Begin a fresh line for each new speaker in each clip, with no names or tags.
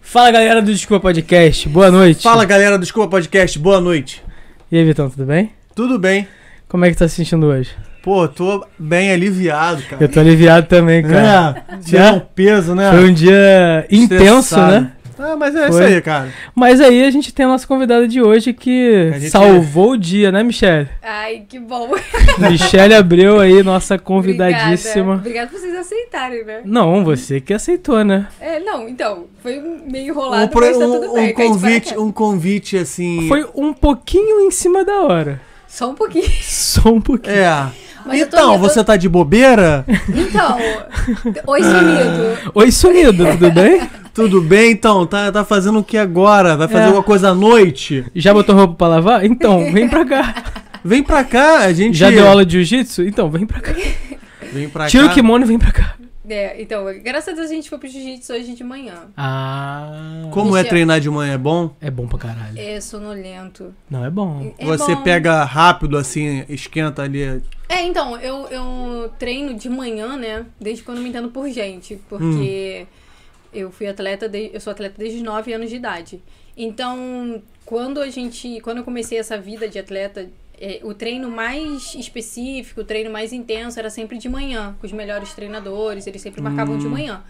Fala galera do Desculpa Podcast, boa noite.
Fala galera do Desculpa Podcast, boa noite.
E aí, Vitão, tudo bem?
Tudo bem?
Como é que tá se sentindo hoje?
Pô, tô bem aliviado, cara.
Eu tô aliviado também, cara.
É, tirou um peso, né?
Foi um dia intenso,
Estressado.
né?
Ah, mas é
Foi.
isso aí, cara.
Mas aí a gente tem a nossa convidada de hoje que
A gente-
salvou o dia, né, Michelle?
Ai, que bom.
Michelle abriu aí, nossa
Obrigada.
convidadíssima.
Obrigada por vocês aceitarem, né?
Não, você que aceitou, né?
É, não, então, foi meio enrolado,
um, pro-
mas tá
um-
tudo bem.
um
cai de
convite,
paraquedas.
um convite assim.
Foi um pouquinho em cima da hora.
Só um pouquinho.
Só um pouquinho.
É.
Mas eu tô-
então,
eu tô-
você tá de bobeira?
Então, oi, sumido.
Oi, sumido, tudo bem?
Tudo bem, então? Tá, tá fazendo o que agora? Vai fazer
É.
alguma coisa à noite?
Já botou roupa pra lavar? Então, vem pra cá.
Vem pra cá, a gente.
Já deu aula de jiu-jitsu? Então, vem pra cá.
Vem pra
Tira
cá.
o kimono e vem pra cá.
É, então, graças a Deus a gente foi pro jiu-jitsu hoje de manhã.
Ah.
Como é
Michel.
treinar de manhã? É bom?
É bom pra caralho.
É sonolento.
Não, é bom.
É
você
bom.
pega rápido, assim, esquenta ali.
É, então, eu, eu treino de manhã, né? Desde quando eu me entendo por gente. Porque eu fui atleta, de- eu sou atleta desde os 9 anos de idade. Então, quando a gente. Quando eu comecei essa vida de atleta, é, o treino mais específico, o treino mais intenso era sempre de manhã, com os melhores treinadores, eles sempre marcavam de manhã.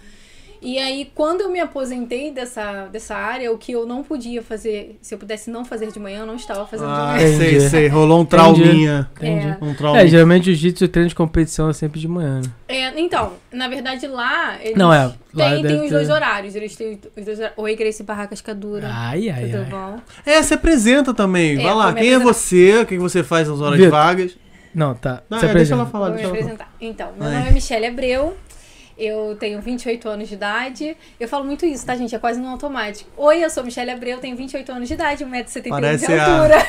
E aí, quando eu me aposentei dessa, dessa área, o que eu não podia fazer, se eu pudesse não fazer de manhã, eu não estava fazendo de
Ah,
manhã.
sei,
Entendi.
sei. Rolou um
Entendi.
trauminha.
Entendi.
É.
Um
É,
trauminha.
geralmente o jiu-jitsu e o treino de competição é sempre de manhã. né?
É, então, na verdade lá eles
Não, é, lá
tem,
deve
tem os
ter-
dois horários. Eles têm os dois horários. Oi, Grace Barracas Cadura.
Ai, ai,
Tudo
ai.
bom?
É, se apresenta também.
É,
Vai lá,
vou me
quem é
apresentar.
você? O que você faz nas horas
Vitor.
vagas?
Não, tá.
Não,
se
é, deixa ela
apresenta.
falar,
Vou me
deixa ela falar.
apresentar. Então, meu
Ai.
nome é Michelle Abreu. Eu tenho 28 anos de idade. Eu falo muito isso, tá, gente? É quase no automático. Oi, eu sou Michelle Abreu, tenho 28 anos de idade, 1,71m de
Parece a-
altura.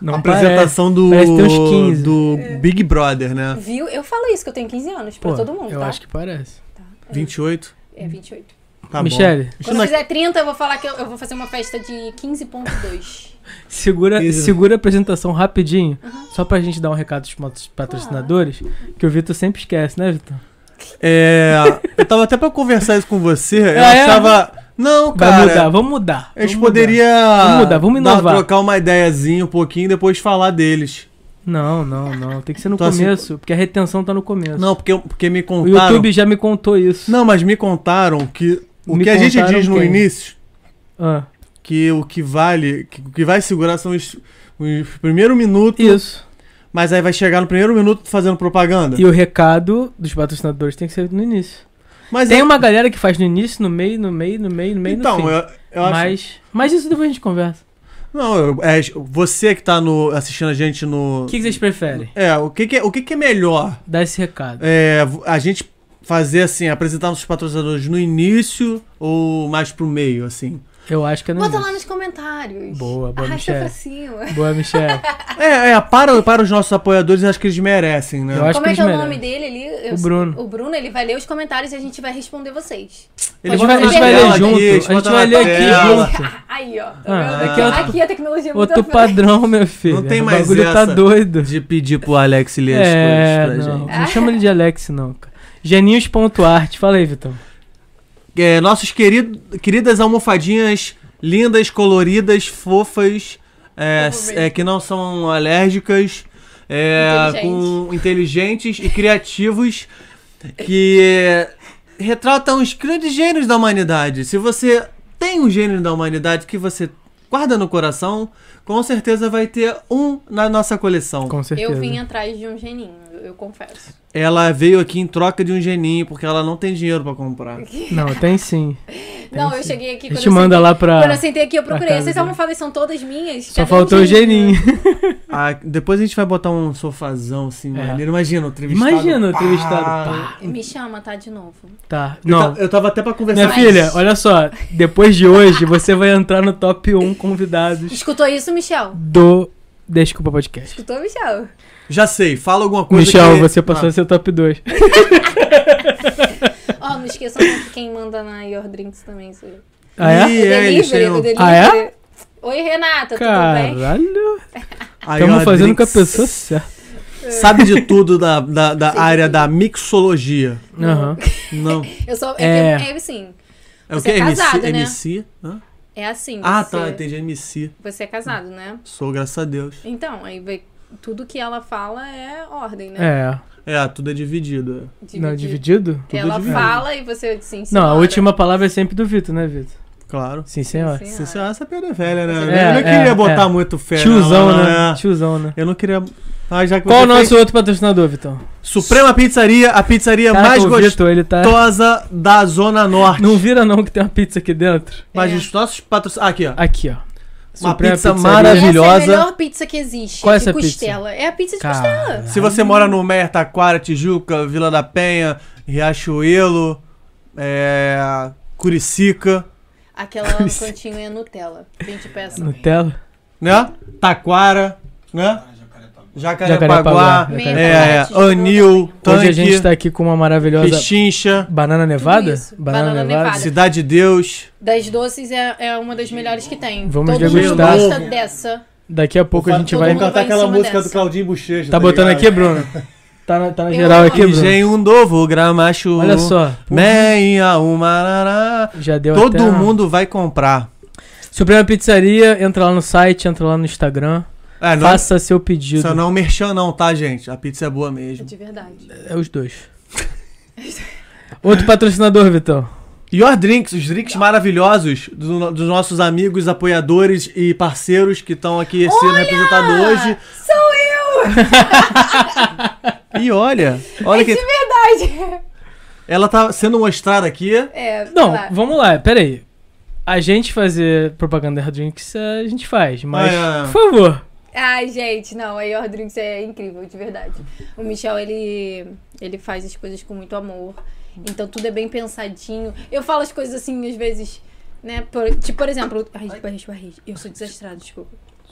Não
apresentação do,
Parece ter uns 15.
do
É.
Big Brother, né?
Viu? Eu falo isso, que eu tenho 15 anos,
Pô,
pra todo mundo,
eu
tá?
acho que parece.
Tá. É,
28.
É 28.
Tá
Michele,
bom. Isso
Quando
não
eu
é-
fizer 30, eu vou falar que eu, eu vou fazer uma festa de 15.2.
segura,
Isso.
segura a apresentação rapidinho, só pra gente dar um recado pros nossos patrocinadores, que o Vitor sempre esquece, né, Vitor?
É, eu tava até pra conversar isso com você. Eu
Ah, é?
achava. Não,
Vai
cara.
mudar, vamos mudar.
A gente
vamos mudar.
poderia
Vamos mudar, vamos
dar-
inovar.
trocar uma ideiazinha um pouquinho e depois falar deles.
Não, não, não. Tem que ser no
Então, assim,
começo, porque a retenção tá no começo.
Não, porque, porque me
o
contaram.
YouTube já me contou isso.
Não, mas me contaram que o
Me
que a gente
contaram
diz no
quem?
início,
Ah,
que o que vale, que o que vai segurar são os, os primeiros minutos,
isso.
mas aí vai chegar no primeiro minuto fazendo propaganda.
E o recado dos patrocinadores tem que ser no início.
Mas
Tem
é-
uma galera que faz no início, no meio, no meio, no meio, no meio,
Então,
no fim.
eu, eu acho.
mas, mas isso depois a gente conversa.
Não, eu- é, você que tá no, assistindo a gente no.
O que que vocês preferem?
É, o que, que, é- o que, que é melhor?
Dar esse recado.
É, v- a gente fazer assim, apresentar nossos patrocinadores no início ou mais pro meio, assim?
Eu acho que é no
Bota lá
início.
nos comentários.
Boa, boa,
Arrasta
Michelle.
pra cima.
Boa, Michelle.
É, é para, para os nossos apoiadores, acho que eles merecem, né?
Eu acho
Como
que
é
eles
que é o
merecem.
nome dele ali? Eu-
O Bruno.
O Bruno, ele vai ler os comentários e a gente vai responder vocês.
a gente
botam
vai, a
na
gente vai
tela
ler
aqui,
junto.
eles
a gente
botam
vai
na
ler
tela.
aqui junto.
Aí, ó. Tá
É Ah,
vendo?
aqui é outro-
aqui a tecnologia é muito à
Outro
frente.
padrão, meu filho.
Não tem
o
mais
bagulho tá
essa.
doido.
De pedir pro Alex
É,
ler as coisas pra
não.
gente.
Não chama ele de Alex, não, cara. Geninhos.art. Fala aí, Vitor.
É, nossos querido, queridas almofadinhas lindas, coloridas, fofas, é,
Fofo
s-
mesmo.
é, que não são alérgicas, é,
Inteligente.
com inteligentes e criativos, que é, retratam os grandes gênios da humanidade. Se você tem um gênio da humanidade que você guarda no coração, com certeza vai ter um na nossa coleção.
Com certeza.
Eu vim atrás de um geninho, eu confesso.
Ela veio aqui em troca de um geninho, porque ela não tem dinheiro pra comprar.
Não, tem sim.
Não,
sim.
eu cheguei aqui
A
quando
gente
eu
manda
sentei,
lá pra.
quando eu sentei aqui, eu procurei.
casa
Essas
dele.
almofadas são todas minhas.
Só faltou o geninho.
Ah, depois a gente vai botar um sofazão assim,
É.
maneiro. Imagina o entrevistado.
Imagina o entrevistado.
Pá.
Pá.
Me chama, tá? De novo.
Tá.
Eu
Não.
ta- Eu tava até pra conversar.
Minha filha, olha só. Depois de hoje, você vai entrar no top 1 convidados
Escutou isso, Michel?
do Desculpa Podcast.
Escutou, Michel?
Já sei, fala alguma coisa.
Michel,
que-
você passou a
Ah,
ser top 2.
Ó, não esqueçam que quem manda na Your Drinks também. isso aí.
Ah, é?
Ih,
O
é, eles
delivery,
chamam.
o delivery.
Ah, é?
Oi, Renata, tá tudo bem?
Caralho.
aí, ó,
Estamos fazendo com a
Drix
pessoa certa.
Sabe de tudo da, da, da área da mixologia.
Aham.
Não.
Eu sou. É,
É.
que- é assim.
É o
Você
que?
é casado,
MC?
né?
MC? Hã?
É assim.
Ah,
você,
tá, entendi. MC.
Você é casado, né?
Sou, graças a Deus.
Então, aí vai- tudo que ela fala é ordem, né?
É.
É, tudo é dividido.
Não, dividido?
Ela
dividido.
fala e você diz sim,
Não, a
senhora.
última palavra é sempre do Vitor, né, Vitor?
Claro.
Sim, senhora.
Sim,
Essa- Essa piada é velha, né?
É,
eu não queria
é,
botar
é.
muito fé.
Tiozão,
nela, não,
né?
é.
Tiozão, né?
Eu não queria. Ah, já que
Qual o
você
nosso
fez-
outro patrocinador, Vitor?
Suprema Pizzaria, a pizzaria
Caraca,
mais
o
gostosa
Vitor, ele tá...
da Zona Norte.
Não vira não que tem uma pizza aqui dentro.
Mas
É.
os nossos patrocinadores. Aqui, ó.
Aqui, ó.
Uma
Suprema
pizza
Pizzaria.
maravilhosa.
Essa é a melhor pizza que existe.
Qual é
de
essa pizza?
costela. É a pizza de
Cara.
costela.
Se você mora no Meia, Taquara, Tijuca, Vila da Penha, Riachuelo, é, Curicica,
Aquela lá no cantinho é Nutella. Gente, peça.
Nutella.
né? Taquara, né? Jacarepaguá,
Jacarepaguá,
é,
Jacarepaguá.
Anil,
Hoje a gente
Tanque,
tá aqui com uma maravilhosa...
Pechincha,
Banana Nevada?
isso. Banana Nevada.
Cidade de Deus.
Das doces é, é uma das melhores que tem.
Vamos
Todo
degustar.
mundo gosta dessa.
Daqui a pouco a gente
todo
vai...
mundo vai em cima dessa.
Claudinho Bochecha.
Tá botando aqui, Bruno? Tá na, tá na geral aqui, Bruno?
Tem um novo gramacho.
Olha só.
Meia, uma, rará.
Já deu Uhum. até
né? Todo
uma-
mundo vai comprar.
Suprema Pizzaria, entra lá no site, entra lá no Instagram.
É, não,
Faça seu pedido.
isso não é um merchan não, tá, gente? A pizza é boa mesmo.
De verdade.
É os dois. Outro patrocinador, Vitão.
Your Drinks, os drinks maravilhosos do no- dos nossos amigos, apoiadores e parceiros que estão aqui sendo
né,
representados hoje.
Sou eu! É
E olha, olha que
De verdade.
ela tá sendo mostrada aqui.
É, sei
Não,
lá.
vamos lá, peraí. A gente fazer propaganda da Drinks, a gente faz, mas.
Ah, é.
Por favor.
Ai, gente, não, a Your Drinks é incrível, de verdade. O Michel, ele, ele faz as coisas com muito amor. Então tudo é bem pensadinho. Eu falo as coisas assim, às vezes, né? Por, tipo, por exemplo. Ai, barris, barris. Eu sou desastrada, desculpa.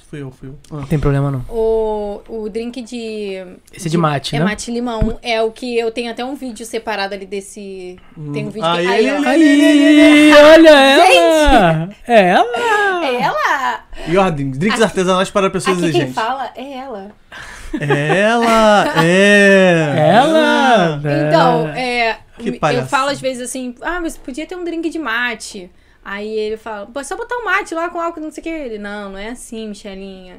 Fui eu, fui eu. Ah,
Não tem problema não.
O, o drink de.
Esse é de mate,
É
né?
mate limão. É o que eu tenho até um vídeo separado ali desse. Tem um vídeo
hum. Aí,
que.
ele-
ó.
Ali, olha ela! É ela!
É ela!
Your Drinks, drinks artesanais para pessoas
Aqui quem
exigentes.
fala é ela.
Ela é.
Ela!
Então, é,
Que
eu
palhaçada.
falo às vezes assim, ah, mas podia ter um drink de mate. Aí ele fala, pô, é só botar um mate lá com álcool, não sei o que. Ele, não, não é assim, Michelinha.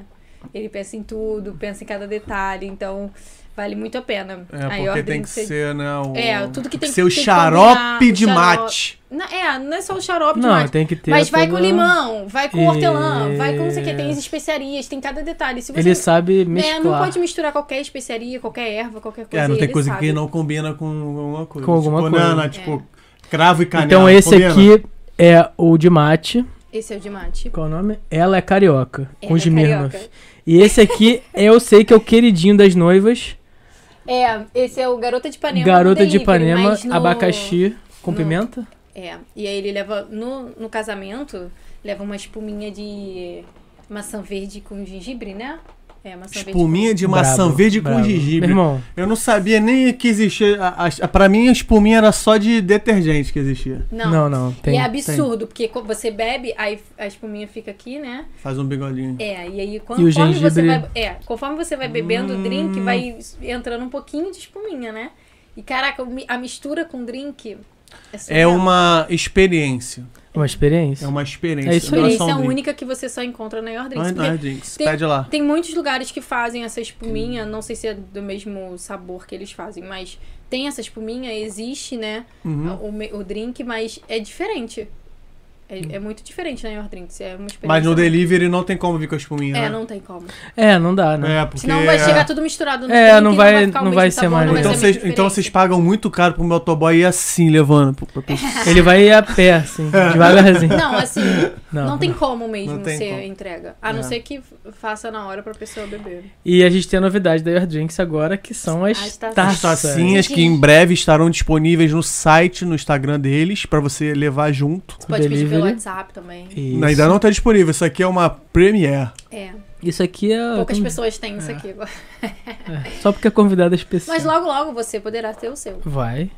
Ele pensa em tudo, pensa em cada detalhe, então vale muito a pena.
É,
Aí,
porque
ó,
tem que
drink-
ser, né? O...
É, tudo que tem que-
Seu
tem que combinar,
xarope
o
de
xarope.
mate.
Não, é, não é só o xarope de
Não,
mate.
tem que ter.
Mas vai
toda-
com limão, vai com hortelã, vai com não sei o que, tem as
Isso.
especiarias, tem cada detalhe. Se você
Ele sabe
é,
mesclar.
não pode misturar qualquer especiaria, qualquer erva, qualquer coisa.
É, não tem
ele
coisa
sabe. É.
que não combina com alguma coisa.
Com alguma
tipo,
coisa.
Nana, tipo, cravo e canela.
então esse
combina?
aqui é o de mate.
Esse é o de mate.
Qual o nome? Ela é carioca.
Ela
com
é
os Mirnoff.
carioca.
E esse aqui, eu sei que é o queridinho das noivas.
É, esse é o Garota de Ipanema.
Garota
no
de
delivery,
Ipanema,
mas no-
abacaxi com
no-
pimenta.
É, e aí ele leva, no, no casamento, leva uma espuminha de maçã verde com gengibre, né? É, maçã
Espuminha de maçã
Brabo,
verde
bravo.
com gengibre.
Meu irmão,
Eu não sabia nem que existia. A, a, pra mim, a espuminha era só de detergente que existia.
verde com...
não, não, tem.
e é absurdo, porque co- você bebe, aí a espuminha fica aqui, né?
Faz um bigodinho.
É, e aí
E
conforme
o gengibre- Hum.
você vai. É, conforme você vai bebendo o drink, vai entrando um pouquinho de espuminha, né? E caraca, o mi- a mistura com drink é
É
surreal.
uma experiência.
Uma experiência.
É uma experiência.
É isso aí.
não
experiência
só um drink.
única que você só encontra na Your
Não
Drinks.
é- não é
Porque
drinks.
tem-
Pede lá.
Tem muitos lugares que fazem essa espuminha,
Hum.
não sei se é do mesmo sabor que eles fazem, mas tem essa espuminha, existe, né?
Uhum. Hum.
O, me- o drink, mas é diferente. É, é muito diferente na Your Drinks, é uma experiência.
Hum. Mas no delivery não tem como vir com a espuminha.
É,
né?
não tem como.
É, não dá, né?
É, porque.
Senão vai chegar tudo misturado no
É,
drink,
não vai-
ficar o
não
mesmo
vai
sabor, é
ser mais
não vai
Então
Mas
ser a
vocês,
mesma
então vocês
experiência.
pagam muito caro pro motoboy ir assim, levando. pro- pro- pro-
Ele vai ir a pé, assim,
É.
devagarzinho.
Não, assim, não,
Não,
tem como mesmo
Não tem
ser
como.
entrega. A não
É.
ser que faça na hora pra pessoa beber.
E a gente tem a novidade da Your Drinks agora, que são as,
As taças.
taças.
As Tá tacinhas que em breve estarão disponíveis no site, no Instagram deles, pra você levar junto.
Você pode pedir pelo
delivery.
WhatsApp também.
Isso.
Ainda não tá disponível, isso aqui é uma premiere.
É.
Isso aqui é.
Poucas
como-
pessoas têm isso aqui.
é, só porque é convidada especial.
Mas logo, logo você poderá ter o seu.
Vai.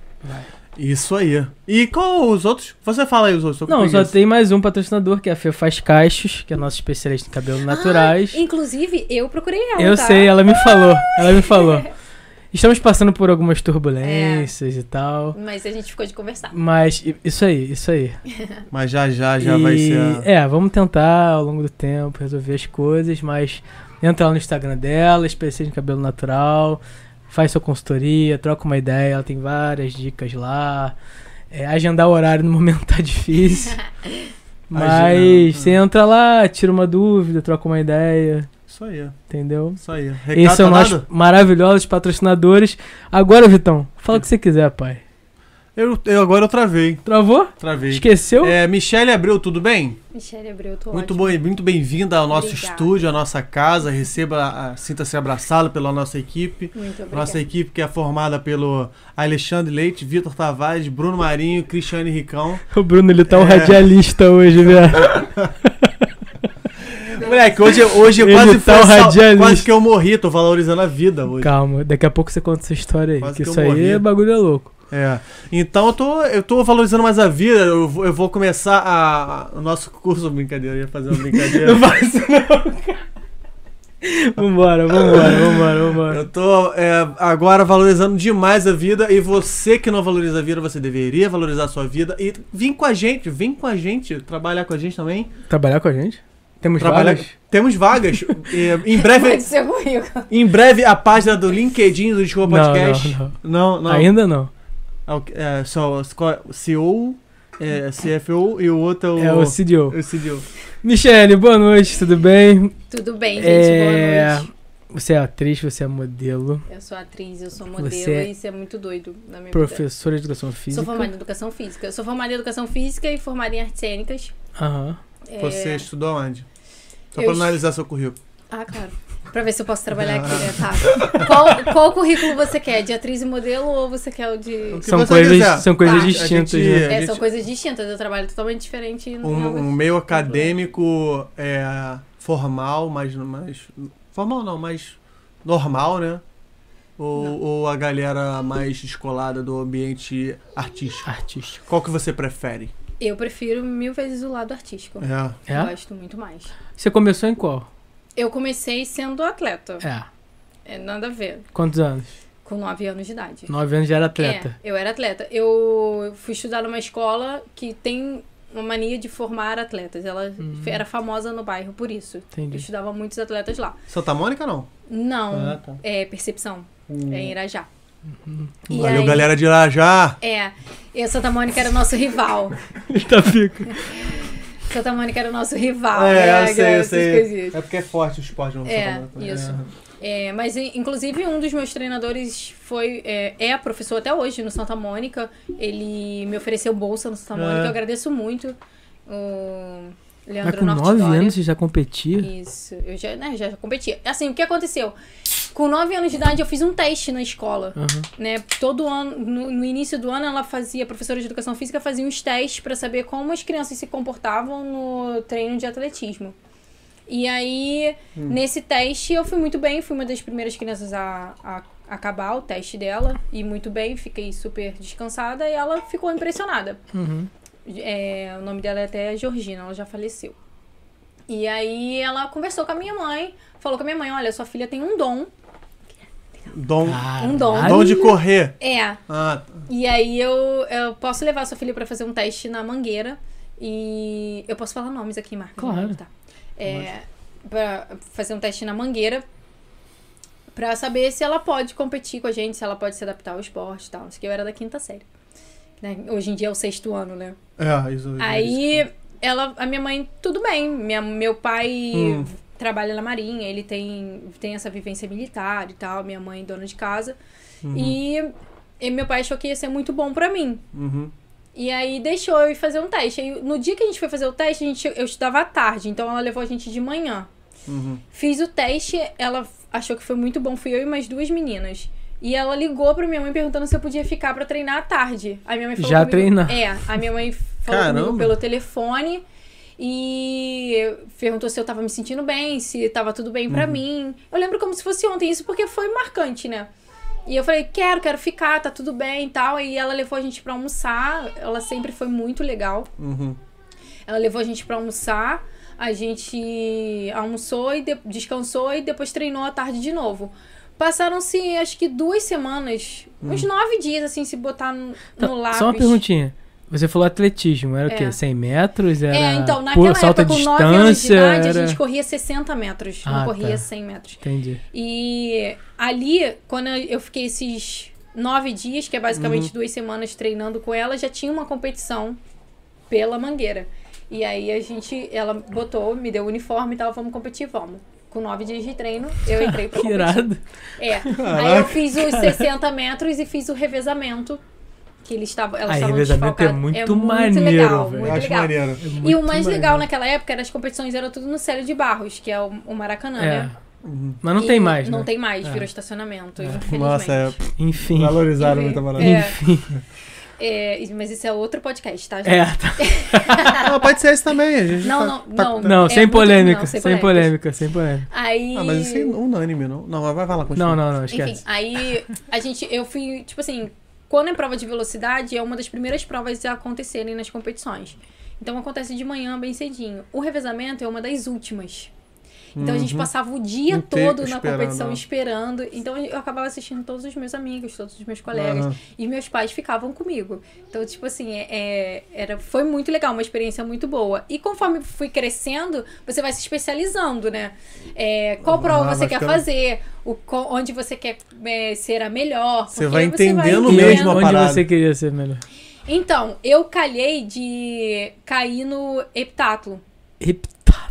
Isso aí. E qual os outros? Você fala aí os outros. tô com
Não, só
preguiça.
tem mais um patrocinador, que é a Fê Faz Caixos, que é nosso especialista em cabelos naturais.
Ah, inclusive, eu Ah, procurei ela.
Eu
tá?
sei, ela me falou. Ela me falou. Estamos passando por algumas turbulências
É.
e tal.
Mas a gente ficou de conversar.
Mas i- isso aí, isso aí.
Mas já já já
E,
vai ser. a-
É, vamos tentar ao longo do tempo resolver as coisas, mas entra lá no Instagram dela, especialista em cabelo natural, faz sua consultoria, troca uma ideia, ela tem várias dicas lá. É, agendar o horário no momento tá difícil.
Agendar,
Mas você entra lá, tira uma dúvida, troca uma ideia,
Isso aí,
entendeu?
isso aí.
Esses
Recado
são
tá
nossos
dado?
maravilhosos patrocinadores. Agora, Vitão, fala
É.
o que você quiser, pai.
Eu, eu agora eu travei.
Travou?
Travei.
Esqueceu?
É, Michele Abreu, tudo bem?
Michelle Abreu, tô
Muito
ótima.
bom, muito bem-vinda ao nosso
Obrigada.
estúdio, à nossa casa. Receba, a- sinta-se abraçada pela nossa equipe.
Muito obrigada.
Nossa equipe que é formada pelo Alexandre Leite, Vitor Tavares, Bruno Marinho, Cristiane Ricão.
O Bruno, ele tá um
É.
radialista hoje, né? velho.
Moleque, hoje, hoje
Ele
quase,
tá
foi
um
sal-
radialista.
quase que eu morri, tô valorizando a vida hoje.
Calma, daqui a pouco você conta essa história aí.
Quase
que
que eu
isso aí
morri.
é bagulho é louco.
É. Então eu tô, eu tô valorizando mais a vida. Eu, vou- eu vou começar a, a- o nosso curso. Brincadeira, eu ia fazer uma brincadeira.
Vambora, vambora, vambora, vambora.
Eu tô é, agora valorizando demais a vida e você que não valoriza a vida, você deveria valorizar a sua vida e vem com a gente, vem com a gente, trabalhar com a gente também.
Trabalhar com a gente? Temos
Trabalhar-
vários?
Temos vagas. É, em,
Pode
breve,
ser o currículo.
em breve a página do LinkedIn do Desculpa
Não,
Podcast.
não,
Não, não.
Ainda não.
É o- É, só os co- CEO, é, CFO e o outro
É o CDO.
o CDO.
Michele, boa noite, tudo bem?
Tudo bem, gente.
É,
Boa noite.
Você é atriz, você é modelo,
Eu sou atriz, eu sou modelo
Você é
e isso é muito doido na minha vida.
professora de educação
Sou
física.
formada em educação física. Eu sou formada em educação física e formada em artes cênicas.
Aham.
É,
Você estudou onde? Só
Eu
pra
est-
analisar seu currículo.
Ah, claro. Pra ver se eu posso trabalhar aqui. né? Tá. Qual, qual currículo você quer? De atriz e modelo ou você quer o de.
O que
São
você quiser.
coisas, são coisas
Tá. A
distintas,
gente-
né?
a
É, são
gente-
coisas distintas. Eu trabalho totalmente diferente. em
um,
ambas.
um meio acadêmico é, formal, mas, mas. Formal não, mas normal, né? Ou,
Não.
ou a galera mais descolada do ambiente artístico?
Artístico.
Qual que você prefere?
Eu prefiro mil vezes o lado artístico.
É.
Eu
É?
gosto muito mais.
Você começou em qual?
Eu comecei sendo atleta.
É.
É, nada a ver.
Quantos anos?
Com 9 anos de idade.
Nove anos já era atleta.
É, eu era atleta. Eu fui estudar numa escola que tem uma mania de formar atletas. Ela
Uhum.
Hum.
era famosa no bairro por isso. Eu
Entendi.
estudava muitos atletas lá.
Santa Mônica não?
Não,
tá.
é percepção. É em Irajá. E
Hum. Valeu,
aí-
galera de Irajá!
É, e a Santa Mônica era o nosso rival.
Tá fica.
Santa Mônica era o nosso rival.
É,
né?
eu sei, eu
Essas
sei.
coisinhas.
É porque é forte o esporte no
É,
Santa Mônica.
isso.
É.
É, mas in- inclusive um dos meus treinadores foi é, é professor até hoje no Santa Mônica. Ele me ofereceu bolsa no Santa Mônica.
É.
Eu agradeço muito. O
Mas
Leandro
com nove
Nortidória.
anos você já competia?
Isso, eu já, né, já competia. Assim, o que aconteceu? Com 9 anos de idade, eu fiz um teste na escola,
Aham.
né? Todo ano, no, no início do ano, ela fazia, a professora de educação física fazia uns testes pra saber como as crianças se comportavam no treino de atletismo. E aí, nesse teste, eu fui muito bem, fui uma das primeiras crianças a, a acabar o teste dela, e muito bem, fiquei super descansada, e ela ficou impressionada.
Uhum.
É, o nome dela é até Georgina, ela já faleceu. E aí ela conversou com a minha mãe, falou com a minha mãe, olha, sua filha tem um dom.
Dom,
Caralho.
Um dom.
dom de correr.
É,
Ah,
e aí eu, eu posso levar sua filha pra fazer um teste na Mangueira e eu posso falar nomes aqui, Marcos.
Claro.
né? Tá. É, pra fazer um teste na Mangueira pra saber se ela pode competir com a gente, se ela pode se adaptar ao esporte e tal. Isso que eu era da quinta série. né? Hoje em dia é o sexto ano, né?
é, isso.
Aí ela, a minha mãe, tudo bem. Minha, meu pai
Hum.
trabalha na marinha, ele tem, tem essa vivência militar e tal. Minha mãe é dona de casa. E, e meu pai achou que ia ser muito bom pra mim.
Uhum.
E aí deixou eu ir fazer um teste. Aí, no dia que a gente foi fazer o teste, a gente, eu estudava à tarde, então ela levou a gente de manhã.
Uhum.
Fiz o teste, ela achou que foi muito bom, fui eu e mais duas meninas. E ela ligou pra minha mãe perguntando se eu podia ficar pra treinar à tarde. A minha mãe falou
Já
comigo-
treinar.
É, a minha mãe falou
Caramba.
comigo pelo telefone e perguntou se eu tava me sentindo bem, se tava tudo bem
Uhum.
pra mim. Eu lembro como se fosse ontem isso porque foi marcante, né? E eu falei, quero, quero ficar, tá tudo bem e tal. E ela levou a gente pra almoçar. Ela sempre foi muito legal.
Uhum.
Ela levou a gente pra almoçar, a gente almoçou e de- descansou e depois treinou à tarde de novo. Passaram-se, acho que duas semanas, uns nove dias, assim, se botar no,
Tá,
no lápis.
Só uma perguntinha. Você falou atletismo, era o quê?
É.
100 metros? Era
É, então,
puro
naquela
salto
época,
à
com 9 anos de
distância?
idade, a
era-
gente corria 60 metros,
Ah,
não corria
tá.
100 metros.
Entendi.
E ali, quando eu fiquei esses nove dias, que é basicamente
Uhum.
duas semanas treinando com ela, já tinha uma competição pela mangueira. E aí a gente, ela botou, me deu o uniforme e tal, vamos competir, vamos. Com nove dias de treino, eu entrei pra
Que
competir.
irado.
É. Aí eu fiz os 60 metros e fiz o revezamento. Que eles estavam. Elas
Ah,
estavam
revezamento é
desfalcadas.
muito maneiro,
legal,
velho.
muito
Eu
acho
legal.
maneiro.
E o mais legal naquela época era as competições eram tudo no Célio de Barros, que é o, o Maracanã,
É.
né?
Uhum.
Mas não
E
tem mais,
Não
né?
tem mais,
É.
virou estacionamento, infelizmente.
Nossa, é,
Enfim.
valorizaram muito a maravilha.
É. É, mas isso é outro podcast, tá, gente?
É, tá.
Ah, pode ser esse também, a gente.
Não,
tá-
não,
tá-
não.
Não,
É
sem
muito-
polêmica.
não,
sem,
sem
polêmica, sem polêmica.
Aí.
Ah, mas isso é unânime, não? Não, mas vai, vai lá,
Não,
continua.
não, não,
Enfim,
esquece.
aí a gente, eu fui, tipo assim, quando é prova de velocidade, é uma das primeiras provas a acontecerem nas competições. Então acontece de manhã, bem cedinho. O revezamento é uma das últimas. Então a gente passava o dia
Inteiro
todo
Uhum.
na
esperando,
competição
né?
esperando. Então eu acabava assistindo todos os meus amigos, todos os meus colegas.
Aham.
E meus pais ficavam comigo. Então, tipo assim, é- é- era, foi muito legal, uma experiência muito boa. E conforme fui crescendo, você vai se especializando, né? É, qual
Ah,
prova
vai
você quer
ficando-
fazer, o, co- onde você quer é, ser a melhor.
Você
porque
vai entendendo
E
mesmo a
onde
parada.
você queria ser melhor?
Então, eu calhei de cair no heptátulo.
Heptato.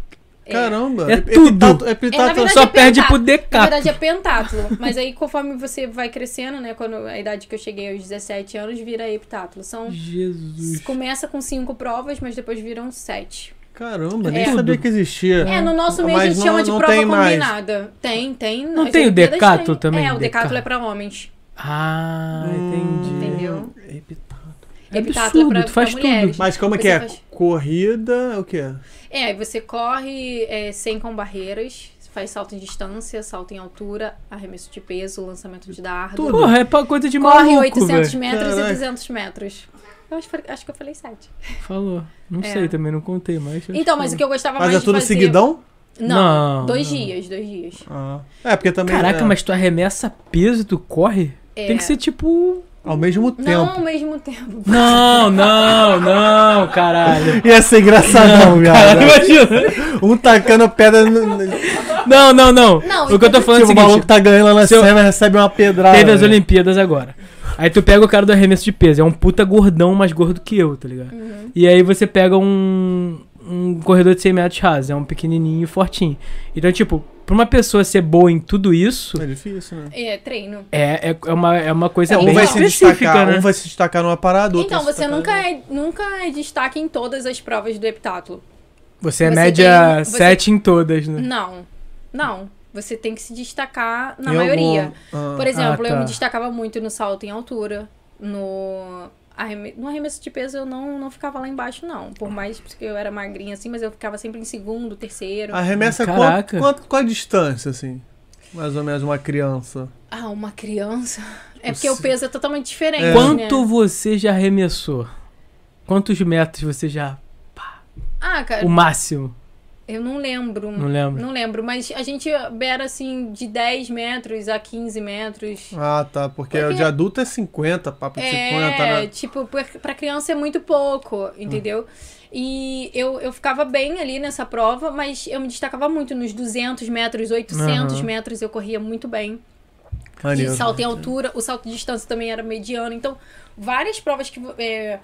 Caramba.
É
ep-
tudo.
epitato-
É, na
epitato-
verdade,
Só
é
perde
pentátulo.
pro
Na
Decato.
verdade é pentátulo, mas aí conforme você vai crescendo, né, quando a idade que eu cheguei aos 17 anos vira heptátulo. São
Jesus.
começa com cinco provas, mas depois viram sete.
Caramba, nem
É.
sabia que existia.
É, no nosso meio a
Mas
gente
não-
chama de
não
prova
tem mais.
combinada. Tem, tem.
Não
as
tem o
Olimpíadas
decato
tem.
também?
É, o
Decato.
decato é pra homens.
Ah, entendi.
Entendeu?
Epitato.
É
Epitáculo
absurdo,
pra-
tu faz
pra
tudo.
mulheres.
Mas como é
Você
que é?
faz-
Corrida, o quê?
É, aí você corre é, sem com barreiras, faz salto em distância, salto em altura, arremesso de peso, lançamento de dardo.
Porra, é pra coisa de
Corre
maluco,
800
velho.
metros
Caraca.
e 200 metros. Eu acho, acho que eu falei sete.
Falou. Não
É.
sei, também não contei, mas... acho
Então,
que
mas
falou.
o que eu gostava
Mas
mais
é tudo
de fazer...
seguidão?
Não,
Não,
dois dias, dois dias.
Ah. É, porque também.
Caraca,
é,
mas tu arremessa peso e tu corre?
É.
Tem que ser tipo...
Ao mesmo
Não
tempo.
ao mesmo tempo.
Não, não, não, caralho.
Ia ser engraçadão,
Caralho,
viado. Tipo,
imagina.
Um tacando pedra. No... no-
Não, não, não.
Não,
o que eu tô falando é o tá-
Tipo, o maluco
seguinte.
tá ganhando lá na
Seu-
cena recebe uma pedrada. né?
Teve as
velho.
Olimpíadas agora. Aí tu pega o cara do arremesso de peso. É um puta gordão mais gordo que eu, tá ligado?
Uhum.
E aí você pega um, um corredor de 100 metros raso. É um pequenininho e fortinho. Então, tipo, pra uma pessoa ser boa em tudo isso,
É difícil, né?
É, treino.
é, é, é uma, é uma coisa
É,
bem
um vai se
específica,
destacar,
né?
um vai se destacar numa parada, outro
Então,
vai se
você nunca
destacar-
é, nunca é destaque em todas as provas do heptátulo.
Você é
você
média
tem- você-
7 em todas, né?
Não. Não. Você tem que se destacar na
Em
maioria.
algum- ah.
Por exemplo,
Ah,
eu
tá.
me destacava muito no salto em altura, no arreme- no arremesso de peso eu não, não ficava lá embaixo, não. Por mais que eu era magrinha assim, mas eu ficava sempre em segundo, terceiro. Ah,
Arremessa quanto,
Caraca.
quanto, qual é a distância, assim? Mais ou menos uma criança.
Ah, uma criança. É porque o peso é totalmente diferente.
É.
Quanto
Né?
você já arremessou? Quantos metros você já.
Ah, cara,
O máximo?
eu não lembro.
Não lembro.
Não lembro, mas a gente era assim de 10 metros a 15 metros.
Ah, tá. Porque,
Porque-
de adulto é 50, papo de 50,
É,
né?
tipo, pra- pra criança é muito pouco, entendeu? E eu, eu ficava bem ali nessa prova, mas eu me destacava muito nos 200 metros, 800
Aham.
metros, eu corria muito bem.
Maneiro.
E salto em altura, o salto de distância também era mediano. Então, várias provas que... vo- é,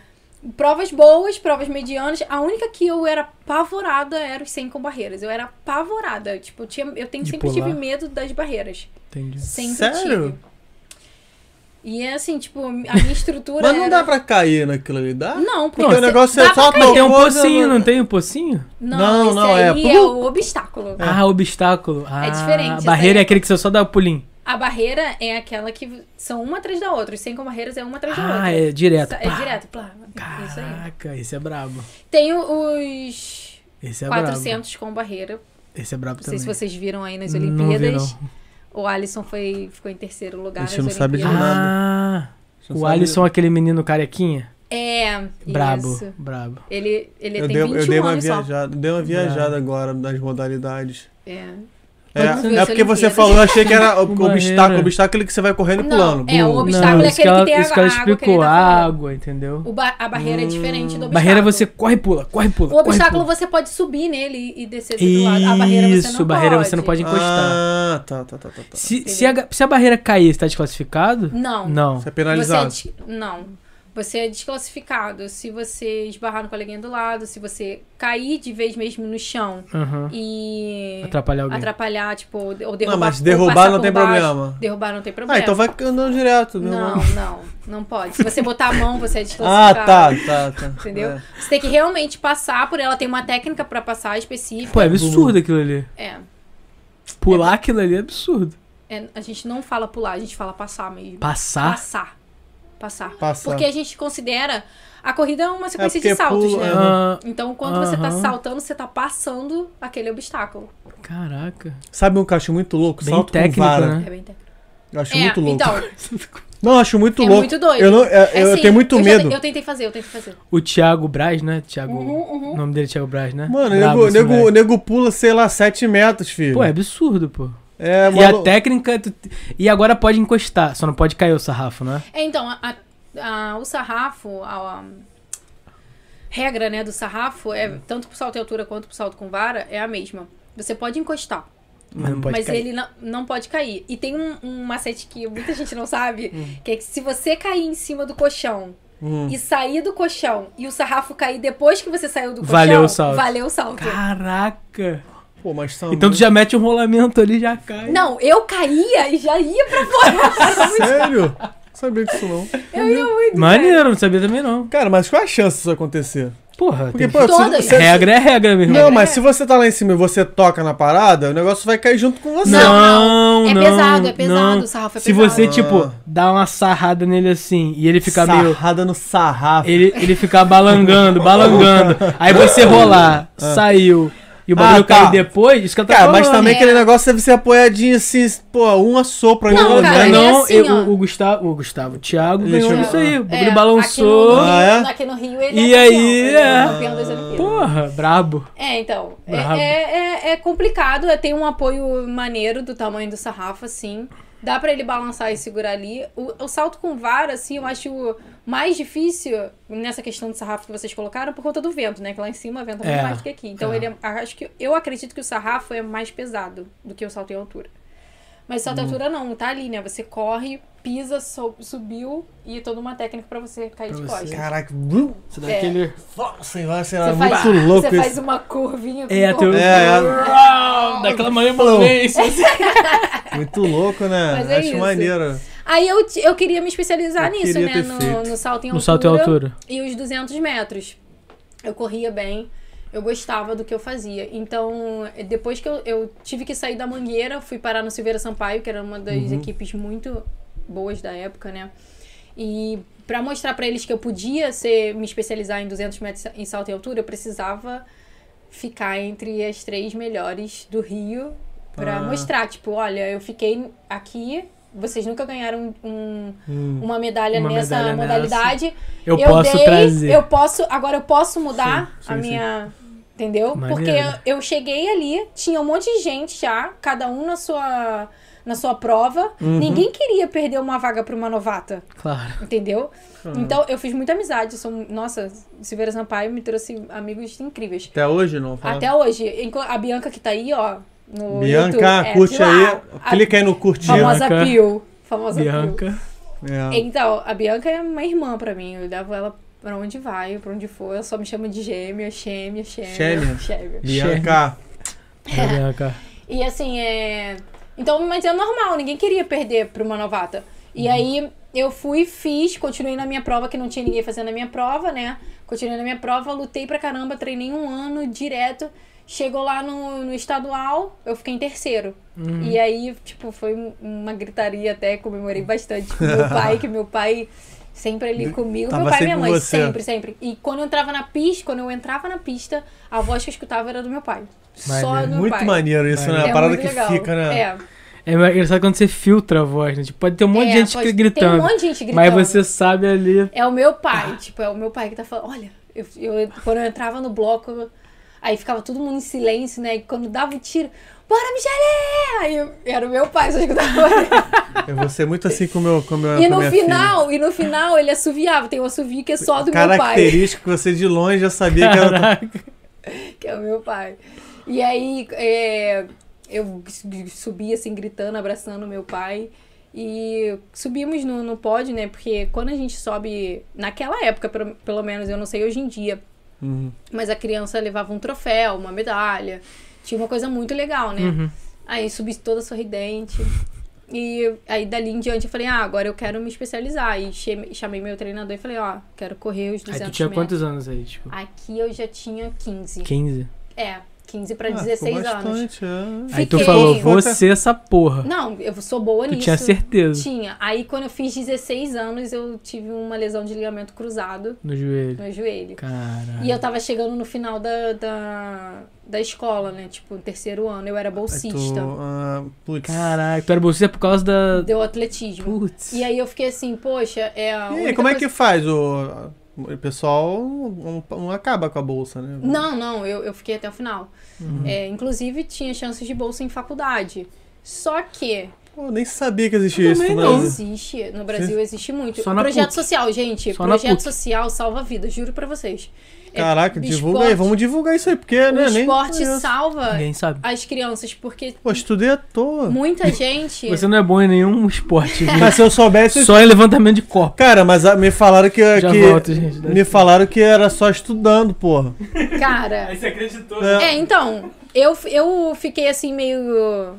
provas boas, provas medianas. A única que eu era apavorada era os 100 com barreiras. Eu era apavorada. Tipo, eu, tinha, eu tenho,
De
sempre
pular.
tive medo das barreiras.
Entendi.
Sempre
Sério?
tive. E é assim, tipo, a minha estrutura
Mas não
era-
dá pra cair naquilo ali, dá?
não, porque
Porque o
você-
negócio
dá
é só
pra-
Mas tem um
coisa,
pocinho,
mano.
não tem um pocinho?
Não,
Não,
isso
não, é
aí é,
pulo.
o obstáculo.
Ah, obstáculo. Ah,
É diferente,
A
essa
barreira é
aí é-
aquele que você só dá o pulinho.
A barreira é aquela que são uma atrás da outra. Os 100 com barreiras é uma atrás da outra.
Ah, é direto.
Sa-
pá.
direto. Plá. Isso aí.
Caraca, esse é brabo.
Tem o- os
Esse é brabo.
400 com barreira.
Esse é brabo
Não
também.
sei se vocês viram aí nas
Não vi,
Olimpíadas.
não.
O Alisson foi, ficou em terceiro lugar
A gente
nas
não sabe de
Olimpíadas.
Ah,
Não
o
sabe?
Alisson, aquele menino carequinha.
É,
Brabo,
isso.
brabo.
Ele, ele
Eu
tem
dei,
21
eu dei uma
anos só.
viajada, dei uma viajada agora nas modalidades.
É.
É,
Quando viu
é
as
porque você
Olimpíadas.
falou, eu achei que era o
Com
obstáculo.
barreira.
O obstáculo é aquele que você vai correndo e
Não,
pulando.
é,
Bum.
o obstáculo é
isso
aquele
que ela,
que tem a
isso que ela
água que ele
explicou,
tá falando.
água, entendeu?
O ba- a barreira é diferente do obstáculo.
Barreira você corre e pula, corre e pula.
O obstáculo
corre,
você pode subir nele e descer do
e pula.
lado. A barreira você não
Isso, barreira você não pode encostar.
Ah, tá, tá, tá, tá. tá.
se, se, a, ga- se a barreira cair, você tá desclassificado?
Não.
Não.
Você é
Você é
penalizado.
des- Não. Você é desclassificado. Se você esbarrar no coleguinha do lado, se você cair de vez mesmo no chão
Aham.
e
Atrapalhar alguém.
atrapalhar, tipo, ou de- ou derrubar.
Não, mas
ou
derrubar
passar
não
por
tem
baixo.
problema.
Derrubar não tem problema.
Ah, então vai andando direto. né?
Não, não, não pode. Se você botar a mão, você é
Ah,
desclassificado.
tá, tá, tá.
Entendeu?
É.
Você tem que realmente passar por ela. Tem uma técnica pra passar específica.
Pô, é absurdo aquilo ali.
É.
Pular aquilo ali é absurdo.
É, a gente não fala pular, a gente fala passar mesmo.
Passar?
Passar. Passar.
Ah? Passar.
Porque a gente considera. A corrida é uma sequência
É, porque
de saltos,
pulo,
né?
é.
Ah,
Então, quando você tá
Aham.
saltando, você tá passando aquele obstáculo.
caraca.
Sabe um que eu acho muito louco?
Bem
Salto
técnico,
com vara.
né?
É bem técnico.
Eu acho
é,
muito louco.
então,
Não, eu acho muito
é
louco.
muito doido.
Eu, não, é-
É
eu
assim,
tenho muito
eu já
medo.
te- eu tentei fazer, eu tentei fazer.
O Thiago Braz, né? Thiago.
Uhum, uhum.
O nome dele é Thiago Braz, né?
Mano,
Brabo
nego,
esse
nego,
moleque.
nego pula, sei lá, 7 metros, filho.
Pô, é absurdo, pô.
é
e a
malu-
técnica. tu- E agora pode encostar, só não pode cair o sarrafo, né?
É, então, a- a- a- o sarrafo, a, a regra né, do sarrafo,
Hum.
é, tanto pro salto em altura quanto pro salto com vara, é a mesma. Você pode encostar,
Mas não pode
mas
cair.
ele não, não pode cair. E tem um, um macete que muita gente não sabe,
Hum.
que é que se você cair em cima do colchão
Hum.
e sair do colchão e o sarrafo cair depois que você saiu do colchão,
Valeu o salto.
valeu o salto.
Caraca!
Pô, mas tá são.
Então tu já mete um rolamento ali e já cai.
Não, eu caía e já ia pra fora.
Sério? Não sabia disso não.
eu ia muito.
Maneiro, não sabia também não.
Cara, mas qual é a chance disso acontecer?
Porra,
Porque,
tem-
pô, se
Todas.
você-
regra é regra mesmo.
Não, mas se você tá lá em cima e você toca na parada, o negócio vai cair junto com você.
Não,
não,
É
não,
pesado, é pesado,
não.
o sarrafo é
Se
pesado.
você,
Ah.
tipo, dá uma sarrada nele assim e ele ficar meio.
Sarrada no sarrafo.
Ele, ele ficar balangando, balangando. Aí você rolar, saiu. E o bagulho
Ah, tá.
cair depois, isso que eu tô
Cara, mas
falando.
também
É.
aquele negócio deve ser apoiadinho assim, pô, um assopro aí
Não,
no outro,
cara,
né?
ele é
não,
assim,
eu-
ó.
o, o Gustavo, o Gustavo, o Thiago
Deixa
ganhou
eu-
isso aí. O bagulho
É,
balançou.
Aqui no Rio,
Ah, é?
aqui no Rio ele
E
é campeão,
aí,
ele
é.
é campeão das Olimpíadas.
Porra, brabo.
É, então. É,
Brabo.
é- é- é complicado, é, tem um apoio maneiro do tamanho do sarrafo, assim. Dá pra ele balançar e segurar ali. O, o salto com vara, assim, eu acho mais difícil nessa questão do sarrafo que vocês colocaram por conta do vento, né? Que lá em cima venta muito
É.
mais do que aqui. Então
É.
ele é- acho que eu acredito que o sarrafo é mais pesado do que o salto em altura. Mas salto em altura não, tá ali, né? Você corre, pisa, so- subiu e é toda uma técnica pra você cair
Pra
de
você-
costas.
Caraca, blum,
Você
É.
aquele.
sei lá, sei lá,
Você
muito
faz,
louco
você
isso.
faz uma curvinha com
É,
o
teu.
corpo.
É,
Uau, Daquela maneira
Flow.
envolvência.
Muito louco, né?
Mas é
Acho
isso.
maneiro.
Aí eu, ti- eu queria me especializar
Eu
nisso,
queria
né?
ter
No,
feito.
no salto em altura.
No salto em altura.
E os 200 metros. Eu corria bem, eu gostava do que eu fazia. Então, depois que eu, eu tive que sair da Mangueira, fui parar no Silveira Sampaio, que era uma das
Uhum.
equipes muito boas da época, né? E pra mostrar pra eles que eu podia ser, me especializar em 200 metros em salto em altura, eu precisava ficar entre as três melhores do Rio pra
Ah.
mostrar, tipo, olha, eu fiquei aqui, vocês nunca ganharam um-
Hum.
uma medalha
Uma
nessa
medalha nessa.
modalidade.
Eu, posso
dei,
trazer.
Eu posso, agora eu posso mudar
Sim, sim,
a
sim.
minha, entendeu?
Maneiro.
Porque eu, eu cheguei ali, tinha um monte de gente já, cada um na sua na sua prova.
Uhum.
Ninguém queria perder uma vaga pra uma novata.
Claro.
Entendeu?
Ah.
Então, eu fiz muita amizade. Sou, nossa, Silveira Sampaio me trouxe amigos incríveis.
Até hoje não,
Ah.
fala.
Até hoje. enqu- A Bianca que tá aí, ó. No YouTube,
Bianca,
é,
curte
de lá.
aí. Clica aí no
A
curtir.
famosa
Bianca.
Pio. Famosa Pio.
Bianca.
É.
Então, a Bianca é uma irmã pra mim. Eu levo ela pra onde vai, pra onde for. Ela só me chama de gêmea, gêmea,
Gêmea.
gêmea. Gêmea.
Bianca.
É, Bianca.
E assim, é. Então, mas é normal, ninguém queria perder pra uma novata. E
Uhum.
aí eu fui, fiz, continuei na minha prova, que não tinha ninguém fazendo a minha prova, né? Continuei na minha prova, lutei pra caramba, treinei um ano direto. Chegou lá no, no estadual, eu fiquei em terceiro.
Uhum.
E aí, tipo, foi um- uma gritaria até, comemorei bastante com meu pai, que meu pai sempre ali comigo.
Tava
meu pai e
sempre
minha mãe,
com você.
sempre, sempre. E quando eu entrava na pista, quando eu entrava na pista, a voz que eu escutava era do meu pai. Só
Maneiro.
do meu
é Muito
pai.
maneiro isso, né?
Maneiro.
A parada
É muito
que
legal.
fica, né?
É.
É mais engraçado quando você filtra a voz, né? Tipo, pode ter um monte
É,
de gente
pode-
gritando.
Tem um monte de gente gritando.
Mas você sabe ali.
É o meu pai, tipo, é o meu pai que tá falando. Olha, eu, eu- quando eu entrava no bloco, Aí ficava todo mundo em silêncio, né? E quando dava o tiro, bora, Michele! Aí eu- era o meu pai só que tava.
Eu vou ser muito assim com o meu. Com o meu com
E
a
no
minha
final, e no final ele assoviava. Tem um assovio que é só do
filha.
meu pai.
Característico, você de longe já sabia que era.
que é o meu pai. E aí é, eu su- subi assim, gritando, abraçando o meu pai. E subimos no, no pódio, né? Porque quando a gente sobe, naquela época, pelo, pelo menos, eu não sei hoje em dia,
Uhum.
mas a criança levava um troféu, uma medalha. Tinha uma coisa muito legal, né?
Uhum.
Aí subi toda sorridente. E aí dali em diante eu falei, ah, agora eu quero me especializar. E che- chamei meu treinador e falei, ó, quero correr os 200
Aí tu tinha
metros.
quantos anos aí, tipo?
Aqui eu já tinha 15.
15.
É, 15 pra
Ah, ficou
16 anos.
bastante, é.
Aí tu
Fiquei.
falou,
Vou até-
você é essa porra.
Não, eu sou boa
Tu
nisso.
tinha certeza
Tinha. Aí quando eu fiz 16 anos, eu tive uma lesão de ligamento cruzado
no joelho.
no joelho.
Caralho.
E eu tava chegando no final da, da, da escola, né? Tipo, no terceiro ano, eu era
Aí
bolsista.
tu, ah, putz.
Caralho, tu era bolsista por causa da.
Deu atletismo.
Putz.
E aí eu fiquei assim, poxa, é a
E aí,
única
como é
coisa-
que faz? O, o pessoal não, não acaba com a bolsa, né?
Não, não, eu, eu fiquei até o final.
Uhum.
É, inclusive, tinha chances de bolsa em faculdade. Só que
Pô, nem sabia que existia isso,
também
mano.
Existe. No Brasil existe muito.
Só na
projeto
PUC.
social, gente.
Só na
projeto
PUC.
social salva vidas, juro pra vocês. É,
Caraca,
o
divulga
esporte-
aí, vamos divulgar isso aí, porque,
O
né? nem
esporte
conheço.
salva
É, Ninguém sabe.
as crianças, porque
Pô, estudei à toa.
muita gente.
Você não é bom em nenhum esporte, viu?
Mas se eu soubesse. eu-
Só em levantamento de corpo.
Cara, mas ah, me falaram que.
Já
que-
volto, gente.
Me falaram que era só estudando, porra.
Cara.
você acreditou.
É.
É, então, eu, eu fiquei assim, meio.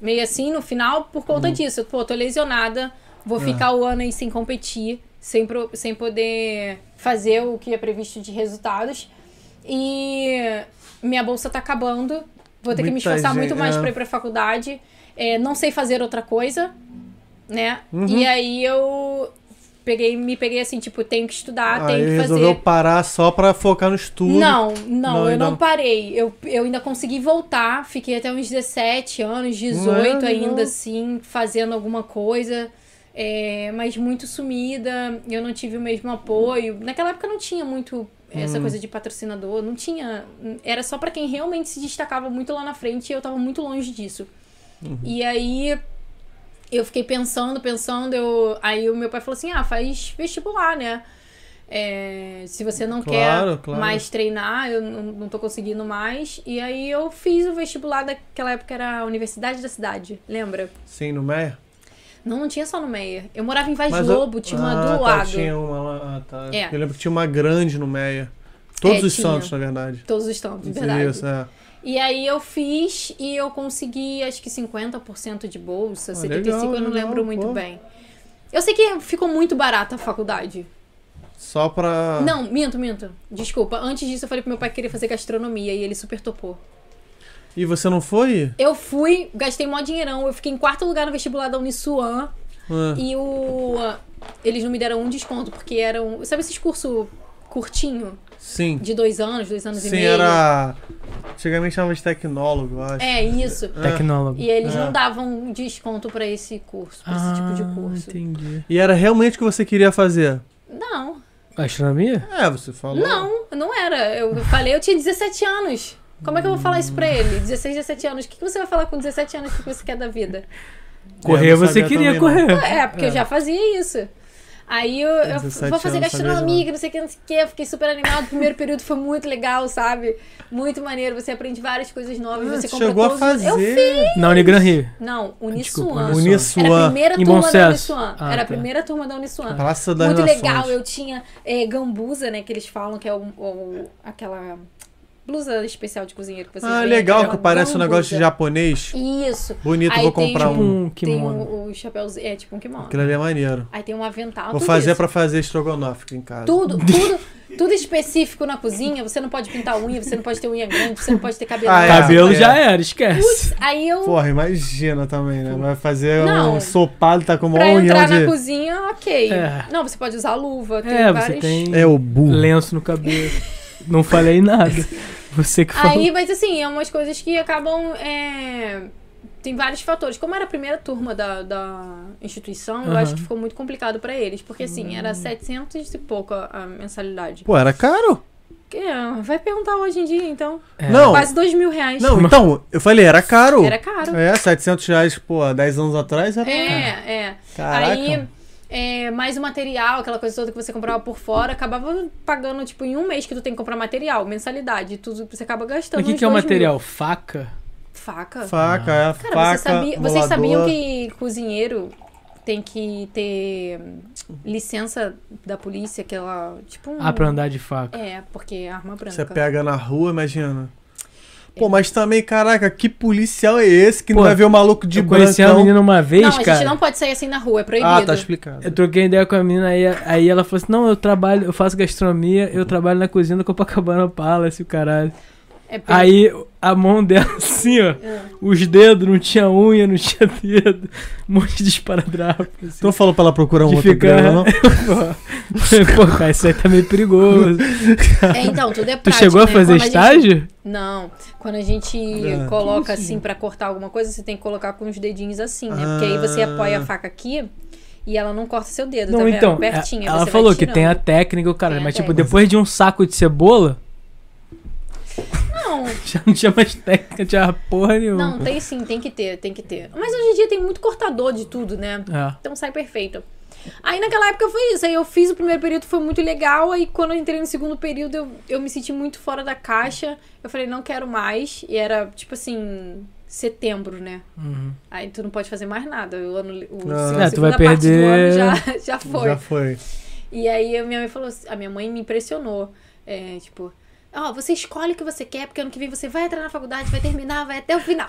meio assim no final por conta
Uhum.
disso. Pô, tô lesionada,
É.
vou ficar o ano aí sem competir, sem, pro- sem poder fazer o que é previsto de resultados. E minha bolsa tá acabando. Vou ter que me
Muita
esforçar
gente,
muito mais
é.
pra ir pra faculdade. É, não sei fazer outra coisa, né?
Uhum.
E aí eu peguei, me peguei assim, tipo, tenho que estudar,
aí
tenho que fazer.
resolveu parar só pra focar no estudo.
Não, não,
Não,
eu
ainda
não
não.
parei. Eu, eu ainda consegui voltar. Fiquei até uns 17 anos, 18
Mano.
ainda assim, fazendo alguma coisa. é, mas muito sumida, eu não tive o mesmo apoio. Naquela época não tinha muito
Hum.
essa coisa de patrocinador, não tinha. Era só pra quem realmente se destacava muito lá na frente e eu tava muito longe disso. E aí eu fiquei pensando, pensando, eu... aí o meu pai falou assim: ah, faz vestibular, né? É, se você não
Claro,
quer
claro.
mais treinar, eu não, não tô conseguindo mais. E aí eu fiz o vestibular daquela época, era a Universidade da Cidade, lembra?
Sim, no Meia?
Não, não tinha só no Meia. Eu morava em Vaz
Mas
Lobo,
eu-
tinha uma
Ah, tá,
do lado.
Tinha uma lá, ah, tá.
É.
Eu lembro que tinha uma grande no Meia. Todos
É,
os
tinha.
santos, na verdade.
Todos os tantos, verdade.
um- Isso, é.
E aí eu fiz e eu consegui acho que 50% de bolsa,
Ah,
75% eu
legal,
não lembro
legal,
muito
pô.
bem. Eu sei que ficou muito barata a faculdade.
Só pra.
Não, minto, minto. Desculpa. Antes disso eu falei pro meu pai que queria fazer gastronomia e ele super topou.
E você não foi?
Eu fui, gastei mó dinheirão, eu fiquei em quarto lugar no vestibular da Uniswan
Ah.
e o eles não me deram um desconto porque eram, sabe esses cursos curtinho
Sim.
de dois anos, dois anos e
Sim,
meio.
era. Antigamente chamava de tecnólogo, eu acho.
É isso.
Tecnólogo.
E eles
É. Ah,
não davam um desconto pra esse curso, pra esse tipo de curso.
Ah, Entendi.
E era realmente o que você queria fazer?
Não,
Astronomia?
É, você falou.
não, não era. Eu falei, eu tinha 17 anos. Como é que eu vou falar isso pra ele? 16, 17 anos. O que que você vai falar com 17 anos? O que que você quer da vida?
Correr
É, eu não
você
sabia
queria
também,
correr.
É, porque eu já fazia isso. Aí eu, eu
17
vou fazer
anos, né? sabia
gastronomia,
não.
que não sei o que, não sei o que. Fiquei super animado. O primeiro período foi muito legal, sabe? Muito maneiro. Você aprende várias coisas novas.
Ah,
você
você
compra
chegou a
todos os- Eu fiz.
fazer. Ah,
Na Unigran Rio.
Não,
Desculpa, Uniswan.
Uniswan. Era a
Uniswan.
primeira
Em
turma
Bom
da
Sucesso.
Uniswan.
Ah,
Era a
tá.
primeira turma da Uniswan.
Praça das
Muito
Nações.
legal, eu tinha eh, gambusa, né? Que eles falam que é o, o- aquela blusa especial de cozinheiro que você
Ah,
vê,
legal,
aquela
que parece um
gambusa.
negócio de japonês.
Isso.
Bonito,
Aí
vou
tem
comprar
Tipo
um.
um kimono.
Tem o, o chapéuzinho, é tipo um kimono.
Aquilo ali é maneiro.
Aí tem um avental.
Vou
tudo
fazer
isso.
pra fazer estrogonofe aqui em casa.
Tudo, tudo, tudo específico na cozinha. Você não pode pintar unha, você não pode ter unha grande, você não pode ter cabelo.
Ah, é.
Cabelo
é.
já era, esquece.
Aí eu,
Porra, imagina também, né? Vai fazer
Não.
um sopado, tá com uma
pra
união
entrar
de...
na cozinha, ok.
É.
Não, você pode usar luva, tem
É, você
várias...
tem
É o burro.
lenço no cabelo. Não falei nada. Você que falou.
Aí, mas assim, é umas coisas que acabam. é, Tem vários fatores. Como era a primeira turma da, da instituição, eu
Aham.
acho que ficou muito complicado pra eles. Porque assim, era 700 e pouco a, a mensalidade.
Pô, era caro.
É, vai perguntar hoje em dia, então.
É.
Não.
Quase dois mil reais.
Não, então, eu falei, era caro.
Era caro.
É, 700 reais, pô, há 10 anos atrás era caro.
É, é.
Caraca.
Aí, é, mais o material, aquela coisa toda que você comprava por fora, acabava pagando, tipo, em um mês que tu tem que comprar material, mensalidade, tudo que você acaba gastando.
Mas o que,
uns
que é o
dois mil.
material? Faca?
Faca.
Faca, é,
Cara,
faca,
você sabia- vocês sabiam
molador.
que cozinheiro tem que ter hum, licença da polícia, aquela, tipo um...
Ah, pra andar de faca.
É, porque é arma branca.
Você pega na rua, imagina. Pô, mas também, caraca, que policial é esse que
Pô,
não vai ver o maluco de
eu conheci
brancão?
a menina É uma vez,
Não, a
cara.
gente não pode sair assim na rua, é proibido.
Ah, tá explicado.
Eu troquei ideia com a menina, aí, aí ela falou assim: Não, eu trabalho, eu faço gastronomia, eu trabalho na cozinha do Copacabana Palace, o caralho.
É per-
Aí a mão dela assim, ó,
É.
os dedos, não tinha unha, não tinha dedo, um monte de esparadrapo. Assim.
Tu não falou pra ela procurar um
Que
outro
fica-
grana, não?
Pô, cara, isso aí tá meio perigoso.
É, então, tudo é
Tu
prático,
chegou a
né?
fazer
Quando gente-
estágio?
Não. Quando a gente
Ah.
coloca assim pra cortar alguma coisa, você tem que colocar com os dedinhos assim, né? Porque aí você
Ah.
apoia a faca aqui e ela não corta seu dedo, tá
Não,
vendo?
então,
Pertinho, aí
ela
você vai
falou que tem a
tirando.
técnica, o cara,
Tem a
mas tipo,
técnica.
depois de um saco de cebola,
Não,
já não tinha mais técnica, tinha porra nenhuma.
não, tem sim, tem que ter, tem que ter. Mas hoje em dia tem muito cortador de tudo, né?
É.
Então sai perfeito. Aí naquela época foi isso. Aí eu fiz o primeiro período, foi muito legal. Aí quando eu entrei no segundo período, eu, eu me senti muito fora da caixa. Eu falei, não quero mais. E era tipo assim, setembro, né?
Uhum.
Aí tu não pode fazer mais nada. O ano, o,
Ah.
a
É, tu vai
segunda parte do ano
perder-
já, já foi.
Já foi.
E aí a minha mãe falou assim- a minha mãe me impressionou. É, tipo, ó, você escolhe o que você quer, porque ano que vem você vai entrar na faculdade, vai terminar, vai até o final.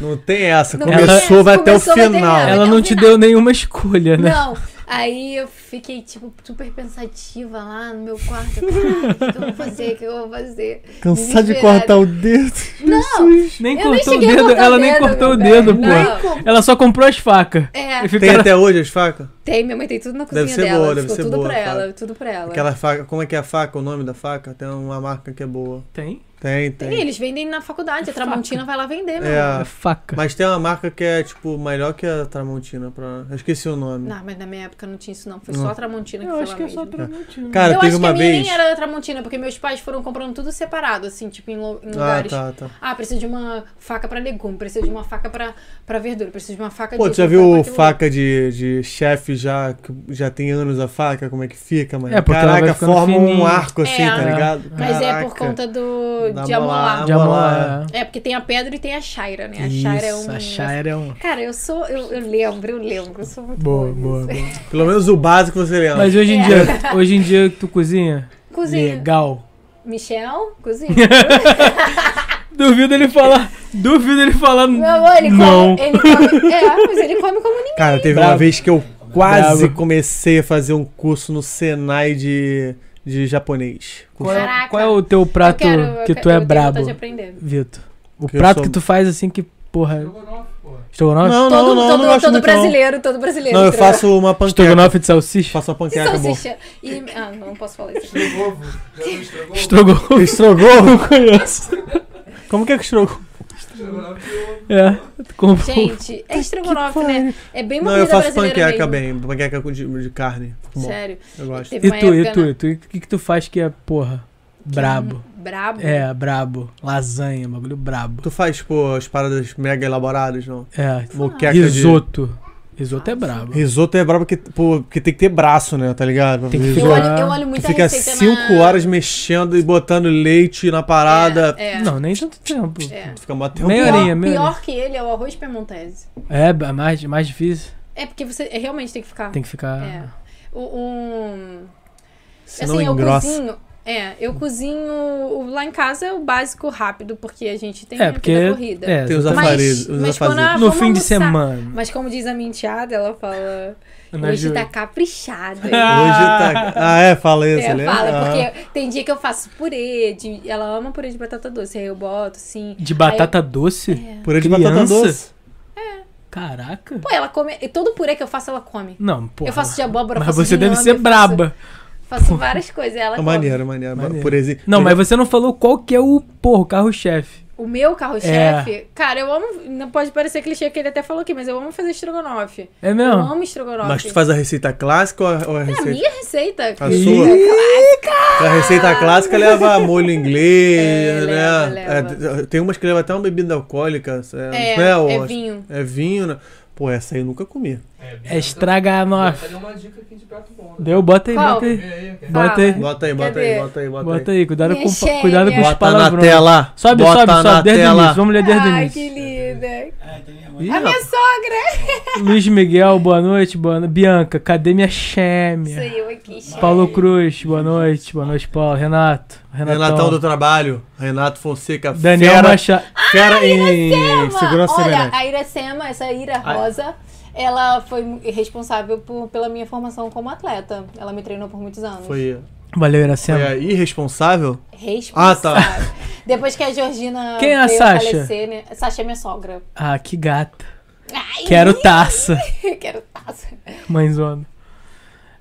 Não tem essa.
Não
começou,
tem essa,
vai até o
começou, vai até
final.
ela.
Ela
até
não
o
te
final.
deu nenhuma escolha, né?
Não. Aí eu fiquei, tipo, super pensativa lá no meu quarto. Cara, o que que eu vou fazer? O que eu vou fazer?
Cansar de
Desesperada.
cortar o dedo.
Não,
Nem
eu nem
cortou o
cheguei a
dedo,
cortar
ela
o
nem
dedo,
cortou o
meu velho.
dedo, pô.
Não.
Ela só comprou as facas.
É,
E
Tem
ficaram-
até hoje as facas?
tem, minha mãe tem tudo na cozinha
Deve ser
dela.
boa, deve
Ficou
ser
tudo
boa,
pra ela,
cara.
tudo pra ela.
Aquela faca, como é que é a faca? O nome da faca? Tem uma marca que é boa.
Tem? É
Tem,
Tem,
tem.
eles vendem na faculdade, a
Faca.
Tramontina vai lá vender, meu.
É,
É faca.
mas tem uma marca que é, tipo, melhor que a Tramontina. Pra... Eu esqueci o nome.
Não, mas na minha época não tinha isso, não. Foi
Não.
só a Tramontina que
Eu
foi
acho
lá
que é
mesmo.
só Tramontina.
Cara,
eu
teve
acho
uma
que a minha
vez.
nem era da Tramontina, porque meus pais foram comprando tudo separado, assim, tipo, em, lo- em
Ah,
lugares.
tá, tá.
Ah, precisa de uma faca pra legume, precisa de uma faca pra, pra verdura, precisa de uma faca
Pô,
de...
tu já
pra- pra
viu
aquilo.
faca de, de chefe já, que já tem anos a faca? Como é que fica, mano?
É, porque ela vai
Caraca,
ficando
forma um
fininha.
arco assim,
É.
tá
É.
ligado?
Mas é por
Caraca.
conta do...
Da
de amolar.
De
Vamos
amor,
lá.
é.
É, porque tem a pedra e tem a chaira, né? A chaira é
Isso,
um...
a Shire é um...
Cara, eu sou... Eu, eu lembro, eu lembro. Eu sou muito
Boa,
nisso.
boa, boa.
Pelo menos o básico você lembra.
Mas
É.
hoje em dia, hoje em dia tu cozinha?
Cozinha.
Legal.
Michel, cozinha.
Duvido ele falar, duvido ele falar
Meu amor, ele
não.
come... Ele come... É, mas ele come como ninguém.
Cara, teve uma
Bravo.
vez que eu quase
Bravo.
comecei a fazer um curso no Senai de, de japonês.
Qual é,
Caraca.
qual é o teu prato
Eu quero- eu
que
quero-
tu é
eu tenho vontade
brabo,
de aprender.
Vitor? O
Que eu
prato
sou-
que tu faz assim que, porra... Estrogonofe,
Não, não, não,
todo, todo,
não gosto
todo
muito,
brasileiro, todo brasileiro.
Não, eu
entendeu?
faço uma panqueca.
Estrogonofe de salsicha?
Faço uma
E
panqueca boa.
salsicha. E... Ah, não posso falar isso. aqui.
Estrogonofe.
Estrogou?
Não conheço.
Como que é que estrogou?
É, tu comprou.
Gente, é estrogonofe, né? É bem uma
Não, eu
comida
faço
brasileira
panqueca
mesmo.
bem. Panqueca com- de, de carne. Bom,
Sério.
eu gosto.
Teve
E
uma
tu, e
época
tu,
na-
e tu? O que que tu faz que é, porra, brabo?
Brabo.
É, brabo. Lasanha, bagulho brabo.
Tu faz, pô, as paradas mega elaboradas, não?
É,
Moqueca de-
risoto. Risoto é brabo.
Risoto é brabo porque, pô, porque tem que ter braço, né? Tá ligado? Pra
Tem que
fazer
ter
Eu
risoto.
olho, eu olho
Tu
muita
fica
receita
5
na...
horas mexendo e botando leite na parada.
É, é.
Não, nem tanto tempo.
é.
Tu fica um mó tempo.
Meia
Pior,
horinha, meia
pior que ele é o arroz piemontese.
É, ba- mais, mais difícil.
É porque você é, realmente tem que ficar.
Tem que ficar.
É. O, um...
Senão
assim,
engrossa.
eu cozinho. É, eu cozinho o- lá em casa é o básico rápido, porque a gente tem
É,
a
porque.
vida corrida.
É,
Tem os
exatamente.
Mas-
afazeres.
mas
Os
quando a-
no
afazeres.
vamos
fim de
almoçar.
semana.
Mas como diz a minha enteada, ela fala.
Ana
Hoje
Ju.
tá caprichada.
Hoje tá. Ah, é? Fala isso,
É,
lembra?
fala,
Ah.
porque tem dia que eu faço purê, de, ela ama purê de batata doce, aí eu boto, assim.
De batata doce?
É.
Purê de
Criança?
batata doce.
Caraca.
Pô, ela come, e todo purê que eu faço, ela come.
Não, pô.
eu faço de abóbora,
Mas
faço
você
de
deve
inhame,
ser
eu
braba.
Faço, faço várias coisas, ela
É
come.
maneiro, maneiro.
Maneiro.
Purezinho.
Não, mas você não falou qual que é o, porra, o carro-chefe.
o meu carro-chefe,
É.
cara, eu amo. Não pode parecer clichê que ele até falou aqui, mas eu amo fazer estrogonofe.
É
Eu
mesmo?
amo estrogonofe.
Mas tu faz a receita clássica ou a, ou a
É a
receita?
minha receita.
A
Ih,
sua? A receita clássica leva molho inglês,
É,
né?
leva,
É, tem umas que levam até uma bebida alcoólica.
É,
não
é,
é, o-
vinho.
É vinho, né? Pô, essa aí eu nunca comi.
É estragar
Nossa.
nós.
Cadê uma dica aqui de prato bom? né?
Deu, bota aí,
Qual?
bota
Vê
aí.
aí, quer-
Bota aí.
Bota aí, bota
Cadê?
aí, bota aí, bota aí.
Bota aí, cuidado com,
Minha chefe.
cuidado com os
Bota na
palavrões.
tela.
Sobe,
bota
sobe,
na
sobe, desde o
tela.
início. Vamos ler desde o
Ai, que
início.
linda.
Ih,
A minha
rapaz,
sogra. é
Luiz Miguel, boa noite, boa no- Bianca, cadê minha
Sou
chêmea?
eu aqui, chefe.
Paulo Cruz, boa noite, boa noite, Paulo. Renato, Renatão.
Renatão do Trabalho, Renato Fonseca,
então. Daniel
fera,
Machado.
fera em
Iracema!
segurança
Olha,
semelhante.
a Iracema, essa Ira Rosa, ela foi responsável por, pela minha formação como atleta. Ela me treinou por muitos anos.
Foi,
Valeu,
foi
Iracema.
a irresponsável?
Responsável.
Ah, tá.
Depois que a Georgina
Quem é a
veio
Sasha?
falecer, né? Sasha é minha sogra.
Ah, que gata.
Ai,
Quero taça,
Quero taça.
mãezona.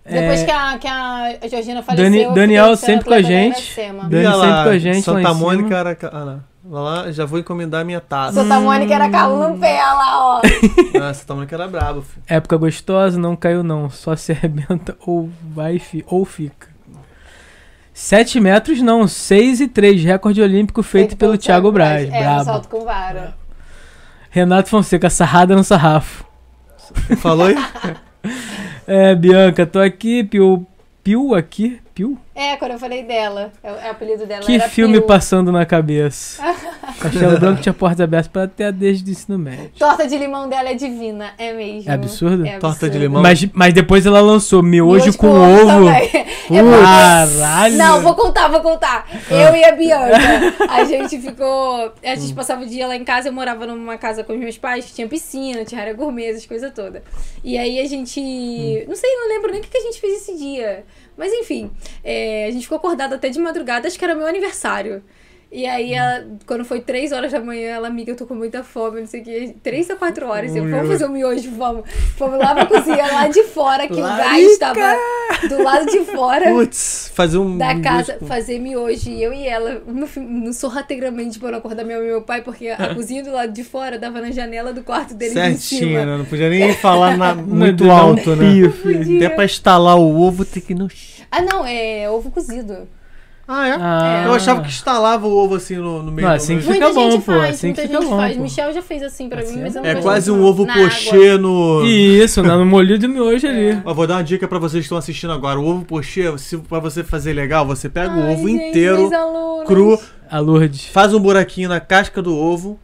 Depois
É,
que a, que a Georgina faleceu,
Dani-
eu fiquei
Daniel
sendo
sempre com a
atleta da
gente. Hum.
Iracema.
Dani
Ih, olha
sempre com a gente lá
Santa
em cima.
Mônica, Araca... ah, lá. Vai lá, já vou encomendar minha taça.
Santa Mônica era calum no pé, olha lá, ó.
Ah, Santa Mônica era brabo, filho.
época gostosa, não caiu não. Só se arrebenta ou vai fi- ou fica. 7 metros não, 6 e 3, recorde olímpico feito, pelo, Thiago Braz.
É, um
brabo.
salto com vara.
Renato Fonseca, sarrada no sarrafo.
Falou aí?
É, Bianca, tô aqui, Piu. Piu aqui? Piu?
É, quando eu falei dela. é O é o apelido dela
que
era
filme
Piu.
passando na cabeça? Castelo Branco tinha portas abertas pra até desde o ensino médio.
Torta de limão dela é divina, é mesmo.
É absurdo?
É
Torta de
absurdo.
limão.
Mas, mas depois ela lançou Miojo, com, ovo.
também. É porque-
Caralho! Ah.
Não, vou contar, vou contar. Eu e a Bianca, a gente ficou. A
Hum.
gente passava o dia lá em casa, eu morava numa casa com os meus pais, que tinha piscina, tinha área gourmet, essas coisas todas. E aí a gente.
Hum.
Não sei, não lembro nem o que que a gente fez esse dia. Mas enfim, é, a gente ficou acordado até de madrugada, acho que era meu aniversário. E aí,
Hum.
ela- quando foi três horas da manhã, ela, amiga, eu tô com muita fome, não sei o quê. Três a quatro horas, eu, vamos fazer um miojo, vamos. Fomos lá pra cozinha, lá de fora, que o gás estava do lado de fora
Putz, fazer um...
da casa fazer miojo e eu e ela no, fim- no sorrateiramente para não acordar meu meu pai porque a cozinha do lado de fora dava na janela do quarto dele em
Certinho,
cima.
né? Não podia nem falar na- muito
Não, não,
alto, né?
pio, filho.
Até pra instalar o ovo tem que não...
Ah não, é ovo cozido.
Ah, é?
Ah.
Eu achava que instalava o ovo assim no, no meio
Não,
do
assim
ovo.
Fica
muita
bom,
gente
pô,
faz,
assim
muita
fica
gente
bom,
faz.
pô.
Michel já fez assim para
Assim
mim,
é
mas eu não
É
gosto
quase
muito,
um
não.
ovo
Na água.
pochê no...
Isso, na- no molho do miojo ali.
É.
Eu vou dar uma dica pra vocês que estão assistindo agora. O ovo pochê, se, pra você fazer legal, você
né?
pega o
Ai,
ovo
gente, é um
inteiro,
meus alunos.
cru,
A Lourdes.
faz um buraquinho na casca do ovo,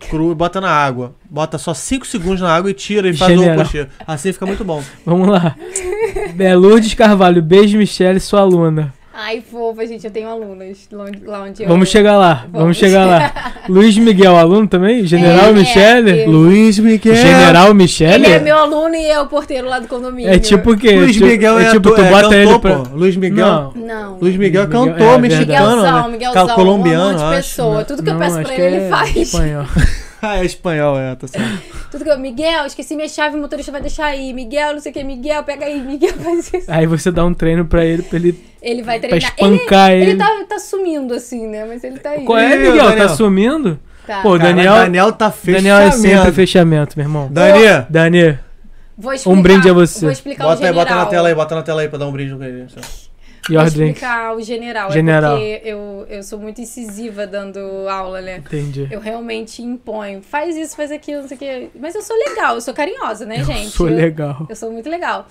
cru e bota na água. Bota só 5 segundos na água e tira e faz o ovo
Genial.
pochê. Assim fica muito bom.
Vamos lá. É, Lourdes Carvalho, beijo, Michelle, sua aluna.
Ai, fofa, gente, eu tenho alunos lá onde- lá onde eu-
Vamos chegar lá, vamos
Vamos.
chegar lá. Luiz Miguel, aluno também? General
É,
Michele?
é.
Luiz Miguel.
General Michele?
Ele é meu aluno e é o porteiro lá do condomínio.
É tipo o quê?
Luiz
Tipo-
Miguel é,
é tipo,
ator-
tu
é
bota
cantor,
ele pra...
pô. Luiz Miguel.
Não,
Não.
Luiz Miguel é
Miguel-
cantor
é verdade.
mexicano,
Miguelzão,
né?
Miguelzão,
Ca-
um monte
colombiano,
de
acho. né?
pessoa. Tudo que eu
não,
peço
acho
pra
que
ele, ele
é
faz.
espanhol.
Ah, é espanhol, é, tá certo.
Tudo que eu, Miguel, esqueci minha chave, o motorista vai deixar aí. Miguel, não sei o que, Miguel, pega aí, Miguel faz isso.
Aí você dá um treino pra ele, pra ele...
Ele vai
Pra
treinar. Ele,
espancar ele.
ele tá, tá sumindo assim, né? Mas ele tá aí.
Qual é,
Ih,
Miguel? Tá
Daniel.
sumindo?
Tá.
Pô,
Cara,
Daniel-
Daniel tá fechamento.
Daniel é sempre fechamento, meu irmão.
Daniel,
Daniel,
Vou explicar,
um brinde a você.
Vou explicar o
bota aí,
general.
bota na tela aí, bota na tela aí pra dar um brinde com ele.
your
Vou
drink.
explicar o general.
General.
É porque eu, eu sou muito incisiva dando aula, né?
Entendi.
Eu realmente imponho. Faz isso, faz aquilo, não sei o que. Mas eu sou legal, eu sou carinhosa, né, gente?
Sou
Eu-
legal.
Eu sou muito legal.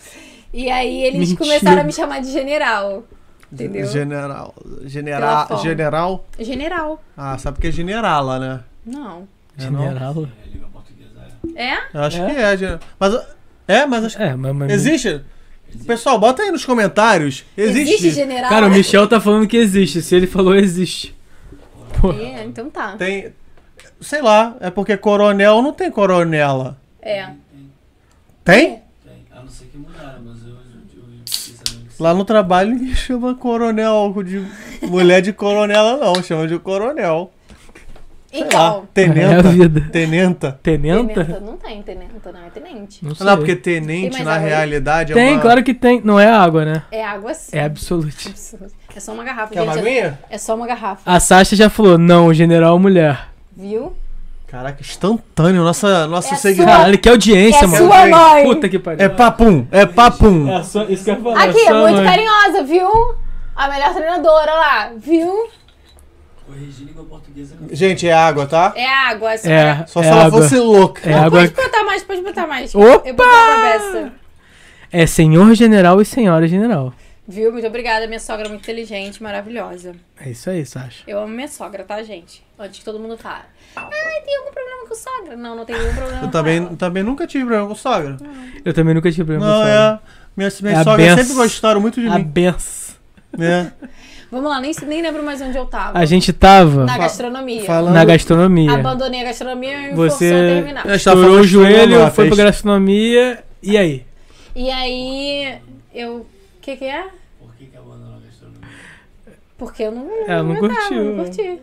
E aí eles
Mentira.
começaram a me chamar de general. Entendeu?
General.
Pela
General.
forma.
General.
General.
Ah, sabe porque é generala, né?
Não.
É,
General.
É?
Eu acho
É?
que é, general. Mas. É, mas acho que.
É, mas... mas-
Existe? Pessoal, bota aí nos comentários. Existe.
general? É?
Cara, o Michel tá falando que existe. Se ele falou, existe. Pô,
É, então tá.
Tem. Sei lá, é porque coronel não tem coronela.
É.
Tem?
Tem. A não ser que mudaram, mas eu, eu, eu, eu fiquei sabendo que
Lá no trabalho ninguém chama coronel de mulher de coronela, não. Chama de coronel.
Então.
É a
Tenenta.
vida.
Tenenta.
Tenenta?
Tenenta? Não tem tenenta, não. É tenente.
Não sei.
Não, porque
Tem
tenente
mais
na
água aí?
realidade é
Tem,
uma...
claro que tem. Não é água, né?
É água sim.
É absolute.
É só uma garrafa,
Quer uma
gente.
aguinha?
É só uma garrafa.
A Sasha já falou, não, o general é mulher.
Viu?
Caraca, instantâneo. Nossa, nosso
É
seguidor.
Caralho, que audiência,
é
mano.
sua
Gente,
mãe.
Puta que pariu.
É papum, é papum.
É só- isso que eu ia falar,
Aqui,
sua
muito
mãe.
carinhosa, viu? A melhor treinadora lá, viu?
Corrigir língua portuguesa.
Gente, é água, tá?
É água, é só
É,
Só
é
se ela
água.
fosse louca.
É água.
Pode botar mais, pode botar mais.
Opa!
Eu botei uma beça.
É senhor general e senhora general.
Viu? Muito obrigada, minha sogra é muito inteligente, maravilhosa.
É isso aí, Sasha.
Eu amo minha sogra, tá, gente? Antes que todo mundo fale. Ai, tem algum problema com sogra? Não, não tem nenhum problema.
Ah, Eu
com
também,
ela.
também nunca tive problema com sogra.
Eu também nunca tive problema
Não,
com
é. Minhas, minhas
É a
sogras
benção.
sempre gostaram muito de
A
mim.
benção.
né?
Vamos lá, nem, nem lembro mais onde eu tava.
A gente tava
Na gastronomia.
Falando.
na gastronomia.
Abandonei a gastronomia e me forçou a
Você
terminar.
Tá
estourou o joelho, foi pra
pra
gastronomia, e aí?
E aí, eu... O que que é?
Por que que abandonou a gastronomia?
Porque eu não...
Ela não
aguentava,
curtiu,
Não
né?
curti.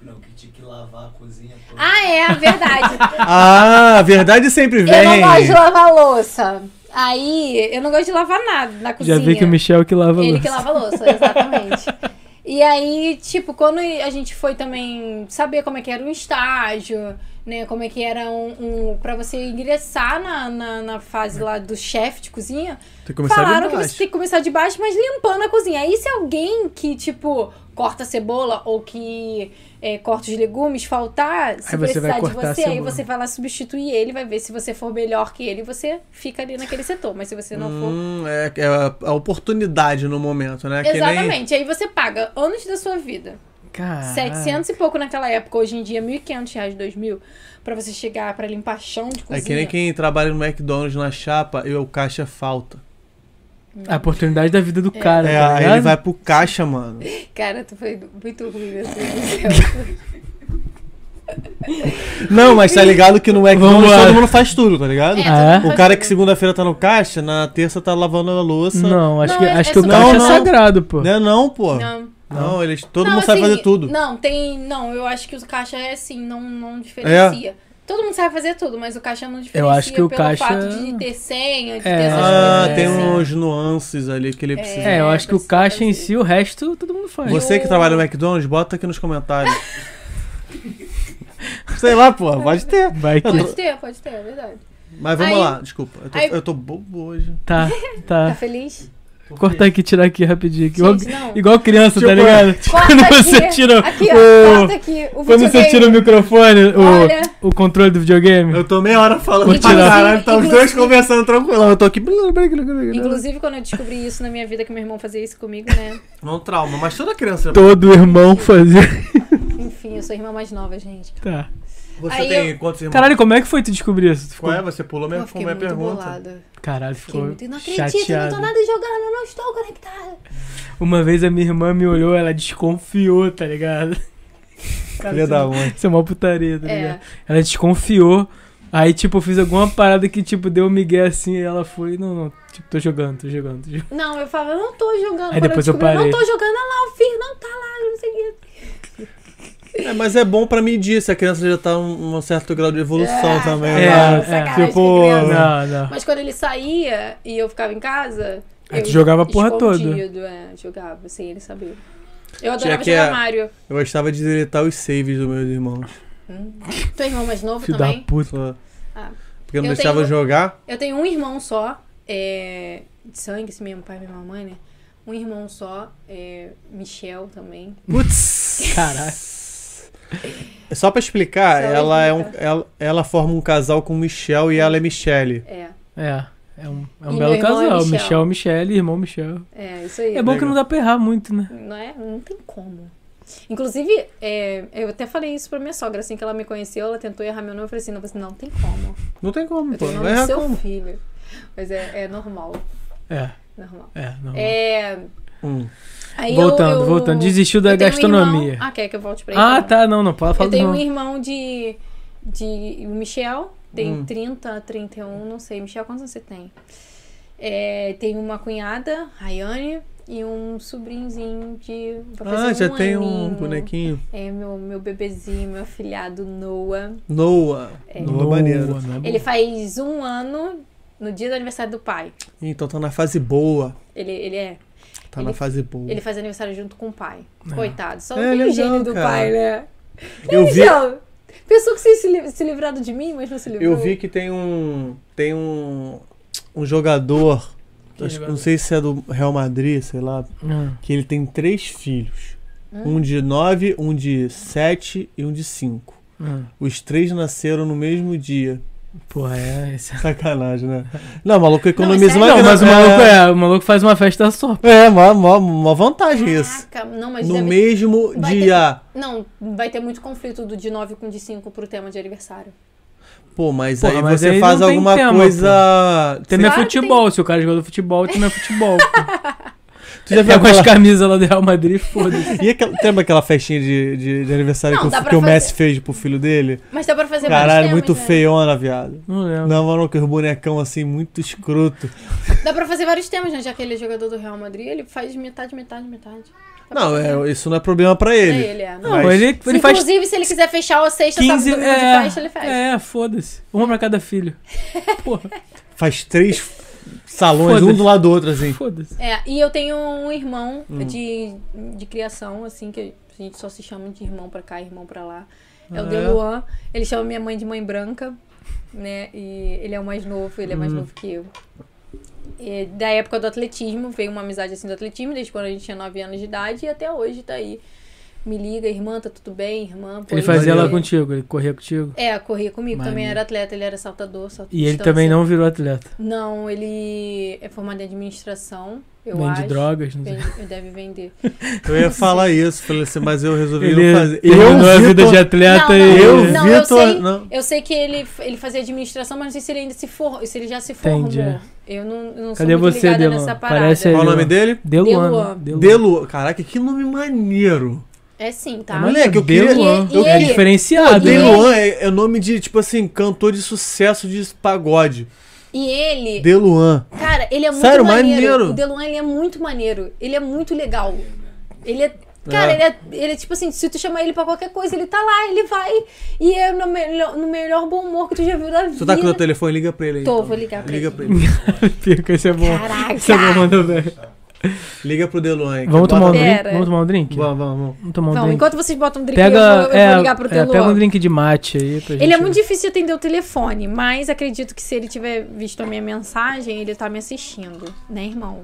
Não, que tinha que lavar a cozinha toda.
Ah, é, verdade.
Ah, a verdade sempre vem.
eu não gosto de lavar a louça. Aí, eu não gosto de lavar nada na cozinha.
Já vi que o Michel que lava a
Ele
louça.
que lava a louça, exatamente. e aí, tipo, quando a gente foi também saber como é que era um estágio, né? Como é que era um. um pra você ingressar na, na, na fase lá do chefe de cozinha,
Tem que começar
falaram
de
que
baixo.
você tem que começar de baixo, mas limpando a cozinha. Aí se alguém que, tipo, corta a cebola ou que é, corta os legumes faltar, se
Aí você vai
precisar de
cortar a
você, aí
cebola.
você vai lá substituir ele, vai ver se você for melhor que ele, você fica ali naquele setor. Mas se você não for.
Hum, é, é a- a oportunidade no momento, né? Que nem-
Exatamente. Aí você paga anos da sua vida.
Ah.
Caralho.
700 e pouco naquela época. Hoje em dia, 1.500 reais, 2.000. Pra você chegar pra limpar chão de cozinha.
É que nem quem trabalha no McDonald's na chapa e o caixa falta.
A oportunidade da vida do cara,
É,
tá
aí
ligado?
ele vai pro caixa, mano.
Cara, tu foi muito ruim assim. do céu.
Não, mas tá ligado que no
Vamos
McDonald's
lá.
todo mundo faz tudo, tá ligado?
É,
Ah,
todo mundo
O
faz
cara que
tudo.
segunda-feira tá no caixa, na terça tá lavando a louça.
Não, acho
Não,
que,
é-
acho
é
que o
super-
caixa
Não,
é
não.
sagrado, pô.
Não é não, pô. Não,
Não.
eles, todo
Não,
mundo sabe
assim,
fazer tudo.
Não, tem. Não, eu acho que o caixa é assim, não, não
É.
diferencia. Todo mundo sabe fazer tudo, mas o caixa não diferencia
acho que o
pelo
caixa-
fato de ter senha, de
É.
ter essas
Ah,
coisas
tem
assim.
uns nuances ali que ele precisa.
É, eu acho que o
precisa
caixa em
fazer.
si, o resto, todo mundo faz.
Você que
Eu-
trabalha no McDonald's, bota aqui nos comentários. Sei lá, pô, pode ter.
Vai que
Pode ter, pode ter, é verdade.
Mas vamos
Aí-
lá, desculpa. Eu tô,
aí-
eu tô bobo hoje.
tá,
Tá
Ah.
tá.
feliz?
Vou Cortar aqui, tirar aqui rapidinho. aqui. Igual,
Gente, não.
igual criança, tá
Tipo,
ligado?
Corta
Quando
aqui,
você tira
Aqui, ó,
o...
corta aqui. O
Quando você
videogame.
tira o microfone,
Olha.
o, o controle do videogame.
Eu tô meia hora falando
Vou
pra
tirar.
caralho, tá os dois
Inclusive-
conversando tranquilo. Eu tô aqui.
Inclusive, quando eu descobri isso na minha vida, que meu irmão fazia isso comigo, né?
Não trauma, mas toda criança.
Todo irmão fazia.
Enfim, eu sou a irmã mais nova, gente.
Tá.
Você
Aí
tem quantos irmãos?
Caralho, como é que foi tu descobrir isso? Tu ficou-
Qual é? Você pulou
Eu
mesmo
fiquei
com a minha
muito
pergunta.
bolada.
Caralho,
Fiquei
ficou
muito... Não acredito,
chateado.
eu não tô nada jogando, eu não estou conectada.
Uma vez a minha irmã me olhou, ela desconfiou, tá ligado? Cara,
Filha
isso,
da mãe.
isso é uma putaria, tá ligado?
É.
Ela desconfiou. Aí, tipo, eu fiz alguma parada que, tipo, deu um migué assim, e ela foi, não, não, tipo, tô jogando, tô jogando, tô jogando.
Não, eu falava, eu não tô jogando.
Aí
Quando
depois eu
eu, descobri,
parei.
não tô jogando, olha lá, o filho não tá lá, eu não sei o que.
É, mas é bom pra medir se a criança já tá um, um certo grau de evolução
É,
também.
é,
né?
é.
sacanagem,
Tipo,
que criança.
Não, não.
Mas quando ele saía e eu ficava em casa.
Aí
eu
tu jogava a porra
escondido, É, jogava, sem ele saber. Eu adorava
que é-
jogar Mario.
Eu gostava de deletar os saves dos meus irmãos.
Hum. Teu irmão mais novo
Filho da
também?
puta.
Só-
Ah.
Porque eu não
Eu
deixava
tenho-
jogar.
Eu tenho um irmão só, é, de sangue, esse mesmo pai e minha mamãe, né? Um irmão só, é, Michel também.
Putz!
Caralho.
Só pra explicar,
Só pra
ela, é um,
explicar.
ela, ela forma um casal com o Michel e ela é Michele.
É,
É, é um, é um
E meu
belo
irmão é
casal.
Michel.
Michel, Michele, irmão Michel.
é isso aí.
É bom
Legal.
que não dá pra errar muito, né?
Não, é, não tem como. Inclusive, é, eu até falei isso pra minha sogra, assim que ela me conheceu, ela tentou errar meu nome, eu falei assim, não, você não tem como.
Não tem como,
Eu
pô.
tenho o
Não
nome do
é
seu
como.
filho. Mas é, é normal,
É,
normal.
é, não.
É,
Hum.
aí eu-
voltando,
eu-
voltando. Desistiu da
eu tenho um
gastronomia.
irmão- ah, quer que eu volte pra ele?
Ah, tá, não, não, fala, fala
Eu tenho
não.
um irmão de. de o Michel, tem
Hum.
30, 31, não sei. Michel, quantos anos você tem? É, tem uma cunhada, Rayane, e um sobrinhozinho de. vai
Ah,
fazer
já tem um
aninho.
bonequinho.
É, meu, meu bebezinho, meu afilhado Noah.
Noah.
É.
Noah maneiro.
Boa, né?
Ele faz um ano no dia do aniversário do pai.
Então tá na fase boa.
Ele, ele é.
Tá
Ele-
na fase boa.
Ele faz aniversário junto com o pai.
É.
Coitado. Só
É,
tem o
legal,
gênio do
cara.
pai, né?
Eu vi,
Então, pensou que você ia se, li- se livrado de mim, mas não se livrou.
eu vi que tem um. Tem um. Um jogador.
Que
acho-
jogador?
não sei se é do Real Madrid, sei lá.
Ah,
Que ele tem três filhos.
Hum.
Um de nove, um de sete e um de cinco.
ah,
Os três nasceram no mesmo dia.
porra, é. Esse...
Sacanagem, né? Não, o maluco economiza
sério?
uma
Não,
grana.
mas o maluco é. O maluco faz uma festa só.
É, mó, mó, mó vantagem isso.
Caraca, não, mas
No
deve-
mesmo
Vai ter-
dia.
Não, vai ter muito conflito do de 9 com de 5 pro tema de aniversário.
Pô, mas
Porra,
aí
mas
você
aí
faz
não tem
alguma
tema,
coisa.
Tem é
Claro que
futebol. Se o cara joga do futebol, o time é futebol. pô.
Tu já viu
É com as
aquela...
camisas lá do Real Madrid, foda-se.
E aquela... Lembra aquela festinha de, de, de aniversário
Não,
que, o-
dá pra
que o
fazer.
Messi fez pro filho dele?
Mas dá pra fazer
Caralho,
vários
muito
temas, né?
feiona, viado.
Não lembro.
Não, mano, que os bonecão assim, muito escroto.
Dá pra fazer vários temas, né? Já que ele é jogador do Real Madrid, ele faz metade, metade, metade. Dá
Não,
pra fazer.
é, isso não é problema pra
Pra
ele.
ele, é. Não.
Não,
Mas-
ele, ele
Se,
faz
Inclusive, se ele quiser fechar a sexta,
15.
sábado, domingo
É,
de festa, ele fecha.
é foda-se. Uma pra cada filho. Porra,
Faz três salões, um
Foda-se.
do lado do outro, assim.
foda-se.
É, e eu tenho um irmão
Hum.
de, de criação, assim, que a gente só se chama de irmão pra cá, irmão pra lá. É o
Ah, é?
Deluan. Ele chama minha mãe de mãe branca, né? E ele é o mais novo, ele é mais
Hum.
novo que eu. E da época do atletismo, veio uma amizade assim do atletismo, desde quando a gente tinha 9 anos de idade e até hoje tá aí. Me liga, irmã, tá tudo bem, irmã? pô,
Ele fazia
Maneiro.
lá contigo, ele corria contigo.
É, corria comigo, também
Maneiro.
era atleta, ele era saltador, salto
E ele também
não
não virou atleta.
Não, ele é formado em administração, eu
Vende
acho.
drogas, não sei.
Vende- deve vender.
Eu ia falar isso, falei assim, mas eu resolvi
Ele
não fazer.
terminou a
Vitor-
vida de atleta
Não,
e.
Eu,
Não, eu
Vitor.
sei.
não.
Eu sei que ele, ele fazia administração, mas não sei se ele ainda se for, se ele já se formou.
Entendi.
Eu não, eu não
Cadê
sou muito
você,
ligada
Delon?
nessa parada.
Parece
Qual o nome
Deluan.
dele?
Deluan.
Deluan.
né?
Delu. Caraca, que nome maneiro.
É sim, tá?
Olha,
Moleque, eu queria-
Deluan.
E- e
é
ele-
diferenciado.
e
né?
ele-
Deluan é, é nome de, tipo assim, cantor de sucesso de pagode.
E ele,
Deluan.
cara, ele é muito
Sério,
maneiro.
maneiro.
O Deluan, ele é muito maneiro. Ele é muito legal. Ele é... Cara,
É.
Ele, é, ele é tipo assim, se tu chamar ele pra qualquer coisa, ele tá lá, ele vai. E é no melhor, no melhor bom humor que tu já viu da vida.
Tu tá com o telefone, liga pra ele aí.
Tô,
então.
vou ligar pra
Liga
ele.
pra ele.
Pica, isso é bom.
Caraca!
Isso é bom, manda ver.
Liga pro Deluan aí.
Vamos
Bota-
tomar um drink?
Pera.
Vamos tomar um drink?
Vamos, vamos, vamos.
Vamos tomar um
Então,
drink.
enquanto vocês botam um drink,
Pega,
eu, vou, eu
é,
vou ligar pro
é,
Deluan.
pega um drink de mate aí pra gente.
Ele é muito difícil de atender o telefone, mas acredito que se ele tiver visto a minha mensagem, ele tá me assistindo, né, irmão?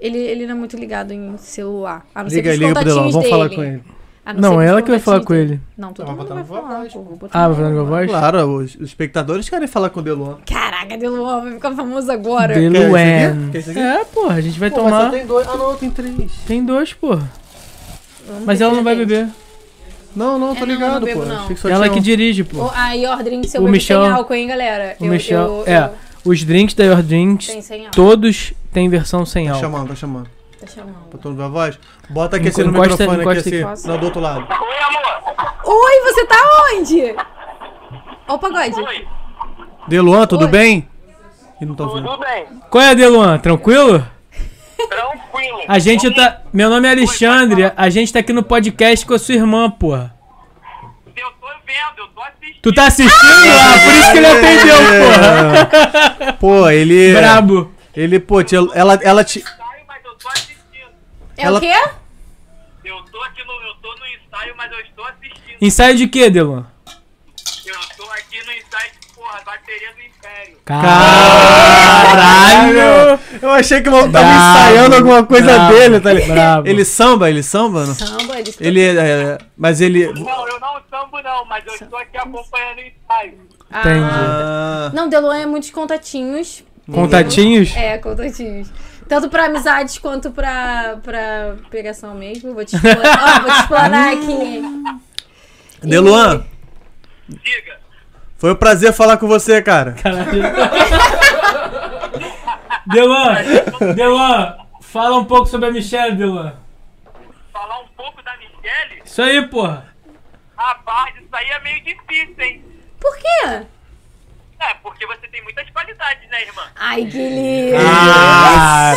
Ele, ele não é muito ligado em celular. A não ser
Liga,
pros
liga pro
contatinhos
Deluan, vamos
dele.
falar com ele.
A Ah, não ser
Não,
pros
é ela que vai falar
contatinhos
com
dele.
ele.
Não, todo
Ela vai
mundo
botar
vai
no vocal,
falar.
acho.
pô, vou botar
Ah,
no
vai falar com a
vocal.
voz?
Claro, os os espectadores querem falar com o Deluan.
Caraca, Deluan vai ficar famoso agora.
Deluan.
Quer isso aqui? Quer isso aqui?
É, porra, a gente vai
Pô, mas
tomar.
só tem dois. Ah, não, tem três.
Tem dois, porra.
Vamos
Mas
ver
ela
se
não vai
ele-
beber.
Não, não,
É,
tô
não,
ligado,
não bebo,
pô.
não.
Achei que só
Ela
tinha
que
um.
dirige, pô.
Oh, a Your Drink, seu
O
bebê
Michel-
sem álcool, hein, galera?
O
eu,
Michel-
eu-
é.
eu-
Os drinks da Your Drinks,
tem sem álcool.
todos têm versão sem
Tá
álcool.
chamando, tá chamando.
Tá chamando.
Pra todo mundo ver a voz. Bota aqui assim no
Encosta-
microfone, aqui
encosta aqui.
assim. Não, do outro lado.
Oi, você tá onde? Ó o pagode.
Deluan, tudo
Oi.
bem? E não tô ouvindo.
Tudo bem,
Qual é, Deluan? Tranquilo?
tranquilo.
A gente tá. Meu nome é Alexandre, a gente tá aqui no podcast com a sua irmã, porra.
Eu tô vendo, eu tô assistindo.
Tu tá assistindo? Ah, por isso que ele atendeu, porra.
É. Pô, ele.
Brabo.
Ele, pô, te- ela, ela te.
Ensaio, mas eu tô assistindo.
É
Ela-
o quê?
Eu tô aqui no. Eu tô no ensaio, mas eu estou assistindo.
Ensaio de quê, Deluan?
Eu tô aqui no ensaio de porra, bateria do Império.
Caralho!
Eu achei que o maluco tava
Brabo,
ensaiando alguma coisa
brabo,
dele, tá ligado?
brabo.
Ele samba, ele samba? Não?
Samba, ele...
Ele é. é, Mas ele.
Não, eu não sambo não, mas eu estou aqui acompanhando o ensaio.
Ah,
Entendi.
Ah,
Não, Deluan é muitos contatinhos.
Contatinhos?
É, contatinhos. Tanto pra amizades quanto pra, pra pegação mesmo. Vou te explanar, Ó, vou te
Ah.
explanar aqui.
Deluan,
Diga.
foi um prazer falar com você, cara.
Deluan, Deluan, fala um pouco sobre a Michelle, Deluan.
Falar um pouco da Michelle?
Isso aí, porra.
Rapaz, isso aí é meio difícil, hein?
Por quê?
É,
Ah.
porque você tem muitas qualidades, né, irmã?
Ai, que lindo.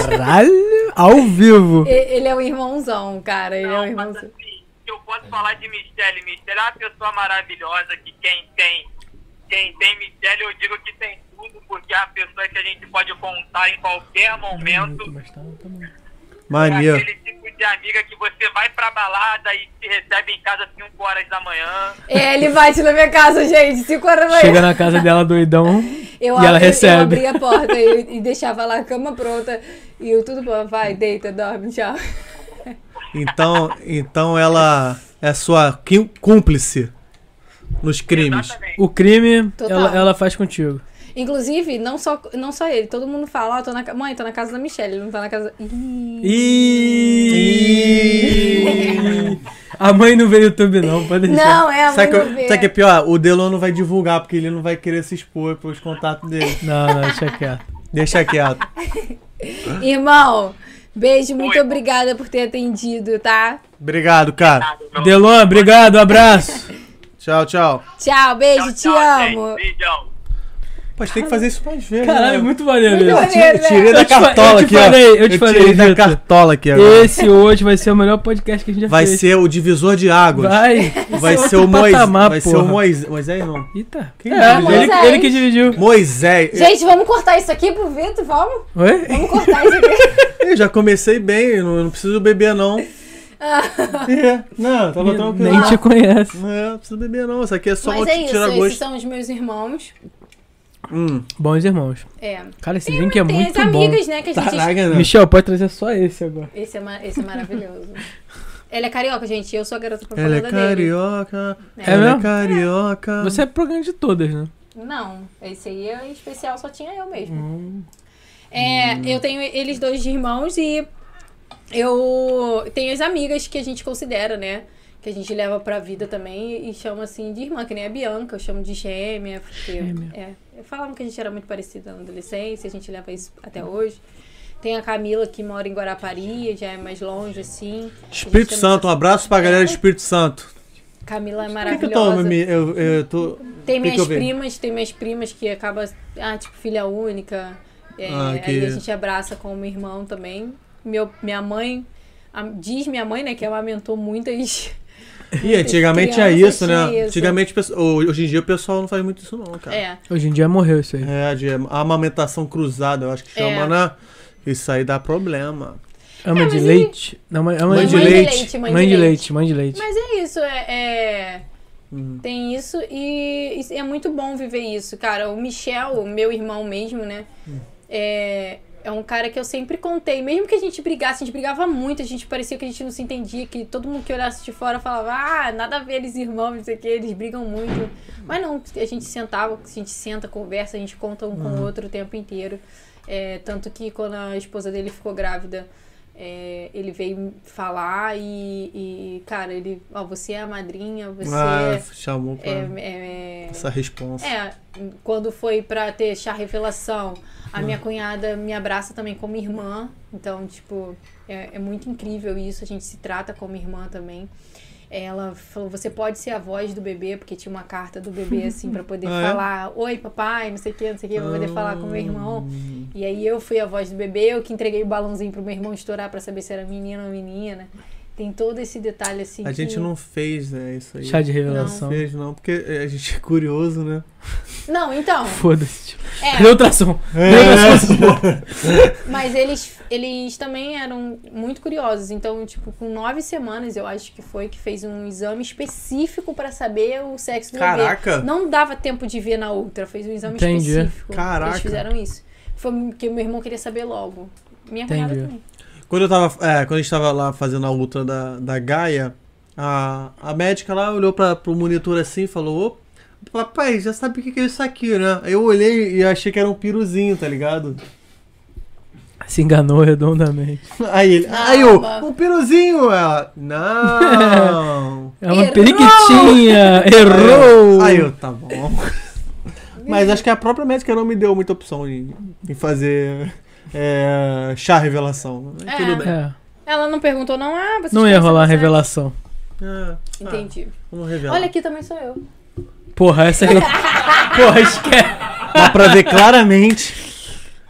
Caralho!
Ao vivo.
E- Ele é um irmãozão, cara. Ele é um
Não, mas
irmãozão.
assim, eu posso falar de Michelle. Michelle é uma pessoa maravilhosa que quem tem, quem tem Michelle, eu digo que tem tudo, porque é a pessoa que a gente pode contar em qualquer momento.
Mas tá- tá bom.
É
Maneiro.
aquele tipo de amiga que você vai pra balada e te recebe em casa às 5 horas da manhã.
É, ele bate na minha casa, gente. 5 horas da manhã.
Chega na casa dela doidão
Eu
e ela
abri- Eu
recebe.
abria a porta e, e deixava lá a cama pronta. E eu tudo bom, vai, deita, dorme, tchau.
Então, então ela é sua quim- cúmplice nos crimes.
Exatamente.
O crime,
Total.
ela, ela faz contigo.
Inclusive, não só, não só ele, todo mundo fala, ó, tô na ca- mãe, tô na casa da Michelle, ele não tá na casa. Ih.
E... A mãe não vê YouTube não, pode deixar.
Não, é a mãe
Sabe que,
do B.
sabe que é pior? O Delon não vai divulgar porque ele não vai querer se expor pros contatos dele.
Não, não, deixa quieto.
Deixa quieto.
Irmão, beijo, muito
Oi.
obrigada por ter atendido, tá?
Obrigado, cara.
Delon, obrigado, abraço.
Tchau, tchau.
Tchau, beijo, te amo.
Beijão.
Pô, a gente tem que fazer isso mais vezes.
Caralho,
né?
muito maneiro
Muito
isso.
maneiro, né?
Tirei da
Eu te fa-
cartola
eu te
aqui, ó.
falei, eu te falei,
Tirei da
Vitor.
cartola aqui agora.
Esse hoje vai ser o melhor podcast que a gente já
Vai
fez.
ser é o divisor de águas.
Vai.
Vai
Esse é
ser
outro
o Moisés.
patamar,
Vai ser o
porra.
Moisés. Moisés não.
Eita.
Quem
é,
dividiu?
ele, ele que dividiu.
Moisés.
Gente, vamos cortar isso aqui pro Vitor, vamos?
Oi?
Vamos cortar isso aqui.
Eu já comecei bem, eu não, eu não preciso beber, não. É, não, tava tranquilo.
Nem te conhece.
É, não preciso beber, não. Isso aqui é só
Mas
um
é isso,
tirar
esses
gosto.
são os meus irmãos.
Hum.
Bons irmãos.
É.
Cara, esse
Tem,
link é
tem
muito
as
bom.
amigas, né, que a gente
Caraca, né?
Michel, pode trazer só esse agora.
Esse é, ma- esse é maravilhoso. Ele é carioca, gente. Eu sou a garota
Ela
propaganda
é carioca,
É
ela é
mesmo?
carioca.
Você é programa de todas, né?
dele. Não, esse aí é especial, só tinha eu mesmo.
Hum.
É, eu tenho eles dois de irmãos e eu tenho as amigas que a gente considera, né? Que a gente leva pra vida também e chama assim de irmã, que nem a Bianca, eu chamo de gêmea. Porque,
Gêmea.
É, eu falava que a gente era muito parecida na adolescência, a gente leva isso até hoje. Tem a Camila que mora em Guarapari, já é mais longe assim. A gente
Espírito
tem
Santo, um abraço pra galera do Espírito Santo. O
Camila é
que, que eu
maravilhosa.
tomo? Mi- Eu, eu tô. que que
Tem minhas
eu vi?
primas, tem minhas primas que acaba, ah, tipo, filha única. É,
Ah, que-
Aí a gente abraça como irmão também. Meu, minha mãe, a- diz minha mãe, né, que amamentou muitas.
Ih, antigamente é
crianças
isso, né?
tinha isso.
Antigamente, o pessoal- hoje em dia o pessoal não faz muito isso, não, cara.
É.
Hoje em dia morreu isso aí.
É, de amamentação cruzada, eu acho que chama,
É.
né? Isso aí dá problema.
Ama
É,
de
mas
leite? Não, ama, ama
Mãe de leite.
mãe, de leite.
mãe de leite.
Mas é isso, é. é-
Uhum.
Tem isso e, e é muito bom viver isso, cara. O Michel, o meu irmão mesmo, né? É, é um cara que eu sempre contei. Mesmo que a gente brigasse, a gente brigava muito, a gente parecia que a gente não se entendia, que todo mundo que olhasse de fora falava, ah, nada a ver, eles irmãos, não sei o que, eles brigam muito. Mas não, a gente sentava, a gente senta, conversa, a gente conta um com o outro o tempo inteiro. É, tanto que quando a esposa dele ficou grávida, é, ele veio falar e, e, cara, ele, ó, você é a madrinha, você
Ah,
é-
chamou pra
é- é-
essa responsa.
é, quando foi pra ter chá revelação, a
Ah.
minha cunhada me abraça também como irmã. Então, tipo, é, é muito incrível isso. A gente se trata como irmã também. Ela falou: você pode ser a voz do bebê, porque tinha uma carta do bebê assim pra poder
Ah, é? Ah.
falar: oi, papai, não sei o que, não sei o que, pra poder falar com meu irmão.
Hum.
E aí eu fui a voz do bebê, eu que entreguei o balãozinho pro meu irmão estourar pra saber se era menino ou menina. Tem todo esse detalhe assim.
A gente
que-
não fez, né? Isso aí.
Chá de
Não
revelação.
fez, não, porque a gente é curioso, né?
Não, então.
Foda-se. tipo.
É.
Cadê o ultrassom?
É.
Mas eles, eles também eram muito curiosos. Então, tipo, com nove semanas, eu acho que foi, que fez um exame específico pra saber o sexo do
Caraca!
bebê. Não dava tempo de ver na outra, fez um exame
Entendi.
específico.
Caraca.
Eles fizeram isso. Foi porque meu irmão queria saber logo. Minha cunhada
Entendi.
também.
Quando eu tava. é, quando a gente tava lá fazendo a ultra da, da Gaia, a, a médica lá olhou pra, pro monitor assim e falou, ô, papai, já sabe o que que é isso aqui, né? Eu olhei e achei que era um piruzinho, tá ligado?
Se enganou redondamente.
Aí ele.
Não,
aí eu,
mano.
um piruzinho! Ela. Não!
É uma
Errou!
periquitinha. Errou.
Aí eu, tá bom. Mas acho que a própria médica não me deu muita opção em, em fazer é, chá revelação. Mas
É.
Tudo bem.
É,
Ela não perguntou, não, ah, você
não ia rolar revelação.
É,
Entendi.
ah, vamos revelar.
Olha, aqui também sou eu.
Porra, essa aí. Porra, esquece.
Dá pra ver claramente.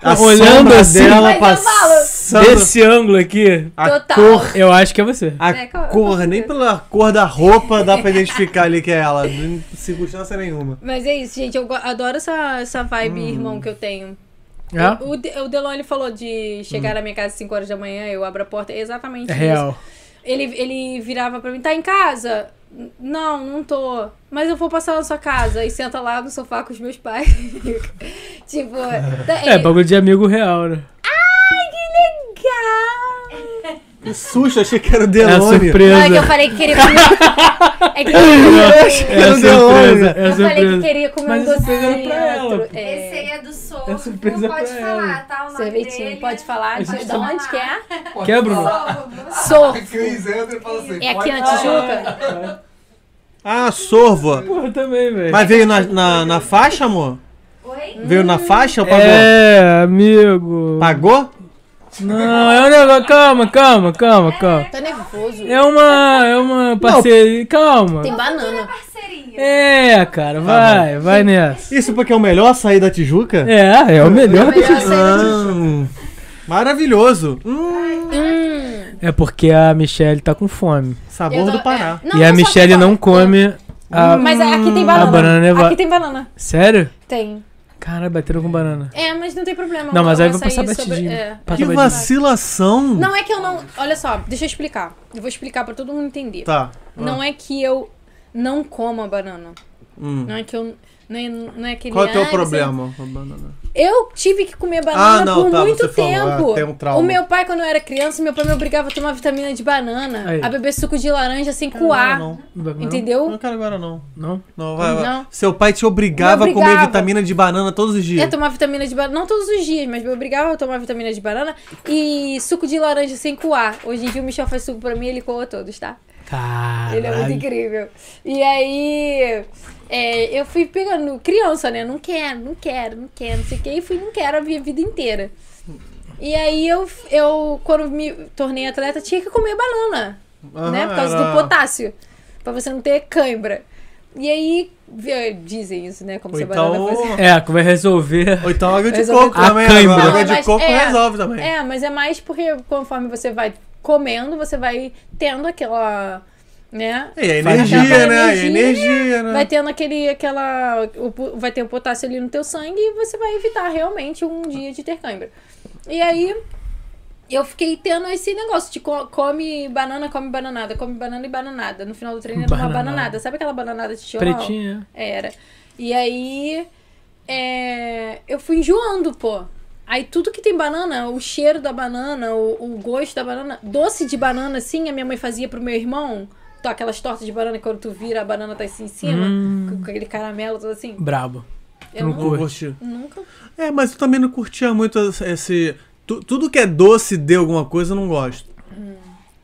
A
Olhando
sombra
assim.
dela
Mas eu falo,
pensando.
Desse ângulo aqui,
A
Total.
cor.
eu acho que é você.
A
É, com- com
cor,
certeza.
nem pela cor da roupa dá pra identificar ali que é ela. Não circunstância nenhuma.
Mas é isso, gente. Eu go- adoro essa, essa vibe,
Hum.
irmão, que eu tenho.
É?
O, o De- o Delon ele falou de chegar na minha casa às 5 horas da manhã, eu abro a porta. É exatamente
Hum. É
isso.
real.
Ele, ele virava pra mim, tá em casa? N- Não, não tô. Mas eu vou passar na sua casa e senta lá no sofá com os meus pais. tipo, tá-
É,
ele-
bagulho de amigo real, né?
Ai, que legal!
Que susto, achei que era
É a
o Delone.
Na hora que eu
surpresa.
falei que queria comer. é que eu
É a
Meu Deus,
surpresa. É a É
eu falei que
surpresa.
queria comer
Mas
um
isso
docinho.
era pra ela,
outro-
pô.
é,
Esse seria do sorvo,
É surpresa
pode
pra
falar,
ela.
tá? O nome
Sorvetinho,
dele.
pode falar?
Esse
De de
é-
onde que é?
Quer, Bruno?
Sorvo.
Sou.
Cris entra e fala assim.
É aqui
pode-
na Tijuca?
Ah, sorvo.
Porra, também, velho.
Mas veio na, na, na faixa, amor?
Oi?
Veio na faixa ou pagou?
É, amigo.
Pagou?
Não, é um negócio. Calma, calma, calma, calma.
Tá nervoso.
É uma. É uma parceria. Calma.
Tem banana.
Parceria.
É, cara, vai, vai nessa.
Isso porque é o melhor sair da Tijuca?
É, é o melhor.
melhor sair da
Hum, maravilhoso. Hum,
Hum.
É porque a Michelle tá com fome.
sabor
Eu tô-
do Pará.
é. Não,
e a
não só
Michelle
fome.
não
né?
come. A...
Mas é, aqui tem
a
banana.
banana nevada.
Aqui tem banana.
Sério?
Tem.
Cara, bateram com banana.
É, mas não tem problema.
Não, mas aí
eu
vai passar
sair sobre-
batidinho.
é.
Passa
Que
batidinho.
vacilação.
Não é que eu não. Olha só, deixa eu explicar. Eu vou explicar pra todo mundo entender.
Tá.
Não é que eu não como a banana.
Hum.
Não é que eu. Não é, não é aquele.
Qual é o
"Ai,
teu
você-
problema? com a banana?
Eu tive que comer banana
Ah, não,
por
tá,
muito
você
tempo.
falou, ah, tem um trauma.
O meu pai, quando eu era criança, meu pai me obrigava a tomar vitamina de banana,
Aí.
a beber suco de laranja sem coar.
É, Não, não.
Não?
Entendeu?
Não quero agora, não.
Não?
Não, vai, vai.
Não.
Seu pai te obrigava,
Me
a comer
obrigava.
vitamina de banana todos os
É
dias.
tomar vitamina de banana, não todos os dias, mas me obrigava a tomar vitamina de banana e suco de laranja sem coar. Hoje em dia o Michel faz suco pra mim e ele coa todos, tá? Ele é muito
Caralho.
incrível. E aí, é, eu fui pegando criança, né? Não quero, não quero, não quero, não sei o que. E fui, não quero a minha vida inteira. E aí, eu, eu quando me tornei atleta, tinha que comer banana, né?
Aham,
Por causa
era-
do potássio. Pra você não ter cãibra. E aí, vi- dizem isso, né? Como
Ou
se a banana
então,
fosse...
É, que vai resolver.
ou então água de
Resolve
coco
tudo.
também.
A cãibra.
agora.
Não,
Água de
mas
coco
é-
resolve também.
É, mas é mais porque conforme você vai comendo, você vai tendo aquela. Né?
E a
Faz
energia,
aquela
né? E a
energia,
energia, né?
Vai tendo aquele, aquela. o po- vai ter o potássio ali no teu sangue e você vai evitar realmente um dia de ter cãibra. E aí. Eu fiquei tendo esse negócio de co- come banana, come bananada, come banana e bananada. No final do treino era uma
Bananada.
bananada. Sabe aquela bananada de tijolão?
Pretinha.
Era. E aí. é, eu fui enjoando, pô. Aí tudo que tem banana, o cheiro da banana, o, o gosto da banana, doce de banana, assim, a minha mãe fazia pro meu irmão. Então, aquelas tortas de banana, quando tu vira, a banana tá assim em cima,
Hum.
com aquele caramelo, tudo assim.
Brabo.
Eu
não
não-
curto.
Curtiu.
nunca.
É, mas eu também não curtia muito esse. tu- tudo que é doce de alguma coisa eu não gosto.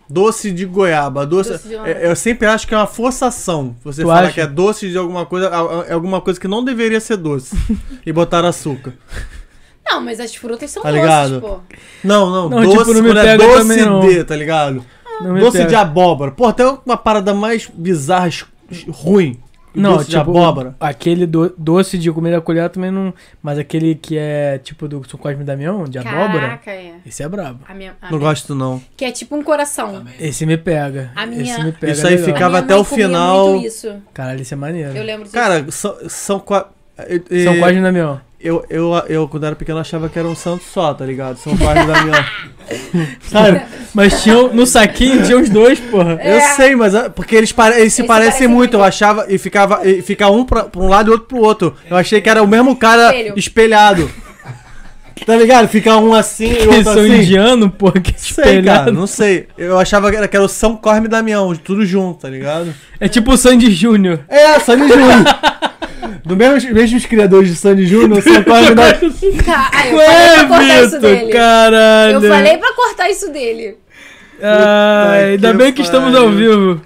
Doce de goiaba, doce.
Hum. Doce de
é-
laranja.
eu sempre acho que é uma forçação. Você
Tu
falar
acha?
que é doce de alguma coisa, a- a- é alguma coisa que não deveria ser doce. e botar açúcar.
Não, mas as frutas são
Tá
doces,
ligado?
pô.
Não, não.
Não,
doce
tipo, não me
quando é
pega
doce
também, não.
de, tá ligado?
Ah.
Não me
doce
pega.
de abóbora. Pô, até uma parada mais bizarra, es- ruim.
Não,
doce de
tipo,
abóbora.
Aquele do- doce de comer da colher também não. Mas aquele que é tipo do São Cosme e Damião, de abóbora,
Caraca, é.
esse é brabo.
A minha, a
Não
minha-
gosto, não.
Que é tipo um coração.
Esse me pega.
A minha-
Esse me pega.
Isso aí
legal.
ficava-
A minha
até
mãe
o
comia
final.
muito isso.
Caralho, isso é
Eu
maneiro.
lembro disso.
Cara, são. São, qua- eh, eh,
São Cosme e Damião.
Eu, eu, eu, quando era pequeno, achava que era um santo só, tá ligado? São Cosme da minha. Sabe?
Mas tinha um- no saquinho tinha os dois, porra.
É.
Eu sei, mas. ah, Porque eles, pare- eles se
Eles se
parecem
parecem
muito,
muito.
eu achava. E ficava, e ficava um pra, pra um lado e outro pro outro. Eu achei que era o mesmo cara
Espelho.
espelhado. tá ligado? Ficar um assim e
Eles
outro
são
assim.
indianos, porra. Que
Não sei, cara,
espelhado.
não sei. Eu achava que era, que era o São Cosme e Damião, tudo junto, tá ligado?
É tipo o Sandy Júnior.
É, Sandy Júnior. Do mesmo, mesmos criadores de Sandy Júnior, São Cosme e Damião.
Cara, ai, Ah, eu falei pra cortar
É,
isso dele.
Vitor, caralho.
Eu falei pra cortar isso dele.
Ai,
Puta
ainda
que
bem que estamos ao
pariu.
vivo.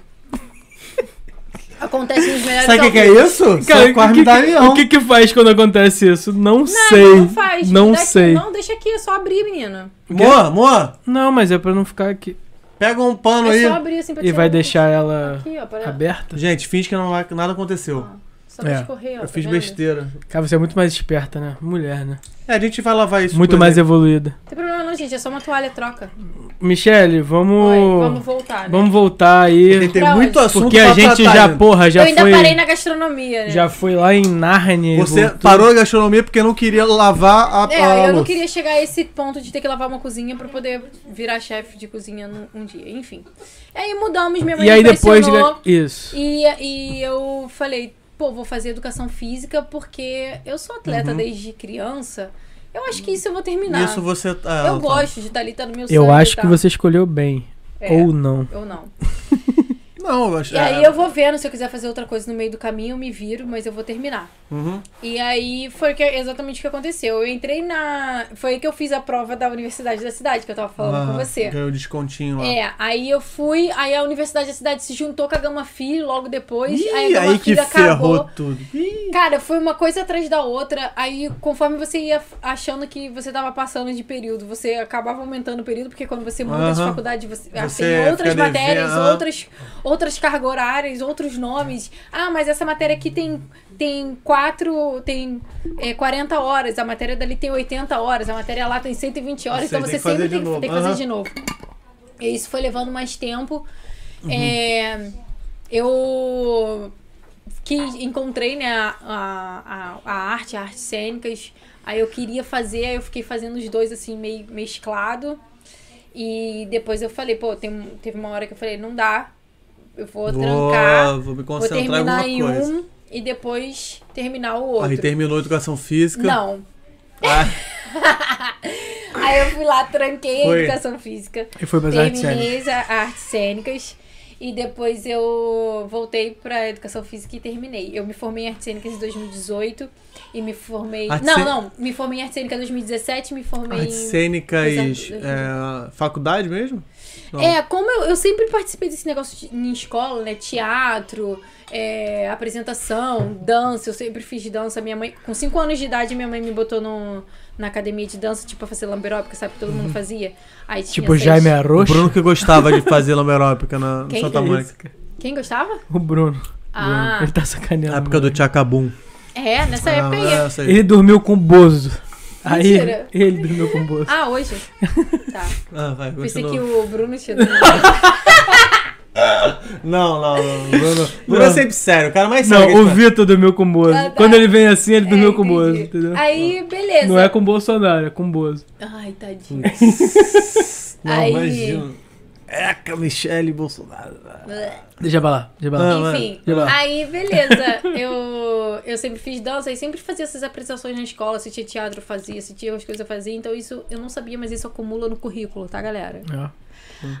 Acontece nos melhores
Sabe o que, que é
almoços.
isso?
Cara,
São
o
Cosme
que,
e Damião.
o que que faz quando acontece isso? Não,
Não,
sei.
Não faz.
Não
Daqui-
sei.
Não, deixa aqui, é só abrir, menina.
Moa, Moa,
Não, mas é pra não ficar aqui.
pega um pano
É
aí.
só abrir assim pra
E
tirar
vai
um-
deixar ela
Aqui, ó, pra...
Tá.
aberta?
Gente, finge que não vai- nada aconteceu.
Só vai
É,
escorrer, ó.
Eu
Ah, tá
fiz
vendo?
besteira.
Cara, você é muito mais esperta, né? Mulher, né?
É, a gente vai lavar isso.
Muito
por
mais
exemplo.
evoluída.
Não tem problema não, gente. É só uma toalha, troca.
Michele, vamos.
Oi, vamos voltar, né?
vamos voltar aí.
Tem
Pra
muito
onde?
assunto
Porque
pra
a gente
tratar
já,
ainda.
porra, já
Eu ainda
foi.
parei na gastronomia, né?
Já foi lá em Narnia. e
Você
voltou.
parou a gastronomia porque não queria lavar a,
É,
a
eu não
louça.
queria chegar a esse ponto de ter que lavar uma cozinha pra poder virar chefe de cozinha num, um dia, enfim. Aí mudamos, minha mãe
E aí
me
depois. né?
pressionou,
Isso.
e, e eu falei, pô, vou fazer educação física porque eu sou atleta desde criança. Eu acho que isso eu vou terminar.
Uhum. Isso você. ah,
eu
tá.
gosto de estar ali, tá no meu sangue
Eu
e
acho que
tal.
você escolheu bem.
É,
Ou não.
Ou não.
Não, eu acho.
E aí
é.
eu vou vendo, se eu quiser fazer outra coisa no meio do caminho, eu me viro, mas eu vou terminar.
Uhum.
E aí foi o que- exatamente o que aconteceu. Eu entrei na. Foi aí que eu fiz a prova da universidade da cidade, que eu tava falando com
Ah,
você.
Ganhou descontinho lá.
É, aí eu fui, aí a Universidade da Cidade se juntou com a Gama Phi logo depois.
Ih,
aí a Gama
aí
Phi
que
acabou.
ferrou tudo. Ih,
Cara, foi uma coisa atrás da outra. Aí, conforme você ia achando que você tava passando de período, você acabava aumentando o período, porque quando você muda de
Aham.
faculdade, você, ah,
Você
tem outras
fica
matérias,
devendo.
outras, outras cargas horárias, outros nomes. Ah, mas essa matéria aqui tem, tem quatro, tem é, 40 horas, a matéria dali tem 80 horas, a matéria lá tem 120 horas,
Você
então
tem
você
que fazer
sempre
de
tem, que-
novo.
tem que fazer
Aham.
de novo. E isso foi levando mais tempo.
Uhum.
É, eu que encontrei né, a, a, a, a arte, a artes cênicas. Aí eu queria fazer, aí eu fiquei fazendo os dois assim, meio mesclado. E depois eu falei, pô, tem, um, teve uma hora que eu falei, não dá. Eu vou, trancar,
vou me
vou
concentrar em
terminar em
alguma coisa.
um e depois terminar o
Aí
outro.
terminou a educação física.
Não.
Ah.
Aí eu fui lá, tranquei
Foi.
a educação física.
E foi pras artes cênicas.
Terminei as a- artes cênicas e depois eu voltei pra educação física e terminei. Eu me formei em artes cênicas em 2018 e me formei.
Arte
não,
cê-
não, me formei em artes cênicas em 2017, me formei
Artes
em.
cênicas.
Exato.
é, faculdade mesmo? Não.
É, como eu, eu sempre participei desse negócio de- em escola, né? Teatro, é, apresentação, dança. Eu sempre fiz dança. Minha mãe, com 5 anos de idade, minha mãe me botou no, na academia de dança, tipo, pra fazer lamberópica, sabe? Que todo mundo fazia. Aí tinha
Uhum. Tipo,
seis-
Jaime
O
Arroxo.
Bruno que gostava de fazer lama aeróbica na
Quem
Santa
que é
Mônica.
Quem gostava?
O Bruno.
Ah.
Bruno. Ele tá sacaneando.
Na época do Tchacabum.
É, nessa época aí.
Ah, eu sei.
Ele dormiu com o Bozo. Aí
Mentira.
ele dormiu com o Bozo.
Ah, hoje? Tá.
Ah, vai,
Pensei que
continua.
o Bruno tinha. dormido.
Não, não, não. Bruno, Bruno
Não.
é sempre sério. O cara mais sério. que
Não,
a
o
gente
Vitor dormiu com o Bozo.
Ah, tá.
Quando ele vem assim, ele dormiu
É,
com o Bozo,
entendi.
entendeu?
Aí, beleza.
Não é com o Bolsonaro, é com Hum. o Bozo.
Ai, tadinho.
faz. Não,
Aí-
imagina. Eca, Michele Bolsonaro.
Deixa pra lá, deixa pra lá.
Ah,
Enfim,
vai lá.
aí beleza. Eu, eu sempre fiz dança e sempre fazia essas apresentações na escola. Se tinha teatro, eu fazia. Se tinha outras coisas, eu fazia. Então isso eu não sabia, mas isso acumula no currículo, tá, galera?
É.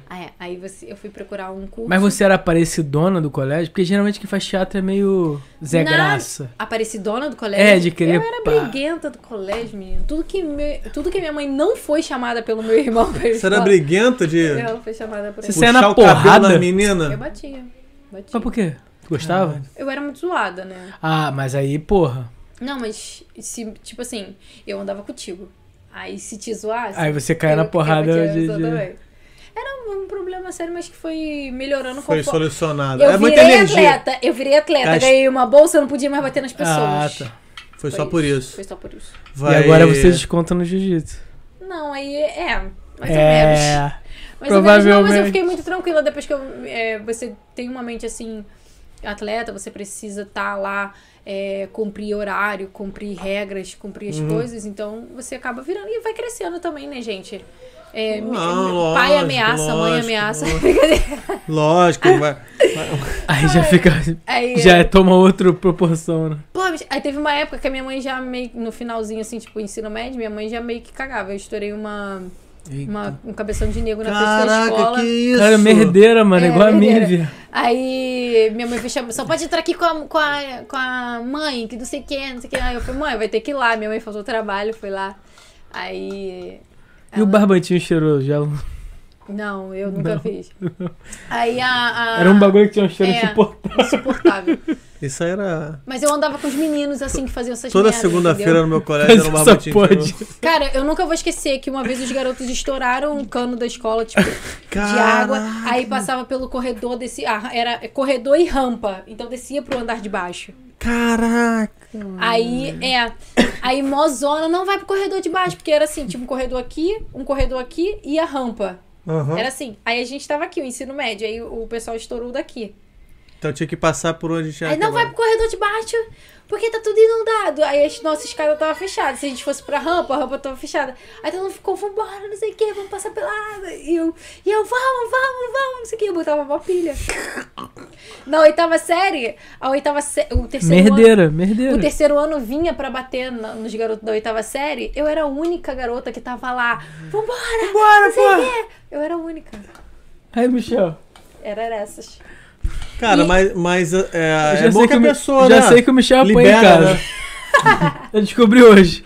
Ah, é. Aí você, eu fui procurar um curso.
Mas você era aparecidona do colégio? Porque geralmente quem faz teatro é meio Zé
Na-
Graça.
Aparecidona do colégio?
É, de querer
Eu era
pá.
briguenta do colégio, menino. Tudo que, me- tudo que minha mãe não foi chamada pelo meu irmão pra
Você era
escola,
briguento de
Ela foi chamada por
Você
puxar
saia na
o cabelo
porrada?
da menina?
Eu batia. batia.
Mas por quê? Tu gostava?
Eu era muito zoada, né?
Ah, mas aí, porra.
Não, mas se, tipo assim, eu andava contigo. Aí se te zoasse.
Aí você caiu na
eu- eu
porrada de.
batia na
de-
pessoa também. Era um, um problema sério, mas que foi melhorando
Foi
conforme.
solucionado.
Eu
é muita
virei
energia.
atleta, eu virei atleta,
Gast-
ganhei uma bolsa, eu não podia mais bater nas pessoas.
Ah, tá.
Foi só por isso.
Foi só por isso.
E
Vai-
agora você desconta no jiu-jitsu.
Não, aí é. Mais ou menos.
É.
Mas Provavelmente. Não, mas eu
Provavelmente.
fiquei muito tranquila depois que eu, é, você tem uma mente assim, atleta, você precisa estar lá, é, cumprir horário, cumprir regras, cumprir
Uhum.
as coisas. Então você acaba virando e vai crescendo também, né, gente? É, me-
Não,
pai
Ah, lógico,
ameaça, mãe
lógico,
ameaça.
lógico. Lógico,
Ah,
vai. vai-
Aí já fica.
Aí,
Já é- toma outra proporção, né?
pô, mas- aí teve uma época que a minha mãe já meio que- no finalzinho, assim, tipo, ensino médio, minha mãe já meio que cagava. Eu estourei uma, uma- um cabeção de negro na frente da escola.
Caraca, que isso.
Cara, merdeira, mano,
É,
igual a minha,
merdeira.
viado.
Aí minha mãe foi chamar, só pode entrar aqui com a, com a, com a mãe, que não sei quem, não sei quem. Aí eu falei, mãe, vai ter que ir lá. Minha mãe faltou trabalho, foi lá. Aí. É
E o barbantinho cheiroso? Já...
Não, eu nunca fiz. Aí a. a-
Era um bagulho que tinha um cheiro
Ah, É.
insuportável.
insuportável.
Isso aí era.
Mas eu andava com os meninos assim que faziam essas
Toda
merdas,
segunda-feira
entendeu?
no meu colégio era um uma
Só
batinha.
pode.
Cara, eu nunca vou esquecer que uma vez os garotos estouraram um cano da escola, tipo, de água. Aí passava pelo corredor, descia. ah, era corredor e rampa. Então descia pro andar de baixo.
Caraca.
Aí, é. Aí, mozona, não vai pro corredor de baixo, porque era assim, tipo um corredor aqui, um corredor aqui e a rampa.
Aham.
Era assim. Aí a gente tava aqui, o ensino médio, aí o pessoal estourou daqui.
Então tinha que passar por onde tinha
Aí, não vai pro
acabado.
corredor de baixo, porque tá tudo inundado. Aí a nossa escada tava fechada. Se a gente fosse pra rampa, a rampa tava fechada. Aí todo mundo ficou, vambora, não sei o que, vamos passar pela água. E eu, e eu, vamos, vamos, vamos, não sei o que. Eu botava uma pilha. Na oitava série, a oitava série, o terceiro ano-
Merdeira, merdeira.
é o terceiro ano vinha pra bater na- nos garotos da oitava série, eu era a única garota que tava lá. Vambora! Vambora, pô! Eu era a única.
Aí, Michel.
Era essas.
Cara,
E-
mas, mas
eu
é, é bom que a
o Mi-
pessoa,
já
né,
sei que o Michel apanha em
libera,
casa.
né?
Eu descobri hoje.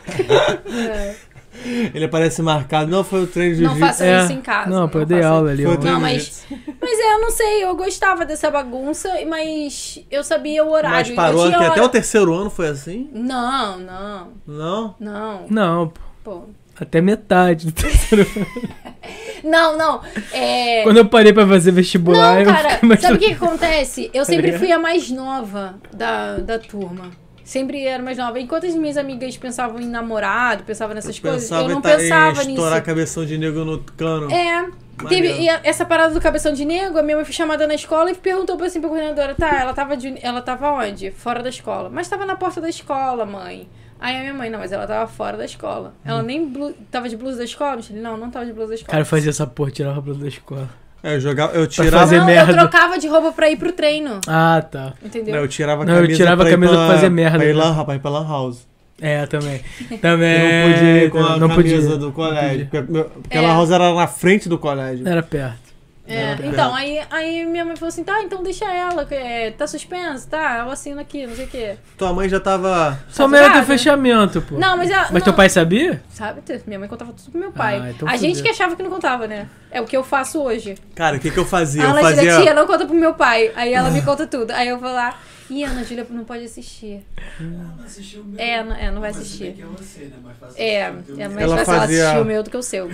Ele aparece marcado. Não, foi o treino de
Não
jiu-jitsu.
façam
É.
Tá isso em casa.
Não, pô, eu dei
façam
aula ali.
Foi
ontem.
do-
Não, mas. Mas é, eu não sei, eu gostava dessa bagunça, mas eu sabia o horário.
Mas
eu
parou
tinha
que até
hora-
o terceiro ano foi assim?
Não, não,
Não?
não.
Não, pô.
Pô.
Até metade do terceiro. ano.
Não, não. É.
Quando eu parei pra fazer vestibular,
Não,
eu
cara,
fiquei mais.
sabe o que que acontece? Eu sempre fui a mais nova da, da turma. Sempre era mais nova. Enquanto as minhas amigas pensavam em namorado, pensavam nessas coisas, eu não
em ta-
pensava
em
nisso.
estourar cabeção de negro no cano.
É. Teve e a- essa parada do cabeção de nego, a minha mãe foi chamada na escola e perguntou pra, assim, pra coordenadora, tá, ela tava, de, ela tava onde? Fora da escola. Mas tava na porta da escola, mãe. Aí a minha mãe, não, mas ela tava fora da escola. Ela nem blu- tava de blusa da escola? Michele? Não, não tava de blusa da
Hum.
escola.
Cara, eu fazia essa porra, tirava pra da escola.
É, eu jogava, eu
não,
tirava,
fazer merda.
eu trocava de roupa pra ir pro treino.
Ah, tá.
Entendeu?
não, né, eu tirava a
Não, eu
camisa
tirava
pra
a camisa
ir pra,
pra fazer merda,
Pra ir
né?
lá, rapaz, pra lan house.
É, também. Também.
Eu não podia ir com a
não
camisa
podia.
do colégio. Porque, meu- porque
É.
lan house era na frente do colégio.
Era perto.
É, então, aí, aí minha mãe falou assim, tá, então deixa ela, que, é, tá suspensa, tá, eu assino aqui, não sei o quê.
Tua mãe já tava...
Só mesmo até
ligado?
fechamento, pô.
Não, mas ela...
Mas teu
não,
pai sabia?
Sabe, minha mãe contava tudo pro meu pai.
Ah, então
a gente
fudeu.
que achava que não contava, né? É o que eu faço hoje.
Cara, o que que eu fazia?
a
Eu
Ana
fazia...
Júlia, tia, não conta pro meu pai. Aí ela
Ah.
me conta tudo. Aí eu vou lá, e Ana Júlia não pode assistir.
Não assistiu o meu.
É, não, é, não vai
Mas se bem
assistir.
que é você, né? Mas faz-
É, é
Eu-
mais
Ela
fácil ela
fazia-
assistir o meu do que o seu.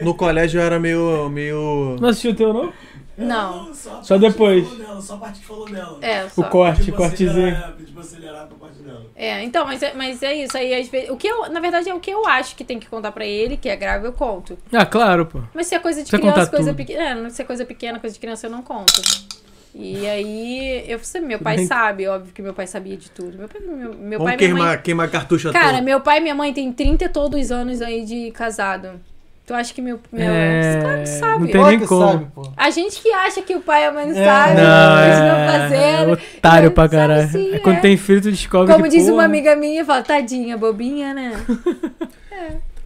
No colégio eu era meio... meio...
Não assistiu o teu, não?
Não,
Só a parte
Só
que
depois.
falou dela, Só a parte que falou dela.
é,
O
só. né?
corte,
Pediu pra
cortezinho.
acelerar, pediu pra acelerar pra parte dela.
É, então, mas é, mas é isso. Aí às vezes, o que eu, na verdade, é o que eu acho que tem que contar pra ele, que é grave, eu conto.
Ah, claro, pô.
Mas se é coisa de
Você
criança,
contar
coisa
tudo.
pequena. É, não- se é coisa pequena, coisa de criança, eu não conto. E aí, eu falei, meu pai
bem.
sabe, óbvio que meu pai sabia de tudo. Meu pai, meu, meu pai
Vamos
e minha mãe.
queimar, queimar cartucho
Cara,
todo.
meu pai e minha mãe têm 30 e todos anos aí de casado. Tu acha que meu. meu
É,
Claro que sabe.
não tem
Claro
nem
que
como.
sabe, pô.
A gente que acha que o pai e a mãe não sabem,
Não,
eles não
é,
fazer.
é otário pra
Sabe
caralho.
sim,
É quando
é.
tem filho, tu descobre
Como
que,
diz
porra,
uma amiga minha, fala, tadinha, bobinha, né?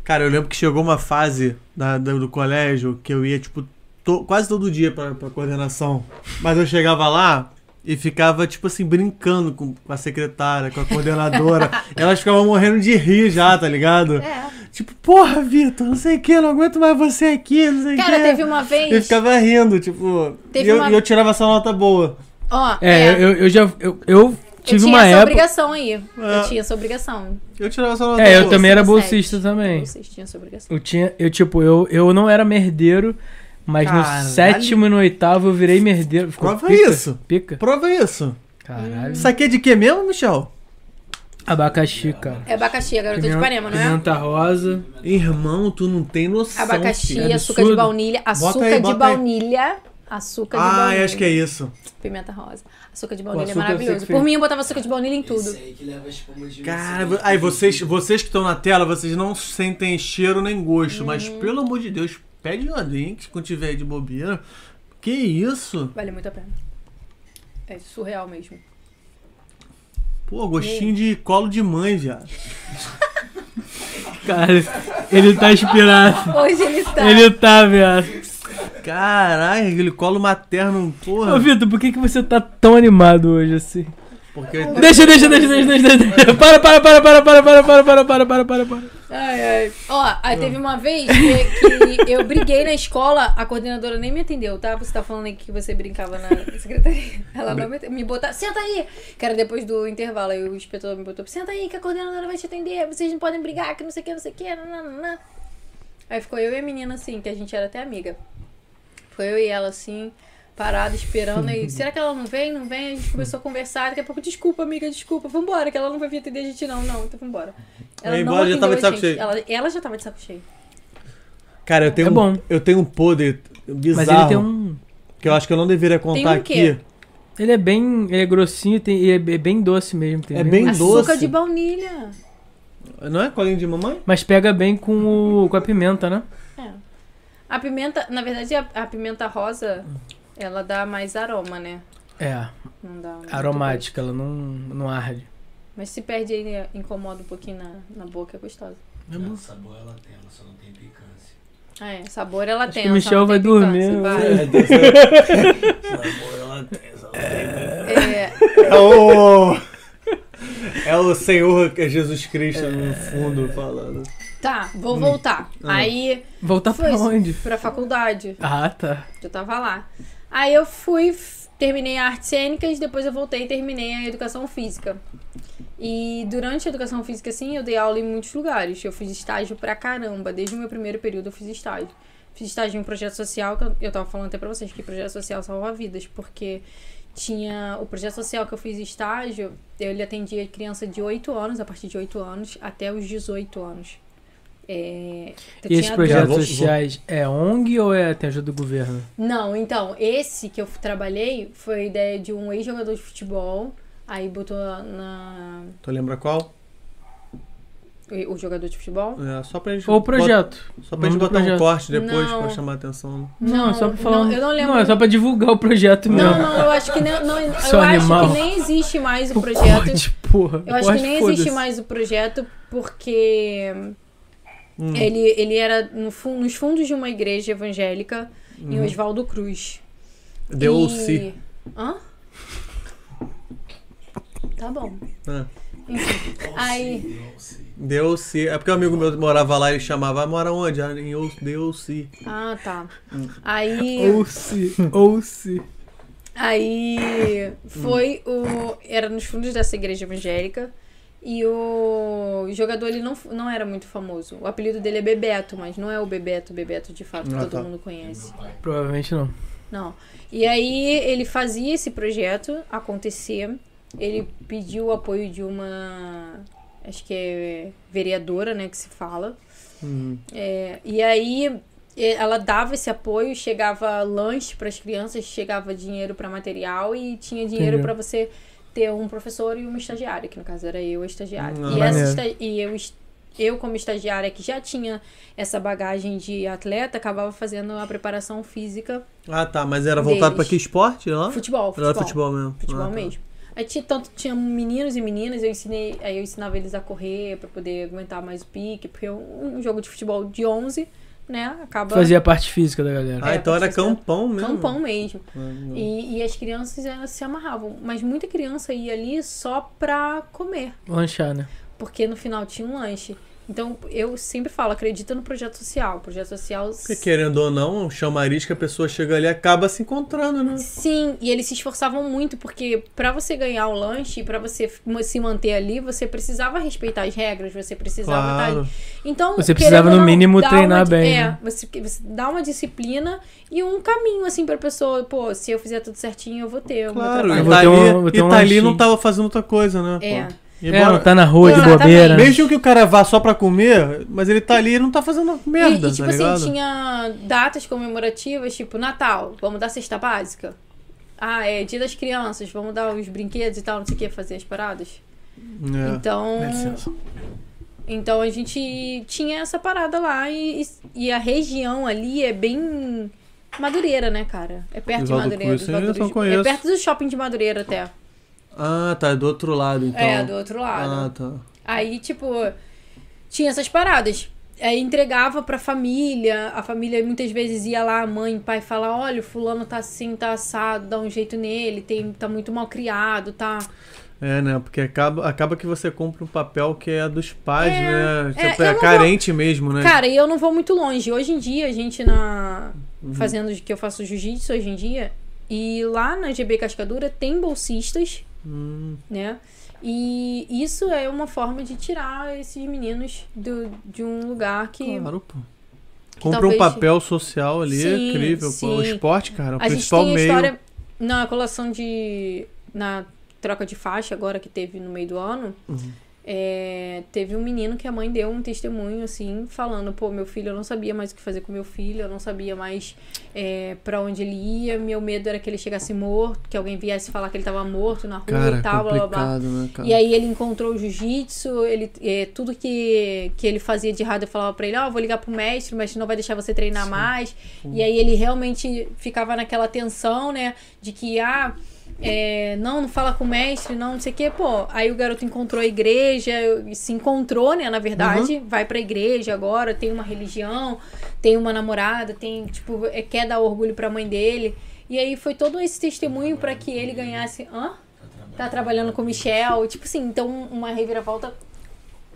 Cara, eu lembro que chegou uma fase da, da- do colégio que eu ia, tipo, to- quase todo dia pra, pra coordenação. Mas eu chegava lá e ficava, tipo assim, brincando com, com a secretária, com a coordenadora. Elas ficavam morrendo de rir já, tá ligado?
É.
Tipo, porra, Vitor, não sei o que, não aguento mais você aqui, não sei o que.
Cara, teve uma vez.
E ficava rindo, tipo.
Teve
e eu,
uma-
e eu tirava essa nota boa.
Ó,
É, Eu, eu já. Eu, eu tive uma
tinha essa
época. Ah.
obrigação aí.
É.
Eu tinha essa obrigação.
Eu tirava essa nota
É, eu
boa.
também era
Sete.
bolsista também.
Vocês tinham essa obrigação.
Eu tinha. Eu, tipo, eu, eu não era merdeiro, mas
Caralho.
no sétimo e no oitavo eu virei merdeiro. Ficou
Prova
pica,
isso.
Pica.
Prova isso.
Caralho.
Isso aqui é de que mesmo, Michel?
Abacaxi, cara.
É abacaxi, a garota de
Pimenta-
Ipanema, não é?
Pimenta rosa.
Irmão, tu não tem noção.
Abacaxi,
filho.
é
açúcar
absurdo.
de baunilha, açúcar
aí,
de
bota aí.
baunilha, açúcar de
Ah,
baunilha.
eu acho que é isso.
Pimenta rosa. Açúcar de baunilha
açúcar eu
é
sei
maravilhoso.
que
Por
fez.
mim, eu botava açúcar de baunilha em
Esse
tudo.
aí que leva a espuma de
Cara,
vencimento.
aí vocês, vocês que estão na tela, vocês não sentem cheiro nem gosto, mas
Hum.
pelo amor de Deus, pede uma drink quando tiver de bobeira. Que isso?
Vale muito a pena. É surreal mesmo.
Pô, gostinho de colo de mãe, viado.
Cara, ele tá inspirado.
Hoje ele tá.
Ele tá, viado.
Caralho, aquele colo materno,
Ô,
porra.
Vitor, por que, que você tá tão animado hoje assim?
Porque
Deixa, deixa, deixa, deixa, deixa, deixa. Para, para, para, para, para, para, para, para, para, para, para, para.
Ai, ai. Ó, aí teve uma vez que, que eu briguei na escola, a coordenadora nem me atendeu, tá? Você tá falando aí que você brincava na secretaria. Ela não me atendeu. Me botar, senta aí! Que era depois do intervalo, aí o inspetor me botou, senta aí que a coordenadora vai te atender, vocês não podem brigar, que não sei o que, não sei o que, nananã. Aí ficou eu e a menina assim, que a gente era até amiga. Foi eu e ela assim. parada esperando aí. Será que ela não vem? Não vem? A gente começou a conversar. Daqui a pouco, desculpa, amiga, desculpa. Vambora, que ela não vai vir atender a gente, não. Não, então vambora.
Aí,
não
embora, já tava de
atendeu a
saco
gente.
cheio.
Ela, ela já tava de saco cheio.
Cara, eu tenho,
É bom.
um, eu tenho um poder bizarro
Mas ele tem um.
que eu acho que eu não deveria contar
um quê?
aqui.
Ele é bem. Ele é grossinho tem, e é be- bem doce mesmo. Tem
É
bem-
bem-
Açúcar
doce.
de baunilha.
Não é colinho de mamãe?
Mas pega bem com, o, com a pimenta, né?
É. A pimenta, na verdade, a, a pimenta rosa, ela dá mais aroma, né?
É,
Não dá. né? muito gosto.
aromática, ela não, não arde.
Mas se perde aí, né, incomoda um pouquinho na, na boca, é gostosa.
Não, sabor ela tem, ela só não tem picância.
Ah, é. Sabor ela tem.
que
ela só
Michel
não
vai
tem picância,
dormir, né?
vai.
Sabor ela tem, só não tem
É,
É o. É o Senhor que é Jesus Cristo no fundo falando.
tá, vou voltar.
Ah.
Aí,
Voltar
Foi
Hum. Tá pra
isso.
onde?
pra faculdade,
Ah, tá.
eu tava lá. Aí eu fui, f- terminei a artes cênicas, depois eu voltei e terminei a educação física. E durante a educação física, assim, eu dei aula em muitos lugares. Eu fiz estágio pra caramba. Desde o meu primeiro período eu fiz estágio. Fiz estágio em um projeto social, que eu, eu tava falando até pra vocês, que projeto social salva vidas, porque tinha o projeto social que eu fiz estágio, eu ele atendia criança de 8 anos, a partir de 8 anos, até os 18 anos. É,
E esses
tinha
projetos
vou- vou-
sociais é ONG ou é tem ajuda do governo?
não, então, esse que eu trabalhei foi a ideia de um ex-jogador de futebol. Aí botou na.
Tu lembra qual?
O jogador de futebol?
É, só pra gente.
Ou o projeto?
bota- só pra
Nome do
gente botar um
projeto.
corte depois
Não.
pra chamar a atenção.
Não, é só pra falar.
Não, eu não lembro.
Não, é só pra divulgar o projeto
Não,
mesmo.
não, eu acho que não, não- eu
Seu animal.
acho que nem existe mais o projeto.
Corte, porra.
Eu acho que
Corte,
nem existe
foda-se.
mais o projeto porque
Hum,
ele, ele era no fun- nos fundos de uma igreja evangélica
hum.
em Oswaldo Cruz.
Uhum. The OC.
E- Hã? Tá bom.
Ah.
Enfim. Aí.
É.
picância.
The OC. É porque um amigo meu morava lá e chamava, "Ah, mora onde? Ah, Em O- The OC.
Ah, tá. Aí,
Ou se, ou se.
aí foi o. Era nos fundos dessa igreja evangélica. E o jogador ele não, f- não era muito famoso. O apelido dele é Bebeto, mas não é o Bebeto, Bebeto de fato, que
Ah,
todo
tá.
mundo conhece.
Provavelmente não.
Não. E aí ele fazia esse projeto acontecer. Ele pediu o apoio de uma. Acho que é vereadora, né? Que se fala.
Hum.
É, e aí e- ela dava esse apoio, chegava lanche para as crianças, chegava dinheiro para material e tinha dinheiro
Entendi.
para você ter um professor e uma estagiária, que no caso era eu a estagiária.
Ah,
e, essa
maneiro.
esta- e eu, es- eu, como estagiária que já tinha essa bagagem de atleta, acabava fazendo a preparação física
Ah, tá. Mas era voltado
Deles.
pra que esporte lá?
Futebol,
Era
futebol.
futebol mesmo.
Futebol
Ah, tá.
mesmo. Aí tinha, tanto tinha meninos e meninas, eu ensinei, aí eu ensinava eles a correr pra poder aguentar mais o pique, porque um, um jogo de futebol de 11, né, acaba
Fazia a parte física da galera.
Ah,
É,
então era
pode ser.
campão mesmo.
campão mesmo.
Ah, não.
E, e as crianças elas se amarravam, mas muita criança ia ali só pra comer,
Lanchar, né?
porque no final tinha um lanche. Então eu sempre falo, acredita no projeto social. O projeto social
Porque
é?
querendo ou não, um chamariz que a pessoa chega ali e acaba se encontrando, né?
Sim, e eles se esforçavam muito, porque pra você ganhar o lanche, pra você f- ma- se manter ali, você precisava respeitar as regras, você precisava estar
Claro.
ali. Então,
Você
querendo
precisava,
ou
no
não,
mínimo,
dá
treinar
uma di-
bem,
É,
né?
você, você dá uma disciplina e um caminho, assim, pra pessoa, pô, se eu fizer tudo certinho, eu vou ter o meu
Claro,
Eu
e
trabalho.
vou
tá,
ter
ali,
um- vou
e
ter um
tá ali e não
lanchinho.
tava fazendo outra coisa, né?
É.
pô? E
É,
bora-
não tá na rua de
Exatamente.
bobeira. né?
Mesmo que o cara vá só pra comer, mas ele tá ali e não tá fazendo merda,
e, e, tipo
tá ligado?
assim, tinha datas comemorativas, tipo, Natal, vamos dar cesta básica. Ah, é dia das crianças, vamos dar os brinquedos e tal, não sei o que, fazer as paradas.
É.
Então. Então a gente tinha essa parada lá e, e- e a região ali é bem Madureira, né, cara? É perto de
Oswaldo
Madureira.
Cruz,
do
eu
Oswaldo
só
Cruz.
conheço.
É perto do shopping de Madureira até.
Ah, tá, é do outro lado, então.
É, do outro
Ah,
lado.
tá.
Aí, tipo, tinha essas paradas. Aí entregava pra família, a família muitas vezes ia lá, a mãe, o pai, falar, olha, o fulano tá assim, tá assado, dá um jeito nele, tem, tá muito mal criado, tá...
É, né? Porque acaba, acaba que você compra um papel que é dos pais,
É,
né?
é,
Tipo,
eu
é,
não
carente mesmo, né?
Cara, e eu não vou muito longe. Hoje em dia, a gente na. Fazendo que eu faço jiu-jitsu hoje em dia. E lá na GB Cascadura tem bolsistas,
Hum,
né? E isso é uma forma de tirar esses meninos do, de um lugar que
claro, pô. Compra
Talvez-
um papel social ali, é
Sim,
incrível. pô. O
sim.
esporte, cara, o
A gente
principal
tem a
meio.
história na colação de. na troca de faixa agora que teve no meio do ano.
Uhum.
é, teve um menino que a mãe deu um testemunho assim, falando: pô, meu filho, eu não sabia mais o que fazer com meu filho, eu não sabia mais é, para onde ele ia, meu medo era que ele chegasse morto, que alguém viesse falar que ele tava morto na rua
Cara,
e tal, blá blá blá.
complicado, né, cara?
E aí ele encontrou o jiu-jitsu, ele, é, tudo que, que ele fazia de errado eu falava pra ele, ó, vou ligar pro mestre, o mestre não vai deixar você treinar mais. E aí ele realmente ficava naquela tensão, né, de que, ah, é, não, não fala com o mestre, não, não sei o quê. Pô, aí o garoto encontrou a igreja, se encontrou, né, na verdade, vai pra igreja agora, tem uma religião, tem uma namorada, tem, tipo, é, quer dar orgulho pra mãe dele. E aí foi todo esse testemunho pra que ele ganhasse... Hã? tá trabalhando com o Michel, tipo assim, então uma reviravolta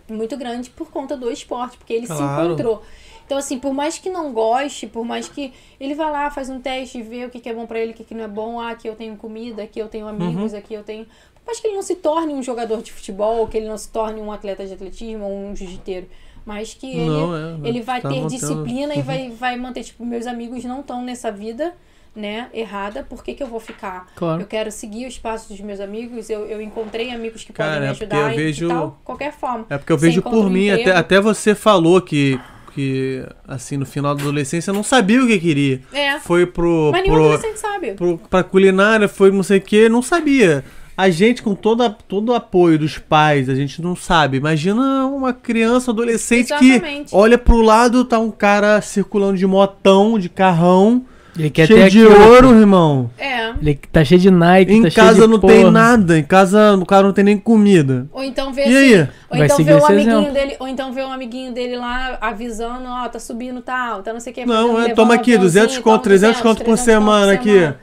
muito grande por conta do esporte, porque ele se
Claro.
encontrou. Então, assim, por mais que não goste, por mais que ele vá lá, faz um teste, vê o que, que é bom pra ele, o que, que não é bom, ah, aqui eu tenho comida, aqui eu tenho amigos,
Uhum.
aqui eu tenho. Por mais que ele não se torne um jogador de futebol, que ele não se torne um atleta de atletismo ou um jiu-jiteiro, mas que ele
Não, é,
ele vai
tá
ter
mantendo-
disciplina e vai, vai manter, tipo, meus amigos não estão nessa vida, né, errada, por que, que eu vou ficar?
Claro.
Eu quero seguir os passos dos meus amigos, eu, eu encontrei amigos que
Cara,
podem me
é porque
ajudar
eu
e
vejo-
tal, qualquer forma.
É porque eu
Você
vejo
encontra
por
um
mim, até,
emprego.
até você falou que, que, assim, no final da adolescência eu não sabia o que queria.
É,
Foi pro,
mas nenhum
pro,
adolescente sabe.
pro, pra culinária, foi não sei o que, não sabia. A gente, com toda, todo o apoio dos pais, a gente não sabe. Imagina uma criança, adolescente
Exatamente.
que olha pro lado, tá um cara circulando de motão, de carrão,
Ele quer ter
cheio de
aquilo,
ouro,
pô.
irmão.
É.
Ele tá cheio de Nike,
Em
tá cheio
casa
de
não
porra.
tem nada, em casa o cara não tem nem comida.
Ou então vê
E
assim,
aí?
ou
Vai
então
seguir
vê o
esse
amiguinho
exemplo.
dele, ou então vê um amiguinho dele lá avisando, ó, tá subindo tal, tá não sei o que.
Não,
fazendo,
é,
levando
toma
um
aqui, 200
aviãozinho,
conto,
toma
300 conto por
300
semana aqui.
semana.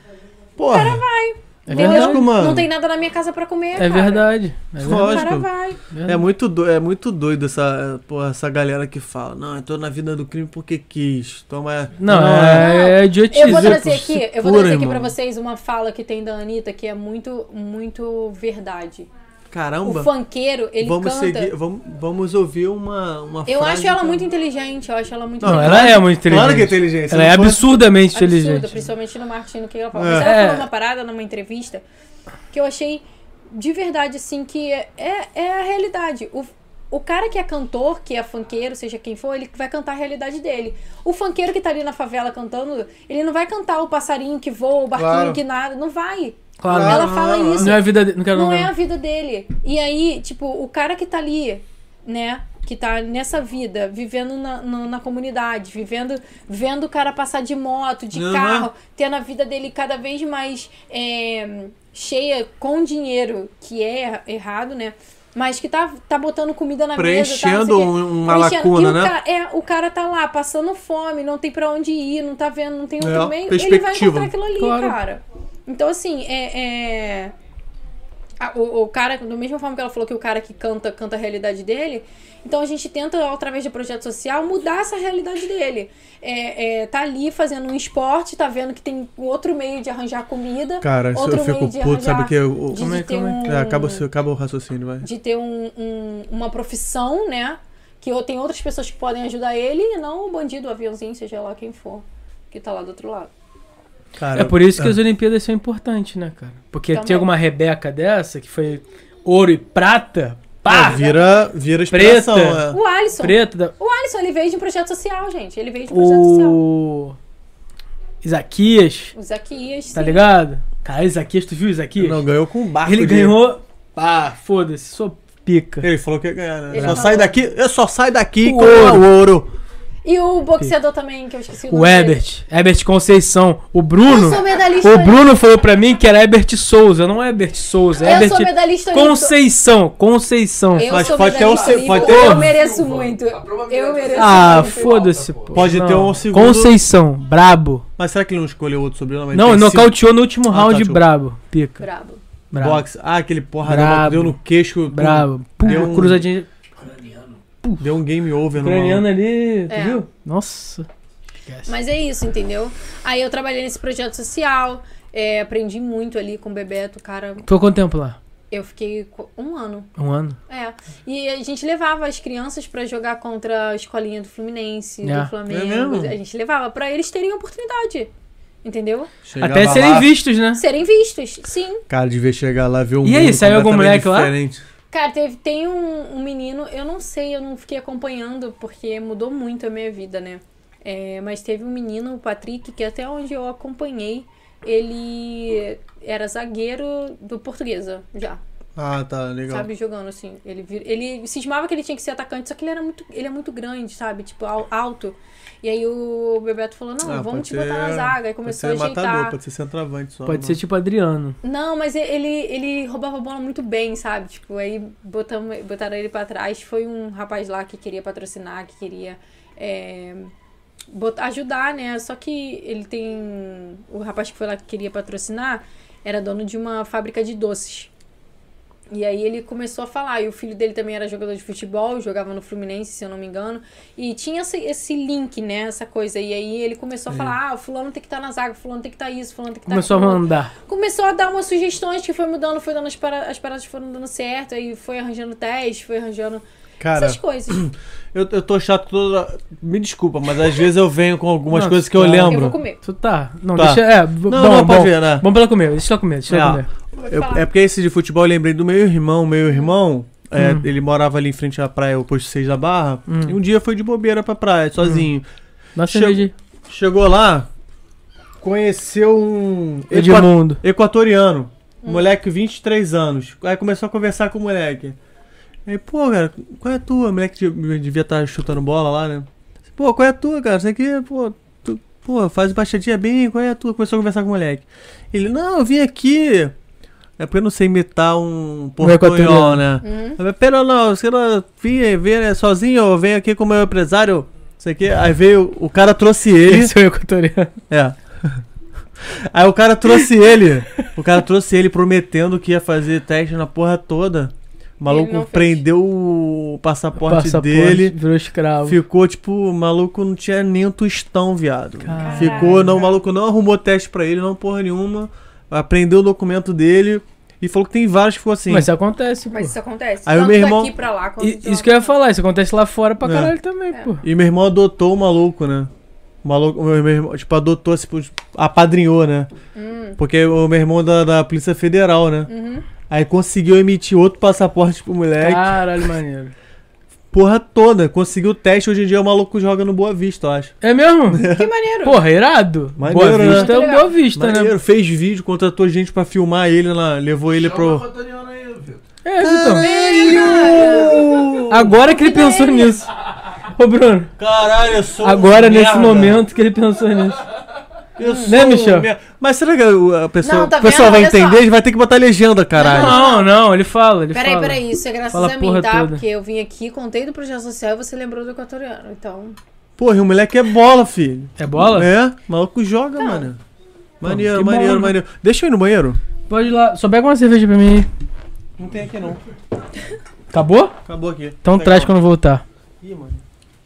Porra.
É
Entendeu?
verdade.
Lógico, mano.
Não tem nada na minha casa pra comer,
É
cara.
verdade. É verdade.
O cara
Lógico.
vai.
É muito, do, é muito doido essa, porra, essa galera que fala, não, eu tô na vida do crime porque quis. Toma.
Não, é, é idiotice.
Eu vou trazer
Exemplo,
aqui,
se
eu vou
cura,
trazer aqui pra
irmão.
vocês uma fala que tem da Anitta que é muito, muito verdade. O
Caramba.
funkeiro, ele
vamos
canta.
seguir, vamos, vamos ouvir uma, uma
Eu
frase
acho ela
então.
que-
muito inteligente, eu acho ela muito
Não,
inteligente.
ela é muito inteligente.
Claro que é inteligente.
Ela é
não pode-
absurdamente
Absurda,
inteligente.
principalmente no marketing, no que ela fala.
É.
Mas ela
É.
falou uma parada numa entrevista que eu achei de verdade, assim, que é, é, é a realidade. O, o cara que é cantor, que é funkeiro, seja quem for, ele vai cantar a realidade dele. O funkeiro que tá ali na favela cantando, ele não vai cantar o passarinho que voa, o barquinho
Claro.
que nada, não vai.
Claro.
ela
Claro,
fala
claro.
isso.
Não é a vida dele. Não quero
não
não.
é a vida dele. E aí, tipo, o cara que tá ali, né? Que tá nessa vida, vivendo na, na, na comunidade, vivendo, vendo o cara passar de moto, de
Uhum.
carro, tendo a vida dele cada vez mais é, cheia com dinheiro, que é errado, né? Mas que tá, tá botando comida na mesa. Tá,
Preenchendo
não sei o quê.
um- uma
Preenchendo.
lacuna,
E o
né?
ca- é, o cara tá lá passando fome, não tem pra onde ir, não tá vendo, não tem outro
É,
meio. Ele vai
perspectiva.
encontrar aquilo ali,
Claro.
cara. Então, assim, é. é- a- o, o cara, da mesma forma que ela falou que o cara que canta, canta a realidade dele, então a gente tenta, através do projeto social, mudar essa realidade dele. É, é, tá ali fazendo um esporte, tá vendo que tem um outro meio de arranjar comida.
Cara, isso
outro
eu fico
meio de
puto, sabe
arranjar-
o que? Eu-
de, de ter um,
É, acaba, o seu- acaba o raciocínio, vai.
de ter um- um- uma profissão, né? Que ou- tem outras pessoas que podem ajudar ele e não o bandido, o aviãozinho, seja lá quem for, que tá lá do outro lado.
Cara,
É por isso que
é.
as Olimpíadas são importantes, né, cara? Porque
Também.
tinha alguma Rebeca dessa, que foi ouro e prata, pá,
É, vira, vira
Preta.
expressão. É.
O Alisson.
preto. da-
O Alisson, ele veio de um projeto social, gente. Ele veio de um projeto social.
O Isaquias,
O Zaquias.
tá
sim.
ligado? Cara, Isaquias, tu viu o Isaquias?
Não, ganhou com um barco.
Ele
de-
ganhou, pá, foda-se, sou pica.
Ele falou que ia ganhar, né?
Ele
Só
falou.
sai daqui, eu só saio daqui
O
com o ouro.
E o boxeador também, que eu esqueci o nome.
O
dele.
Ebert, Ebert Conceição, o Bruno...
Eu sou medalhista.
O Bruno falou pra mim que era Ebert Souza, não é Ebert Souza, é
Eu sou
Ebert
medalhista olímpico.
Conceição, Conceição.
Eu
Mas
sou
pode ter um
medalhista
se- pode
olímpico.
ter
Eu
um-
mereço
Silva.
muito.
A probabilidade é
Eu
de-
mereço
Ah,
muito.
foda-se, pô.
Pode ter um segundo-
Conceição, brabo.
Mas será que ele não escolheu outro sobrenome? Ele
Não,
tem
nocauteou no último
Ah,
round,
nocauteou.
brabo. Pica.
Brabo.
cinco
Brabo.
boxe. Ah, aquele porra
Brabo.
deu no queixo.
Brabo. Pum,
Deu um-
cruzadinha.
Deu um game over no
Ucraniano ali, tu
É.
viu? Nossa. Esquece.
Mas é isso, entendeu? Aí eu trabalhei nesse projeto social, é, aprendi muito ali com o Bebeto, cara.
Ficou quanto tempo lá?
Eu fiquei co- um ano.
Um ano?
É. E a gente levava as crianças pra jogar contra a escolinha do Fluminense,
É.
do Flamengo.
É mesmo?
A gente levava pra eles terem oportunidade. Entendeu?
Chegava
Até serem
lá,
vistos, né?
Serem vistos, sim.
Cara, devia chegar lá ver um
E aí, saiu algum moleque lá?
lá?
Cara, teve, tem um, um menino, eu não sei, eu não fiquei acompanhando, porque mudou muito a minha vida, né? É, mas teve um menino, o Patrick, que até onde eu acompanhei, ele era zagueiro do Portuguesa, já,
Ah, tá, legal.
sabe, jogando assim. Ele, vir- ele cismava que ele tinha que ser atacante, só que ele era muito, ele é muito grande, sabe, tipo, al- alto. E aí o Bebeto falou, não,
Ah,
vamos
pode
te botar na
ser-
zaga. Aí
Pode
começou a
ser
ajeitar.
matador, pode ser centroavante só. né?
Pode ser tipo Adriano.
Não, mas e- ele, ele roubava a bola muito bem, sabe? Tipo, aí botamos, botaram ele pra trás. Foi um rapaz lá que queria patrocinar, que queria é, bot- ajudar, né? Só que ele tem. O rapaz que foi lá que queria patrocinar era dono de uma fábrica de doces. E aí ele começou a falar, e o filho dele também era jogador de futebol, jogava no Fluminense, se eu não me engano, e tinha esse, esse link, né, essa coisa, e aí ele começou a falar, ah, fulano tem que estar na zaga, fulano tem que estar isso, fulano tem que tá estar
É. Começou a mandar.
começou a dar umas sugestões que foi mudando, foi dando as, para... as paradas foram dando certo, aí foi arranjando teste, foi arranjando
Cara,
essas coisas.
eu, eu tô chato toda. Me desculpa, mas às vezes eu venho com algumas
Não,
coisas que eu
tá.
Eu
lembro.
vou comer.
Tu tá. Não,
Tá.
deixa. É, não, bom,
Não, não,
bom,
pode ver, né?
Vamos pra ela comer, deixa ela comer, deixa ela
É,
comer.
Eu- é porque esse de futebol eu lembrei do meu irmão. Meu irmão, é, ele morava ali em frente à praia, o posto 6 da Barra. E um dia foi de bobeira pra praia, sozinho.
Dá uma
Chegou-
cerveja.
Chegou lá, conheceu um
Edmundo.
equa- equatoriano. Moleque, 23 anos. Aí começou a conversar com o moleque. Aí, pô, cara, qual é a tua? O moleque de- devia estar chutando bola lá, né? Pô, qual é a tua, cara? Isso aqui, pô, tu- pô, faz baixadinha bem, qual é a tua? Começou a conversar com o moleque. Ele, não, eu vim aqui. É porque eu não sei imitar um portunhol,
equatoriano.
Hum.
né? Uhum. Pera, não, você não vim, vim né, sozinho, eu venho aqui com o meu empresário. Isso aqui, aí veio, o cara trouxe ele.
Esse é o equatoriano.
É. Aí o cara trouxe ele. O cara trouxe ele prometendo que ia fazer teste na porra toda. O
Ele não
maluco
fez.
prendeu o passaporte,
Passaporte,
dele.
Virou escravo.
Ficou tipo, o maluco não tinha nem um tostão, viado.
Caraca.
Ficou, não, o maluco não arrumou teste pra ele, não porra nenhuma. Aprendeu o documento dele e falou que tem vários que ficou assim.
Mas isso acontece, pô.
Mas isso acontece.
Aí o
Tanto
meu irmão-
daqui pra lá, quanto
I-
de lá
isso que eu
pra
ia falar, isso acontece lá fora pra
É.
caralho também, pô.
E meu irmão adotou o maluco, né? O maluco, o meu irmão, tipo, adotou, tipo, apadrinhou, né?
Uhum. Hum.
Porque o meu irmão é da, da Polícia Federal, né? Aí conseguiu emitir outro passaporte pro moleque.
Caralho, maneiro.
Porra toda. Conseguiu o teste. Hoje em dia o maluco joga no Boa Vista, eu acho.
É mesmo?
lá. Que maneiro.
Porra, irado.
Maneiro,
boa
né?
vista é
Muito
um boa
legal.
vista,
Maneiro.
né?
Fez vídeo, contratou gente pra filmar ele, lá, levou ele
Chama o
pro...
equatoriano aí, Vitor.
É, Vitão.
Caralho!
Agora que ele pensou nisso. Ô, Bruno,
Caralho, eu sou um
agora nesse
merda.
momento que ele pensou nisso.
Eu sou
Né,
um
Michel?
merda. Mas será que a pessoa,
Não, tá
o pessoal
vendo?
vai
Olha só.
entender? A gente vai ter que botar legenda, caralho.
Não, não, ele fala, ele
Peraí,
fala.
peraí, isso é graças
Fala
a
porra
mim, tá?
toda.
Porque eu vim aqui, contei do projeto social e você lembrou do equatoriano. Então,
Porra, e o moleque é bola, filho.
É bola?
É, o maluco joga, mano. Maneiro,
que
maneiro,
bom, né?
maneiro. Deixa eu ir no banheiro.
Pode ir lá, só pega uma cerveja pra mim. aí.
Não tem aqui não.
Acabou?
Acabou aqui.
Então
Tá
traz
aqui, ó.
quando voltar.
Ih, mano.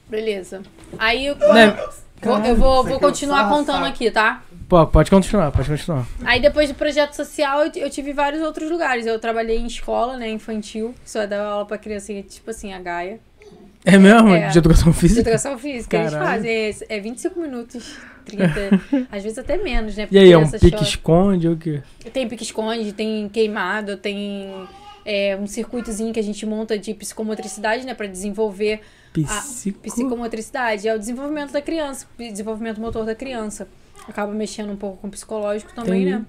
beleza. Aí eu
Ah.
Né?
vou, eu vou,
é um
vou continuar contando aqui, tá?
Pô, pode continuar, pode continuar.
Aí depois do projeto social, eu t- eu tive vários outros lugares. Eu trabalhei em escola, né, infantil. Só dava aula pra criancinha, tipo assim, a Gaia.
É mesmo?
É.
De educação física?
Educação física,
Caralho.
eles fazem. É, é 25 minutos, 30, às vezes até menos, né?
E aí, é um
Porque criança
pique-esconde ou o quê?
chora. Tem pique-esconde, tem queimado, tem é, um circuitozinho que a gente monta de psicomotricidade, né? Pra desenvolver Ah,
Psico...
psicomotricidade. É o desenvolvimento da criança, desenvolvimento motor da criança. Acaba mexendo um pouco com o psicológico também,
Entendi.
né?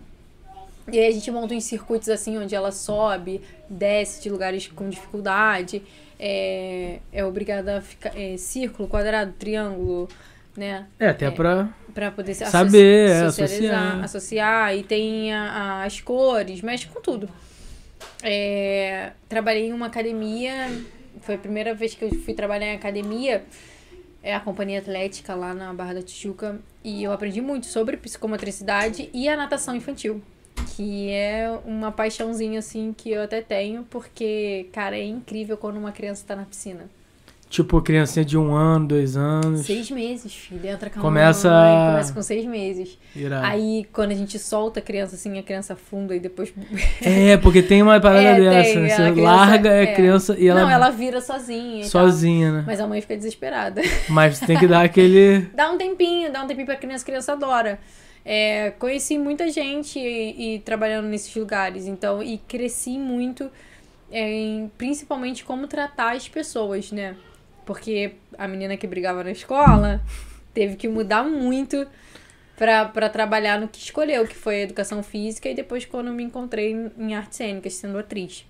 E aí a gente monta uns circuitos assim, onde ela sobe, desce de lugares com dificuldade, é, é obrigada a ficar. É, círculo, quadrado, triângulo, né?
É, até
É.
pra...
Pra poder se
Saber, é,
associ-
associar.
socializar, associar. E tem a- a- as cores, mexe com tudo. É, trabalhei em uma academia, foi a primeira vez que eu fui trabalhar em academia, é a companhia atlética lá na Barra da Tijuca, e eu aprendi muito sobre psicomotricidade e a natação infantil, que é uma paixãozinha assim que eu até tenho, porque, cara, é incrível quando uma criança tá na piscina.
Tipo, criancinha de um ano, dois anos.
Seis meses, filho. Entra com a
Começa-
mamãe, começa com seis meses.
Irado.
Aí, quando a gente solta a criança assim, a criança afunda e depois.
É, porque tem uma parada
É,
dessa.
tem,
né?
a
Você
criança-
larga a
é. então.
criança e ela,
Não, ela vira sozinha. e tal.
sozinha, né?
Mas a mãe fica desesperada.
Mas você tem que dar aquele.
dá um tempinho, dá um tempinho pra criança, a criança adora. É, conheci muita gente e, e trabalhando nesses lugares, então, e cresci muito é, em principalmente como tratar as pessoas, né? Porque a menina que brigava na escola teve que mudar muito pra, pra trabalhar no que escolheu, que foi a educação física, e depois quando eu me encontrei em, em artes cênicas, sendo atriz.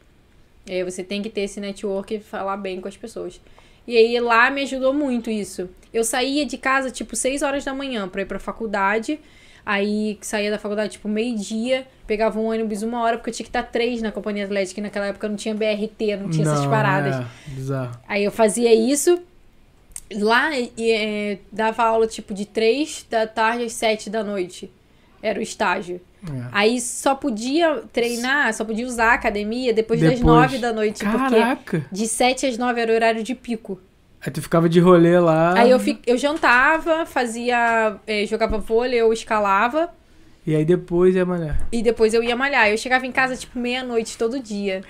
É, você tem que ter esse network e falar bem com as pessoas. E aí lá me ajudou muito isso. Eu saía de casa tipo 6 horas da manhã pra ir pra faculdade. Aí saía da faculdade tipo meio-dia, pegava um ônibus uma hora, porque eu tinha que estar três na companhia atlética, e naquela época não tinha BRT, não tinha essas
Não,
paradas.
É, bizarro.
Aí eu fazia isso. Lá e, é, dava aula tipo de 3 da tarde às 7 da noite. Era o estágio.
É.
Aí só podia treinar, só podia usar a academia depois, das
Depois.
9 da noite. Porque
Caraca!
de 7 às 9 era o horário de pico.
Aí tu ficava de rolê lá.
Aí eu, fi- eu jantava, fazia. eh, jogava vôlei, eu escalava.
E aí depois é mulher.
E depois eu ia malhar. Eu chegava em casa, tipo, meia-noite todo dia.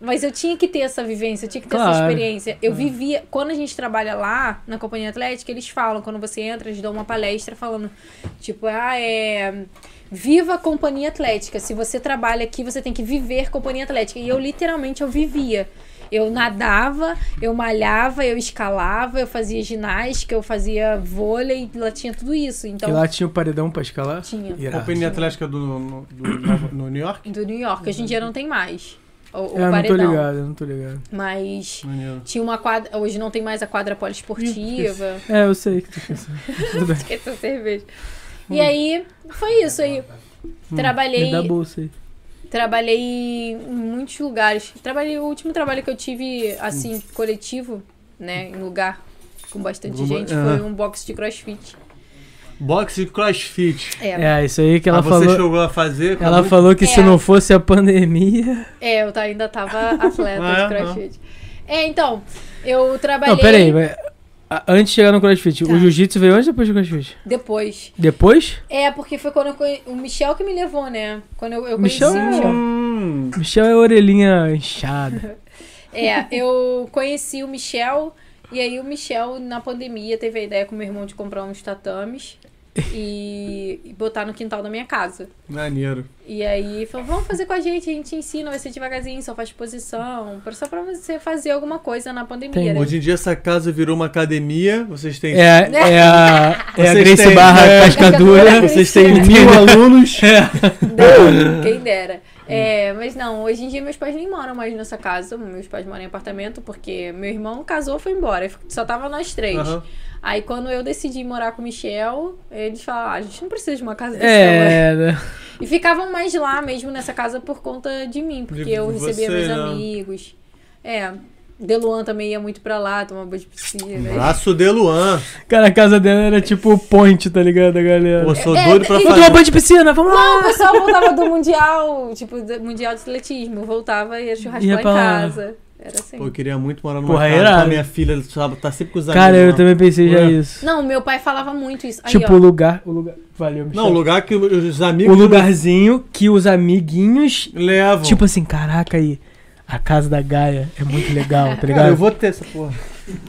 Mas eu tinha que ter essa vivência, eu tinha que ter essa
Claro.
experiência. Eu vivia. Quando a gente trabalha lá na Companhia Atlética, eles falam, quando você entra, eles dão uma palestra falando, tipo, ah, é. Viva a Companhia Atlética. Se você trabalha aqui, você tem que viver Companhia Atlética. E eu literalmente eu vivia. Eu nadava, eu malhava, eu escalava, eu fazia ginástica, eu fazia vôlei, lá tinha tudo isso. Então,
E lá tinha o paredão pra escalar?
Tinha.
Irado.
Companhia Atlética do, no, do- Nova- no New York?
Do New York. Hoje em dia não tem mais. O, o
É, eu não tô
paredão.
ligado, eu não tô ligado.
Mas
Maneiro.
tinha uma quadra. Hoje não tem mais a quadra poliesportiva.
É, eu sei que tu pensando. Tudo bem.
Esqueci a cerveja. E aí, foi isso aí. Trabalhei,
Hum. Me dá a bolsa aí.
trabalhei em muitos lugares. Trabalhei, o último trabalho que eu tive,
Hum.
assim, coletivo, né, em lugar com bastante
Vamos-
gente,
ah.
foi um box de crossfit.
Boxe e crossfit.
É,
É, isso aí que ela
Ah, você
falou.
chegou a fazer? acabou?
Ela falou que se
É.
não fosse a pandemia.
é, eu tá- ainda tava atleta
Ah,
de
é?
crossfit. É, então, eu trabalhei
Não, peraí. mas- a- Antes de chegar no CrossFit,
Tá.
o jiu-jitsu veio antes ou depois do CrossFit?
depois.
Depois?
É, porque foi quando eu conhe... o Michel que me levou, né? Quando eu, eu conheci
Michel
o
é-
Michel.
Hum,
Michel é a orelhinha inchada.
É, eu conheci o Michel e aí o Michel na pandemia teve a ideia com meu irmão de comprar uns tatames e, e botar no quintal da minha casa.
maneiro.
E aí falou, vamos fazer com a gente, a gente ensina, vai ser devagarzinho, só faz posição, pra- só pra você fazer alguma coisa na pandemia. né?
Hoje em dia essa casa virou uma academia. Vocês têm
É, é a, é a
Vocês
Grace
têm,
Barra
né?
Cascadura.
Vocês têm mil alunos.
Não, quem dera. É, mas não, hoje em dia meus pais nem moram mais nessa casa. Meus pais moram em apartamento porque meu irmão casou foi embora. e Só tava nós três.
Aham.
Aí quando eu decidi morar com o Michel, eles falaram: ah, a gente não precisa de uma casa desse tamanho."
É, né?
E ficavam mais lá mesmo nessa casa por conta de mim, porque
De
eu recebia
você,
meus
né?
amigos. É. Deluan também ia muito pra lá, tomar banho de piscina. né?
Braço de Luan.
cara, a casa dela era tipo o point, tá ligado, a galera?
Pô, sou
É,
doido pra
e-
Vamos tomar
fazer.
banho de piscina, vamos
O
lá!
pessoal voltava do Mundial, tipo, do Mundial de Atletismo. Voltava e ia churrasco
Ia
lá em
pra lá.
casa. Era assim.
Pô, eu queria muito morar numa
Porra,
casa com a
irado.
minha filha, sabe? Tá sempre com os
Cara,
amigos
eu
lá.
também pensei já
Ué.
isso.
Não, meu pai falava muito isso. Aí,
tipo, o
ó.
lugar. O lugar. Valeu, Michel.
Não, o lugar que os
O
amigos
lugarzinho que os amiguinhos.
levam.
Tipo assim, caraca aí. A casa da Gaia é muito legal, tá
Cara, eu
ligado?
vou ter essa porra.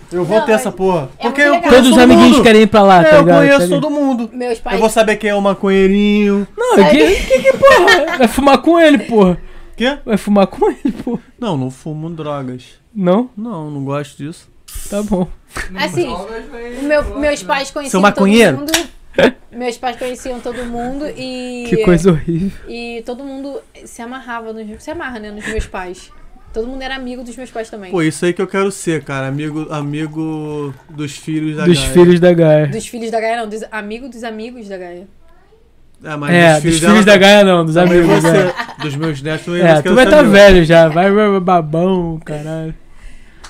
Eu vou
Não,
ter essa
mas
porra.
é
Porque
muito
eu
legal.
conheço
Todos os
todo
amiguinhos
mundo.
querem ir pra lá,
É,
tá
eu
ligado? Tá
conheço
ligado?
todo mundo.
Meus
Eu
pais.
vou saber quem é o maconheirinho.
Não, que, que, que porra? Vai fumar com ele, porra.
Quê?
Vai fumar com ele, porra.
Não, não fumo drogas.
Não?
Não, não gosto disso.
Tá bom.
Assim, o
né?
meu, meus pais conheciam
maconheiro?
todo mundo. Meus pais conheciam todo mundo e. é.
Que coisa horrível.
E todo mundo se amarrava nos. Se amarra, né? Nos meus pais. Todo mundo era amigo dos meus pais também.
Pô, isso aí que eu quero ser, cara. Amigo, amigo dos filhos da
Dos
Gaia.
filhos da Gaia.
Dos filhos da Gaia, não. Dos amigos dos amigos da Gaia.
É, mas
É, dos filhos, da
dela- tá.
Gaia não, dos amigos da
Mas
Gaia.
você- Dos meus netos, eu
É,
quero
tu vai
ser
estar
meu.
velho já, vai vai, vai, babão, caralho.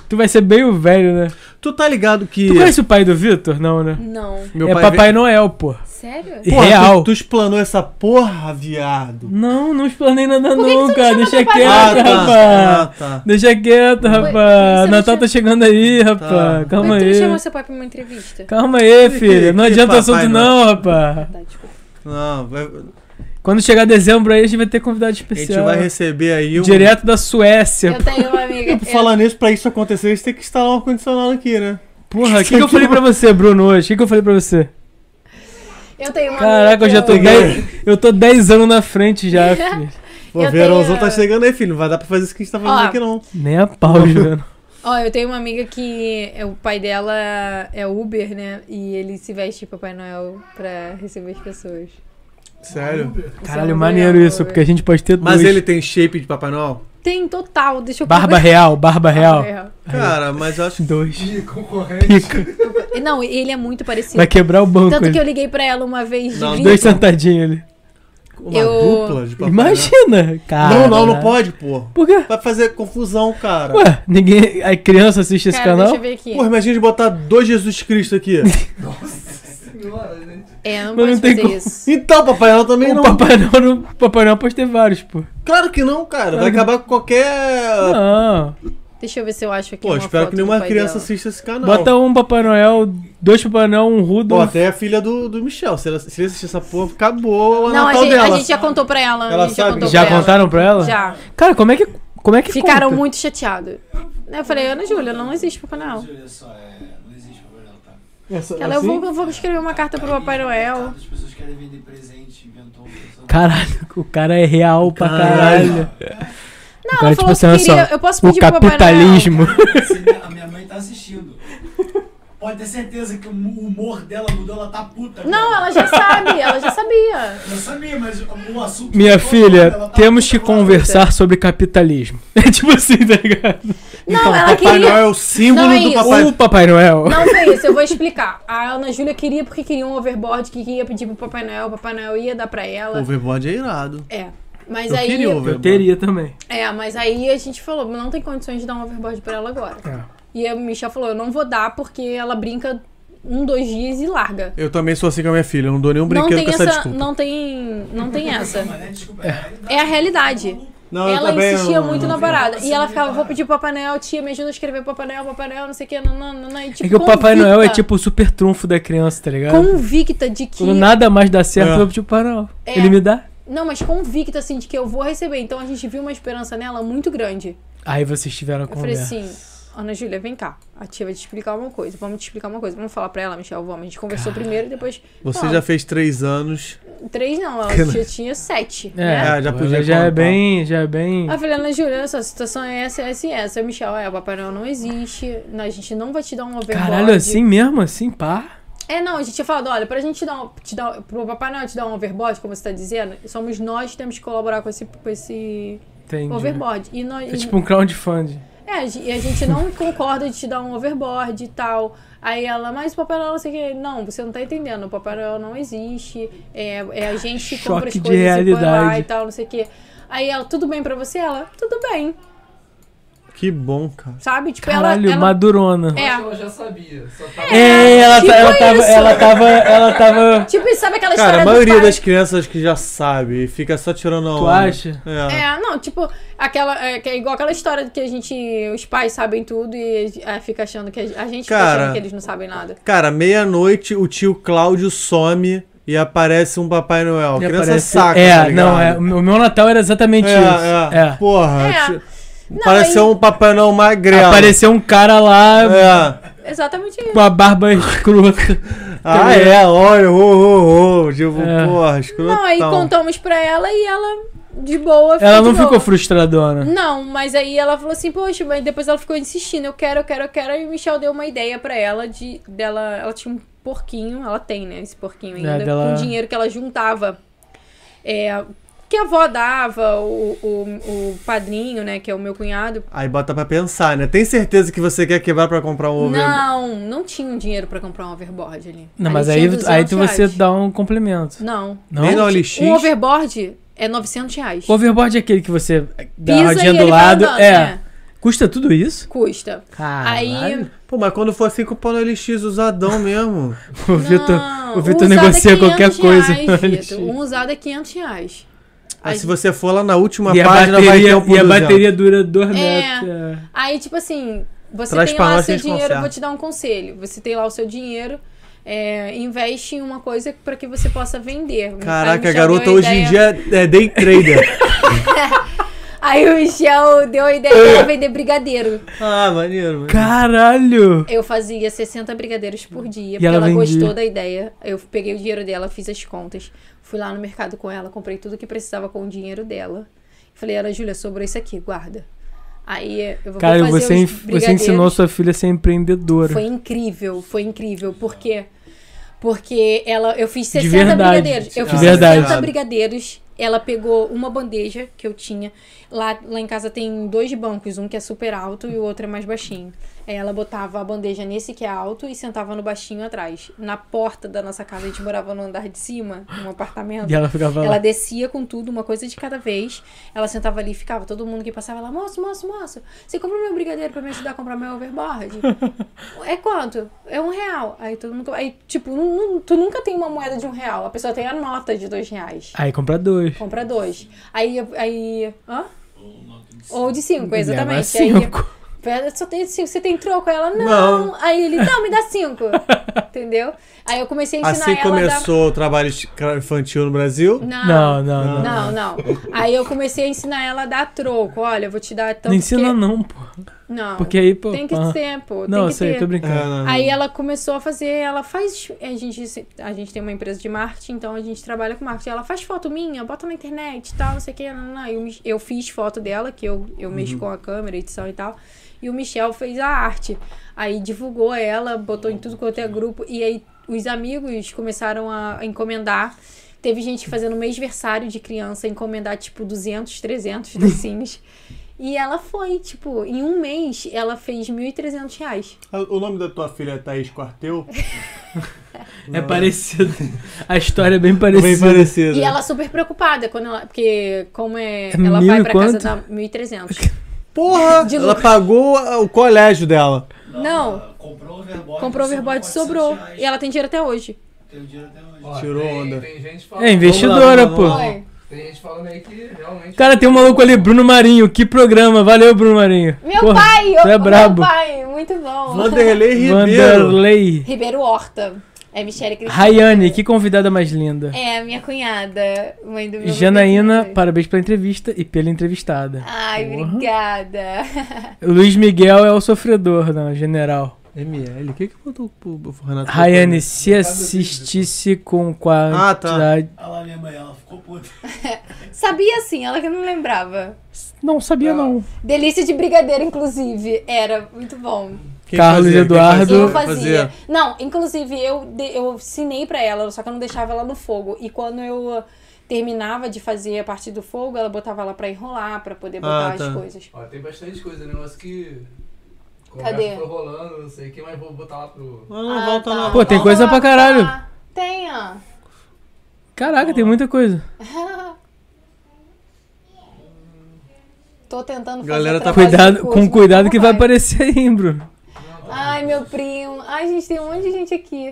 Tu vai ser bem o velho, né?
Tu tá ligado que.
Tu conhece o pai do Vitor? Não, né?
Não.
Meu
é
pai
Papai
vem-
Noel, pô.
Sério?
E-
Porra, tu-
Real.
Tu, explanou essa porra, viado.
Não, não explanei nada
Por que que
não,
você não
cara.
chama
Deixa
teu pai?
quieto,
Ah, tá. Ah,
rapaz.
tá.
Deixa quieto,
você
rapaz.
não
Natal
chama-
tá chegando aí, rapaz.
Tá.
Calma
Mas tu
aí.
não chamou seu pai pra uma entrevista?
Calma aí,
Que-
filho. Não
que
adianta
Papai
assunto não, rapaz.
Tá, desculpa.
Não, vai- a
Quando chegar dezembro aí, a gente vai ter convidado
gente
especial.
vai receber aí um.
é Direto da Suécia.
Eu tenho um uma amiga.
Por falar nisso, pra isso acontecer, a gente tem que instalar um ar-condicionado aqui, né?
Porra, o que, que eu falei pra você, Bruno, hoje? O que, que eu falei pra você?
Eu, eu tenho uma
Caraca, eu já
amiga que
tô 10. Eu tô 10 anos na frente já, filho.
Pô,
Eu
verãozão
tenho-
tá chegando aí, filho. Não vai dar pra fazer isso que a gente tá fazendo
Ó.
aqui, não.
Nem a pau, Juliano.
Ó, eu tenho uma amiga que é- o pai dela é Uber, né? E ele se veste de Papai Noel pra receber as pessoas.
Sério.
Isso é
Caralho,
muito
maneiro
legal,
isso,
Uber.
porque a gente pode ter dois.
Mas ele tem shape de Papai Noel?
Tem total, deixa eu
Barba
procurar.
real, barba real.
Cara, mas eu acho que.
Dois.
Ih, concorrente.
Pica.
Não, ele é muito parecido.
Vai quebrar o banco.
Tanto
ele.
que eu liguei pra ela uma vez de
Não,
vídeo.
Dois sentadinhos ali.
Uma
Eu-
dupla de Papai Noel.
Imagina, cara.
Não, não, não pode, pô.
Por quê?
Vai fazer confusão, cara.
Ué, ninguém. A criança assiste esse
Cara,
canal?
deixa eu ver aqui.
Porra, imagina de botar dois Jesus Cristo aqui.
Senhora, gente.
É, não
Mas
pode
não tem
fazer
como.
isso.
Então, Papai Noel também
O
não.
Papai Noel, não- Papai Noel pode ter vários, pô.
Claro que não, cara.
Claro
Vai
que-
acabar com qualquer. Ah.
Não.
Deixa eu ver se eu acho aqui.
Pô,
uma
espero
foto
que
do
nenhuma
pai
criança
dela.
assista esse canal.
Bota um Papai Noel, dois Papai Noel, um Rudo.
Pô, até a filha do, do Michel. Se, ela, se ele assistir essa porra, acabou o
Não, a
Natal
gente,
dela.
a gente já contou pra ela.
Ela
a gente já
sabe?
contou
Já
pra
contaram pra ela?
ela. Já.
Cara, como é que. Como é que
Ficaram
conta?
muito chateados. Eu falei, Ana Júlia, não existe Papai Noel.
Olha só, é, não existe Papai Noel, tá?
Essa-
Ela, é eu
assim?
vou, eu vou escrever uma carta pro Papai Noel.
As pessoas querem vender presente, inventou um personagem.
Caralho, o cara é real pra
Caralho.
caralho.
Não,
cara,
ela
tipo
falou
assim,
que
olha
queria.
só,
Eu posso
O
pedir pro Papai Noel.
capitalismo.
Se minha- A minha mãe tá assistindo. Pode ter certeza que o mu- o humor dela mudou, ela tá puta.
Não,
cara.
ela já sabe, ela já sabia.
Eu sabia, mas o assunto.
Minha
mudou,
filha,
ela tá
temos que
puta agora.
conversar sobre capitalismo. É tipo assim, tá ligado?
Não,
Então,
ela
Papai Noel
queria.
é o símbolo
Não, é
do
isso.
Papai
O Papai Noel.
Não foi isso, eu vou explicar. A Ana Júlia queria porque queria um overboard que ia pedir pro Papai Noel, o Papai Noel ia dar pra ela.
Overboard é irado.
É. Mas
Eu
aí.
queria um over-
Eu teria também.
É, mas aí a gente falou, não tem condições de dar um overboard pra ela agora.
É.
E a Michelle falou, eu não vou dar porque ela brinca um, dois dias e larga.
Eu também sou assim com a minha filha. Eu não dou nenhum
Não
brinquedo
tem
com essa,
essa,
desculpa.
não tem, não tem essa.
Mas, né, desculpa, é a realidade.
É a realidade.
Não, eu
ela
também
insistia
não-
muito
não-
na parada.
Você
E ela
assim,
não
ficava,
para.
vou pedir pro Papai Noel, tia, me ajuda a escrever Papai Noel, Papai Noel, não sei o que, nananana. E, tipo,
É que o Papai
convicta-
Noel é tipo o super trunfo da criança, tá ligado?
Convicta de que.
Quando nada mais dá certo,
É.
eu vou pedir o Papai Noel.
É.
Ele me dá?
Não, mas convicta, assim, de que eu vou receber. Então a gente viu uma esperança nela muito grande.
Aí vocês tiveram a
Eu falei
conversa.
assim, Ana Júlia, vem cá. A tia vai te explicar uma coisa. Vamos te explicar uma coisa. Vamos falar pra ela, Michel, vamos. A gente conversou primeiro e depois.
Você
Não,
já fez três anos.
Três não, ela
Cara.
já tinha sete.
É,
Né?
É, já
já
podia
já é
contar.
bem, já é bem.
Aí eu falei, Ana Júlia, olha só, a situação é essa, essa e essa. Aí, Michel, é, o Papai Noel não existe. não, A gente não vai te dar um overboard.
Caralho, assim mesmo, assim, pá.
É, não, a gente tinha falado, olha, pra gente te dar, um, te dar pro Papai Noel te dar um overboard, como você tá dizendo, somos nós que temos que colaborar com esse, com esse
Entendi.
overboard. E nós,
É tipo um crowdfunding.
É, e a gente não concorda de te dar um overboard e tal. Aí ela, mas o Papai Noel não sei o que. Não, você não tá entendendo. O Papai Noel não existe. É, é a gente que compra as
Choque de
coisas e põe lá
realidade.
e tal, não sei o que. Aí ela, tudo bem pra você? Ela, tudo bem.
Que bom, cara.
Sabe? Tipo,
Caralho,
ela. ela
madurona.
É.
Ela já sabia. Só tava.
É, ela,
tipo
tá- ela tava,
isso.
ela tava. Ela tava.
Tipo, e sabe aquela
Cara,
história
a
do
maioria
pai?
das crianças que já sabe e fica só tirando a
Tu
onda.
acha?
É.
É, não, tipo, aquela. É, que é igual aquela história que a gente. Os pais sabem tudo e é, fica achando que. A, a gente
Cara.
fica achando que eles não sabem nada.
Cara, meia-noite o tio Cláudio some e aparece um Papai Noel. A
E
criança
aparece-
saca,
É,
tá ligado?
não, é. O meu Natal era exatamente isso.
É, é.
É.
Porra.
É.
tio-
Não,
Pareceu
aí-
um Papai Noel magrelo.
Apareceu um cara lá
É.
Exatamente isso.
com a barba escrota.
Ah, é, olha, ô, ô, ô. Tipo,
É.
porra, escrotão.
Não, aí contamos pra ela e ela, de boa, ficou
então. Ela
de
não
boa.
ficou frustradona.
Não, mas aí ela falou assim, poxa, mas depois ela ficou insistindo, eu quero, eu quero, eu quero. E o Michel deu uma ideia pra ela de dela. Ela tinha um porquinho, ela tem, né? Esse porquinho ainda,
É, dela-
com dinheiro que ela juntava. É, que a avó dava, o, o, o padrinho, né? Que é o meu cunhado.
Aí bota pra pensar, né? Tem certeza que você quer quebrar pra comprar um over?
Não, não tinha um dinheiro pra comprar um overboard ali.
Não,
Ali
mas
tinha
aí,
200
aí tu você
reais.
dá um complemento.
Não.
Não?
Nem na OLX.
Um overboard é 900 reais.
O overboard é aquele que você dá a
Pisa e
rodinha
ele
do
vai
lado.
andando,
é.
né?
Custa tudo isso?
Custa.
Caralho.
Aí.
Pô, mas quando for 5 pau no LX, usadão mesmo.
o Vitor,
Não,
o
um
Vitor
usado é
negocia
500
qualquer coisa. no
Reais,
LX.
Vitor. Um usado é 500 reais.
Aí
Ai.
se você for lá na última
E a,
página, vai ter
bateria,
um por
e a
200.
bateria dura dois
É.
metros. é.
Aí, tipo assim, você
Traz
tem
pra
lá
nós que
seu
a gente
dinheiro, eu vou
conserta.
te dar um conselho. Você tem lá o seu dinheiro, é, investe em uma coisa pra que você possa vender. Aí o
Caraca, a
Michel
garota
deu a
hoje em
ideia-
dia é day trader.
Aí o Michel deu a ideia
É.
de vender brigadeiro.
ah, maneiro, maneiro.
Caralho!
Eu fazia 60 brigadeiros por
E
dia, porque
ela
ela,
vendia.
gostou da ideia. Eu peguei o dinheiro dela, fiz as contas, fui lá no mercado com ela, comprei tudo que precisava com o dinheiro dela. Falei, Ana Júlia, sobrou isso aqui, guarda. Aí eu vou
Cara,
fazer
você,
os
en- você ensinou
brigadeiros.
sua filha a ser empreendedora.
Foi incrível, foi incrível. Por quê? Porque ela, eu fiz 60
verdade.
brigadeiros. Eu
De
fiz
verdade.
60 brigadeiros. Ela pegou uma bandeja que eu tinha. Lá, lá em casa tem dois bancos, um que é super alto e o outro é mais baixinho. Aí ela botava a bandeja nesse que é alto e sentava no baixinho atrás. Na porta da nossa casa, a gente morava no andar de cima, num apartamento.
E ela ficava
Ela
lá.
descia com tudo, uma coisa de cada vez. Ela sentava ali e ficava, todo mundo que passava lá, moço, moço, moço, você comprou meu brigadeiro pra me ajudar a comprar meu overboard? é quanto? É um real. Aí todo mundo. Aí, tipo, nu- nu- tu nunca tem uma moeda de um real. A pessoa tem a nota de dois reais.
Aí compra dois.
Compra dois. Aí. aí hã? Ou de cinco,
Leva
exatamente.
é cinco.
Aí, "Pera, só tem cinco. Você tem troco? Aí Ela, não.
Não.
Aí ele, não, me dá cinco. Entendeu? Aí eu comecei a Uhum. ensinar
Assim
ela. a dar-
começou o trabalho infantil no Brasil.
Não, não, não.
não, não. Aí eu comecei a ensinar ela a dar troco. Olha, eu vou te dar tanto.
Não ensina
porque...
não, pô.
não.
Porque aí, pô.
Tem que
ah.
ser, pô.
Não,
tem
eu
que
sei,
ter.
tô brincando.
Ah,
Aí ela começou a fazer, ela faz. A gente, a gente tem uma empresa de marketing, então a gente trabalha com marketing. Ela faz foto minha, bota na internet e tal, não sei o que. Eu, me- eu fiz foto dela, que eu, eu mexo com a câmera, edição e tal. E o Michel fez a arte. Aí divulgou ela, botou em tudo quanto é grupo. E aí os amigos começaram a encomendar. Teve gente fazendo mêsversário de criança, encomendar tipo 200, 300 docinhos. E ela foi, tipo, em um mês ela fez 1.300 reais.
O nome da tua filha é Thaís Quartel?
É parecido. A história é bem
Bem
parecida.
parecida.
E ela super preocupada quando ela. Porque, como né? é.
É
Ela
mil e
vai pra
quanto?
casa da 1.300.
Porra!
De
ela
Lu-
pagou ah, o colégio dela.
Não,
Comprou o overboard.
comprou o overboard sobrou. E ela tem dinheiro até hoje.
Tem o dinheiro até hoje.
Ó,
Tirou
tem,
onda.
Tem gente falando.
É investidora,
Vamos lá,
pô.
vamos lá, vamos
Foi.
Tem gente falando aí que realmente.
Cara, tem um maluco ali, Bruno Marinho. Que programa. Valeu, Bruno Marinho.
Meu
Porra,
pai!
tu
eu-
é brabo.
Meu pai, muito bom.
Vanderlei Ribeiro.
Vanderlei.
Ribeiro Horta. É Michele Cristina.
Rayane, que convidada mais linda.
É, a minha cunhada. Mãe do meu
Janaína,
bebezinho.
parabéns pela entrevista e pela entrevistada.
Ai,
Porra.
obrigada.
Luiz Miguel é o sofredor, não, general.
ML, o que que botou pro pro Renato?
Rayane, se assistisse com quantidade.
Olha lá minha mãe, ela ficou puta.
Sabia sim, ela que não lembrava.
Não sabia, não.
Delícia de brigadeiro, inclusive. Era muito bom.
Quem
Carlos
fazia? Quem
Eduardo.
Eu
Adoro
fazia. Não, inclusive eu, de- eu ensinei pra ela, só que eu não deixava ela no fogo. E quando eu ah, terminava de fazer a parte do fogo, ela botava ela pra enrolar, pra poder botar
Ah, tá.
as coisas.
Ó, tem bastante coisa, né? negócio que.
Cadê?
Conversa foi rolando, não sei o que, mas vou botar lá pro.
Ah, não, volta
tá.
lá.
Pô, tem
Vamos
coisa
lá
pra caralho.
Tem, ó.
Caraca, tem muita coisa.
Tá Tô tentando fazer
Galera tá
trabalho de
Cuidado,
curso,
com
mas
cuidado
não
que vai aparecer aí, hein, Bruno.
Ai, meu primo. Ai, gente, tem um monte de gente aqui.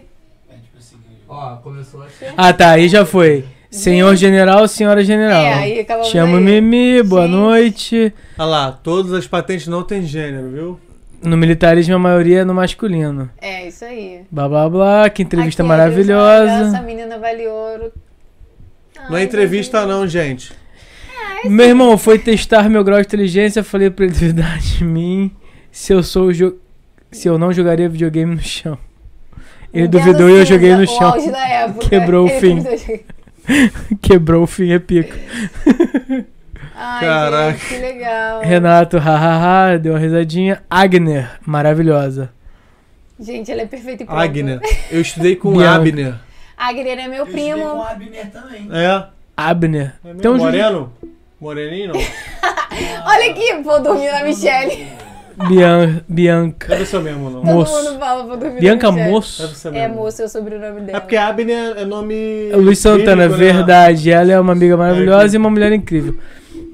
É, tipo assim,
Ó, começou a.
Ah, tá, aí já foi. Senhor general, senhora general.
É, aí acabamos
Chama
aí.
Mimi, boa
Gente.
noite.
Olha lá, todas as patentes não têm gênero, viu?
No militarismo, a maioria é no masculino.
É, isso aí.
Blá blá blá, que entrevista
Aqui, Essa
maravilhosa.
menina vale ouro. Ai,
Não é entrevista não, gente.
Meu irmão foi testar meu grau de inteligência, falei pra ele duvidar de mim se eu sou o jo... se eu não jogaria videogame no chão. Ele
Entendo né?
duvidou e eu
cinza,
joguei no
o
chão.
auge da época.
Quebrou o
Ele
fim.
começou a jogar.
Quebrou o fim, é pico.
Ai,
Caraca.
gente, que legal.
Renato, hahaha, deu uma risadinha. Agner, maravilhosa.
Gente, ela é perfeita e pronta.
Agner. Eu estudei com
Bianca.
Abner.
Agner é meu
Eu estudei com
primo.
o Abner também.
É?
Abner.
é
Tem um juiz-
Moreno? Moreninho?
Olha aqui, vou dormir na Michelle.
Bian... Bianca.
Deve ser mesmo, não.
Mo- Moço.
Todo mundo fala, vou dormir
Bianca
na Michelle.
Deve
Moço.
ser
É
mesmo.
moço, é o sobrenome dela.
É porque Abner é nome.
Luiz Santana,
bíblico, né?
verdade. Ela é uma amiga maravilhosa
É, que-
e uma mulher incrível.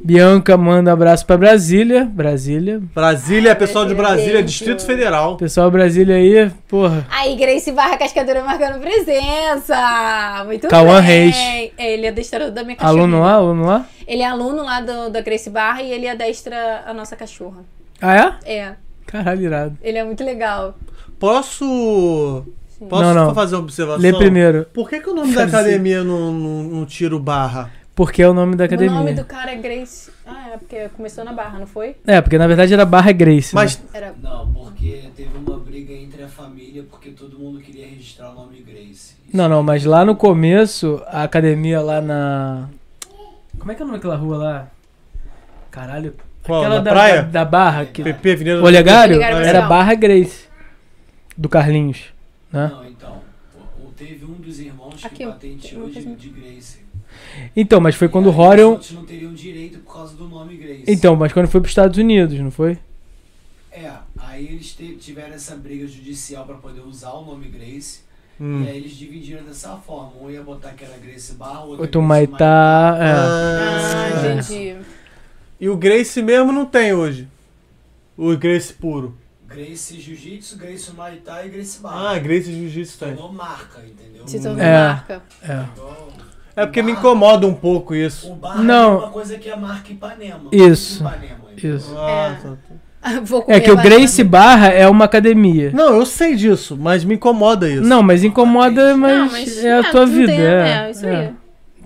Bianca manda um abraço pra Brasília. Brasília.
Brasília, pessoal
É,
de
Meu
Brasília,
Deus.
Distrito Federal.
Pessoal Brasília aí, porra.
Aí, Grace Barra Cascadura marcando presença. Muito
Cauã
bem.
Reis.
É, ele é adestrador da minha cachorra.
Aluno lá, aluno lá.
Ele é aluno lá do, da Grace Barra e ele adestra a nossa cachorra.
Ah, é?
É,
Caralho, irado.
ele é muito legal.
Posso. Posso
Não, não.
fazer uma observação?
Lê primeiro,
Por que, que o nome da
Fazer.
academia não, não, não tira o barra?
porque é o nome da academia.
O nome do cara é Grace. Ah, é, porque começou na Barra, não foi?
É, porque na verdade era Barra Grace.
Mas
né?
Era.
Não, porque teve uma briga entre a família porque todo mundo queria registrar o nome Grace.
Não, não, mas lá no começo, a academia lá na. Como é que é o nome daquela rua lá? Caralho.
Qual?
Aquela
Na
da,
praia?
da, da Barra. Que...
PP, Avenida
O Olegário
Olegário
era
Marcial.
Barra Grace. Do Carlinhos. Né?
Não, então. o- o- Teve um dos irmãos
Aqui,
que
ó.
patenteou
um-
de, de Grace.
Então, mas foi quando
E
o
aí Os
Horion.
outros não teriam direito por causa do nome Grace.
Então, mas quando foi pros Estados Unidos, não foi?
É, aí eles te- tiveram essa briga judicial pra poder usar o nome Grace.
Hum.
E aí eles dividiram dessa forma. Um ia botar que era Grace Barra, o outro
Outro
Grace
Maitá. É.
Ah,
Ah,
entendi.
E o Grace mesmo não tem hoje. O Grace puro.
Grace Jiu-Jitsu, Grace Maitá e Grace
Ah,
Barra.
Grace Jiu-Jitsu tem.
Tornou marca, entendeu? Então,
Se tornou
É.
marca.
é.
É porque me incomoda um pouco isso.
O Barra
Não.
é uma coisa que é marca Ipanema.
Isso.
Ipanema, entendeu?
Isso.
Ah,
É.
tá.
Vou comer
É que o
banana.
Grace Barra é uma academia.
Não, eu sei disso, mas me incomoda isso.
Não, mas incomoda, mas,
Não, mas
é a tua
tu
vida.
Tem,
é,
é, isso
é.
aí.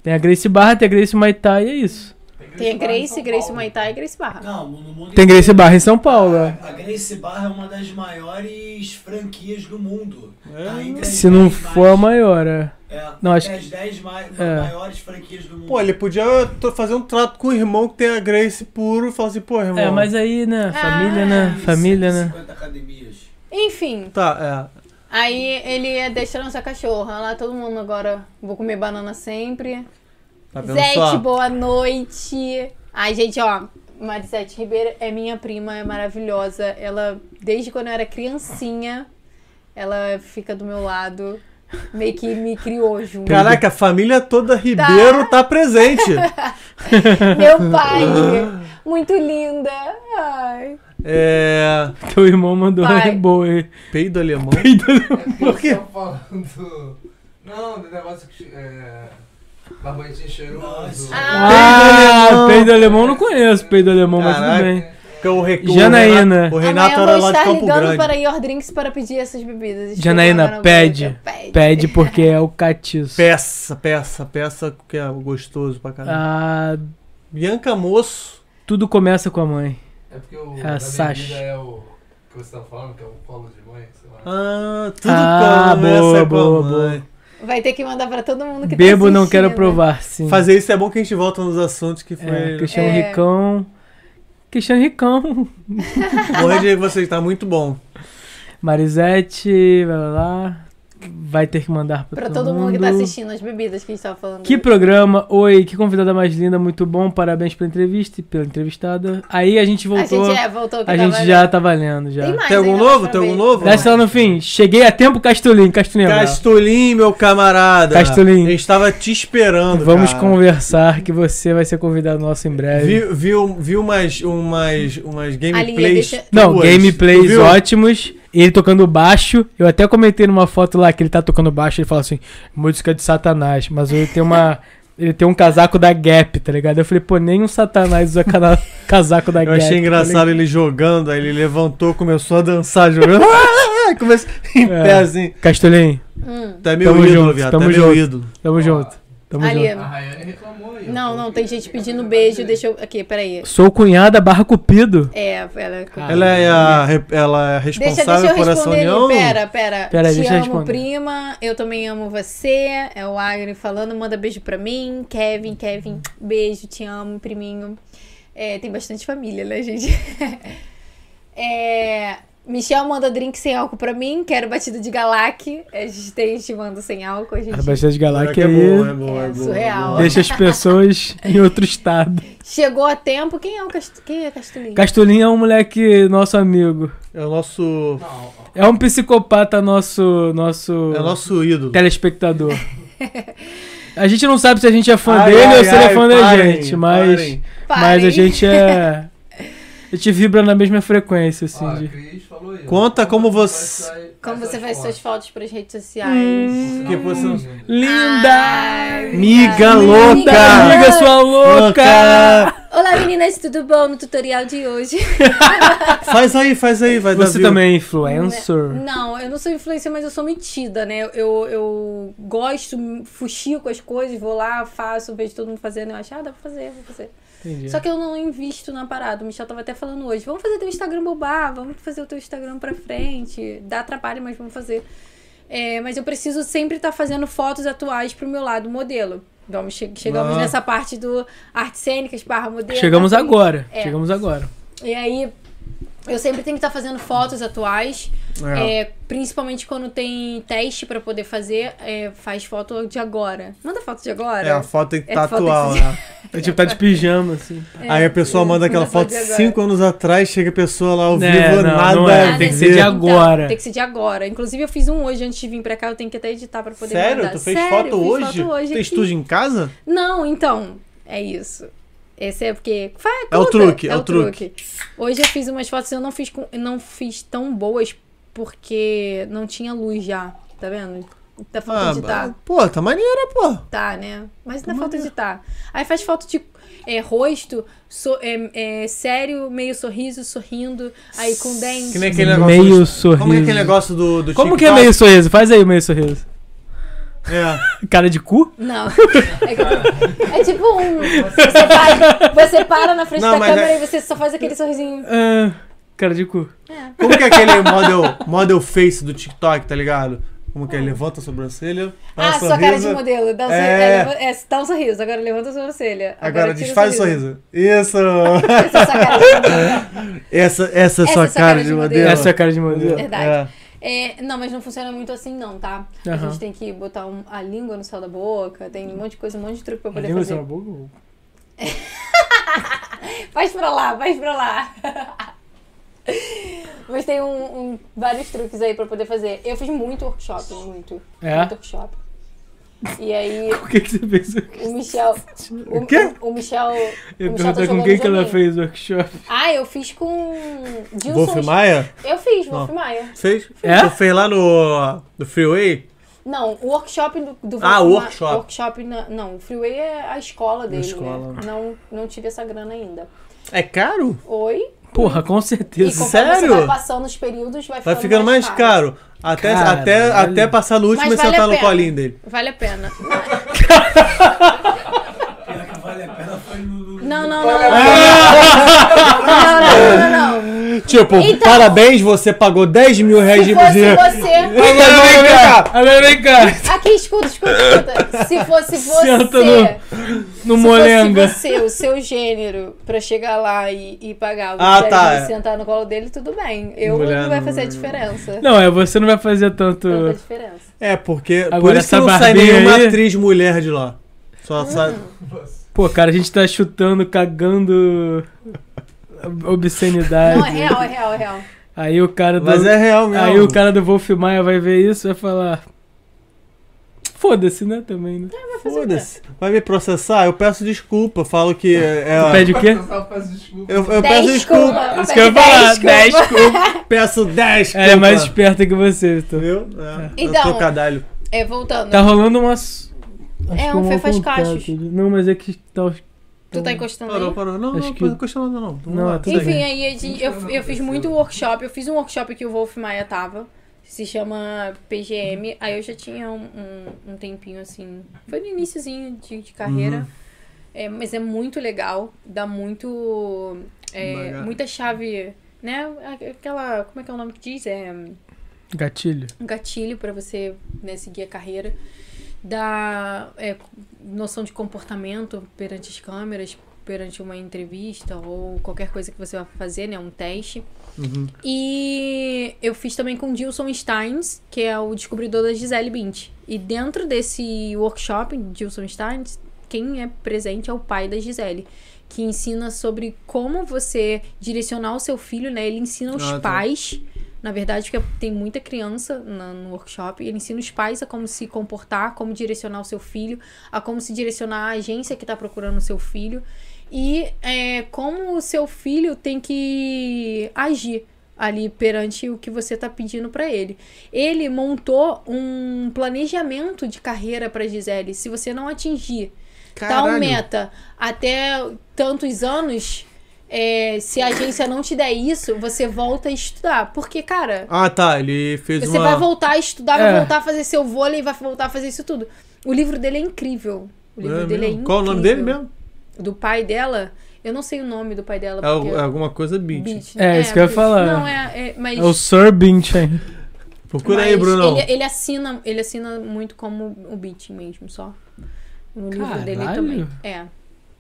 Tem a Grace Barra, tem a Grace Maitá e é isso.
Tem
Barra
a
em
Grace,
São
Grace
Paulo.
Maitá e Grace Barra.
Não, no mundo
Tem
inteiro.
Grace Barra em São Paulo. é.
A Grace Barra é uma das maiores franquias do mundo.
É.
Tá entre as
Se não
dez
for a
mais-
maior, é.
É,
Não, acho
entre
que-
as 10 mais,
é.
maiores franquias do mundo.
Pô, ele podia to- fazer um trato com o irmão que tem a Grace puro e falar assim, pô, irmão.
É, mas aí,
Ah.
né? Família, né?
Tem
Família, né?
150 academias.
Enfim,
Tá, é.
aí ele adestra a nossa cachorra. Lá todo mundo agora. Vou comer banana sempre.
Tá vendo
Zete,
só?
boa noite. Ai, gente, ó. Marisete Ribeiro é minha prima, é maravilhosa. Ela, desde quando eu era criancinha, ela fica do meu lado, meio que me criou junto.
Caraca, a família toda Ribeiro tá presente.
Meu pai, muito linda. Ai.
É.
Teu irmão mandou
Vai.
é boa aí.
Peido alemão.
Por quê? falando. Não, do negócio que. É. Barbantinho cheiroso.
Ah, peido alemão eu não conheço, peido alemão, mas
Caraca.
tudo bem.
Que o Re- o
Janaína.
Renato- O
Amanhã
Renato
eu
era
vou
lá de
estar
Campo
ligando
Grande.
para Your Drinks para pedir essas bebidas. Escreva
Janaína,
lá no
pede.
Google, pede.
Pede porque é o catiço.
Peça, peça, peça que é gostoso pra caralho.
Ah,
Bianca Moço.
tudo começa com a mãe.
É porque o.
É a
da bebida
Sasha.
É o. Que você tá falando, que é o colo de mãe, sei lá.
Ah, tudo
Ah, boa,
começa com
boa,
a mãe.
Vai ter que mandar para todo mundo que tá
Bebo, não quero
assistindo.
provar, sim.
Fazer isso é bom que a gente volta nos assuntos que
É,
foi.
Cristiano
É.
Ricão. Cristiano Ricão.
Morre de vocês, tá muito bom.
Marisete, vai lá. Vai ter que mandar pra,
Pra todo mundo que tá assistindo as bebidas que a gente tava falando.
Que programa, oi, que convidada mais linda, muito bom, parabéns pela entrevista e pela entrevistada. Aí a gente voltou,
A gente é, voltou que
a
tava-
gente já tá valendo, já.
Tem mais.
Tem algum
ainda
novo?
pra
Tem algum
ver.
novo?
Desce lá no fim, cheguei a tempo, um Castulinho, Castulinho.
Castolim, meu camarada.
Castolim.
Eu estava te esperando.
Vamos
cara.
conversar que você vai ser convidado nosso em breve.
Viu, viu, viu umas, umas, umas gameplays.
deixa-
tuas?
Não,
Tu
gameplays
viu?
ótimos. Ele tocando baixo. Eu até comentei numa foto lá que ele tá tocando baixo. Ele fala assim: música de Satanás. Mas ele tem uma. Ele tem um casaco da Gap, tá ligado? Eu falei, pô, nem um Satanás usa cana- casaco da
Eu
Gap. tá
achei engraçado ele jogando, aí ele levantou, começou a dançar jogando. Começou em
É.
pé assim.
Castolinho,
Hum.
Tá meu
Tamo
ídolo,
junto,
viado.
tamo
tá meu
junto.
ídolo.
tamo junto. Tamo
Ali,
junto.
A Rayane reclamou aí.
não, não, tem gente pedindo beijo, deixa eu. Aqui, peraí.
Sou cunhada barra cupido.
É, pera.
Ela é, a, re- ela é
Deixa,
responsável
deixa eu
por essa
responder
união?
ali. Pera, pera.
Pera aí,
Te
deixa eu
amo,
responder.
prima. Eu também amo você. É o Agri falando. Manda beijo pra mim. Kevin, Kevin, beijo. Te amo, priminho. É, tem bastante família, né, gente? É, Michel manda drink sem álcool pra mim. Quero batida de galac. É, A gente tem, a gente manda sem álcool. A gente...
A Baixada de
Caraca,
Galáquia
é bom, é
aí.
bom, é
É
bom.
surreal.
Deixa as pessoas em outro estado.
Chegou a tempo. Quem é o Cast... Quem é Castelinho?
Castolinho é um moleque nosso amigo.
É o nosso.
Não,
É um psicopata nosso. nosso...
É o nosso ídolo.
telespectador. A gente não sabe se a gente é fã
Ai,
dele
ai,
ou se ele é
ai,
fã da
parem,
gente, mas
parem.
Mas a
Parem.
gente é. A gente vibra na mesma frequência, assim.
Ó, a
de-
Cris falou aí. ó.
Conta como
faz
você-
suas-
Como você faz
fotos.
suas fotos pras redes sociais?
Senão
Hum.
Que
não
você-
entende.
Linda!
Miga louca!
Amiga sua louca!
Olá meninas, tudo bom? No tutorial de hoje.
Faz aí, faz aí, vai dar
Você
view.
também é influencer?
Não, eu não sou influencer, mas eu sou metida, né? Eu, eu gosto, fuxico as coisas, vou lá, faço, vejo todo mundo fazendo, eu acho, ah, dá pra fazer, vou fazer.
Entendi.
Só que eu não invisto na parada. O Michel tava até falando hoje. Vamos fazer teu Instagram bobar, vamos fazer o teu Instagram pra frente. Dá trabalho, mas vamos fazer. É, mas eu preciso sempre estar fazendo fotos atuais pro meu lado modelo. Vamos, che- chegamos
Ah.
nessa parte do artes cênicas barra modelo.
Chegamos
atriz.
agora.
É.
Chegamos agora.
E aí, eu sempre tenho que estar fazendo fotos atuais. É, principalmente quando tem teste pra poder fazer, é, faz foto de agora. Manda foto de agora.
É, a foto tem que
É
estar
a foto É.
atual,
que-
né?
É tipo, tá de pijama, assim.
Aí a pessoa manda aquela
Manda foto
foto
de agora.
cinco anos atrás, chega a pessoa lá ao
É,
vivo,
não,
nada.
não é,
a
tem que
ver.
ser de
Então,
agora.
tem que ser de agora. Inclusive, eu fiz um hoje antes de vir pra cá, eu tenho que até editar pra poder
Sério?
mandar.
Tu fez
Sério,
foto
eu fiz
hoje?
foto hoje
Tem
aqui.
estúdio em casa?
Não, então, é isso. Esse é porque. Faz
É o
tudo.
truque, é o truque.
Hoje eu fiz umas fotos, eu não fiz, com- não fiz tão boas porque não tinha luz já, tá vendo?
Ah,
Tá faltando editar.
ba- pô, tá maneira, pô.
Tá, né? Mas ainda falta editar. Aí faz foto de é, rosto, so- é, é, sério, meio sorriso, sorrindo, aí com dente.
é Que nem aquele negócio.
Meio
do-
sorriso.
Como é aquele negócio do, do
Como que é
TikTok?
meio sorriso? Faz aí o meio sorriso.
É.
Cara de cu?
Não. É, que- é tipo um. Você para, você para na frente
Não,
da
mas
câmera
é-
e você só faz aquele sorrisinho.
Ah, cara de cu.
Como que é aquele model, model face do TikTok, tá ligado? Como que é? Levanta a sobrancelha. um dá
Ah,
uma
sua cara de
sorrisa,
modelo. Dá um, sorri-
É.
é, leva- é, dá um sorriso. Agora levanta a sobrancelha.
Agora
tira
desfaz o sorriso. Isso!
Essa é a sua cara de modelo.
Essa, essa é sua cara, de modelo.
Essa é a cara de modelo.
Verdade. É, não, mas não funciona muito assim, não, tá? A
Aham.
gente tem que botar um- a língua no céu da boca, tem um monte de coisa, um monte de truque pra poder
Lembra
fazer.
essa boca?
Faz pra lá, faz pra lá. mas tem um, um- vários truques aí pra poder fazer. Eu fiz muito workshop, muito.
É?
Muito workshop. E aí,
O que, que você fez?
o Michel. O,
quê?
O, o Michel.
Eu
o Michel tá
perguntei com
jogando
quem que ela
videogame.
fez o workshop.
Ah, eu fiz com.
Wolf
Dilson.
Maia?
Eu fiz, Wolf
Não.
Maia.
é? Fez?
É?
Tu fez lá no, no Freeway?
Não, o workshop do, do
Ah,
Wolf
o
Ma-
workshop.
workshop na- não, o Freeway é a escola dele,
escola.
né? Não, não tive essa grana ainda.
É caro?
Oi?
Porra, com
E
certeza.
conforme
sério?
você vai passando os períodos, vai ficando,
Vai ficando mais caro. Até,
Caralho.
até, até passar no último
Mas
e
vale
sentar
a
no
pena.
colinho dele.
Vale a pena.
Pena que vale a pena foi no. no-
Não, não, não. Não, não, não, não. não.
Tipo,
Então-
parabéns, você pagou 10 mil reais
Se
de
fosse você.
Agora vem cá.
Agora vem cá.
Aqui, escuta, escuta, escuta. Se fosse
Senta
você.
no- No
Se
molenga.
fosse você, o seu gênero, pra chegar lá e, e pagar o
Ah,
ah,
tá.
é.
sentar no colo dele, tudo bem. Eu
Mulher
não vai
não-
fazer a diferença.
Não, é você não vai fazer tanto.
Tanta diferença.
É, porque. por
Agora
isso que
essa
não sai
barbinha
nenhuma
aí-
atriz mulher de lá. Só
Ah.
sai.
Pô, cara, a gente tá chutando, cagando. Obscenidade.
Não, é real, é real, é real.
Aí o cara do.
Mas é real mesmo.
Aí o cara do Wolf Maia vai ver isso e vai falar. Foda-se, né? Também, né?
Foda-se. Vai me processar? Eu peço desculpa. Falo que. É,
Tu pede o quê?
Só faz desculpa.
Eu, eu
Dez
peço desculpa.
desculpa,
Isso que eu ia
dez
falar.
desculpa.
10
Peço 10
Ela é mais esperta que você, Vitor.
Viu? É,
Então-
Eu tô cadalho.
É, voltando.
Tá rolando umas.
É,
acho
um
que
fefaz
contato
cachos.
de- Não, mas é que tá.
Tu tá encostando
Parou,
aí?
parou. Não,
Acho
não,
que-
não custa nada, não. Vamos
Não,
lá.
é tudo
Enfim,
bem.
aí a gente- eu, eu fiz muito workshop. Eu fiz um workshop que o Wolf Maia tava. Se chama PGM. Aí eu já tinha um, um, um tempinho assim. Foi no iníciozinho de, de carreira. É, mas é muito legal. Dá muito. é,
Baga-
muita chave. Né? Aquela. Como é que é o nome que diz? É.
Gatilho.
um gatilho pra você né, seguir a carreira, da é, noção de comportamento perante as câmeras, perante uma entrevista ou qualquer coisa que você vai fazer, né, um teste.
Uhum.
E eu fiz também com o Dilson Steins, que é o descobridor da Gisele Bint. E dentro desse workshop, Dilson Steins, quem é presente é o pai da Gisele. Que ensina sobre como você direcionar o seu filho, né? Ele ensina os
Ah, tá.
pais, na verdade, porque tem muita criança na- no workshop. Ele ensina os pais a como se comportar, como direcionar o tá seu filho, a como se direcionar a agência que está procurando o seu filho. e é, como o seu filho tem que agir ali perante o que você está pedindo para ele. Ele montou um planejamento de carreira para Gisele. Se você não atingir tal
Caralho.
meta até tantos anos, é, se a agência não te der isso, você volta a estudar. Porque, cara,
Ah, tá. Ele fez
você
uma.
vai voltar a estudar, vai
É.
voltar a fazer seu vôlei, vai voltar a fazer isso tudo. O livro dele é incrível. O livro
É
dele é
mesmo?
incrível.
Qual o nome dele mesmo?
Do pai dela. Eu não sei o nome do pai dela.
É al-
porque-
é alguma coisa beat.
Beat.
É, isso que eu ia
porque-
falar.
Não, é, é- mas...
É o Sir Binchen.
Procura aí,
mas
Brunão.
Ele, ele assina, ele assina muito como o Beat mesmo, só. No livro dele
Caralho.
também. É.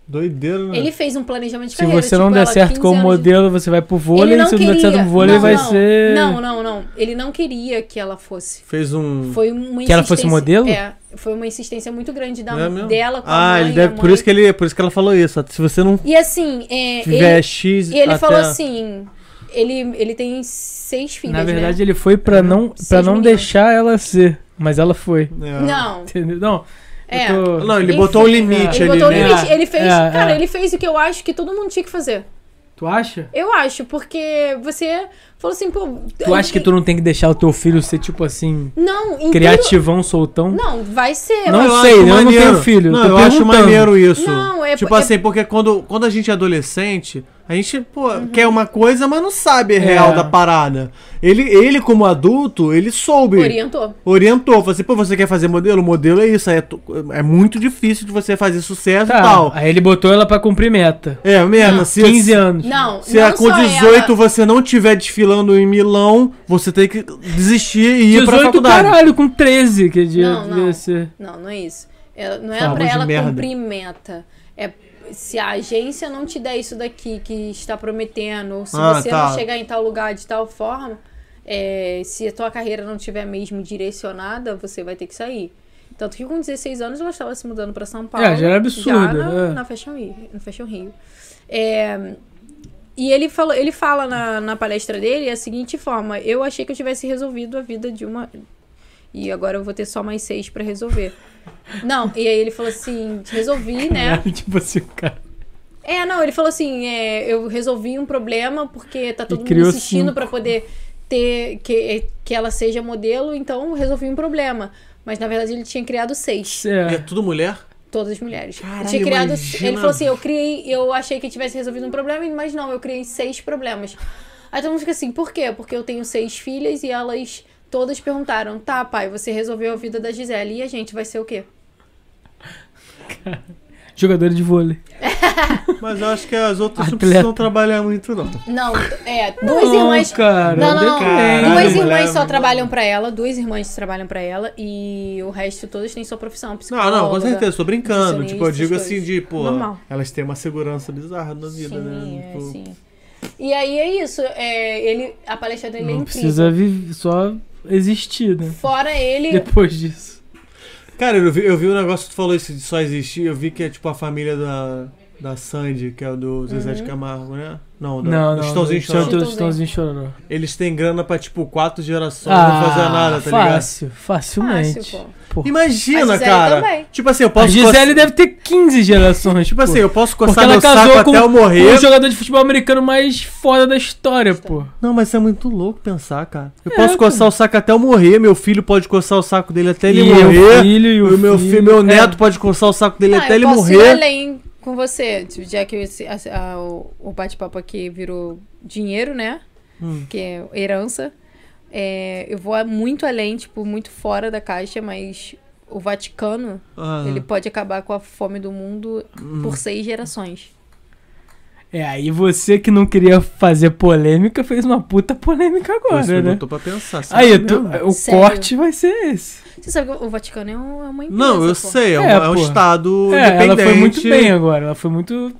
Doideira, né?
Ele fez um planejamento de
Ah. Se
carreira.
você não
tipo,
der
ela,
certo
15
como
anos de-
modelo, você vai pro vôlei.
Ele não
se não der
queria.
certo no vôlei,
Não,
vai
não.
ser.
Não, não, não. Ele não queria que ela fosse.
Fez um.
Foi uma
Que ela fosse
insistência-
modelo?
É, foi uma insistência muito grande da,
Não é mesmo?
dela com a
ah,
mãe.
ele deve.
a
Por
mãe-
isso, que ele, por isso que ela falou isso. Se você não
E assim, é,
tiver
ele,
X.
ele
até-
falou assim... Ele, ele tem seis filhas,
Na verdade,
né?
ele foi pra não,
Seis
pra não
meninas.
deixar ela ser. Mas ela foi.
É.
Não,
Entendeu? Não. eu
é.
tô- um
Não, ele
Enfim,
botou o
é.
limite
Ele
ali,
botou o
né?
limite.
É,
Ele fez...
é,
cara,
é.
ele fez o que eu acho que todo mundo tinha que fazer.
Tu acha?
Eu acho, porque você falou assim, pô...
Tu acha que tu não tem que deixar o teu filho ser, tipo assim,
Não, inteiro-
criativão, soltão?
Não, vai ser.
Não
né? eu
sei,
acho
eu não
maneiro.
tenho filho,
Não,
tô
eu acho
perguntando.
maneiro isso.
Não, é-
tipo
é-
assim, porque quando, quando a gente é adolescente, a gente pô,
Uhum.
quer uma coisa, mas não sabe a real
É.
da parada. Ele, ele, como adulto, ele soube.
Orientou.
Orientou, falou assim, pô, você quer fazer modelo? Modelo é isso, é, tu- é muito difícil de você fazer sucesso e
Tá.
tal.
Aí ele botou ela pra cumprir meta.
É, merda, se,
15 anos. é
Não,
se a
não
com
só é,
18
ela.
você não tiver desfilando em Milão, você tem que desistir e ir pra
18
faculdade.
caralho, com 13, que devia,
Não, não.
devia ser.
Não, não é isso. Ela- não é
Fala
pra
de
ela
merda.
cumprir meta. É se a agência não te der isso daqui que está prometendo, ou se
Ah,
você
tá.
não chegar em tal lugar de tal forma, é, se a tua carreira não tiver mesmo direcionada, você vai ter que sair. Tanto que com 16 anos ela estava se mudando para São Paulo.
já era absurdo,
já na,
é.
na Fashion Rio. No Fashion Rio. É, e ele, falou, ele fala na, na palestra dele a seguinte forma: Eu achei que eu tivesse resolvido a vida de uma. E agora eu vou ter só mais seis pra resolver. Não, e aí ele falou assim: Resolvi, né?
Caralho, tipo assim, o cara.
É, não, ele falou assim: é, Eu resolvi um problema porque tá todo mundo
criou
insistindo
cinco.
pra poder ter. Que, que ela seja modelo, então eu resolvi um problema. Mas na verdade ele tinha criado seis.
É
É.
tudo mulher?
Todas as mulheres. Eu
Caralho,
tinha criado.
imagina.
Ele falou assim: eu criei, eu achei que tivesse resolvido um problema, mas não, eu criei seis problemas. Aí todo mundo fica assim, por quê? Porque eu tenho seis filhas e elas todas perguntaram: tá, pai, você resolveu a vida da Gisele e a gente vai ser o quê?
Jogador de vôlei.
Mas eu acho que as outras não
Atleta.
precisam trabalhar muito, não.
Não, é, duas
Não,
irmãs.
cara,
não, não, não.
depende.
duas irmãs
mulher,
só
mulher.
trabalham pra ela, duas irmãs trabalham pra ela e o resto todas têm sua profissão.
Não,
Psicóloga,
não, com certeza, tô brincando. Tipo, eu
nutricionista,
digo
essas
assim, de, pô,
Normal.
elas têm uma segurança bizarra na vida,
Sim,
né?
é,
Tipo,
sim. E aí é isso, é, ele, a palestra dele é
Não
incrível.
precisa viver, só existir, né?
Fora ele,
Depois disso.
Cara, eu vi, eu vi um negócio que tu falou isso de só existir, eu vi que é tipo a família da, da Sandy, que é o do Zezé
Uhum.
de Camargo, né? Não, da,
Não,
do
não.
Chitãozinho e
Estão-
Chororó.
Estão- Estãozinho Chororó.
Eles têm grana pra, tipo, quatro gerações não fazer nada, tá ligado?
Ah, fácil, facilmente.
fácil, pô. A
Imagina,
Gisele
cara.
também.
Tipo assim, eu
A
posso.
Gisele deve ter 15 gerações,
Tipo assim, eu posso
Porque
coçar
ela
meu saco
casou com
até eu
com
morrer.
o jogador de futebol americano mais foda da história, pô.
Não, mas é muito louco pensar, cara. Eu
É,
posso coçar o saco até eu morrer, meu filho pode coçar o saco dele até ele
E o
morrer.
filho, e
o
o
meu
filho.
filho, meu
É.
neto pode coçar o saco dele
Ah,
até
eu
ele
posso ir
morrer.
além com você, tipo, já que esse- a- a- o, o bate-papo aqui virou dinheiro, né?
Hum.
Que é herança. É, eu vou muito além, tipo, muito fora da caixa, mas o Vaticano,
Ah, Hum.
ele pode acabar com a fome do mundo por seis gerações.
É, aí você que não queria fazer polêmica fez uma puta polêmica
pô,
agora,
isso me
né?
botou pra pensar. será
Aí,
mesmo?
tu- o
Sério?
corte vai ser esse.
Você sabe que o Vaticano é, um- é uma empresa,
Não, eu
pô.
sei, é, um-
É,
é um
pô.
estado
É, ela
independente.
foi muito bem agora, ela foi muito...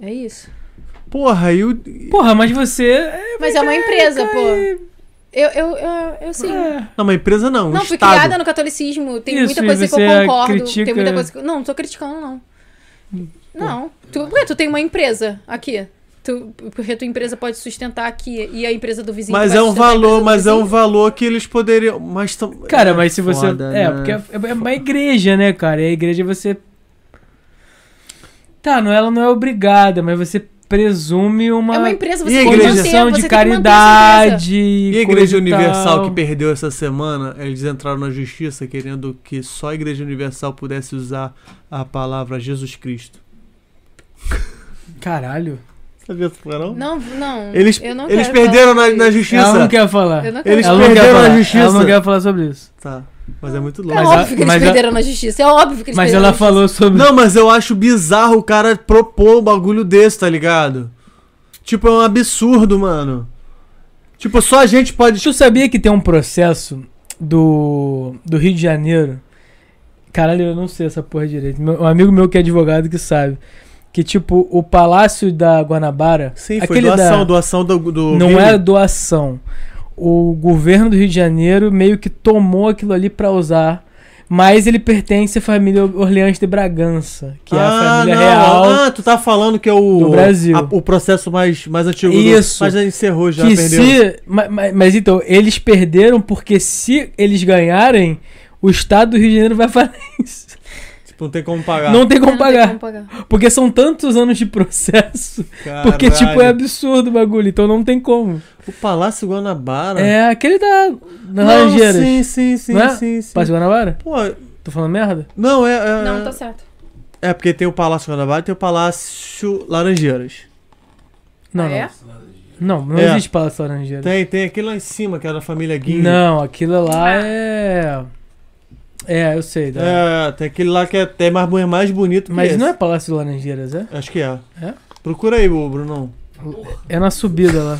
É isso.
Porra, e o.
Porra, mas você... é
Mas é uma empresa,
evangélica
pô.
e-
Eu, eu, eu, eu sim.
É.
Não, uma empresa não, um
Não, fui
estado.
criada no catolicismo. Tem
Isso,
muita
e
coisa que eu
é
você
concordo. Tem muita
critica-
coisa que... eu- Não, não tô criticando, não. Não. Tu, ué, tu tem uma empresa aqui. Tu, porque tua empresa pode sustentar aqui. E a empresa do vizinho.
Mas
vai assim.
é um
sustentar a empresa
valor,
do
mas é um
vizinho.
valor que eles poderiam. Mas tam-
Cara, mas se você...
Foda,
é,
né?
porque é- é uma igreja, né, cara? E a igreja você... Tá, não, ela não é obrigada, mas você presume uma.
é uma empresa,
E
você
uma
a
tem que
igreja?
manter, você
condição
tem
de
que manter essa empresa.
caridade.
E a Igreja Universal que
perdeu.
perdeu essa semana, eles entraram na justiça querendo que só a Igreja Universal pudesse usar a palavra Jesus Cristo.
Caralho.
Sabia essa porra, não?
Não, não.
Eles,
eu não
eles
quero
perderam
falar
na,
sobre
na
isso.
justiça.
Ela não quer falar.
Eu não quero
Eles
falar.
Ela não quer
perderam
falar.
na justiça.
Ela não quer falar sobre isso.
Tá, mas é muito
É
longe.
Mas a-
óbvio que eles
mas a-
perderam na justiça. É óbvio que eles
Mas
perderam
ela
na justiça.
falou sobre.
Não, mas eu acho bizarro o cara propor um bagulho desse, tá ligado? Tipo, é um absurdo, mano. Tipo, só a gente pode.
Tu sabia que tem um processo do, do Rio de Janeiro? Caralho, eu não sei essa porra direito. Meu, um amigo meu que é advogado que sabe. Que, tipo, o Palácio da Guanabara.
Sim, foi doação, doação do. do
Não é
Rio.
era doação. O governo do Rio de Janeiro meio que tomou aquilo ali pra usar. Mas ele pertence à família Orleans de Bragança, que é a família
não.
real.
Ah, tu tá falando que é o.
do Brasil.
a- o processo mais, mais antigo
Isso.
do. Mas já encerrou, já
que
perdeu.
se. ma- ma- Mas, então, eles perderam porque se eles ganharem, o estado do Rio de Janeiro vai falência.
Tipo, não tem como pagar.
Não tem como
Não tem
pagar.
como pagar.
Porque são tantos anos de processo.
Caralho.
Porque, tipo, é absurdo o bagulho. Então não tem como.
O Palácio Guanabara.
É aquele da.
Não,
Das Laranjeiras.
Sim, sim, sim,
não é?
sim, sim.
Palácio Guanabara?
Pô,
Tô falando merda?
não, é. é
Não, tá certo.
É porque tem o Palácio Guanabara e tem o Palácio Laranjeiras.
Não,
Ah,
não.
é?
Não, não
É.
existe Palácio Laranjeira.
Tem, tem aquele lá em cima, que era da família Guinho.
Não, aquilo lá
Ah.
é. É, eu sei. da-
É, tem aquele lá que é até mais, é mais bonito que
Mas
esse.
não é Palácio Laranjeiras, é?
Acho que é.
É?
Procura aí, ô, Brunão.
É na subida lá.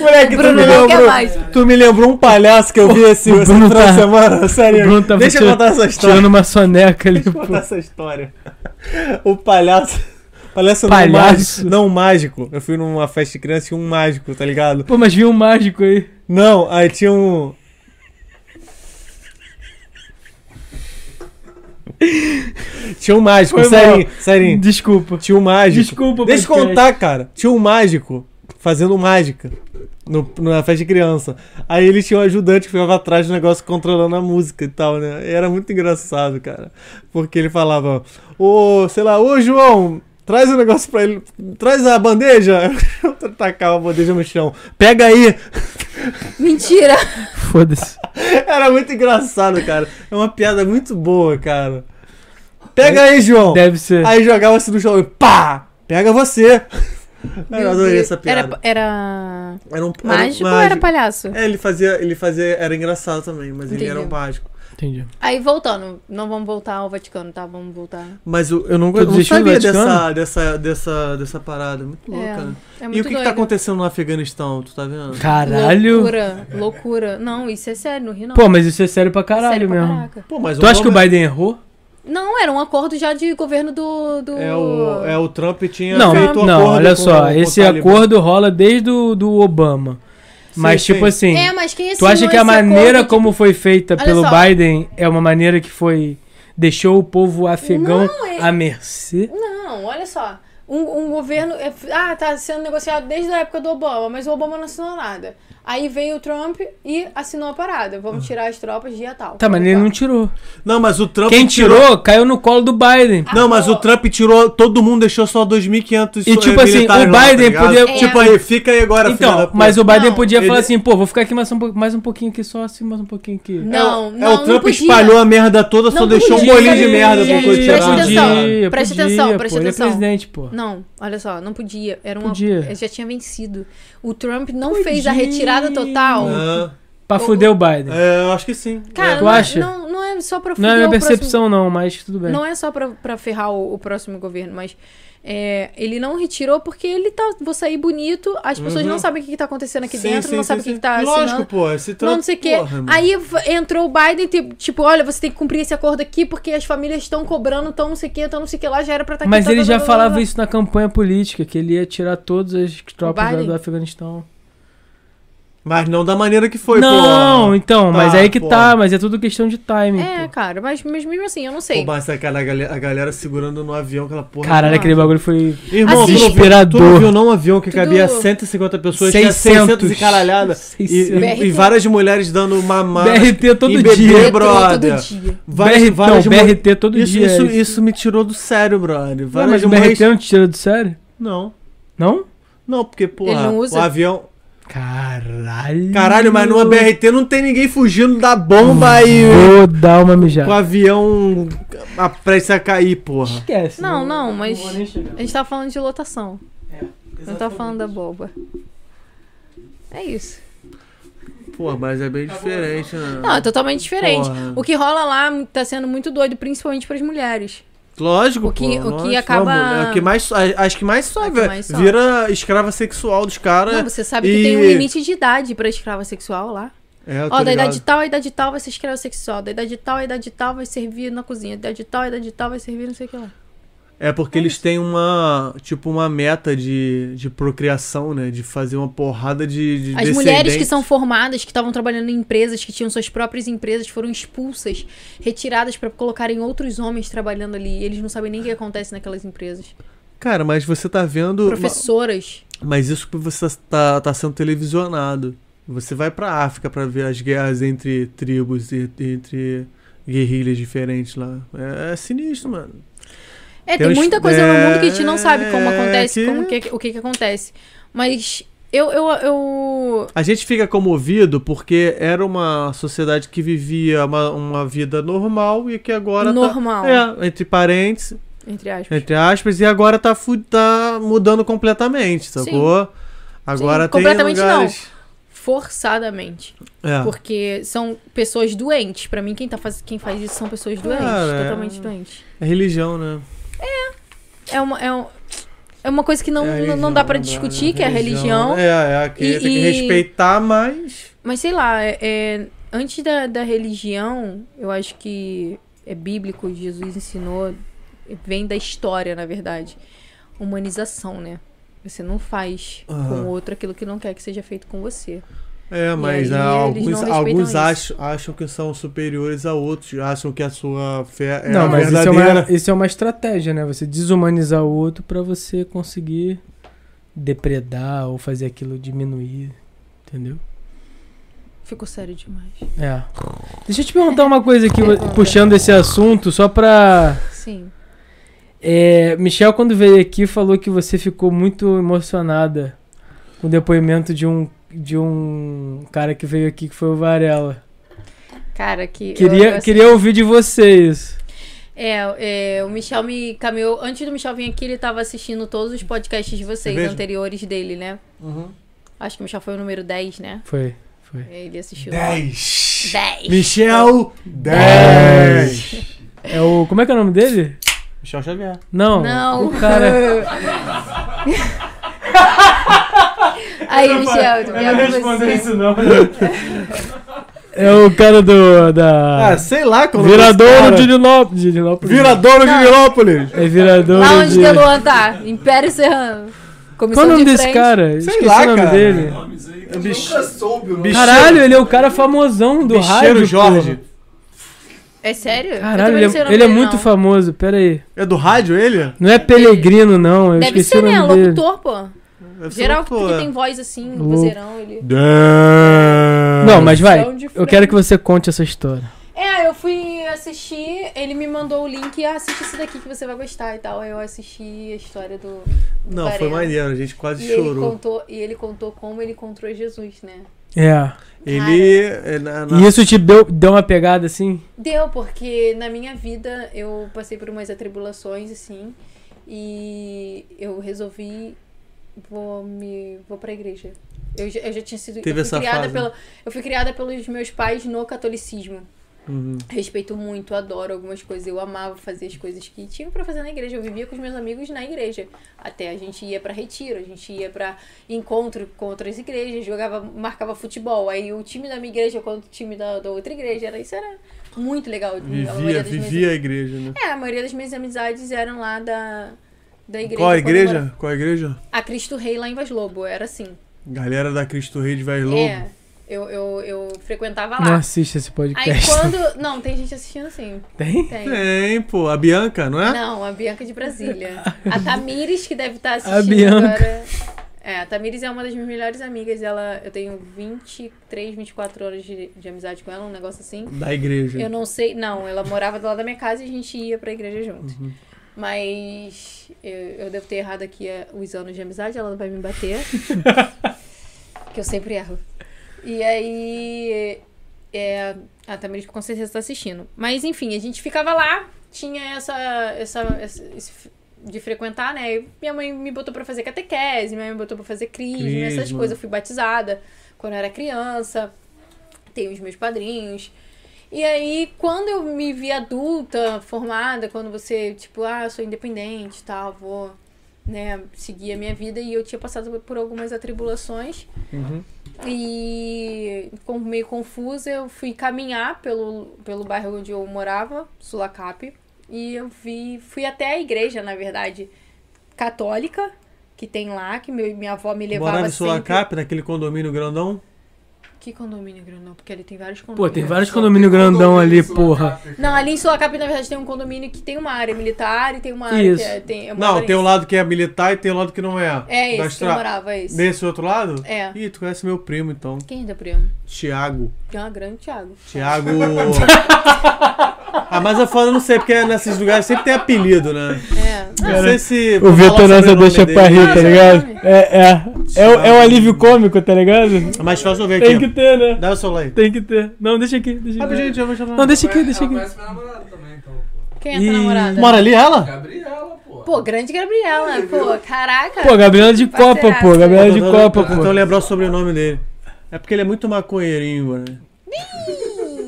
Moleque,
Bruno não quer mais.
tu me lembrou um palhaço que eu vi esse,
o
esse
Bruno
final de
tá-
semana, sério.
O Bruno tava
Deixa eu
tira-
contar essa
Tirando
história.
uma soneca ali.
Deixa eu
pô.
contar essa história. O palhaço. Palhaço,
Palhaço.
não mágico. Não mágico. Eu fui numa festa de criança e tinha um mágico, tá ligado?
Pô, mas viu um mágico aí.
Não, aí tinha um. Tinha um mágico,
Foi
sério,
mal.
sério.
Desculpa.
Tinha um mágico.
Desculpa,
Deixa eu
podcast.
contar, cara. Tinha um mágico fazendo mágica no, na festa de criança. Aí ele tinha um ajudante que ficava atrás do negócio controlando a música e tal, né? E era muito engraçado, cara. Porque ele falava, ô, sei lá, ô João, traz o negócio pra ele, traz a bandeja. Eu tacava a bandeja no chão. Pega aí,
Mentira.
Foda-se.
Era muito engraçado, cara. É uma piada muito boa, cara. Pega aí, João.
Deve ser.
Aí jogava-se no chão e pá! Pega você! Eu adorei essa piada.
Era, era
Era, um, era um
mágico ou era palhaço?
É, ele fazia, ele fazia, era engraçado também, mas ele
Entendi.
era um mágico.
Entendi.
Aí voltando, não vamos voltar ao Vaticano, tá? Vamos voltar.
Mas eu, eu não, eu não
desistiu do
sabia dessa,
Vaticano?
dessa, dessa, dessa parada. Muito
É,
louca, né?
É muito
E o que, que
doido.
tá acontecendo no Afeganistão, tu tá vendo?
Caralho.
Loucura, loucura. Não, isso é sério, não ri não.
Pô, mas isso é sério pra caralho
Sério pra
mesmo.
caraca.
Pô, mas
Tu acha que o
Obama-
Biden errou?
Não, era um acordo já de governo do. do...
É o, é o Trump tinha
Não,
feito um
não,
acordo
olha
com-
só.
com o
esse
Talibã.
acordo rola desde o do Obama. mas,
sim.
tipo assim.
É, mas quem
Tu acha
assinou
que a
esse
maneira
acordo de-
como foi feita
Olha
pelo
só.
Biden é uma maneira que foi. deixou o povo afegão
Não, é-
à mercê?
Não, olha só. Um, um governo. é, Ah, tá sendo negociado desde a época do Obama, mas o Obama não assinou nada. Aí veio o Trump e assinou a parada. Vamos tirar as tropas dia tal.
Ah. Tá, mas ele não tirou.
Não, mas o Trump Ah,
Quem tirou caiu no colo do Biden.
Ah,
Não, mas o Trump tirou, todo mundo deixou só 2.500
E, tipo
eh,
assim,
militares
o
lá, tá
Biden
ligado?
podia-
É.
Tipo aí, fica aí agora, filha da
Então,
puta.
mas o Biden
Não,
podia
ele-
falar assim, pô, vou ficar aqui mais um, po- mais um pouquinho aqui só, assim, mais um pouquinho aqui.
Não,
é,
não.
o Trump
não podia.
espalhou a merda toda, só
Não
deixou
podia,
um bolinho de
gente,
merda pra
gente,
poder tirar.
presta atenção.
Podia,
presta
podia,
atenção,
pô,
presta
ele é
atenção.
presidente, pô.
Não, olha só, não podia. Era uma.
Podia.
Já tinha vencido. O Trump não fez a retirada total.
Ah,
Pra fuder o Biden.
é, eu acho que sim.
Cara,
Tu
não,
acha?
Não, não é só pra
Não é
fuder
minha
o próximo-
percepção, não, mas tudo bem.
Não é só pra, pra ferrar o, o próximo governo, mas é, ele não retirou porque ele tá. Vou sair bonito, as pessoas
Uhum.
não sabem o que, que tá acontecendo aqui dentro, não sabem o que, que tá
Lógico,
assinando.
pô, é esse Trump...
Não, não sei o quê.
porra, mano.
Aí v- entrou o Biden, tipo, tipo, olha, você tem que cumprir esse acordo aqui porque as famílias estão cobrando, tão não sei o quê, tão não sei o que lá, já era pra estar tá
Mas
aqui.
ele já falava isso na campanha política, que ele ia tirar todas as tropas
Biden?
do Afeganistão.
Mas não da maneira que foi,
não,
pô.
então, mas
Tá,
aí que
pô.
tá, mas é tudo questão de timing.
É,
pô.
cara, mas, mas mesmo assim, eu não
Pô,
sei.
mas tá, cara, a galera, a galera segurando no avião aquela porra.
Caralho, aquele bagulho foi.
Irmão, tu não viu-
Desesperador.
Tu não viu não um avião que
Tudo-
cabia 150 pessoas, tinha
600.
600 e caralhada. E,
600.
e- e várias mulheres dando mamar.
BRT todo
em bebê,
dia.
bro. brother.
todo dia.
Várias,
BRT,
várias
não,
mu-
BRT todo
isso,
dia. é
Isso, isso me tirou do sério,
Ué,
brother. Várias
mas o
mulheres-
BRT não te tira do sério?
Não,
Não?
não, porque, porra,
Ele não usa?
o avião...
Caralho.
Caralho, mas numa BRT não tem ninguém fugindo da bomba e
Vou dar uma
o
mijada.
avião a- prestes a cair, porra.
Esquece.
Não, não, mas
vou nem chegar. É,
a gente tá falando de lotação. Não tá falando da boba. É isso.
Porra, mas é bem diferente, né?
Não, é totalmente diferente.
Porra.
O que rola lá tá sendo muito doido, principalmente pras mulheres.
Lógico,
O que-
pô,
o que
lógico.
acaba-
Não, é o que mais, so- a- acho que mais sobe,
É que mais sobe.
vira escrava sexual dos caras.
Não, você sabe que
É. e-
tem um limite de idade pra escrava sexual lá.
É, eu tô
Ó, da
ligado.
idade tal, a idade tal vai ser escrava sexual. Da idade tal, a idade tal vai servir na cozinha. Da idade tal, a idade tal vai servir não sei o que lá.
É porque eles têm uma, tipo, uma meta de, de procriação, né? De fazer uma porrada de, de
As mulheres que
descendentes.
são formadas, que estavam trabalhando em empresas, que tinham suas próprias empresas, foram expulsas, retiradas pra colocarem outros homens trabalhando ali. E eles não sabem nem o que acontece naquelas empresas.
Cara, mas você tá vendo...
Professoras.
Mas isso que você tá, tá sendo televisionado. Você vai pra África pra ver as guerras entre tribos e entre guerrilhas diferentes lá. É, é sinistro, mano.
É,
Tem
tem
uns-
muita coisa no mundo que a gente não sabe como
É,
acontece,
que-
como que- o que, que acontece. Mas eu, eu, eu.
A gente fica comovido porque era uma sociedade que vivia uma, uma vida normal e que agora
Normal.
tá... É, entre parentes,
Entre aspas.
entre aspas, e agora tá, fu- tá mudando completamente, sacou? Agora tem
completamente não.
lugares...
Forçadamente.
não. É.
Porque são pessoas doentes. Pra mim, quem, tá faz... quem faz isso são pessoas doentes.
Cara, é.
totalmente doentes.
é religião, né?
É uma, é um- é uma coisa que não,
É a
não- não
religião,
dá pra
né,
discutir, que é a religião.
É, é, que
E-
tem que
e-
respeitar, mas.
Mas sei lá, é- é, antes da, da religião, eu acho que é bíblico, Jesus ensinou, vem da história, na verdade. Humanização, né? Você não faz com
Aham.
o outro aquilo que não quer que seja feito com você.
É, mas
aí
há
eles não
alguns,
respeitam
alguns
isso.
acham, acham que são superiores a outros, acham que a sua fé é
Não,
a
mas isso é,
verdadeira.
uma, isso é uma estratégia, né? Você desumanizar o outro pra você conseguir depredar ou fazer aquilo diminuir, entendeu?
Ficou sério demais.
É. Deixa eu te perguntar uma coisa aqui,
Pergunta.
puxando esse assunto, só pra.
Sim.
É, Michel, quando veio aqui, falou que você ficou muito emocionada com o depoimento de um, de um cara que veio aqui, que foi o Varela.
Cara, que. eu-
Queria,
eu- assim,
queria ouvir de vocês.
É, é, o Michel me caminhou. Antes do Michel vir aqui, ele tava assistindo todos os podcasts de vocês,
Veja.
anteriores dele, né?
Uhum.
Acho que o Michel foi o número 10, né?
Foi, foi.
Ele assistiu.
10!
10.
Michel 10!
É o. Como é que é o nome dele?
Michel Xavier.
Não.
Não.
O cara.
Aí, Michel, tu
Eu não
quer
respondi
você?
isso, não. É o cara do.
Ah,
Da.
sei lá como.
Viradouro de Nilópolis. de Nilópolis.
Viradouro de Milópolis!
É viradouro.
Lá onde
de...
que Luan tá? Império Serrano. Comissão
Qual é o nome
de
desse
frente.
cara? Esqueci
lá,
o nome
cara.
dele.
É
Nunca soube o nome.
Bicho-
Caralho, ele é o cara famosão do
Bicheiro
rádio.
Jorge.
porra.
É sério? Eu
Caralho,
também
ele,
não sei o
é,
nome
ele é
dele,
muito
não.
famoso. Pera aí.
É do rádio ele?
Não é Pelegrino, não. Eu
Deve
esqueci
ser,
o
né?
nome dele.
Locutor, pô.
Deve ser
Geral
um
que
ator,
porque
é.
tem voz assim,
Louco.
vozeirão, ele.
Dez.
Não, mas vai.
Locução de
Eu
frente.
quero que você conte essa história.
É, eu fui assistir, ele me mandou o link, ah, assiste isso daqui que você vai gostar e tal. Aí Eu assisti a história do. do
Não, foi
Varela.
maneiro, a gente quase
E ele,
chorou.
contou, e ele contou como ele encontrou Jesus, né?
É.
Ele. é, na- na-
E isso te deu, deu uma pegada assim?
Deu, porque na minha vida eu passei por umas atribulações, assim, e eu resolvi vou me vou pra igreja. Eu, já- eu já tinha sido
Teve
eu fui
essa
criada
fase.
pela eu fui criada pelos meus pais no catolicismo.
Uhum.
Respeito muito, adoro algumas coisas. Eu amava fazer as coisas que tinha pra fazer na igreja. Eu vivia com os meus amigos na igreja. Até a gente ia pra retiro, a gente ia pra encontro com outras igrejas, jogava, marcava futebol. Aí o time da minha igreja contra o time da, da outra igreja. Era, isso era muito legal. A maioria
Vivia,
das minhas-
vivia a igreja, né?
É, a maioria das minhas amizades eram lá da, da É, igreja.
Qual a
quando eu
igreja?
morava-
Qual a igreja?
A Cristo Rei lá em Vaz Lobo, era assim.
Galera da Cristo Rei de Vaz Lobo.
É, eu, eu, eu frequentava lá.
Não assiste esse
Aí
podcast.
quando. Não, tem gente assistindo sim.
Tem?
É,
Tem.
Tem, pô. A Bianca, não é?
Não, a Bianca de Brasília. A Tamires, que deve estar assistindo
A Bianca.
agora. É, a Tamires é uma das minhas melhores amigas. Ela, eu tenho 23, 24 horas de, de amizade com ela, um negócio assim.
Da igreja.
Eu não sei, não, ela morava do lado da minha casa e a gente ia pra igreja junto.
Uhum.
Mas eu, eu devo ter errado aqui é, os anos de amizade, ela não vai me bater. que eu sempre erro. E aí. É, a Tamiris com certeza tá assistindo. Mas enfim, a gente ficava lá, tinha essa. essa, essa esse f- de frequentar, né? E Minha mãe me botou pra fazer catequese, minha mãe me botou pra fazer crisma, essas
Crisma.
coisas. Eu fui batizada quando eu era criança, tenho os meus padrinhos. E aí, quando eu me vi adulta, formada, quando você, tipo, ah, eu sou independente e tal, vou, né, seguir a minha vida, e eu tinha passado por algumas atribulações, e com- meio confusa, eu fui caminhar pelo, pelo bairro onde eu morava, Sulacap, e eu vi, fui até a igreja, na verdade, católica, que tem lá, que meu, minha avó me levava
Morava em
sempre...
Sulacap, naquele condomínio grandão.
Que condomínio grandão? Porque ali tem vários
Pô,
condomínios.
tem vários condomínios grandão ali, porra.
Não, ali em Sulacap, na verdade, tem um condomínio que tem uma área militar e tem uma área
Isso.
que é, tem... eu
Não,
morava
tem um
nesse.
lado que é militar e tem um lado que não é. Da
É esse que eu
estra-
morava, é esse.
Desse outro lado?
É.
Ih, tu conhece meu primo, então.
Quem é teu primo?
Tiago.
Ah, grande Thiago.
Tiago... ah, mas eu falo, eu não sei, porque nesses lugares sempre tem apelido, né?
É.
Não sei se...
O
vou falar
Vitor
sobre
Nossa
o nome
deixa
dele.
pra rir,
Ah,
tá
seu
ligado?
nome?
É, é. É, o- é um alívio cômico, tá ligado?
Ah, Mas faz eu ver
Tem que
aqui.
ter, né?
Dá o celular aí.
Tem que ter. Não, deixa aqui, deixa
Ah,
aqui.
gente, eu vou chamar.
Não, deixa aqui, deixa aqui.
Conhece minha namorada também, então, pô.
Quem é tua
Ih,
namorada?
Mora ali ela?
Gabriela, pô.
Pô, grande Gabriela. Pô, caraca.
Pô, Gabriela de Copa, pô.
Parceiraça.
Gabriela É de
É, Tô
Copa,
tentando- Tentando
pô.
lembrar o sobrenome dele. É porque ele é muito maconheirinho, né?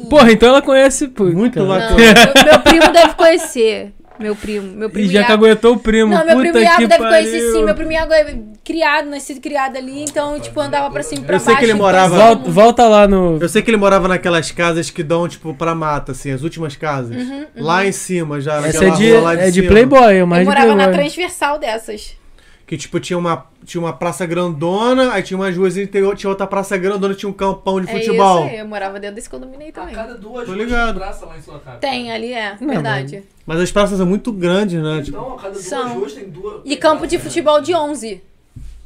Porra, então ela conhece, pô. Então.
Muito
cara.
Não,
maconheiro.
meu, meu primo deve conhecer. Meu primo. Meu
E
primo
já
Iago.
caguetou o primo.
Não, meu primo
Puta
Iago
que
deve
pariu.
conhecer sim. Meu primo Iago é criado, nascido e criado ali, então, tipo, andava pra cima e pra
Eu
baixo.
sei que ele
então,
morava-
todo
Volta,
mundo-
volta lá no.
Eu sei que ele morava naquelas casas que dão, tipo, pra mata, assim, as últimas casas.
Uhum,
Lá em cima, já.
Essa é
naquela
de,
rua lá
é de
cima.
Playboy, é mais
Ele
de
morava na
Playboy.
transversal dessas.
Que, tipo, tinha uma, tinha uma praça grandona, aí tinha umas ruas interior, tinha outra praça grandona, tinha um campão de
É isso
futebol.
aí, eu morava dentro desse condomínio aí
A
também.
cada duas
Tô
ruas
ligado.
de praça lá em sua casa.
Tem, ali é, verdade.
Mas as praças são muito grandes, né? Tipo,
Então, a cada duas
São.
ruas tem duas.
E campo de futebol de 11.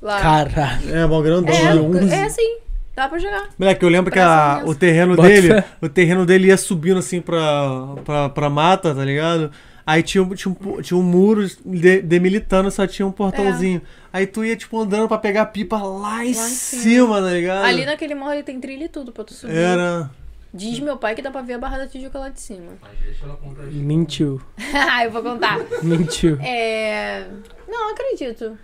Lá.
Caralho.
é, uma grandona.
é, é sim. Dá pra jogar.
Moleque, eu lembro que a-
Praça
o
imensa.
terreno
Bota
dele.
fé.
O terreno dele ia subindo assim pra, pra, pra mata, tá ligado? Aí tinha, um- tinha, um, pu- tinha um muro de- demilitando, só tinha um portãozinho. Aí tu ia, tipo, andando pra pegar a pipa lá em cima, tá ligado?
Ali naquele morro ele tem trilha e tudo pra tu subir.
Era.
Diz meu pai que dá pra ver a Barra da Tijuca lá de cima.
Mas deixa ela contar a história.
Mentiu.
Ah, eu vou contar.
Mentiu.
É. Não, acredito.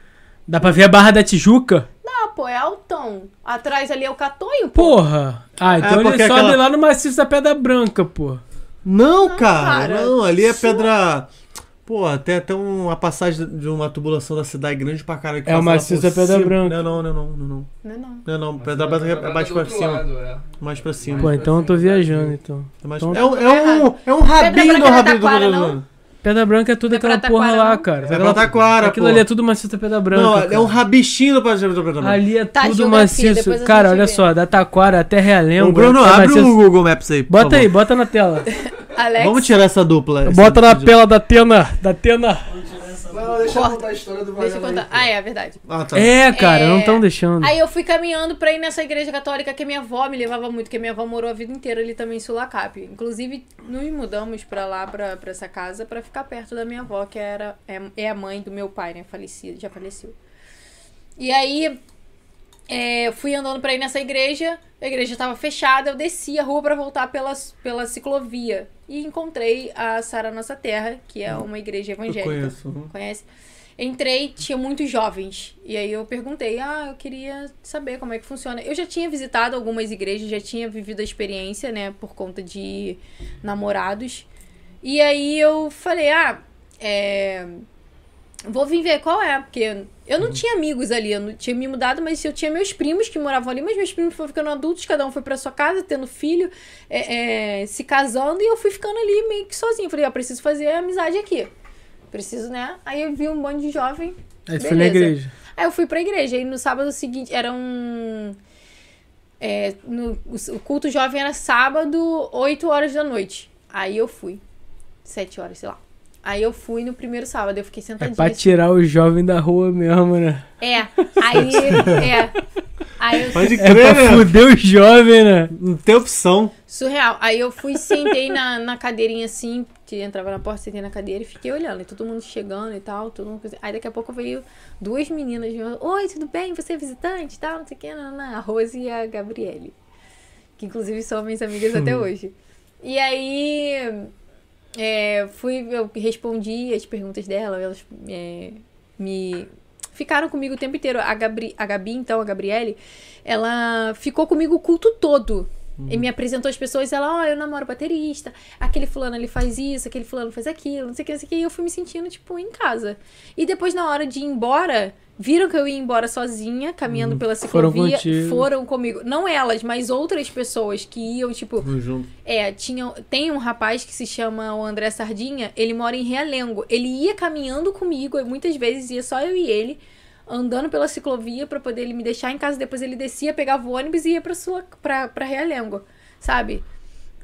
Dá pra ver a Barra da Tijuca?
Ah, pô, é altão. Atrás ali é o Catonho, pô.
Porra. Ah, então ele
É, porque
sobe
aquela-
lá no maciço da Pedra Branca, pô.
Não, cara,
cara,
não. Ali é pedra. Pô, até até um, uma passagem de uma tubulação da cidade grande pra caralho. que
É o
passa lá
maciço
por
da Pedra
cima.
Branca.
Não, não, não, não, não, não.
Não é não.
Não, não.
Mas
Pedra
ela
Branca
tá
é mais
do
pra
outro
cima.
lado, é.
Mais pra cima.
Pô, então eu tô
assim,
viajando, então.
É, mais-
Então-
é um, é um, é um rabinho
Branca
do
não é
rabinho do né?
Taquara,
do-
não?
Pedra Branca é tudo
Não é
aquela
pra
porra
Taquara,
lá,
não?
cara.
É
Aquela-
pra taquara,
Aquilo
pô.
ali é tudo maciço da Pedra Branca.
Não, é
cara.
um né? rabichinho do Prazer do Programa.
Ali é
Tá,
tudo
geografia, depois
maciço.
a
Cara,
gente
olha
vê.
só, da Taquara até Realengo.
o Bruno,
é
abre
maciço.
o Google Maps aí. por
Bota
favor.
aí, bota na tela.
Alex.
Vamos tirar essa dupla. essa
Bota na
dupla de-
tela da Tena. Da Tena.
Não, deixa eu
Corta.
contar a história do
Deixa eu
vagabundo
contar.
aí, pô.
Ah, é, verdade.
Ah, tá.
É, cara, não
É.
tão deixando.
Aí eu fui caminhando pra ir nessa igreja católica que minha avó me levava muito, que minha avó morou a vida inteira ali também em Sulacap. Inclusive, nos mudamos pra lá, pra, pra essa casa, pra ficar perto da minha avó, que era, é, é a mãe do meu pai, né? Falecida, já faleceu. E aí, é, eu fui andando pra ir nessa igreja, a igreja tava fechada, eu desci a rua pra voltar pela, pela ciclovia. E encontrei a Sara Nossa Terra, que é uma igreja
Eu
evangélica
conheço.
conhece? Entrei, tinha muitos jovens. E aí eu perguntei, ah, eu queria saber como é que funciona. Eu já tinha visitado algumas igrejas, já tinha vivido a experiência, né, por conta de namorados. E aí eu falei, ah, é. Vou vir ver qual é, porque eu não tinha amigos ali, eu não tinha me mudado, mas eu tinha meus primos que moravam ali, mas meus primos foram ficando adultos, cada um foi pra sua casa, tendo filho, é, é, se casando, e eu fui ficando ali meio que sozinha. Falei, ah, preciso fazer amizade aqui. Preciso, né? Aí eu vi um bando de jovem.
Aí tu foi na
Beleza.
é igreja.
Aí eu fui pra igreja. E no sábado seguinte era um. é, no- o culto jovem era sábado, 8 horas da noite. Aí eu fui. 7 horas, sei lá. Aí eu fui no primeiro sábado, eu fiquei
É
sentadinha.
pra tirar o jovem da rua mesmo, né?
É, aí. É. Aí eu
Pode
É
crer,
pra
né?
fuder o jovem, né?
Não tem opção.
Surreal. Aí eu fui, sentei na, na cadeirinha assim, que entrava na porta, sentei na cadeira e fiquei olhando. E todo mundo chegando e tal, todo mundo. coisa- Aí daqui a pouco veio duas meninas. me- Oi, tudo bem? Você é visitante e tal, não sei o que, nananã. A Rose e a Gabriele. Que inclusive são minhas amigas
Hum.
até hoje. E aí. é, fui, eu respondi as perguntas dela, elas é, me. Ficaram comigo o tempo inteiro. A, Gabri, a Gabi, então, a Gabriele, ela ficou comigo o culto todo.
Hum.
E me apresentou as pessoas, ela, ó, eu namoro baterista, aquele fulano ele faz isso, aquele fulano faz aquilo, não sei o que, não sei o que. E eu fui me sentindo, tipo, em casa. E depois, na hora de ir embora, viram que eu ia embora sozinha, caminhando pela
Hum. foram
ciclovia.
contigo.
foram comigo. Não elas, mas outras pessoas que iam, tipo,
Vamos junto.
é, tinha, tem um rapaz que se chama o André Sardinha, ele mora em Realengo. Ele ia caminhando comigo, e muitas vezes ia só eu e ele, andando pela ciclovia pra poder ele me deixar em casa. Depois ele descia, pegava o ônibus e ia pra, sua, pra, pra Realengo, sabe?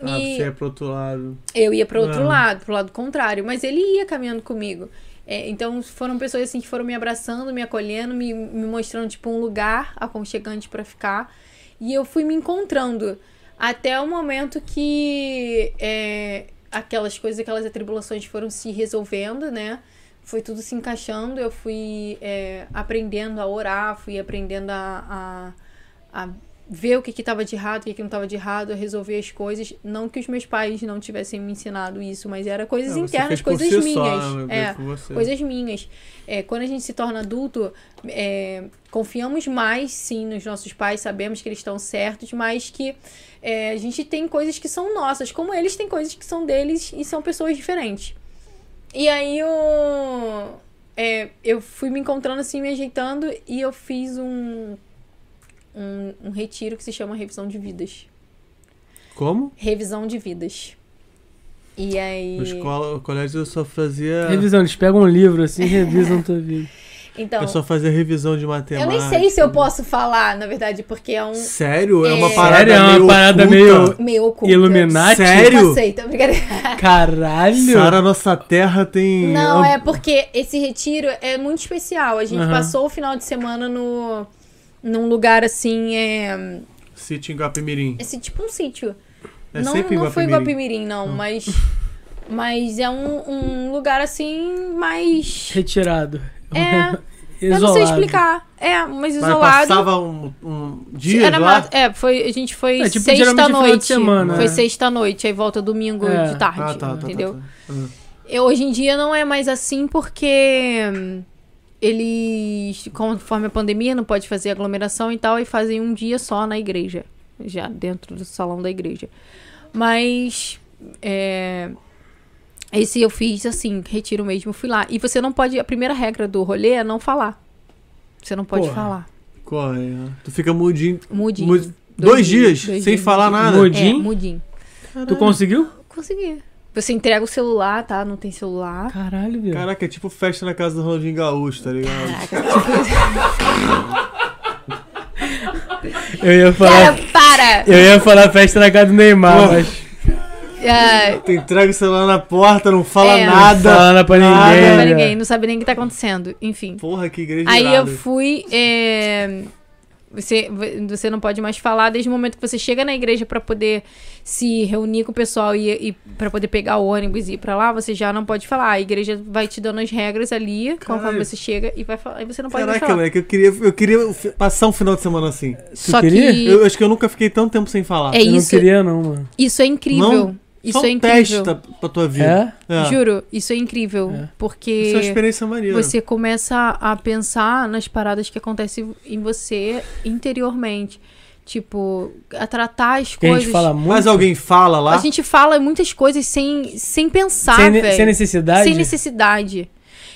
Ah,
E-
você é pro outro lado.
eu ia para outro
Ah.
lado, pro lado contrário, mas ele ia caminhando comigo. É, então foram pessoas assim que foram me abraçando, me acolhendo, me, me mostrando tipo um lugar aconchegante para ficar. E eu fui me encontrando até o momento que é, aquelas coisas, aquelas atribulações foram se resolvendo, né? Foi tudo se encaixando. Eu fui é, aprendendo a orar, fui aprendendo a- a- a ver o que que tava de errado, o que que não tava de errado, resolver as coisas. Não que os meus pais não tivessem me ensinado isso, mas era coisas
Ah, você
internas,
fez por
coisas
si
minhas.
Só, né?
é
Fez por você.
coisas minhas. É, quando a gente se torna adulto, é, confiamos mais, sim, nos nossos pais, sabemos que eles estão certos, mas que é, a gente tem coisas que são nossas, como eles têm coisas que são deles e são pessoas diferentes. E aí eu, é, eu fui me encontrando assim, me ajeitando, e eu fiz um, um, um retiro que se chama Revisão de Vidas.
Como?
Revisão de Vidas. E aí.
No escola, no colégio eu só fazia.
Revisão, eles pegam um livro assim e revisam tua vida.
Então.
Eu só fazia revisão de
Eu
matemática.
nem sei se eu posso falar, na verdade, porque é um
Sério? É uma
É.
parada
Sério? É uma
meio
parada
oculta?
meio-
meio oculto.
Iluminati?
Sério?
Não tá aceita, brincadeira.
Caralho!
Sara, nossa terra tem... um
Não,
am-
é porque esse retiro é muito especial. A gente
Aham.
passou o final de semana no num lugar assim, é,
Sítio em Guapimirim.
esse tipo um sítio.
É
não,
sempre em
não foi
Guapimirim.
Guapimirim, não, mas mas é um, um lugar assim mais
Retirado.
é, eu
Isolado.
não sei explicar. É, mas
Mas
isolado.
passava um, um dia
Era
lá?
ma- É, foi, a gente foi
É, tipo, geralmente é final de
sexta-noite.
semana,
foi
é.
sexta-noite, aí volta domingo
É.
de tarde,
Ah, tá, tá,
entendeu?
tá, tá. Ah.
Eu, hoje em dia não é mais assim porque hum, eles, conforme a pandemia, não pode fazer aglomeração e tal, e fazem um dia só na igreja, já dentro do salão da igreja. Mas é, esse eu fiz assim, retiro mesmo, fui lá. E você não pode, a primeira regra do rolê é não falar. Você não pode
Porra.
falar.
Corre, né? Tu fica mudinho.
Mudinho.
Mud- Dois, dias, sem falar nada.
Mud-
É,
Mudinho?
mudinho.
Tu conseguiu?
Consegui. Você entrega o celular, tá? Não tem celular.
Caralho, velho.
Caraca, é tipo festa na casa do Ronaldinho Gaúcho, tá ligado?
Eu ia
Cara,
falar.
para!
Eu ia falar festa na casa do Neymar,
Pô.
mas.
Ah,
Tu entrega o celular na porta, não fala
É.
Não
nada.
fala pra
nada.
ninguém.
não
né?
sabe ninguém, não sabe nem o que tá acontecendo. Enfim.
Porra, que igreja
Aí eu
irada.
fui. é, Você, você não pode mais falar desde o momento que você chega na igreja pra poder se reunir com o pessoal e, e para poder pegar o ônibus e ir pra lá, você já não pode falar. A igreja vai te dando as regras ali, conforme
Caralho.
você chega e vai falar. Aí você não pode mais
Caraca,
falar.
moleque, eu queria, eu queria f- passar um final de semana assim.
Só
queria?
que
Eu acho que eu nunca fiquei tanto tempo sem falar.
é
Eu não
isso.
queria, não, mano.
Isso é incrível.
Não,
isso
Só
é
um
incrível.
teste tá- pra tua vida.
É?
É.
Juro, isso é
É.
incrível.
Isso é uma
Porque
experiência maneira.
você começa a pensar nas paradas que acontecem em você interiormente. Tipo, a tratar as
Porque a
coisas.
gente fala muito.
Mas alguém fala lá?
A gente fala muitas coisas sem, sem pensar,
sem, ne-
Tá, velho.
sem necessidade?
Sem necessidade.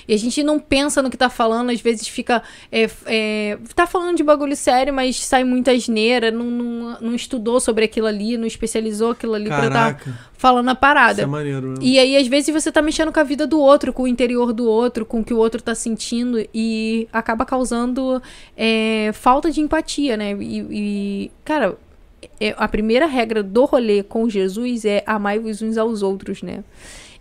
E a gente não pensa no que tá falando, às vezes fica. é, é, tá falando de bagulho sério, mas sai muita asneira, não, não, não estudou sobre aquilo ali, não especializou aquilo ali pra tá
Caraca,
falando a
isso
parada.
é maneiro mesmo.
E aí, às vezes, você tá mexendo com a vida do outro, com o interior do outro, com o que o outro tá sentindo, e acaba causando é, falta de empatia, né? E, e, cara, é, a primeira regra do rolê com Jesus é amai-vos uns aos outros, né?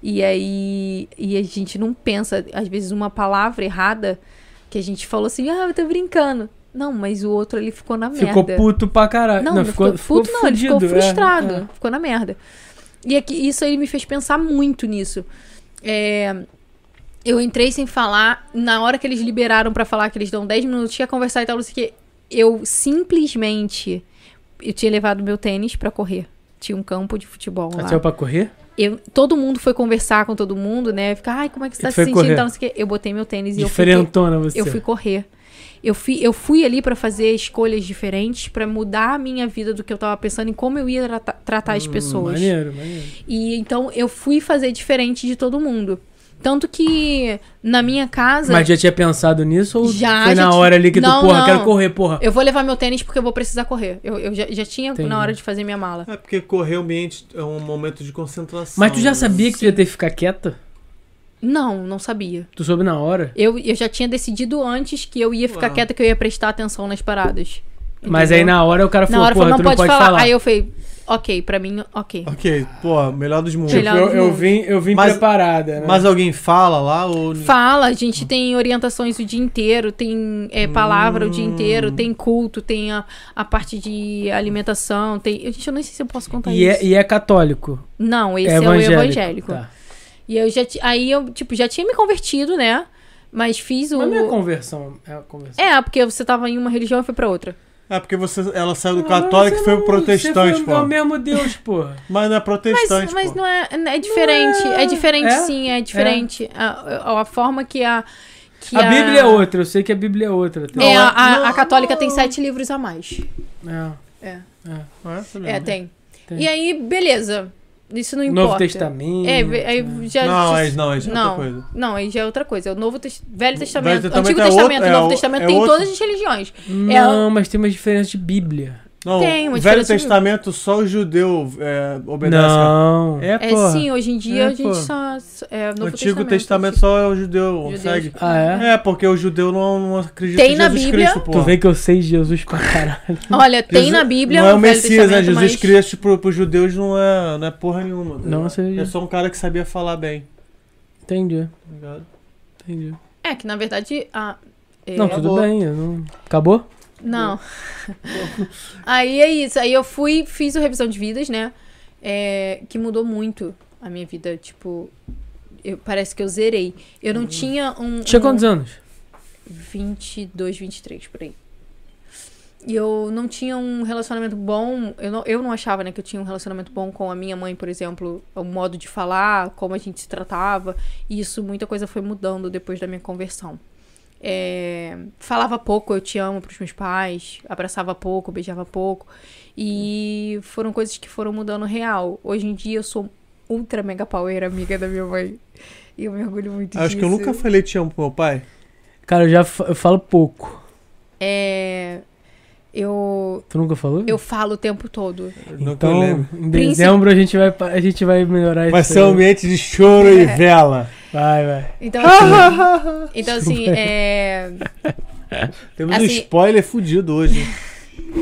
E aí, e a gente não pensa, às vezes, uma palavra errada que a gente falou assim, ah, eu tô brincando. Não, mas o outro ele ficou na merda.
Ficou puto pra caralho.
Não, ele ficou, puto, não, ele ficou
fudido, é,
frustrado.
é.
Ficou na merda. E aqui, isso aí me fez pensar muito nisso. É, eu entrei sem falar, na hora que eles liberaram pra falar que eles dão 10 minutos, ia conversar e tal, não sei o quê. Eu simplesmente. Eu tinha levado meu tênis pra correr. Tinha um campo de futebol
Ah,
lá.
Saiu pra correr?
Eu- todo mundo foi conversar com todo mundo, né? Ficar, ai, como é que
E
você tá
tu
se
foi
sentindo?
correr?
e Tal, não sei o quê. Eu botei meu tênis e eu fiquei
Diferentona você.
eu fui correr. Eu fui, eu fui ali pra fazer escolhas diferentes, pra mudar a minha vida do que eu tava pensando em como eu ia trata- tratar as pessoas.
Hum, Maneiro, maneiro.
E então eu fui fazer diferente de todo mundo. Tanto que na minha casa
Mas já tinha pensado nisso ou
Já,
foi
já
na
tinha-
hora ali que
Não,
tu, porra,
não.
quero correr, porra.
eu vou levar meu tênis porque eu vou precisar correr. Eu, eu já, já tinha
Entendi.
na hora de fazer minha mala.
É porque correr o ambiente é um momento de concentração.
Mas tu já
né?
sabia que tu ia ter que ficar quieta?
Não, não sabia.
Tu soube na hora?
Eu, eu já tinha decidido antes que eu ia ficar
Uau.
quieta, que eu ia prestar atenção nas paradas.
Mas aí
Entendeu?
na hora o cara
na
falou,
hora
porra,
falou, não
tu
pode,
não
falar. Aí eu falei, ok, pra mim, ok.
Ok, pô, melhor dos mundos.
Melhor.
Eu, eu vim, eu vim
Mas-
preparada, né?
Mas alguém fala lá ou...
Fala, a gente tem orientações o dia inteiro, tem é, palavra o dia
Hum.
inteiro, tem culto, tem a, a parte de alimentação, tem. Eu, gente, eu nem sei se eu posso contar
e,
isso.
é, e é católico.
Não, esse
é
é,
evangélico.
o evangélico.
Tá.
E eu já ti- aí eu, tipo, já tinha me convertido, né? Mas fiz o.
Mas não é conversão. É conversão.
É, porque você tava em uma religião e foi pra outra.
É porque você, ela saiu do católico e foi pro protestante,
Você foi
pô.
o mesmo Deus, porra.
Mas não é
Mas,
protestante,
mas
pô.
não é. É diferente.
Não
é...
é-
diferente,
é?
sim, é diferente. A, a- a forma que a. Que
a Bíblia é outra, eu sei que a Bíblia é outra. tá?
É,
Não,
a,
é-
a-
não,
a católica tem sete livros a mais.
É.
É.
Essa
É,
mesmo.
tem.
né? Tem.
E aí, beleza. Isso não importa.
Novo Testamento.
É, ve- aí já.
Não,
já-
é, não, é outra
não,
coisa.
Não, aí já é outra coisa. É o Novo Tes- Velho Testamento,
Testamento
Antigo
é outro-
Testamento,
é
Novo
o-
Testamento,
é
tem
outro-
todas as religiões.
Não, mas tem uma diferença de Bíblia.
Não,
Tem uma
o Velho
diferença de-
Testamento só o judeu é, obedece.
Não.
É,
É,
pô.
sim, hoje em dia
É,
a gente
pô.
só. só- É, Novo
Antigo
Testamento
Testamento só é o judeu,
Judeus.
segue.
Ah, é?
É, porque o judeu não, não acredita
Tem
em
na
Jesus
Bíblia.
Cristo, pô.
Tu vê que eu sei de Jesus pra caralho.
Olha, tem
Jesus-
na Bíblia.
Não é o
no Velho
Messias, né?
Testamento,
Jesus
mas-
Cristo pro, pros judeus não é, não é porra nenhuma. tá
Não,
ligado?
você-
É só um cara que sabia falar bem.
Entendi,
tá ligado?
entendi.
É, que na verdade. A... é,
Não, tudo
acabou.
bem. eu não- Acabou?
Não. aí é isso. Aí eu fui, fiz o Revisão de Vidas, né? É, que mudou muito a minha vida. Tipo, eu- parece que eu zerei. Eu não tinha um.
Uhum. Tinha
um-
quantos anos?
22, 23, por aí. E eu não tinha um relacionamento bom. Eu não, eu não achava, né, que eu tinha um relacionamento bom com a minha mãe, por exemplo. O modo de falar, como a gente se tratava. E isso, muita coisa foi mudando depois da minha conversão. É, falava pouco, eu te amo pros meus pais. Abraçava pouco, beijava pouco. E foram coisas que foram mudando real. Hoje em dia eu sou ultra mega power amiga da minha mãe. E eu me orgulho muito disso.
Acho que eu nunca falei te amo pro meu pai.
Cara, eu já fa- eu falo pouco.
É. Eu.
Tu nunca falou?
Eu falo o tempo todo.
nunca
Então,
lembro.
em dezembro a gente vai, pa- a gente vai melhorar
Vai
isso.
ser um
aí.
ambiente de choro e
É.
vela.
Vai, vai.
Então, assim. então, assim, é.
Ah,
Temos um
Assim-
spoiler fudido hoje.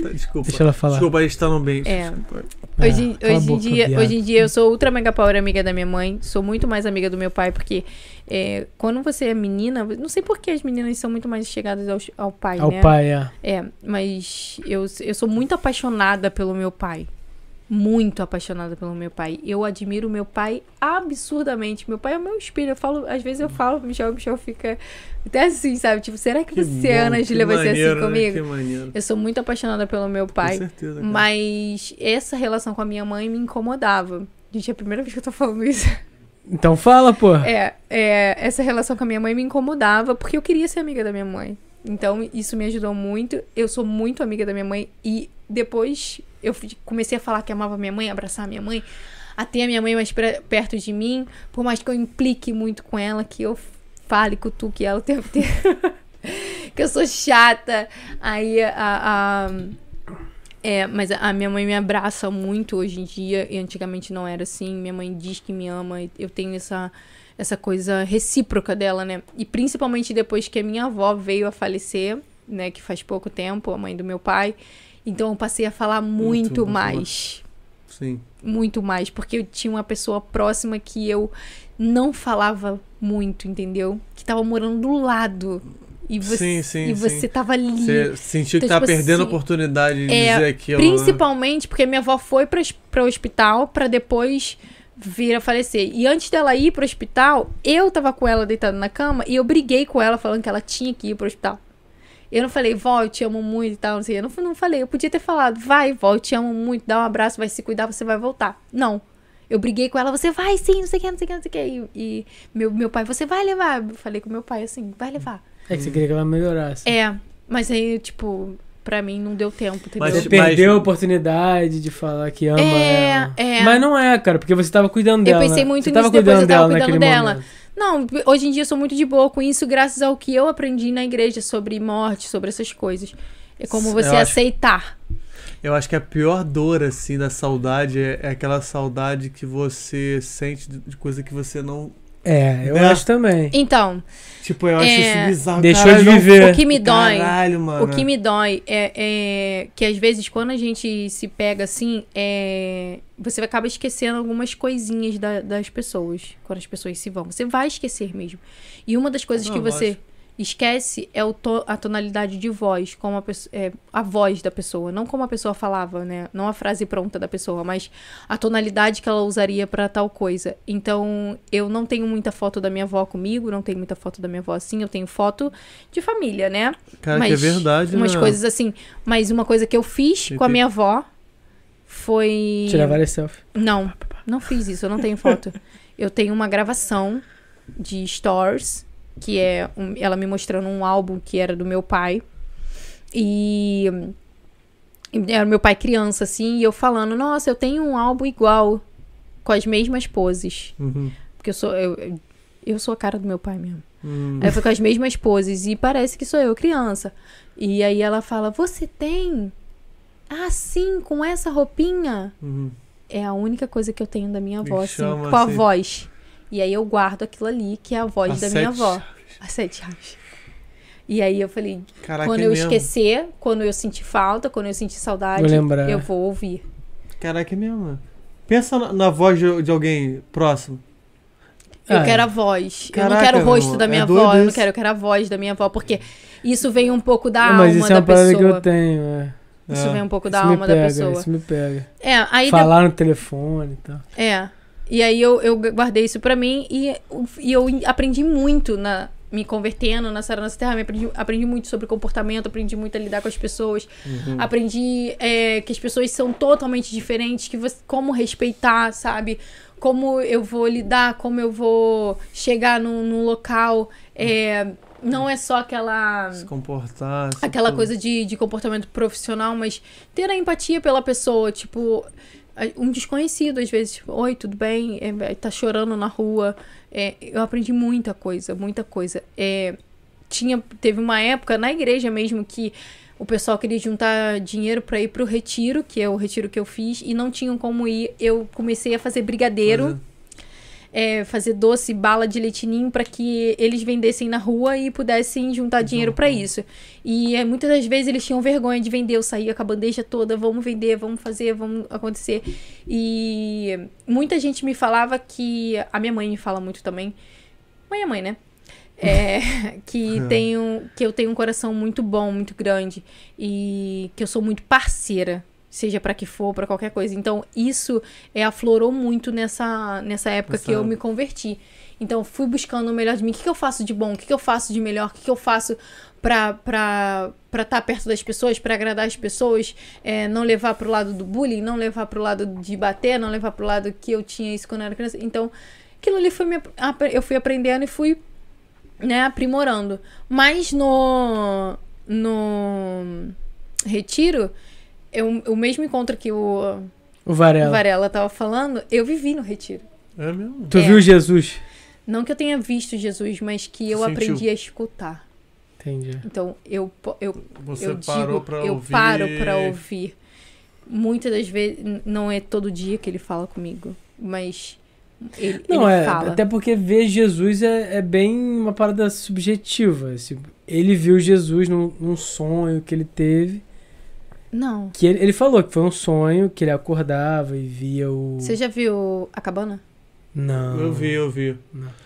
Tá, Desculpa.
Deixa ela falar.
Desculpa, a gente tá no bem.
É.
Desculpa.
Hoje, em-
Ah, cala a
hoje, em
boca,
dia,
viado.
hoje em dia eu sou ultra mega power amiga da minha mãe, sou muito mais amiga do meu pai, porque é, quando você é menina, não sei por que as meninas são muito mais chegadas ao, ao pai,
Ao
né?
pai, é.
É, mas eu, eu sou muito apaixonada pelo meu pai. Muito apaixonada pelo meu pai. Eu admiro meu pai absurdamente. Meu pai é o meu espelho. Eu falo, às vezes eu falo pro Michel, o Michel fica até assim, sabe? Tipo, será que, você,
bom,
Ana Júlia, vai ser
maneiro,
assim
né?
comigo?
Que maneiro.
Eu sou muito apaixonada pelo meu
Com
pai.
certeza, cara.
Mas essa relação com a minha mãe me incomodava. Gente, é a primeira vez que eu tô falando isso.
Então fala, porra.
É, é, essa relação com a minha mãe me incomodava porque eu queria ser amiga da minha mãe. Então, isso me ajudou muito. Eu sou muito amiga da minha mãe. E depois eu fi- comecei a falar que amava minha mãe, abraçar minha mãe, a ter a minha mãe mais pra- perto de mim. Por mais que eu implique muito com ela, que eu fala e cutuque ela o tempo inteiro. que eu sou chata. Aí a. a- é, mas a minha mãe me abraça muito hoje em dia, e antigamente não era assim. Minha mãe diz que me ama, e eu tenho essa, essa coisa recíproca dela, né? E principalmente depois que a minha avó veio a falecer, né? Que faz pouco tempo, a mãe do meu pai. Então eu passei a falar muito,
muito
mais
Sim.
muito mais, porque eu tinha uma pessoa próxima que eu não falava muito, entendeu? Que tava morando do lado. E você,
Sim, sim,
e você
sim.
tava ali.
Você sentiu que
Então,
tava
tipo
perdendo a
assim,
oportunidade de
é,
dizer aquilo. né?
Principalmente porque minha avó foi pra, es- pra hospital pra depois vir a falecer. E antes dela ir pro hospital, eu tava com ela deitada na cama e eu briguei com ela falando que ela tinha que ir pro hospital. Eu não falei, vó, eu te amo muito e tal, não sei. Eu não, não falei, eu podia ter falado, vai, vó, eu te amo muito, dá um abraço, vai se cuidar, você vai voltar. Não. Eu briguei com ela, você vai sim, não sei o que, não sei o que, não sei o que. E, e meu, meu pai, você vai levar. Eu falei com meu pai assim, vai levar.
É que você queria que ela melhorasse.
É, mas aí, tipo, pra mim não deu tempo, entendeu?
Mas-
Você perdeu a oportunidade de falar que ama
É,
ela.
é.
Mas não é, cara, porque você tava cuidando
Eu
dela. né?
pensei muito
você tava
nisso, depois
cuidando
eu tava
dela
cuidando
naquele
dela.
momento.
Não, hoje em dia eu sou muito de boa com isso, graças ao que eu aprendi na igreja sobre morte, sobre essas coisas. É como
Eu
você
acho-
aceitar.
Eu acho que a pior dor, assim, da saudade é, é aquela saudade que você sente de- de coisa que você não.
É, eu
Né?
acho também.
Então,
Tipo, eu acho
É,
isso bizarro.
deixou
Caralho,
de
não-
viver.
o que me dói,
Caralho, mano.
o que me dói é, é que às vezes quando a gente se pega assim, é, você acaba esquecendo algumas coisinhas da- das pessoas. Quando as pessoas se vão, você vai esquecer mesmo. E uma das coisas
Ah, Não,
que você
lógico.
esquece é o to- a tonalidade de voz, como a, pesso- é, a voz da pessoa, não como a pessoa falava, né? Não a frase pronta da pessoa, mas a tonalidade que ela usaria pra tal coisa. Então, eu não tenho muita foto da minha avó comigo, não tenho muita foto da minha avó assim, eu tenho foto de família, né?
Cara, que é verdade,
Umas
Ah.
né?
coisas assim. Mas uma coisa que eu fiz
Tem
com a
que-
minha avó foi.
Tirar várias Ah, selfies.
Não, não fiz isso, eu não tenho foto. Eu tenho uma gravação de stories, que é um- ela me mostrando um álbum que era do meu pai. E e era meu pai criança, assim, e eu falando, nossa, eu tenho um álbum igual, com as mesmas poses.
Uhum.
Porque eu sou. Eu, eu sou a cara do meu pai mesmo.
Hum.
Aí eu fico com as mesmas poses e parece que sou eu, criança. E aí ela fala: Você tem? Ah, sim, com essa roupinha.
Uhum.
É a única coisa que eu tenho da minha
Me
avó, assim,
chama
com a
assim.
voz. E aí eu guardo aquilo ali, que é a voz
As
da minha
Tá sete
avó.
chaves.
As sete chaves. E aí eu falei,
Caraca,
quando
é
eu
mesmo.
esquecer, quando eu sentir falta, quando eu sentir saudade,
Vou lembrar.
eu vou ouvir.
Caraca, é mesmo. Pensa na, na voz de, de alguém próximo.
Ah,
Eu quero a voz. eu
Caraca,
não quero o rosto
mano,
da minha
é doido
avó. Eu não
isso.
quero, eu quero a voz da minha avó, porque isso vem um pouco da
Não, mas
alma
isso é uma
da
parada que
pessoa.
eu tenho, é.
Isso
É.
vem um pouco da
Isso me
alma da
pega,
pessoa.
Isso me pega.
É, aí de-
Falar no telefone e tal.
é. E aí eu, eu guardei isso pra mim e, e eu aprendi muito na me convertendo na Sara Nossa Terra, me aprendi, aprendi muito sobre comportamento, aprendi muito a lidar com as pessoas,
Uhum.
aprendi é, que as pessoas são totalmente diferentes, que você, como respeitar, sabe? Como eu vou lidar, como eu vou chegar num, num local. é, não é só aquela
Se comportar. se
aquela
tudo.
coisa de, de comportamento profissional, mas ter a empatia pela pessoa, tipo, a- um desconhecido, às vezes, tipo, oi, tudo bem, É, vai- tá chorando na rua. É, eu aprendi muita coisa, muita coisa. É, tinha, teve uma época na igreja mesmo que o pessoal queria juntar dinheiro pra ir pro retiro, que é o retiro que eu fiz, e não tinham como ir. Eu comecei a fazer brigadeiro
Fazer-
é, fazer doce, bala de leitinho pra que eles vendessem na rua e pudessem juntar dinheiro pra isso. E é, muitas das vezes eles tinham vergonha de vender, eu saía com a bandeja toda, vamos vender, vamos fazer, vamos acontecer. E muita gente me falava que a minha mãe me fala muito também. Mãe é mãe, né? É, que,
É.
tenho, que eu tenho um coração muito bom, muito grande. E que eu sou muito parceira, seja pra que for, pra qualquer coisa. Então, isso é, aflorou muito nessa, nessa época
Nessa
que eu
época.
me converti. Então, fui buscando o melhor de mim. O que, que eu faço de bom? O que, que eu faço de melhor? O que, que eu faço pra estar perto das pessoas, pra agradar as pessoas? É, não levar pro lado do bullying, não levar pro lado de bater, não levar pro lado que eu tinha isso quando eu era criança. Então, aquilo ali foi me, ap- ap- eu fui aprendendo e fui né, aprimorando. Mas no no retiro, eu, o mesmo encontro que o
O Varela.
Varela tava falando, eu vivi no retiro.
É mesmo.
Tu
É.
viu Jesus?
Não que eu tenha visto Jesus, mas que eu
Sentiu.
aprendi a escutar.
Entendi.
Então, eu, po- eu
Você
eu
parou
digo,
pra
eu
ouvir.
paro pra ouvir. Muitas das vezes, n- não é todo dia que ele fala comigo, mas ele,
Não,
ele
é,
fala.
até porque ver Jesus é, é bem uma parada subjetiva. assim. ele viu Jesus num, num sonho que ele teve.
Não.
Que ele, ele falou que foi um sonho, que ele acordava e via o.
Você já viu a cabana?
Não.
Eu vi, eu vi.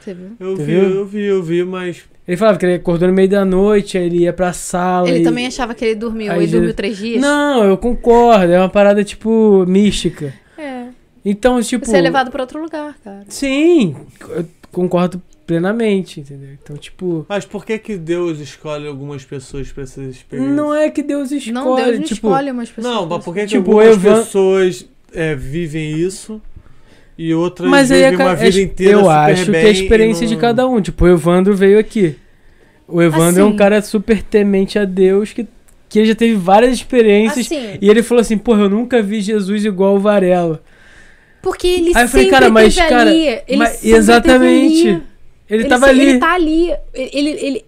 Você viu?
Eu
Tu
vi,
viu?
eu vi, eu vi, mas.
Ele falava que ele acordou no meio da noite, aí ele ia pra sala.
Ele
e-
também achava que ele dormiu.
Aí
Ele
já-
dormiu três dias?
Não, eu concordo. É uma parada, tipo, mística.
É.
Então, tipo.
Você é levado pra outro lugar, cara.
Sim, eu concordo plenamente, entendeu? Então, tipo.
Mas por que que Deus escolhe algumas pessoas pra essas experiências?
Não é que Deus escolhe.
Não, Deus não
tipo,
escolhe umas pessoas.
Não, mas por que, que
Tipo,
algumas
Evan-
pessoas é, vivem isso e outras
Mas aí
vivem
é, ca-
uma
é-
vida inteira
eu
super
acho que
bem
é a experiência
e
de
não-
cada um. Tipo, o Evandro veio aqui. O Evandro é um
Assim.
cara super temente a Deus que, que ele já teve várias experiências.
Assim,
E ele falou assim, porra, eu nunca vi Jesus igual o Varela.
porque ele
Aí eu falei,
sempre
cara, mas,
teve
cara,
ali. Ele
mas-
sempre
exatamente.
teve ali.
Ele, tava
se-
ali.
Ele tá ali. Ele, ele- ele-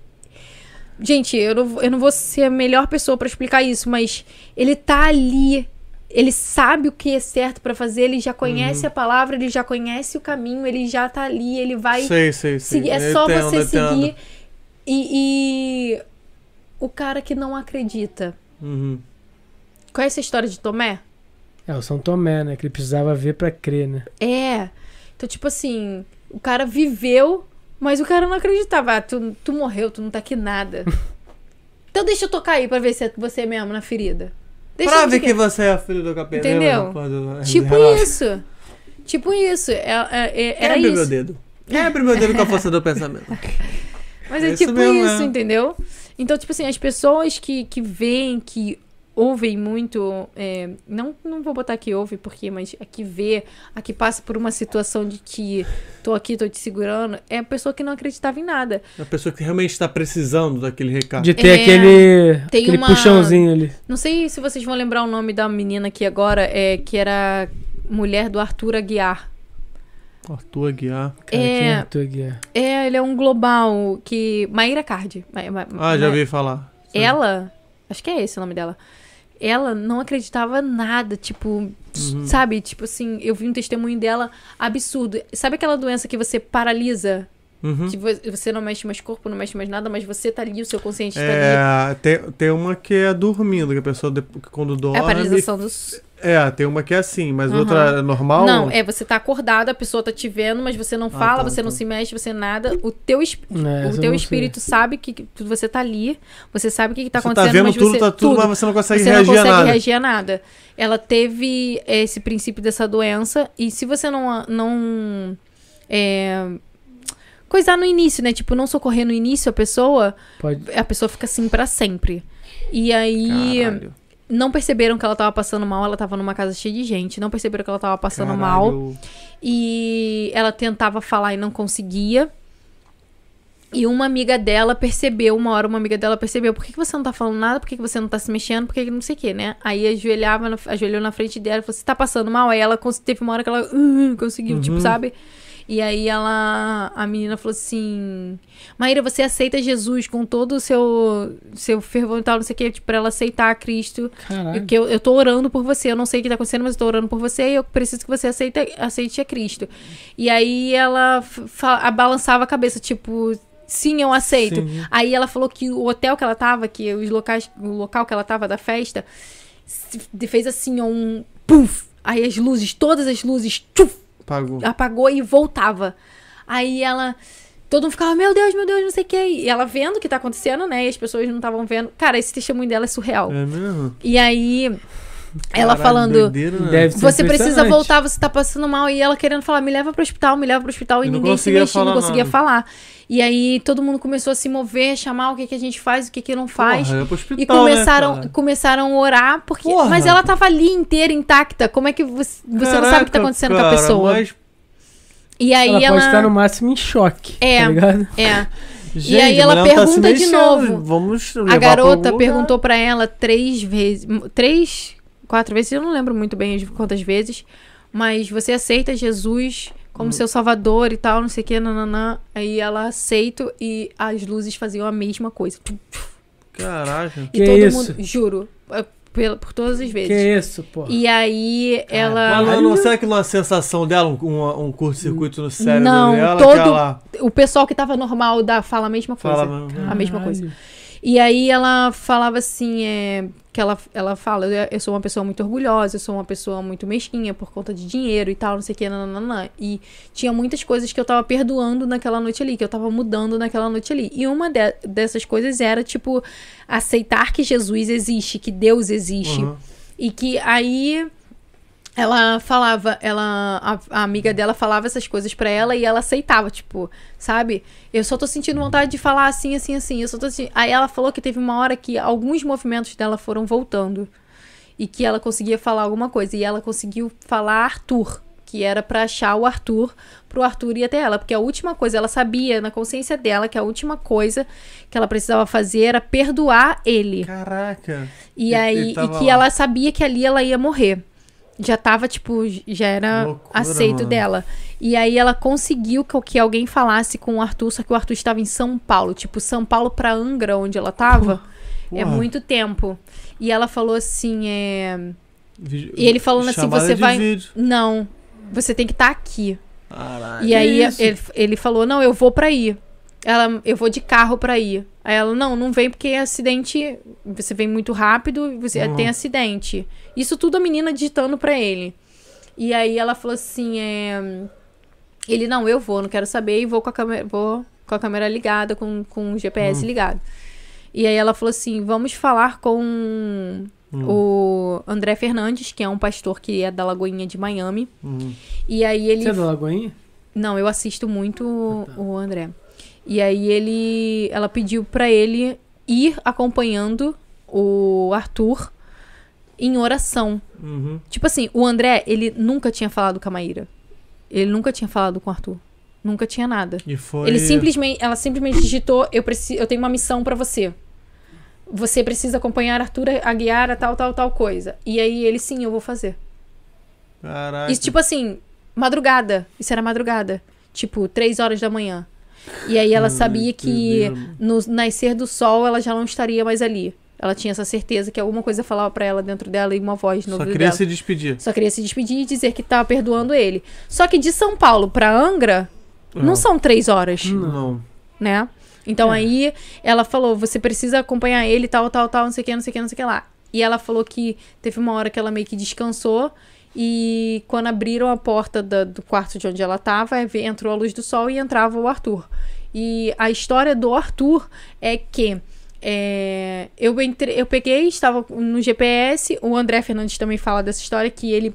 Gente, eu não, vou- eu não vou ser a melhor pessoa pra explicar isso, mas ele tá ali. Ele sabe o que é certo pra fazer, ele já conhece
Uhum.
a palavra, ele já conhece o caminho, ele já tá ali, ele vai
Sei, sei, sei.
seguir. É
Eu
só
entendo,
você
eu entendo.
seguir. E, e o cara que não acredita.
Uhum.
Conhece a história de Tomé?
É, o São Tomé, né? Que ele precisava ver pra crer, né?
É. Então, tipo assim, o cara viveu, mas o cara não acreditava. Ah, tu, tu morreu, tu não tá aqui nada. então deixa eu tocar aí pra ver se é você mesmo na ferida. Deixa
Pra
eu
ver
ver
que você é filho do capeta.
Entendeu? Tipo
Renato.
isso. Tipo isso. É, é, é- era
Quebre
isso.
meu dedo. Quebre meu dedo com a força do pensamento.
Mas
É
é,
isso
tipo
mesmo,
isso,
é.
entendeu? Então, tipo assim, as pessoas que, que veem, que ouvem muito, é, não, não vou botar que ouve, porque, mas a que vê, a que passa por uma situação de que tô aqui, tô te segurando, é a pessoa que não acreditava em nada.
A pessoa que realmente está precisando daquele recado.
De ter
É,
aquele,
tem
aquele
uma-
puxãozinho ali.
Não sei se vocês vão lembrar o nome da menina aqui agora, é, que era mulher do Arthur Aguiar.
Arthur Aguiar.
Cara,
É.
quem é Arthur Aguiar?
É, ele é um global que. Maíra Cardi. Ma- ma-
Ah, já
ma-
ouvi falar.
É. Ela, acho que é esse o nome dela. Ela não acreditava nada, tipo,
Uhum.
sabe? Tipo assim, eu vi um testemunho dela absurdo. Sabe aquela doença que você paralisa?
Uhum.
Que vo- você não mexe mais corpo, não mexe mais nada, mas você tá ali, o seu consciente tá ali.
É, tem, tem uma que é dormindo, que a pessoa depo- que quando dorme.
É a paralisação dos.
É, tem uma que é assim, mas
Aham.
outra é normal?
Não, é você tá acordado, a pessoa tá te vendo, mas você não fala,
tá,
você não
tá.
se mexe, você nada. O teu, es-
É, essa eu
o teu
não sei.
espírito sabe que que tu- você tá ali, você sabe o que, que tá
Você tá
acontecendo,
vendo
mas
tudo,
você
tá tudo,
tudo,
mas você não consegue
você não
reagir a
consegue
nada.
reagir a nada. Ela teve esse princípio dessa doença, e se você não. a- não é, coisar no início, né? Tipo, não socorrer no início a pessoa,
Pode...
a pessoa fica assim pra sempre. E aí
Caralho,
não perceberam que ela tava passando mal, ela tava numa casa cheia de gente, não perceberam que ela tava passando
caralho.
tá mal e ela tentava falar e não conseguia. E uma amiga dela percebeu, uma hora uma amiga dela percebeu, por que, que você não tá falando nada? Por que, que você não tá se mexendo? Por que, que não sei o que, né? Aí ajoelhava, na- ajoelhou na frente dela e falou, você tá passando mal? Aí ela cons- teve uma hora que ela "Uh", conseguiu, tipo, sabe? E aí ela, a menina falou assim, Maíra, você aceita Jesus com todo o seu, seu fervor e tal, não sei o que, tipo, pra ela aceitar Cristo.
Caralho.
Porque eu, eu tô orando por você, eu não sei o que tá acontecendo, mas eu tô orando por você e eu preciso que você aceite, aceite a Cristo. E aí ela f- fa- a- balançava a cabeça, tipo, sim, eu aceito. Aí ela falou que o hotel que ela tava, que os locais, o local que ela tava da festa, se- fez assim, ó, um puff. Aí as luzes, todas as luzes, tchuf,
Pagou.
apagou e voltava. Aí ela. Todo mundo ficava, meu Deus, meu Deus, não sei o que. E ela vendo o que tá acontecendo, né? E as pessoas não estavam vendo. Cara, esse testemunho dela é surreal.
É mesmo?
E aí, ela
Caralho,
falando,
doideira, né?
Deve ser
você precisa
impressionante.
voltar, você tá passando mal. E ela querendo falar, me leva pro hospital, me leva pro hospital. E,
E não
ninguém se
conseguia
mexia, não
falar
conseguia
nada.
falar. E aí, todo mundo começou a se mover, chamar o que, que a gente faz, o que, que não faz.
Porra, é pro hospital,
E começaram,
Né, cara?
começaram a orar, porque.
Porra.
Mas ela tava ali inteira, intacta. Como é que você, você não sabe o que
Caraca,
tá acontecendo com a
cara,
pessoa?
mas
E aí
Ela,
ela.
pode estar no máximo em choque.
É.
Tá ligado?
É.
Gente,
aí ela
a mulher não tá se
pergunta de
mexendo,
novo.
Vamos
A
levar pra algum
garota
lugar.
perguntou pra ela três vezes. m- Três, quatro vezes, eu não lembro muito bem as- quantas vezes. Mas você aceita Jesus como seu salvador e tal, não sei o que, nananã. Aí ela aceita e as luzes faziam a mesma coisa.
Caraca.
E
Que
todo
isso?
mundo, juro, é, pela- por todas as
Que
vezes.
isso, pô.
é E aí ela.
Mas não, não será que não é a sensação dela, um, um, um curto-circuito no cérebro
Não,
dela?
todo- é.
Que ela
O pessoal que tava normal da, fala a mesma coisa.
fala,
a mesma coisa. E aí ela falava assim, é, que ela, ela fala, eu, eu sou uma pessoa muito orgulhosa, eu sou uma pessoa muito mesquinha por conta de dinheiro e tal, não sei o que, nananana. E tinha muitas coisas que eu tava perdoando naquela noite ali, que eu tava mudando naquela noite ali. E uma de- dessas coisas era, tipo, aceitar que Jesus existe, que Deus existe.
Uhum.
E que aí ela falava, ela a, a amiga dela falava essas coisas pra ela e ela aceitava, tipo, sabe? Eu só tô sentindo vontade de falar assim, assim, assim. Eu só tô sentindo... Aí ela falou que teve uma hora que alguns movimentos dela foram voltando e que ela conseguia falar alguma coisa e ela conseguiu falar Arthur, que era pra achar o Arthur, pro Arthur ir até ela, porque a última coisa ela sabia na consciência dela que a última coisa que ela precisava fazer era perdoar ele.
Caraca.
E
Ele-
aí,
ele
e
tava
que
lá.
ela sabia que ali ela ia morrer. Já tava, tipo, j- já era
Loucura,
aceito
mano.
dela. E aí ela conseguiu que, que alguém falasse com o Arthur, só que o Arthur estava em São Paulo. Tipo, São Paulo pra Angra, onde ela tava. É
Porra.
muito tempo. E ela falou assim, é...
Vi-
E ele falando assim,
chamada
você
de
vai-
vídeo.
Não, você tem que estar aqui.
Caraca.
E aí
É
isso?
ele, ele falou: Não, eu vou pra ir. Ela, eu vou de carro pra ir. Aí ela, não, não vem porque é acidente. Você vem muito rápido e você
Uhum.
tem acidente. Isso tudo a menina ditando pra ele. E aí ela falou assim: é, Ele, não, eu vou, não quero saber, e vou com a câmera, vou com a câmera ligada, com, com o GPS
Hum.
ligado. E aí ela falou assim: vamos falar com
Hum.
é
Hum,
o André Fernandes, que é um pastor que é da Lagoinha de Miami.
Uhum.
E aí ele
Você é da Lagoinha?
não, eu assisto muito o- o André. E aí ele, ela pediu pra ele ir acompanhando o Arthur em oração.
Uhum.
Tipo assim, o André, ele nunca tinha falado com a Maíra. Ele nunca tinha falado com o Arthur. Nunca tinha nada.
E foi...
Ele simplesmente, ela simplesmente digitou, eu preciso, eu tenho uma missão pra você. Você precisa acompanhar Arthur Aguiar a tal, tal, tal coisa. E aí ele, sim, eu vou fazer.
Caraca.
Isso, tipo assim, madrugada. Isso era madrugada. Tipo, três horas da manhã. E aí ela sabia que no nascer do sol ela já não estaria mais ali. Ela tinha essa certeza que alguma coisa falava pra ela dentro dela e uma voz no
Só
ouvido
queria
dela.
se despedir.
Só queria se despedir e dizer que tava perdoando ele. Só que de São Paulo pra Angra, não
Não.
são três horas
Não.
né? Então aí ela falou, você precisa acompanhar ele, tal, tal, tal, não sei o que, não sei o que, não sei o que lá. E ela falou que teve uma hora que ela meio que descansou e quando abriram a porta da- do quarto de onde ela tava, eh, entrou a luz do sol e entrava o Arthur. E a história do Arthur é que eh, eu, entre, eu peguei, estava no GPS, o André Fernandes também fala dessa história, que ele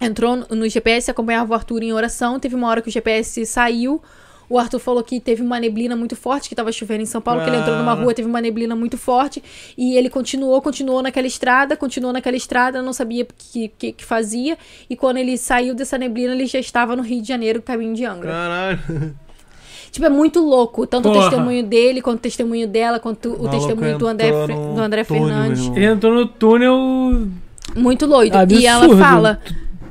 entrou no- no GPS, acompanhava o Arthur em oração. Teve uma hora que o GPS saiu. O Arthur falou que teve uma neblina muito forte, que tava chovendo em São Paulo, que ele entrou numa
Cara.
rua, teve uma neblina muito forte. E ele continuou, continuou naquela estrada, continuou naquela estrada, não sabia o que, que, que fazia. E quando ele saiu dessa neblina, ele já estava no Rio de Janeiro, caminho de Angra.
Caralho.
Tipo, é muito louco. Tanto
Porra.
o testemunho dele, quanto o testemunho dela, quanto o
maluco
testemunho do André,
entrou
Fer-
num
do André
túnel,
Fernandes.
irmão.
Ele entrou no túnel.
Muito doido.
Absurdo.
E ela fala.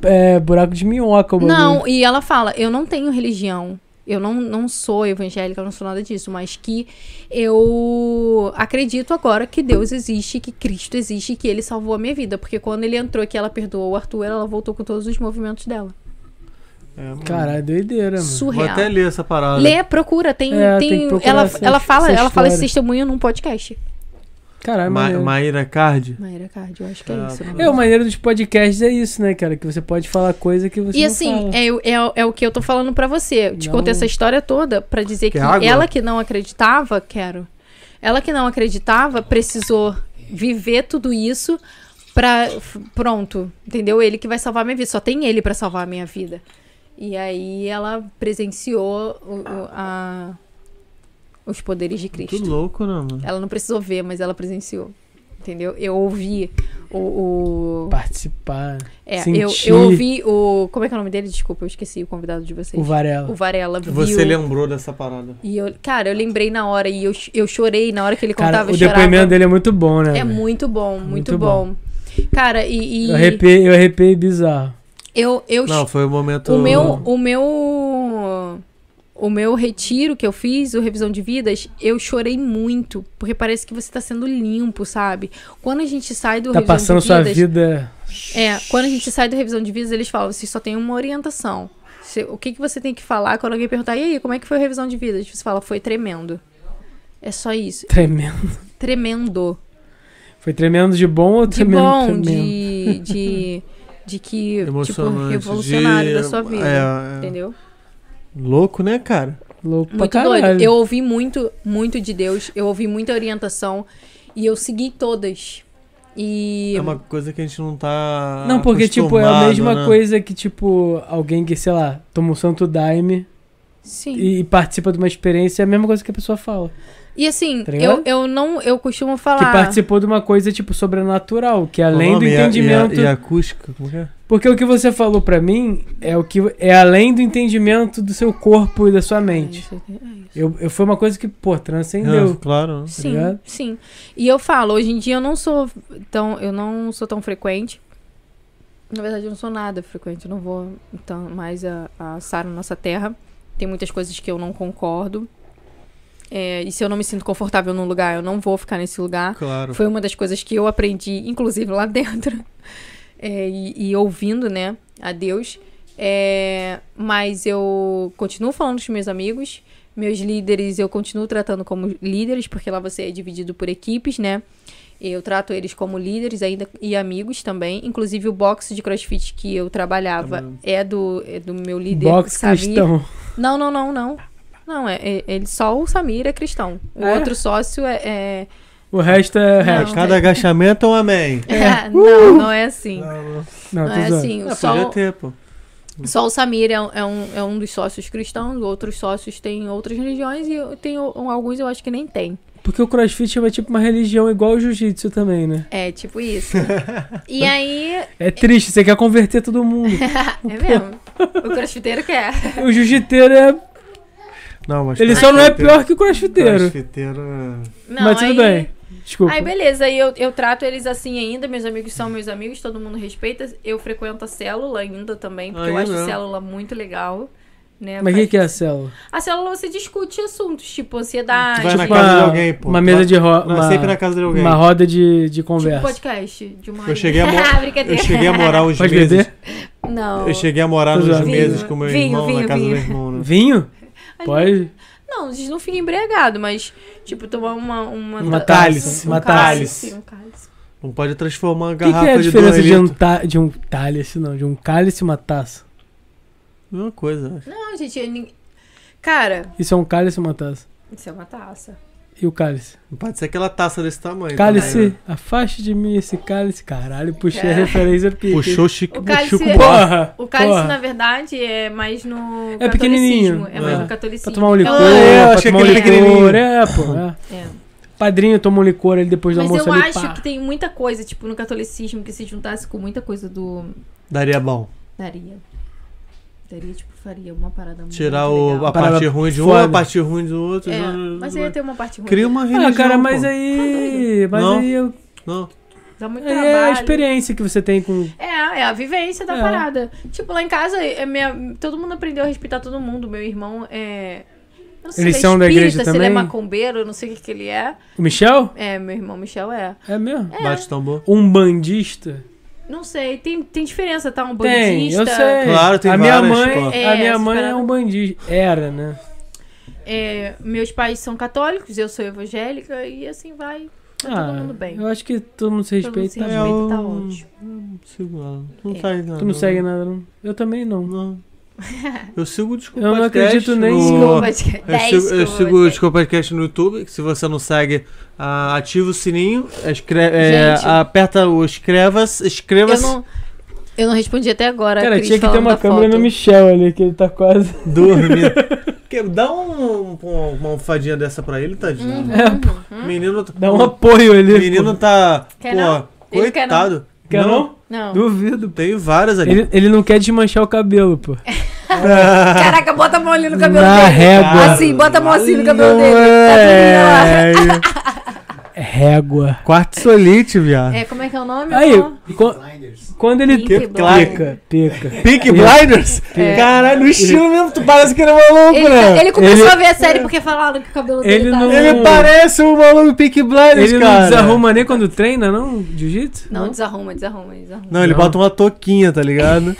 É, buraco de minhoca, o bagulho.
Não, e ela fala: eu não tenho religião. Eu não, não sou evangélica, eu não sou nada disso, mas que eu acredito agora que Deus existe, que Cristo existe, que ele salvou a minha vida. Porque quando ele entrou aqui, ela perdoou o Arthur, ela voltou com todos os movimentos dela.
É, mano.
Caralho, doideira, mano.
Vou
Surreal.
até ler essa parada.
Lê, procura, tem.
É,
tem,
tem que procurar
ela,
essa-
ela fala,
essa
ela fala esse
história.
testemunho num podcast.
Caralho,
Ma-
maneiro.
Maíra Card.
Maíra Card, eu acho que é
Ah,
isso. né?
É, o maneiro dos podcasts é isso, né, cara? Que você pode falar coisa que você
E
não
assim,
fala.
é, o- é, o- é o que eu tô falando pra você. Eu te
Não. é
contei essa história toda pra dizer
Quer
que
água?
ela que não acreditava, quero. Ela que não acreditava precisou viver tudo isso pra. f- Pronto, entendeu? Ele que vai salvar minha vida. Só tem ele pra salvar a minha vida. E aí ela presenciou o- o- a- os poderes de
Que
Cristo.
louco, né, mano?
Ela não precisou ver, mas ela presenciou. Entendeu? Eu ouvi o. o-
Participar.
é, eu,
sentir.
eu ouvi o. Como é que é o nome dele? Desculpa, eu esqueci o convidado de vocês.
O Varela.
O Varela viu.
Você lembrou dessa parada.
E eu, cara, eu lembrei na hora e eu, ch- eu chorei na hora que ele
Cara,
contava.
o
eu chorava.
depoimento dele é muito bom, né?
É
velho?
muito bom, muito,
Muito
bom. Cara, e. e
Eu arrepiei, eu arrepiei bizarro.
eu, eu
Não, foi o um momento.
o meu, o meu O meu retiro que eu fiz, o Revisão de Vidas, eu chorei muito. Porque parece que você tá sendo limpo, sabe? Quando a gente sai do
Tá
Revisão
passando
de
sua
Vidas.
vida.
É, quando a gente sai do revisão de vidas, eles falam, você só tem uma orientação. Você- o que, que você tem que falar quando alguém perguntar, e aí, como é que foi a revisão de vidas? Você fala, foi tremendo. É só isso.
Tremendo.
Tremendo.
Foi tremendo de bom ou
De
tremendo
bom,
tremendo?
de, de. De que. Tipo,
Emocionante,
revolucionário
de-
da sua vida.
é, é.
Entendeu?
Louco, né, cara?
Louco
Muito
pra caralho.
doido. Eu ouvi muito, muito de Deus. Eu ouvi muita orientação. E eu segui todas. E.
É uma coisa que a gente não tá.
Não, porque, tipo, é a
acostumado,
mesma
né?
coisa que, tipo, alguém que, sei lá, toma um santo daime
Sim.
e, e participa de uma experiência, é a mesma coisa que a pessoa fala.
E assim,
Tá
eu,
ligado?
eu não. Eu costumo
Que
falar.
participou de uma coisa, tipo, sobrenatural, que é
O
além do
nome é e a- e a-
entendimento.
E, a, acústica, como que é?
Porque o que você falou pra mim é o que é além do entendimento do seu corpo e da sua
É,
mente. Eu, eu foi uma coisa que, pô,
Ah,
transcendeu.
claro.
Tá
Sim,
ligado?
sim. E eu falo, hoje em dia eu não sou tão, eu não sou tão frequente. Na verdade, eu não sou nada frequente. Eu não vou então, mais a, a Sara Nossa Terra. Tem muitas coisas que eu não concordo. É, e se eu não me sinto confortável num lugar, eu não vou ficar nesse lugar.
Claro.
Foi uma das coisas que eu aprendi, inclusive lá dentro, É, e, e ouvindo, né, a Deus. É, mas eu continuo falando com os meus amigos, meus líderes eu continuo tratando como líderes, porque lá você é dividido por equipes, né? Eu trato eles como líderes ainda e amigos também. Inclusive o box de crossfit que eu trabalhava
Trabalhando.
é do, é do meu líder,
Box
Samir.
Tá cristão.
Não, não, não, não. Não, é, é- ele só o Samir é cristão. O
É?
outro sócio é- é,
O resto é o
Não.
resto.
Cada agachamento é um amém.
É, não, não é assim. Não,
Não, tô
é
zoando.
assim.
Ah,
Só,
podia
o-
ter, pô.
só o Samir é, um- é um, é um dos sócios cristãos, outros sócios têm outras religiões e eu- tem o- alguns eu acho que nem tem.
Porque o crossfit é uma, tipo uma religião igual o jiu-jitsu também, né?
É, tipo isso. E aí,
É triste, você quer converter todo mundo.
é mesmo. O crossfiteiro quer.
o jiu-jiteiro é.
Não, mas
Ele só não é
crossfiteiro-
pior que o crossfiteiro.
Crossfiteiro.
Não,
mas tudo
aí,
bem. Desculpa.
Aí, beleza, aí eu, eu trato eles assim ainda, meus amigos são meus amigos, todo mundo respeita. Eu frequento a célula ainda também, porque eu
Aí
acho
não.
célula muito legal. Né?
Mas o que,
Faz-
que é a célula?
A célula você discute assuntos, tipo ansiedade,
Tu vai na
Tipo
casa
uma-
de alguém, pô.
Uma
Tu
mesa
vai-
de roda.
Não, é sempre na casa de alguém.
Uma roda de, de
tipo
conversa.
podcast de uma
Eu cheguei a, mo-
Ah,
eu
brincadeira.
cheguei a morar uns
Pode
meses.
beber?
Não.
Eu cheguei a morar uns
Vinho,
meses com meu
vinho,
irmão
vinho,
na casa
vinho.
do meu irmão, né?
Vinho?
Mas
Pode?
Não, a gente não fica embriagado, mas, tipo, tomar uma. Uma,
Uma
ta-
cálice,
Um
uma
cálice.
cálice.
Um cálice.
Não pode transformar uma
O que,
garrafa
que é a
de dois
diferença de um, ta- de um cálice, não? De um cálice e uma taça?
Mesma coisa. acho.
Não, gente, eu nin- Cara,
Isso é um cálice e uma taça.
isso é uma taça.
E o cálice?
Não pode ser aquela taça desse tamanho. também,
Cálice,
né?
afaste de mim esse cálice. Caralho, puxei a referência pique.
Puxou chique,
O cálice
chico
é-
Buarque.
Porra!
O cálice,
porra.
na verdade, é mais no.
É pequenininho,
catolicismo, É mais
é.
no
Pra
catolicismo.
tomar um licor,
Ah, eu
pra
achei
tomar um
aquele
licor,
pequenininho.
é, pô. é.
É.
Padrinho toma um licor ali depois do
Mas
almoço
eu
ali,
acho
pá.
que tem muita coisa, tipo, no catolicismo que se juntasse com muita coisa do.
Daria bom.
Daria. Daria, tipo, faria uma parada muito.
Tirar
legal.
o, a
Parada
parte ruim de um,
foda.
a parte ruim do outro.
É,
não-
mas aí ia ter uma parte ruim.
Cria uma religião.
Ah, cara, mas
pô.
aí... Mas
Não.
aí eu-
Não.
Dá muito
aí
trabalho.
é a experiência que você tem com...
É, é a vivência da
É.
parada. Tipo, lá em casa, é minha- todo mundo aprendeu a respeitar todo mundo. Meu irmão é. Eu não sei
Eles
se ele é
são da igreja
espírita, se ele é
também?
macumbeiro, eu não sei o que, que ele é.
O Michel?
É, meu irmão Michel é.
É mesmo?
Bate tambor.
Um bandista?
Não sei, tem, tem diferença, tá? Um bandista.
Tem, eu sei.
Claro, tem
a minha
várias,
mãe,
pô.
A
É,
minha
essa
mãe é
parada. Tá
um bandista. Era, né?
É, meus pais são católicos, eu sou evangélica e assim vai. Tá todo mundo bem.
Ah, Eu acho que todo mundo se
Todo mundo
respeita.
se
tá
respeita,
bom.
tá
bom.
ótimo.
Não sigo nada. Não
É.
segue nada.
Tu não segue né? nada, não? Eu também não.
Não. Eu sigo o Desculpa
Eu não
Podcast
acredito nem
no-
que
Desculpa, podcast.
Eu
Dez,
sigo, eu
desculpa,
sigo o
podcast.
Desculpa Podcast no YouTube. que Se você não segue, ah, ativa o sininho, escreve,
Gente.
aperta o inscreva-se.
Eu
Inscreva-se.
não, eu não respondi até agora. a
Cara,
Tá Cris
tinha que ter
falando
uma
da
câmera
foto.
no Michel ali, que ele tá quase.
Dorme. Que- Dá um, um- uma almofadinha dessa pra ele, tadinho.
Uhum.
Menino,
É, Dá um apoio ali.
o menino tá.
Quer
pô,
não? Ele quer não.
coitado.
pô. Quer não?
Não.
Duvido. Tem várias ali.
Ele, ele não quer desmanchar o cabelo, pô.
Caraca, bota a mão ali no cabelo
Na
dele.
régua.
Assim, bota a mão assim no cabelo
Não
dele. Tá tudo lá.
é.
Régua.
Quartzolite, viado.
É, como é que é o nome?
Aí,
irmão?
quan-
Blinders.
quando ele
Pink
pica,
Blind.
pica.
Pink Blinders?
É.
Caralho, no estilo mesmo, tu parece que ele é maluco,
Ele, tá-
né?
ele começou
Ele-
a ver a série porque falaram que o cabelo dele
Ele
tá...
não-
Ele parece um maluco Pink Blinders,
Uh. Ele
cara.
não desarruma nem quando treina, não? Jiu-jitsu?
Não, desarruma, desarruma, desarruma.
Não, ele
Não.
bota uma touquinha, tá ligado?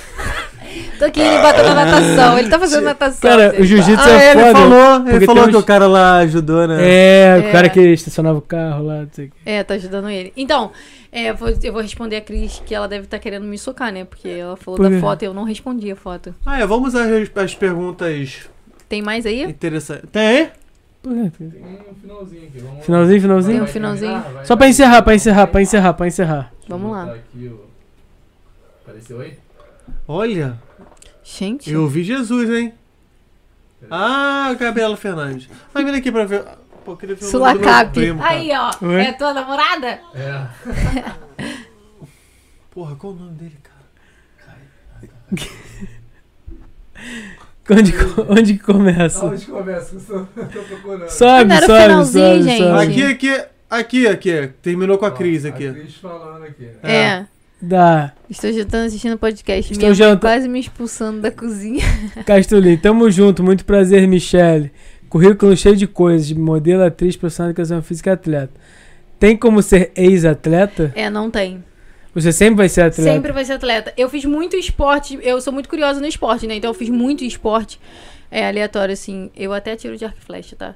Tô aqui, ele bateu na natação. Ele tá fazendo natação.
Cara,
gente.
o jiu-jitsu
ah,
é
ele
foda.
falou, ele
porque
falou
tem
que
uns-
o cara lá ajudou, né?
É, o
É.
cara que estacionava o carro lá, não sei o que.
É, tá ajudando ele.
Então, é, eu, vou, eu vou responder a Cris que ela
tá
deve estar querendo me socar, né? Porque ela falou
Por
da
quê?
foto e eu não respondi a foto.
Ah, é, vamos às, às perguntas
Tem mais aí?
interessantes. Tem?
Por quê?
Tem um finalzinho aqui, vamos
Finalzinho, finalzinho?
Tem um finalzinho.
Ah,
Só pra encerrar, pra encerrar, pra encerrar, pra encerrar.
Vamos
Tá
lá.
Apareceu aí?
Olha,
Gente,
eu vi Jesus, hein? Ah, Gabriela Fernandes. Mas vem aqui pra ver. Pô, queria ver o nome do meu
Sulacap.
primo, cara.
Aí, ó.
Oi?
É tua namorada?
É.
Porra, qual o nome dele, cara?
Onde, co- onde que começa?
Onde começa? Eu tô- eu tô procurando.
Sobe,
Não era o
sobe,
finalzinho,
sobe,
gente.
sobe.
Aqui, aqui, aqui, aqui. Terminou com a Cris
A
aqui.
Cris falando aqui. né?
é.
é.
Dá.
Estou jantando assistindo o podcast.
Estou
Minha mãe
janta-
quase me expulsando da cozinha.
Castulim, tamo junto, muito prazer, Michele. Currículo cheio de coisas, modelo, atriz, profissional de educação física e atleta. Tem como ser ex-atleta?
É, não tem.
Você sempre vai ser atleta?
Sempre vai ser atleta. Eu fiz muito esporte, eu sou muito curiosa no esporte, né? Então eu fiz muito esporte é, aleatório, assim. Eu até tiro de arco e flecha, tá?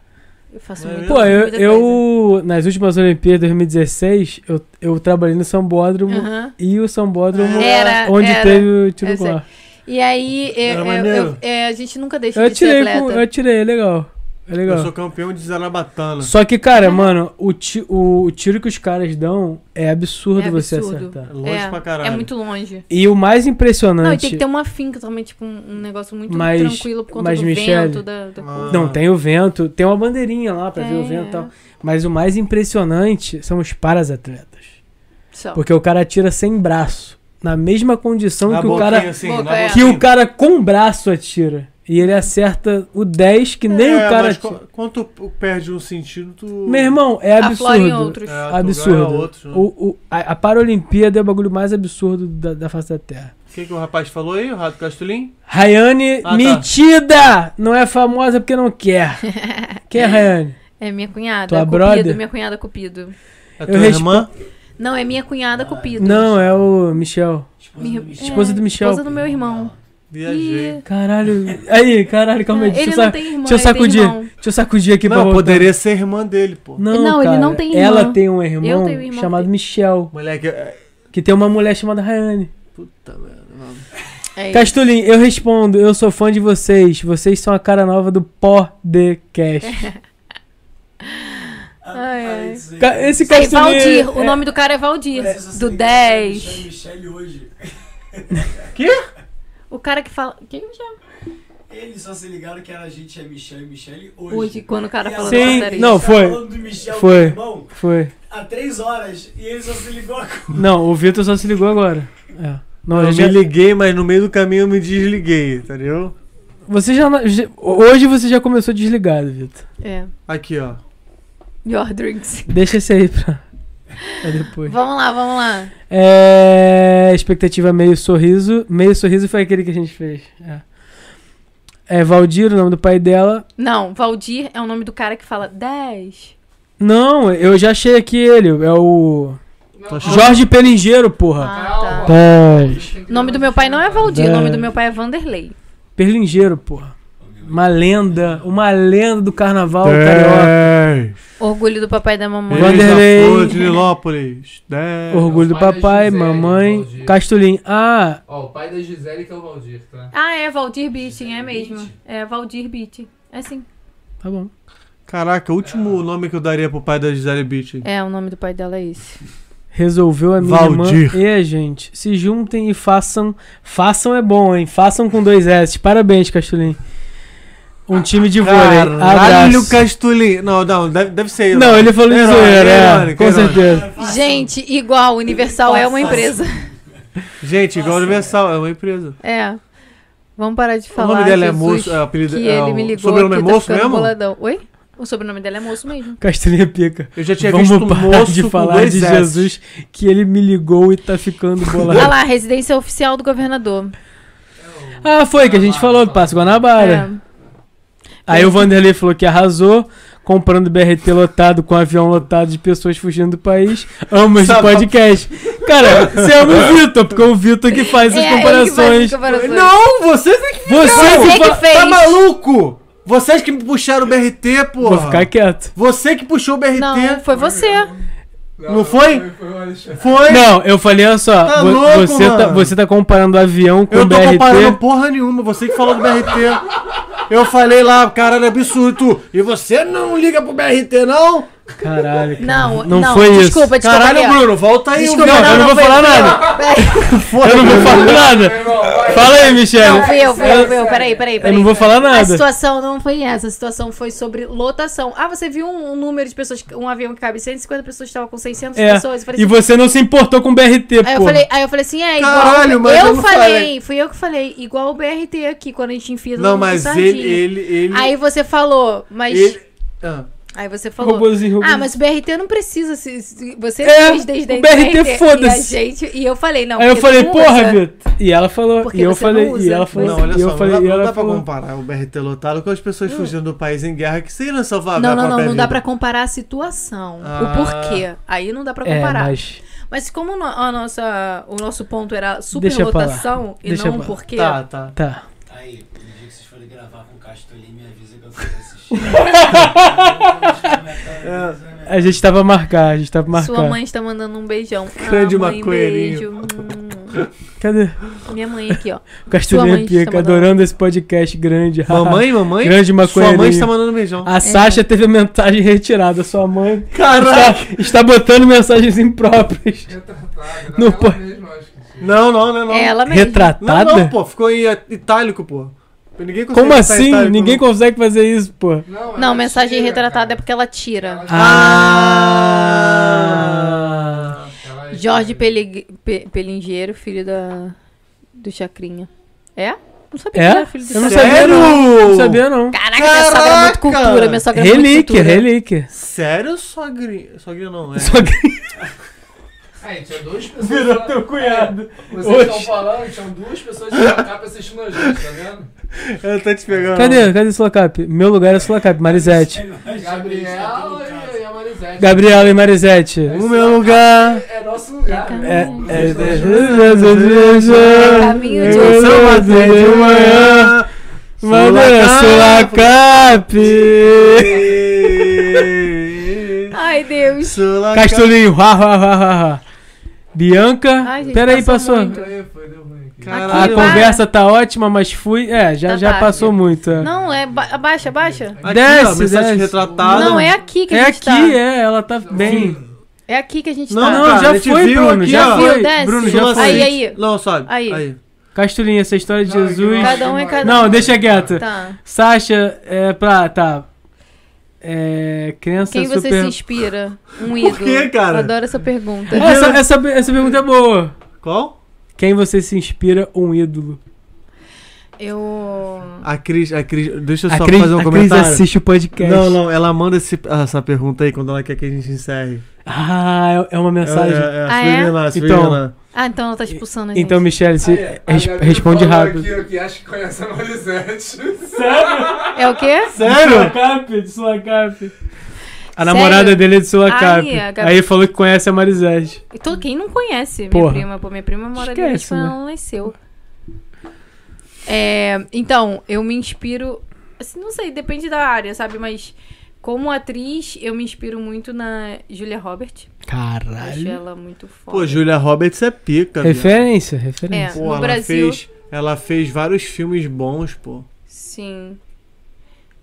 Eu faço
É
muito.
Pô, eu,
muita
eu- nas últimas Olimpíadas de 2016, eu, eu trabalhei no Sambódromo
coisa. Aham.
e o Sambódromo
Era,
onde
era.
teve o tiro
eu
com
sei.
arco.
E aí, é,
Era
é,
maneiro.
eu- é, a gente nunca deixa
Eu
de ser
tirei,
atleta.
eu atirei, é legal. É
Eu
legal.
sou campeão de Zarabatana.
Só que, cara, mano, o, ti- o- o tiro que os caras dão é absurdo,
É
você
absurdo.
acertar.
Longe
é,
pra caralho.
É muito longe.
E o mais impressionante.
Não, e tem que ter uma finca também, tipo, um, um negócio muito
Mas-
tranquilo por conta
mas,
do
Michele,
vento, da, da
Ah,
coisa.
Não, tem o vento, tem uma bandeirinha lá pra ver o
Tem,
vento e
é.
tá-
tal. Mas o mais impressionante são os paras-atletas.
É, Só.
Porque o cara atira sem braço. Na mesma condição
Na
que o
boquinha,
cara.
assim,
Boca,
na
é.
Que
boquinha.
o cara com braço atira. E ele acerta o 10 que nem
É,
o cara
mas
atira.
qu- quando tu p- perde um sentido, tu.
Meu irmão, é
Aflorem
absurdo.
outros.
É, tu ganha
Absurdo.
outro, né? O
O, o- a, a Paralimpíada é o bagulho mais absurdo da, da face da Terra.
que, que o rapaz falou aí, o Rato Castulim?
Rayane,
Ah, tá.
metida! Não é famosa porque não quer. Quem é Rayane?
É minha cunhada,
Tua
Cupido,
brother?
minha cunhada Cupido.
É tua
respo-
irmã?
Não, é minha
Ah,
cunhada Cupido.
Não, é o Michel.
Esposa
Minha- é,
do Michel.
Esposa do Michel.
Esposa do meu irmão. é,
Viajei.
Caralho. Aí, caralho, calma aí. Deixa
ele
eu,
não
sa...
tem irmã,
deixa eu
ele tem
sacudir.
irmão.
Deixa eu sacudir aqui pra
não,
voltar. Hum.
poderia ser irmã dele, pô.
Não,
Não, ele
cara.
não tem
Ela
irmão.
tem um irmão,
tenho um irmão
chamado
que-
Michel,
Moleque, é-
que tem uma mulher chamada Rayane.
puta merda.
É isso.
Castulin, eu respondo. Eu sou fã de vocês. Vocês são a cara nova do podcast.
Ah,
Ai, ai.
parênteses
Ca-
aí.
Esse
É
Castulin...
Valdir, o
é-
nome do cara é Valdir,
Parece que você
do
tem que
10.
achar Michele hoje.
O cara que fala. Quem me chama?
Eles só se ligaram que era a gente é Michel e Michele hoje.
Hoje, é quando o cara
E
fala
agora
Sim,
da
a
série.
gente
não,
tá
foi.
falando do Michel,
Foi.
meu irmão,
Foi.
há três horas e ele só se ligou agora.
Não, o Vitor só se ligou agora. É. Não,
Eu
eu já-
me liguei, mas no meio do caminho eu me desliguei, entendeu?
Você já, na- já- Hoje você já começou desligado, Vitor.
É.
Aqui, ó.
Your drinks.
Deixa esse aí pra. pra depois.
Vamos lá, vamos lá.
É. Expectativa meio sorriso. Meio sorriso foi aquele que a gente fez. É. É Valdir, o nome do pai dela.
Não, Valdir é o nome do cara que fala 10.
Não, eu já achei aqui ele. É o.
Não,
Tô achando-
Jorge Pelingeiro, porra.
Ah, tá.
Paz.
tem que
O nome do meu pai não é Valdir, o nome do meu pai é Vanderlei.
Perlingeiro, porra. Uma lenda. Uma lenda do carnaval
É.
carioca.
Dez.
Orgulho do papai e da mamãe.
Van- Vanderlei.
Eis a flor de Nilópolis. Né? Dez.
Orgulho do
Pai da
papai,
Gisele,
mamãe.
Valdir.
Castulim. Ah,
Ó, o pai da Gisele que é o Valdir, tá?
Ah, é Valdir Beating, é mesmo. É Valdir Beating. É sim.
tá bom.
Caraca, o último nome que eu daria pro pai da Gisele Beach.
É, o nome do pai dela é esse.
Resolveu a minha
Valdir.
irmã e a gente. Se juntem e façam. Façam é bom, hein? Façam com dois S. Parabéns, Castulim. Um time de vôlei.
Caralho,
Abraço.
Castulim. Não, não, deve, deve ser né? irônico.
Não, ele falou de
Irônico,
zoeira, é.
irônico,
Com
irônico.
certeza.
Gente, igual, Universal é uma empresa.
Gente, igual
Nossa,
Universal, é uma empresa.
É. Vamos parar de falar.
o nome dela é
Jesus,
Moço, é, apelido,
Que
é,
ele
o
me ligou
sobrenome
aqui,
é Moço
tá ficando
mesmo?
boladão. Oi? O sobrenome dela é moço mesmo.
Castrinha pica.
Eu já tinha
Vamos
visto um
parar
moço
de
com
falar
dois
de
S.
Jesus que ele me ligou e tá ficando
Olha
bolado.
lá, residência oficial do governador.
ah, foi que a gente falou, Passo Guanabara.
É.
Aí o Vanderlei falou que arrasou, comprando BRT lotado com avião lotado de pessoas fugindo do país. Amo esse
Sabe-
podcast. Cara, você ama o Vitor, porque é o Vitor que faz essas
É, ele que faz as
comparações.
comparações.
Não, vocês é que
Você
Você
que
que
fa...
fez.
Tá maluco? Vocês que puxaram o BRT, pô.
Vou ficar quieto.
Você que puxou o BRT.
Não, foi você.
Não foi?
Foi, foi o Alexandre.
Foi.
Não, eu falei, olha só,
Tá
vo-
louco,
você, tá,
mano.
você tá comparando avião com
Eu tô
BRT.
comparando porra nenhuma, você que falou do BRT. Eu falei lá, caralho, absurdo. E você não liga pro BRT, não?
Caralho, cara.
Não,
Não
não,
foi isso.
desculpa, desculpa.
Caralho,
Ariel.
Bruno, volta aí.
Desculpa,
Bruno.
não, eu não vou
foi
falar
eu.
nada.
Peraí.
Eu não vou falar
Meu
nada.
irmão, vai.
Fala aí,
É.
Michelle.
Não, fui eu, fui eu, fui eu. Peraí, peraí,
Eu
peraí.
não vou falar
A
nada.
situação não foi essa, a situação foi sobre lotação. Ah, você viu um, um número de pessoas, um avião que cabe 150 pessoas, estava com 600
É,
pessoas. Eu falei
e
assim,
você não se importou com o BRT, pô.
Aí eu, falei, aí eu falei assim, é igual.
Caralho, mas
eu
eu não
falei,
falei.
fui eu que falei, igual o BRT aqui, quando a gente enfia
Não,
no
mas
sardinha.
ele, ele, ele.
Aí você falou, mas.
ele- Ah.
Aí você falou.
Robozinho, robozinho.
Ah, mas o BRT não precisa se. se- Você
É,
fez desdém
o
do
BRT, foda-se.
E a gente. E eu falei, não.
Aí eu
porque
falei,
não
porra,
usa.
Vitor. E ela falou,
Porque
e eu
você não
falei, e
usa,
ela
mas-
falou,
Não, olha
e eu
só,
falei,
não
e
dá,
ela
não dá pra
falou,
comparar o BRT lotado com as pessoas fugindo do país em guerra que seriam salvar
Não, não, não, não dá pra comparar a situação.
Ah.
O porquê. Aí não dá pra
É,
comparar. mas...
mas
como no- a nossa, o nosso ponto era
Deixa pra lá.
superlotação e
Deixa pra
não um
lá.
porquê.
Tá, tá.
tá.
Aí, no dia que vocês forem gravar com o Castro ali, me avisa que eu quero assistir. Eu vou chamar ela, eu vou chamar ela.
A gente tava a marcar, a gente tava a marcar.
Sua mãe está mandando um beijão. Ah,
Grande
mãe, beijo.
maconheirinho.
Hum,
Cadê?
minha mãe aqui, ó.
O Castelinho
mãe está
Pica,
mandando-
adorando esse podcast grande.
Mamãe, mamãe?
Grande
Sua
maconheirinho.
mãe está mandando beijão.
É.
A Sasha teve a mensagem retirada, sua mãe está,
Caraca!
está botando mensagens impróprias.
Retratado,
né?
Não
ela
pode.
mesma, acho que tinha.
Não, não, não, não.
É, Ela mesmo.
Não,
Retratada?
não, pô, tá ficou em é, itálico, pô. Ninguém consegue
Como
botar
assim?
itálico,
Ninguém
não.
consegue fazer isso, pô.
Não,
Não,
ela
mensagem
tira,
retratada é
cara.
porque ela tira.
Ela-
Ah.
Ela-
Jorge Peleg... Pe- Pelingeiro, filho da... do Chacrinha. É? Não sabia que
É?
era filho do
Eu não
Chacrinha.
sabia,
Sério?
não. Não sabia, não.
Caraca, minha sogra é muito
Caraca!
cultura. Minha sogra é muito
Relíquia,
cultura.
relíquia.
Sério, sogrinha? Sogrinha não, é.
Só que
Aí, tinha duas pessoas. lá-
cunhado.
Vocês estão
Hoje.
falando, tinham duas pessoas de capa assistindo a gente, tá vendo?
Ela tá te pegando.
Cadê? Cadê o Sulacap? Meu lugar é o Sulacap, Marisete.
tá
Gabriela e, e a Marisete.
Gabriela e Marisete. O meu lugar.
É nosso lugar.
É.
né?
é-
Caminho de
Eu
São
não
Mateus
sei de manhã. Manda Sulacap.
Sulacap.
Ai, Deus.
Sulacap.
Castolinho, ha, ha, ha, ha, ha. Bianca.
Ai, gente,
Peraí,
passou
passou.
muito.
Aí, foi, deu ruim aqui.
A
Caralho.
conversa tá ótima, mas fui. É, já,
Tá
já
tarde.
passou muito. é.
Não, é... Ba abaixa, abaixa.
Aqui,
Desce,
ó,
desce.
mensagem retratada.
não, é aqui que
é
a
aqui,
gente tá.
é, ela tá bem. Ah,
É... aqui que a gente
Não,
tá.
Não,
cara,
já
a gente
foi,
viu
Bruno,
aqui,
já
ó.
foi.
Viu? Desce.
Bruno, já foi.
Aí, aí.
Não, sobe.
Aí.
Castulinha, essa história de
Não,
Jesus.
aqui
Cada um é cada um.
Não, deixa quieto.
Tá.
Sasha, é pra. Tá. É. Criança
Quem você
super.
se inspira? Um ídolo.
quê, cara?
Eu adoro essa pergunta.
Ah, essa, essa, essa pergunta é boa.
Qual?
Quem você se inspira, um ídolo.
Eu...
A Cris, a Cris, deixa eu só
a Cris,
fazer um
a Cris é
comentário.
assiste o podcast.
não, não, ela manda esse- essa pergunta aí quando ela quer que a gente encerre.
Ah, é é uma mensagem.
É, é, é,
Ah, é?
subliminal,
Então,
subliminal.
Ah, então ela tá expulsando a gente.
Então, Michelle, se,
Aí, a
res-
Gabi
responde
falou
rápido.
Aqui, aqui, acho que conhece a Marisete.
É o quê?
Sério?
Sulacap, de Sulacap. A
Sério?
namorada dele é de Sulacap.
Ai, a Gabi-
Aí falou que conhece a Marisete.
E Todo, quem não conhece
Porra.
minha prima? Pô, minha prima mora ali
Esquece,
desde quando
né?
ela nasceu. É, então, eu me inspiro. assim, não sei, depende da área, sabe? Mas como atriz, eu me inspiro muito na Julia Roberts. Acho
Caralho.
ela muito foda.
Pô, Julia Roberts é pica. viado.
Referência, referência.
É.
Pô,
No
ela
Brasil-
fez, ela fez vários filmes bons, pô.
Sim.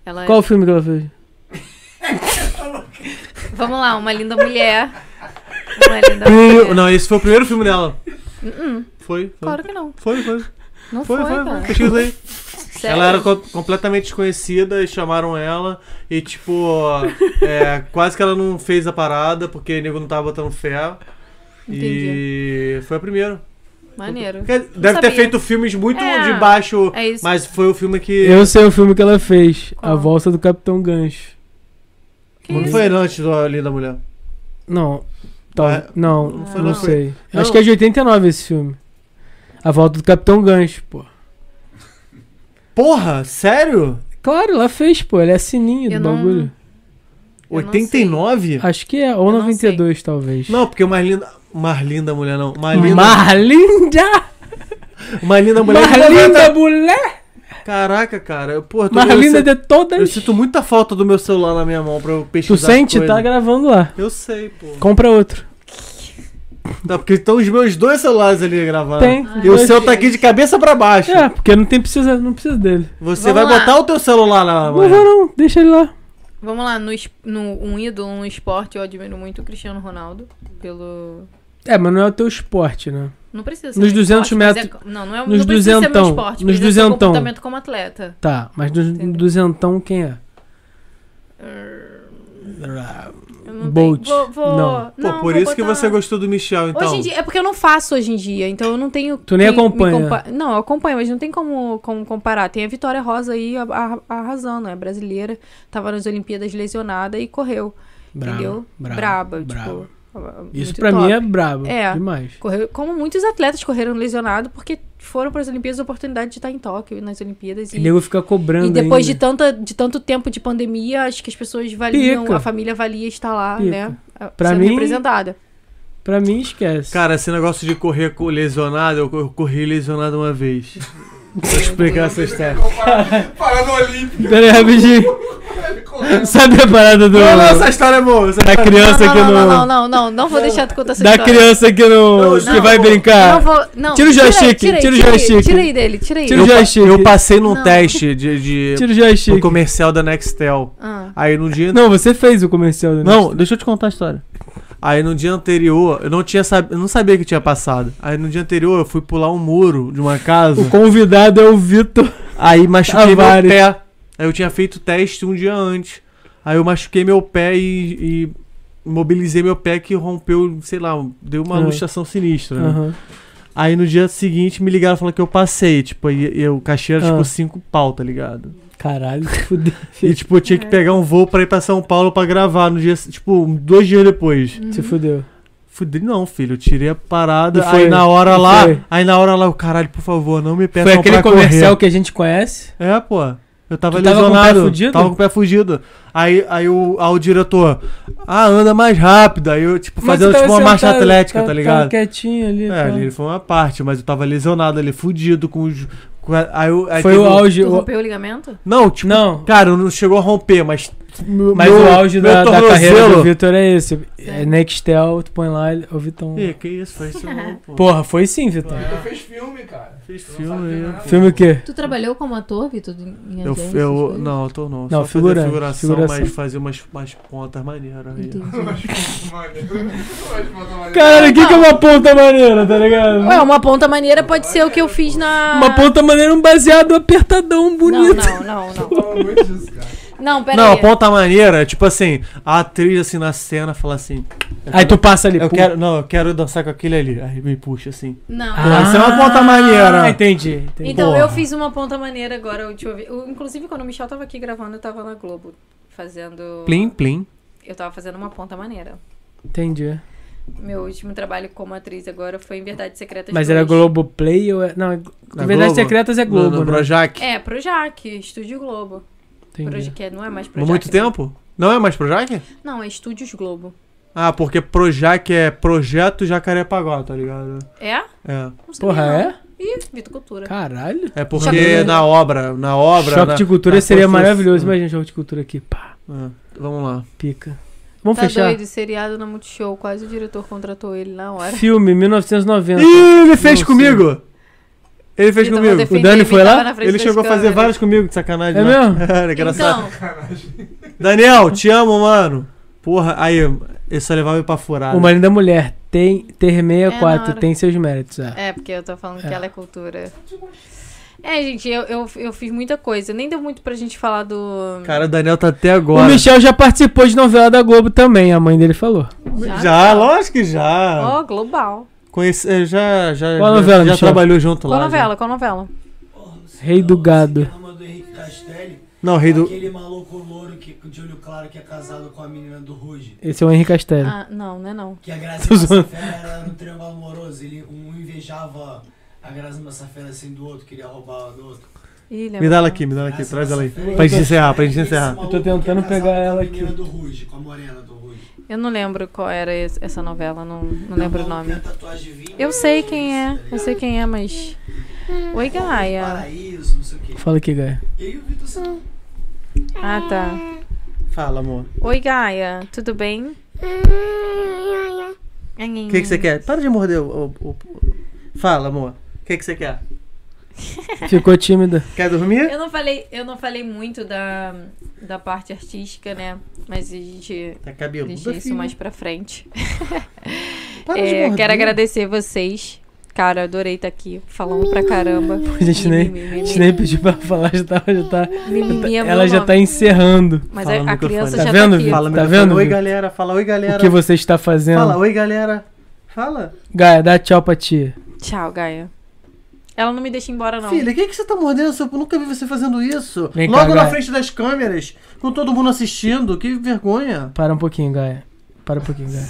Ela é
Qual o filme que ela fez?
Vamos lá, uma linda mulher. Uma linda
Primeiro-
mulher. Uh-uh,
Não, esse foi o primeiro filme dela. Foi, foi.
é. Claro que não.
Foi, foi.
Não foi,
Foi, foi.
cara.
Pesquisa aí.
Sério.
Ela era co- completamente desconhecida e chamaram ela e, tipo, é, quase que ela não fez a parada porque o nego não tava botando fé. E foi a primeira.
Maneiro.
Quer- Deve ter
sabia.
feito filmes muito
É,
de baixo,
É isso.
mas foi o filme que.
Eu sei o filme que ela fez. A
Qual?
Volta do Capitão Gancho.
Não foi antes do Ali da Mulher.
Não. Tal-
Ah,
não,
não foi,
não,
não foi.
sei.
Não.
Acho que é de 89 esse filme. A volta do Capitão Gancho, pô.
Porra, sério?
Claro, lá fez, pô. Ele é sininho
Eu
do
não-
bagulho.
Eu não
89?
Acho que é. Ou
Eu não
92, talvez.
Não, porque o mais linda. Mais linda mulher, não. Mais linda.
Marlinda!
Mais linda mulher. que
Marlinda
levanta-
mulher!
Caraca, cara. eu- Porra, tô-
Marlinda
eu,
de
se-
todas!
eu sinto muita falta do meu celular na minha mão pra eu
Tu
pesquisar.
sente?
as
Tá
coisas.
gravando lá.
Eu sei, pô.
Compra outro.
Tá, porque estão os meus dois celulares ali gravando.
Tem.
E o seu tá aqui de cabeça pra baixo.
É, porque não tem precisa, não precisa dele.
Você
Vamos
vai
lá.
botar o teu celular na
Não vou
mão.
não, deixa ele lá.
Vamos lá, no, es- no- um ídolo, um esporte, eu admiro muito o Cristiano Ronaldo. Pelo.
É, mas não é o teu esporte, né?
Não precisa ser
Nos
um esporte,
200
mas é-
metro-
não, não é
nos
não precisa ser meu
duzentão, nos
esporte. precisa ser um
duzentão.
comportamento como atleta.
Tá, mas do,
Entendi.
duzentão quem é?
Eu não
Bolt.
tenho- Vou, vou-
Não.
Pô,
não,
por
vou
isso que
botar-
você gostou do Michel, então.
Hoje em dia, é porque eu não faço hoje em dia, então eu não tenho.
Tu nem
quem me
acompanha.
compa- Não, eu acompanho, mas não tem como, como comparar. Tem a Vitória Rosa aí a- a- arrasando, é brasileira, tava nas Olimpíadas lesionada e correu.
Braba,
entendeu?
braba, braba.
tipo.
Isso
muito
pra
top.
mim é brabo.
É.
Demais.
Correu, como muitos atletas correram lesionado porque foram para as Olimpíadas a oportunidade de estar em Tóquio nas Olimpíadas
E
e,
nego fica cobrando.
e depois de,
ainda.
tanta, de tanto tempo de pandemia, acho que as pessoas valiam,
Pica.
a família valia estar lá,
Pica.
né? a-
Pra
sendo
mim-
representada.
Pra mim, esquece.
Cara, esse negócio de correr co- lesionado, eu cor- corri lesionado uma vez. Vou explicar essa história.
Parada olímpica,
Pera aí, rapidinho.
ele correndo.
Sabe a parada do.
Não, não, essa história é boa. essa
Da
história-
criança
não,
aqui
não,
no.
não, não, não, não, não vou deixar tu contar essa
Da
história.
criança aqui no.
Não,
que
não,
vai
eu
brincar.
Não vou, não.
Tira o joystick,
tira, aí,
tira o
tira aí,
joystick.
Tira aí dele, tira aí.
Tira
Eu,
o
pa-
joystick.
eu passei num
Não.
teste de, de-
Tira o
no
joystick.
comercial da Nextel.
Ah,
Aí no dia.
Não, você fez o comercial né? do
Não, deixa eu te contar a história. Aí no dia anterior, eu não tinha sab... eu não sabia que tinha passado. Aí no dia anterior eu fui pular um muro de uma casa.
O convidado é o Vitor.
Aí machuquei meu
Tavares.
pé. Aí eu tinha feito teste um dia antes. Aí eu machuquei meu pé e, e mobilizei meu pé que rompeu, sei lá, deu uma
Ah.
luxação sinistra. né?
Aham.
Aí no dia seguinte me ligaram falando que eu passei, tipo, e, e o cachê era
Ah.
tipo 5 pau, tá ligado?
Caralho, fudeu.
E tipo, eu tinha que pegar um voo pra ir pra São Paulo pra gravar no dia, tipo, dois dias depois.
Uhum.
Se fudeu.
Fudei, não, filho, eu tirei a parada,
E foi,
aí na hora
e
lá,
foi.
aí na hora lá, o caralho, por favor, não me peçam
Foi aquele
pra correr.
comercial que a gente conhece?
É, pô. Eu tava
Tu tava com o pé
lesionado.
fudido?
Tava com o pé fudido. Aí, aí, o, aí o diretor, ah, anda mais rápido. Aí eu, tipo,
Mas
fazendo
você
tipo uma
tava
marcha
sentado,
atlética,
tava-
tá ligado?
Tava quietinho ali.
É,
pá.
ali ele foi uma parte, mas eu tava lesionado ali, fudido com os. com a- aí eu- aí
Foi
teve
o
um-
auge.
tu
o-
rompeu o ligamento?
Não, tipo,
Não.
cara, não chegou a romper, mas.
Mas
meu-
o auge
meu
da, da
tornozelo-
carreira do Vitor é esse. É Nextel, tu põe lá, ele- o Vitão.
Ih, que isso, faz isso não, pô.
Porra, foi sim, Vitão.
Tu fez filme, cara.
Fiz
Tu não
filme,
sabia
eu-
nada.
Filme o quê?
Tu trabalhou como ator, Vitor? em
Eu,
agência, essas
eu,
coisas?
não, eu tô não.
Não,
Só fazia
figurante,
figuração,
figuração.
mas fazia umas, umas pontas maneiras aí.
Entendi.
Mas, mano, mas, mano,
Caralho, o que, que é uma ponta maneira, tá ligado?
Ué, uma ponta maneira pode ser o que eu fiz na.
Uma ponta maneira, um baseado apertadão, bonito.
Não, não, não, não.
Fala muito disso, cara.
Não, pera
Não, a
aí.
ponta maneira é tipo assim, a atriz assim na cena fala assim.
Aí tu passa ali.
Eu
pô.
quero, não, eu quero dançar com aquele ali. Aí me puxa assim.
Não.
Ah,
isso é uma ponta maneira.
Entendi, entendi.
Então,
Porra.
eu fiz uma ponta maneira agora, a última vez. Eu- Inclusive, quando o Michel tava aqui gravando, eu tava na Globo. Fazendo.
Plim, plim.
Eu tava fazendo uma ponta maneira.
Entendi.
Meu último trabalho como atriz agora foi em Verdades Secretas.
Mas
2.
era Globoplay ou é. Não, é-
Na
Verdades
Globo?
Secretas é Globo,
no, no
né?
Projac.
É, Projac, Estúdio Globo.
Entendi.
Projac, que não é mais
Por
Projac.
muito
né?
tempo? Não é mais Projac?
Não, é Estúdios Globo.
Ah, porque Projac é Projeto Jacarepagó, tá ligado?
É?
É.
Não sabia.
Porra,
não.
é?
Ih, Vitor Cultura.
Caralho.
É porque
Choque-
na obra, na obra. né? Tá,
Choque
na-
de cultura
na
seria
construção-
maravilhoso. Imagina choque de cultura aqui. Pá,
É, Vamos lá.
pica. Vamos
tá
fechar?
doido, seriado na Multishow, quase o diretor contratou ele na hora.
Filme, 1990.
Ih, ele fez
Não sei.
comigo! Ele fez
Vitor, vou
comigo.
defender,
O Dani
ele
foi
tava
lá?
na frente
Ele
das
chegou a fazer
câmeras.
vários comigo, de sacanagem.
É
lá.
mesmo?
Era engraçado.
Então,
Daniel, te amo, mano. Porra, aí, ele só levava eu pra né? furada.
O marido da mulher tem ter
É, na
64,
hora.
tem seus méritos. É.
É, porque eu tô falando
É.
que ela é cultura. É, gente, eu, eu, eu fiz muita coisa. Nem deu muito pra gente falar do.
Cara, o Daniel tá até
O
agora.
Michel já participou de novela da Globo também, a mãe dele falou.
Já,
tá.
lógico que já.
Ó, global.
Conhece, é, já já,
Qual
já,
novela,
já
Michel?
trabalhou junto
Qual
lá. já.
novela? Qual novela?
Rei do Gado.
Uma do Henrique Castelli.
Não, rei do.
Aquele maluco louro que, de de olho claro que é casado com a menina do Ruge.
Esse é o Henrique Castelli.
Ah, não, não é não.
Que a Grazi Massafera era no triângulo amoroso. Ele, um invejava a Grazi Massafera assim do outro, queria roubar a do outro.
Ih, lembra
Me dá ela
não.
aqui, me dá ela aqui,
Grazi
traz ela aí.
Massafera-
Pra gente encerrar, Ah, pra gente
Esse
encerrar.
maluco
Eu tô tentando
que é casado
pegar
com a
ela
menina
aqui.
do Ruge, com a morena do Ruge.
Eu não lembro qual era esse- essa novela, não, não lembro o nome. Eu
Eu
sei quem é, eu sei quem é, mas. Oi, Gaia.
tá Paraíso, não sei o quê.
Fala aqui, Gaia.
E aí o Vitor se
Hum. Ah, tá.
Fala, amor.
Oi, Gaia, tudo bem?
O que, que você quer? Para de morder o. o- o- Fala, amor. O que, que você quer?
Ficou tímida.
Quer dormir?
Eu não falei, eu não falei muito da, da parte artística, né? Mas a gente
Tá cabeluda,
deixa isso
filho.
mais pra frente.
Para de
É,
morder.
quero agradecer vocês. Cara, adorei estar aqui. Falamos pra caramba.
A gente nem, a gente nem pediu pra falar, já tá. Já tá
é
ela já tá encerrando
Mas é,
Fala no
a, a
microfone.
criança
Tá
já
vendo,
tá aqui.
Vitor?
Fala,
Tá
tá
vendo,
vendo? Oi,
Vitor?
galera. Fala, oi, galera.
o que você está fazendo.
Fala, oi, galera. Fala.
Gaia, dá tchau pra tia.
Tchau, Gaia. Ela não me deixa embora, não.
Filha, o que, que você tá mordendo? Eu nunca vi você fazendo isso.
Vem cá,
Logo na
Gaia.
frente das câmeras, com todo mundo assistindo. Que vergonha.
Para um pouquinho, Gaia. Para um pouquinho, Gaia.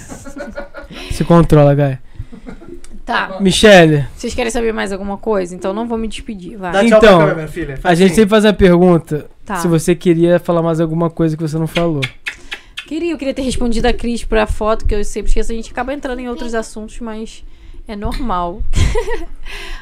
Se controla, Gaia.
Tá.
Michele,
Vocês querem saber mais alguma coisa? Então não vou me despedir. Vai.
Dá tchau
Então,
pra câmera, filha.
a
Faz
gente
assim.
sempre faz a pergunta
Tá.
se você queria falar mais alguma coisa que você não falou.
Queria, eu queria ter respondido a Cris pra foto, que eu sempre esqueço. A gente acaba entrando em outros assuntos, mas é normal.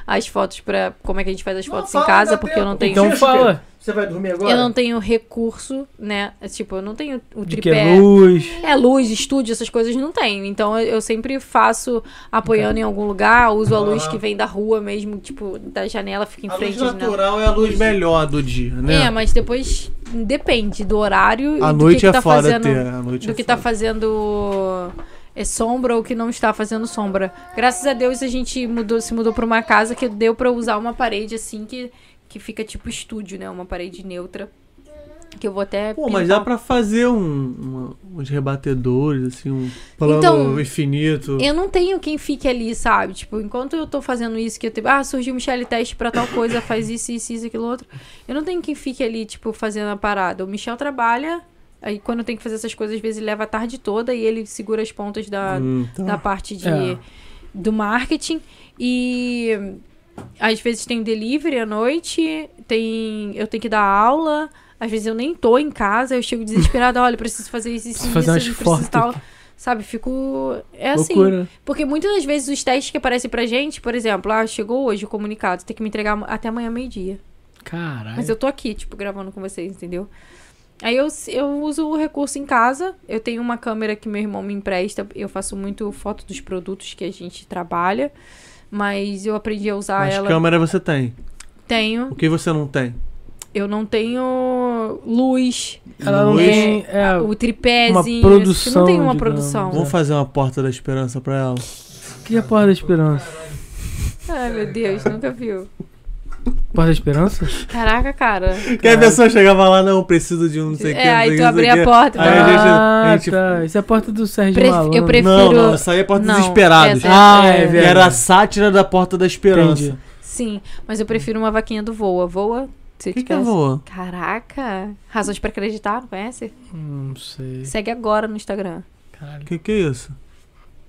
as fotos pra. Como é que a gente faz as
Não,
fotos
fala,
em casa,
dá
porque eu
tempo.
não tenho.
Então
Tira,
fala.
Você vai dormir agora?
eu não tenho recurso, né? É, Tipo, eu não tenho o
De que
tripé.
é luz.
É luz, estúdio, essas coisas não tem. Então eu eu sempre faço apoiando em algum lugar, uso a luz
Ah.
que vem da rua mesmo, tipo, da janela, fica em
A
frente.
luz
né?
natural é a luz melhor do dia, né?
É, mas depois depende do horário
a
e do
noite
que,
é
que tá
foda
fazendo.
ter. A noite
do
é
que
foda.
tá fazendo é, sombra ou que não está fazendo sombra. Graças a Deus a gente mudou, se mudou pra uma casa que deu pra usar uma parede assim que, que fica tipo estúdio, né? Uma parede neutra. Que eu vou até.
Pô, mas
pintar
dá pra fazer um, uma- uns rebatedores, assim, um plano
Então,
infinito.
Eu não tenho quem fique ali, sabe? Tipo, enquanto eu tô fazendo isso, que eu tenho. Ah, surgiu um Michele teste pra tal coisa, faz isso, isso, isso, aquilo outro. Eu não tenho quem fique ali, tipo, fazendo a parada. O Michel trabalha, aí quando tem que fazer essas coisas, às vezes ele leva a tarde toda e ele segura as pontas da,
Hum, tá.
da parte de,
É.
do marketing. E às vezes tem delivery à noite, tem eu tenho que dar aula. Às vezes eu nem tô em casa, eu chego desesperada, olha, eu preciso fazer isso, isso,
Preciso fazer umas
isso, eu
fotos
preciso tal. Sabe, fico. É assim.
Loucura.
Porque muitas das vezes os testes que aparecem pra gente, por exemplo, ah, chegou hoje o comunicado, tem que me entregar até amanhã meio-dia.
Caralho.
Mas eu tô aqui, tipo, gravando com vocês, entendeu? Aí eu, eu uso o recurso em casa. Eu tenho uma câmera que meu irmão me empresta. Eu faço muito foto dos produtos que a gente trabalha. Mas eu aprendi a usar
Mas
ela.
câmera você tem. O
Tenho.
que você não tem?
Eu não tenho luz.
Ela não
Luz.
tem. é,
o tripézinho.
uma
isso, eu não tenho
produção,
uma produção.
digamos.
Vamos fazer uma porta da esperança pra ela.
Tá.
que é a Porta da Esperança?
Ai, meu Deus, nunca viu.
Porta da Esperança?
Caraca, cara.
Que a pessoa chegava lá, não, preciso de um não sei o que.
É,
não sei
aí
o
tu
que, não sei
abri
o
a
que.
porta.
Aí a
Ah,
gente- a
ah,
gente-
tá. Isso é a porta do Sérgio
Pref- eu
Malandro.
prefiro-
Não, não, essa aí é porta
Não,
desesperada.
essa-
Ah, é
Que
verdade.
era a sátira da porta da esperança.
Entendi.
Sim, mas eu prefiro uma vaquinha do Voa. Voa? Se
O que, que é
tivesse-
voa?
Caraca! Razões pra acreditar, não conhece?
Hum, Não sei.
Segue agora no Instagram.
Caralho.
O que, que é isso?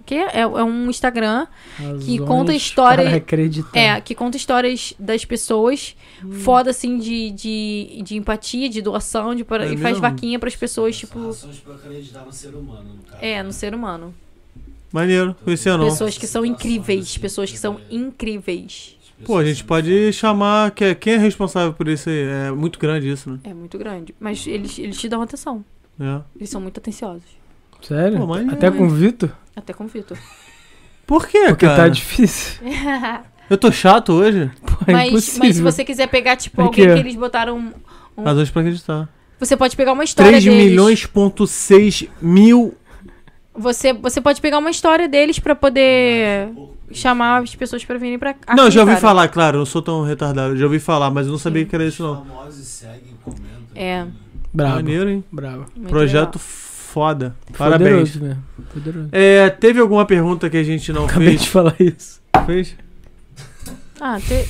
Que é, é um Instagram Que
Razões
conta a história-
Para acreditar.
Tá.
é, que conta histórias das pessoas,
Hum.
foda assim de, de, de empatia, de doação, de, pra-
É
e faz
mesmo?
vaquinha pras pessoas, tipo,
Ações pra acreditar no ser humano, no caso.
é, no ser humano.
Maneiro, conhecia não.
Pessoas que são incríveis, pessoas que são incríveis.
Pô, a gente pode chamar. que- Quem é responsável por isso aí? É muito grande isso, né?
É muito grande, mas eles, eles te dão atenção.
É.
Eles são muito atenciosos.
Sério?
Pô, mas-
É, Até com o Vitor?
Até com o Vitor.
Por quê,
Porque
cara?
tá difícil.
Eu tô chato hoje?
Pô, é
É, mas,
impossível.
mas se você quiser pegar, tipo,
Aqui,
alguém
ó.
que eles botaram. Hum.
Mas hoje pra acreditar.
Você pode pegar uma história
3
deles.
milhões ponto 6 mil.
Você, você pode pegar uma história deles pra poder chamar as pessoas pra virem pra cá.
não, eu já ouvi falar, claro, eu não sou tão retardado. eu Já ouvi falar, mas eu não sabia que era isso, não.
Famosos seguem, comentam.
É.
Bravo.
Maneiro, hein?
Bravo.
Muito
Projeto foda. Parabéns.
Poderoso mesmo. Poderoso.
É, teve alguma pergunta que a gente não
Acabei de
fez?
falar isso.
fez?
legal. Ah, te,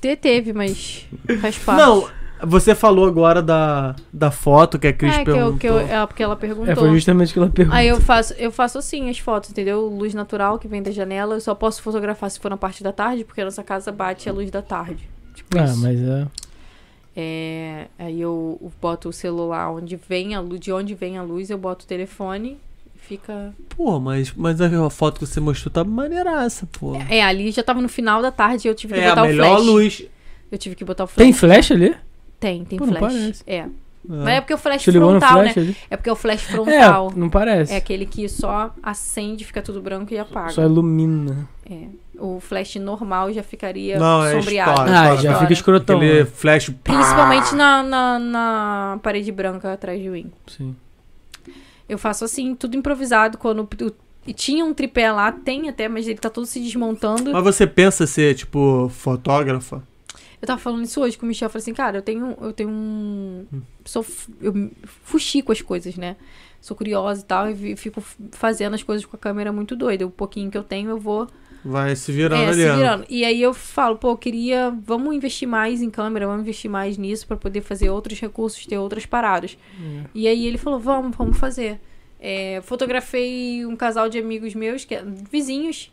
te teve, mas faz parte.
Não, Você falou agora da, da foto que a Cris
É, que eu,
perguntou.
que eu, é porque ela perguntou.
É, foi justamente o que ela perguntou.
Aí eu faço, eu faço assim as fotos, entendeu? Luz natural que vem da janela. Eu só posso fotografar se for na parte da tarde, porque a nossa casa bate a luz da tarde. Tipo
Ah,
isso.
mas é.
É, aí eu eu boto o celular onde vem a luz, de onde vem a luz, eu boto o telefone, fica.
Pô, mas, mas a foto que você mostrou tá maneiraça, pô.
É, ali já tava no final da tarde e eu tive que
É
botar
a
o
melhor
flash.
luz.
Eu tive que botar o flash.
Tem flash ali?
Tem, tem
Pô, não
flash.
parece. Ah.
É. Mas é porque é o flash
Você ligou no
frontal,
flash
né?
ali?
É porque é o flash frontal.
É, não parece.
É aquele que só acende, fica tudo branco e apaga.
Só ilumina.
É. O flash normal já ficaria
Não, é
sombreado.
estoura,
Ah,
estoura.
já
Estoura.
fica escrotão.
Aquele
né?
flash. pá.
Principalmente na, na, na parede branca atrás de mim.
Sim.
Eu faço assim, tudo improvisado. Quando o- e tinha um tripé lá, tem até, mas ele tá todo se desmontando.
Mas você pensa ser, tipo, fotógrafa?
Eu tava falando isso hoje com o Michel. Eu falei assim, cara, eu tenho, eu tenho um. Sou, f- eu fuxi com as coisas, né? Sou curiosa e tal, e vi- fico f- fazendo as coisas com a câmera muito doida. O pouquinho que eu tenho, eu vou
Vai se virando
é,
ali.
se
ó.
virando. E aí eu falo, pô, eu queria. Vamos investir mais em câmera, vamos investir mais nisso pra poder fazer outros recursos, ter outras paradas.
É.
E aí ele falou, vamos, vamos fazer. É, fotografei um casal de amigos meus, que é- vizinhos.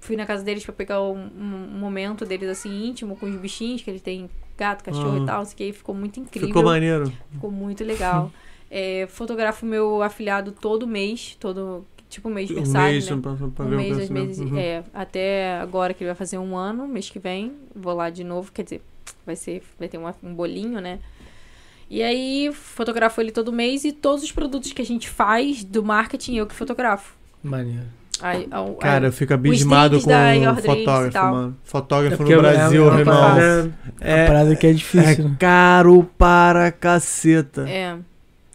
Fui na casa deles pra pegar um, um- um momento deles assim íntimo com os bichinhos, que eles têm gato, cachorro
Aham.
e tal, não sei o que aí ficou muito incrível.
Ah. Ficou maneiro.
Ficou muito legal. É, fotografo meu afiliado todo mês, todo tipo mês de
Um
mensagem.
mês,
né?
pra, pra
Um
ver o
mês, dois
crescimento.
meses.
Uhum.
É, até agora que ele vai fazer um ano, mês que vem, vou lá de novo, quer dizer, vai ser, vai ter uma- um bolinho, né? E aí, fotografo ele todo mês e todos os produtos que a gente faz do marketing, eu que fotografo.
Maneiro.
Aí, ao-
Cara,
aí-
eu fico abismado
drinks
com
da
o
Yordles e
fotógrafo,
tal.
mano.
É
Fotógrafo
porque
no
é-
Brasil,
é- é-
irmão.
É,
É,
parada que é difícil.
é caro para caceta.
é,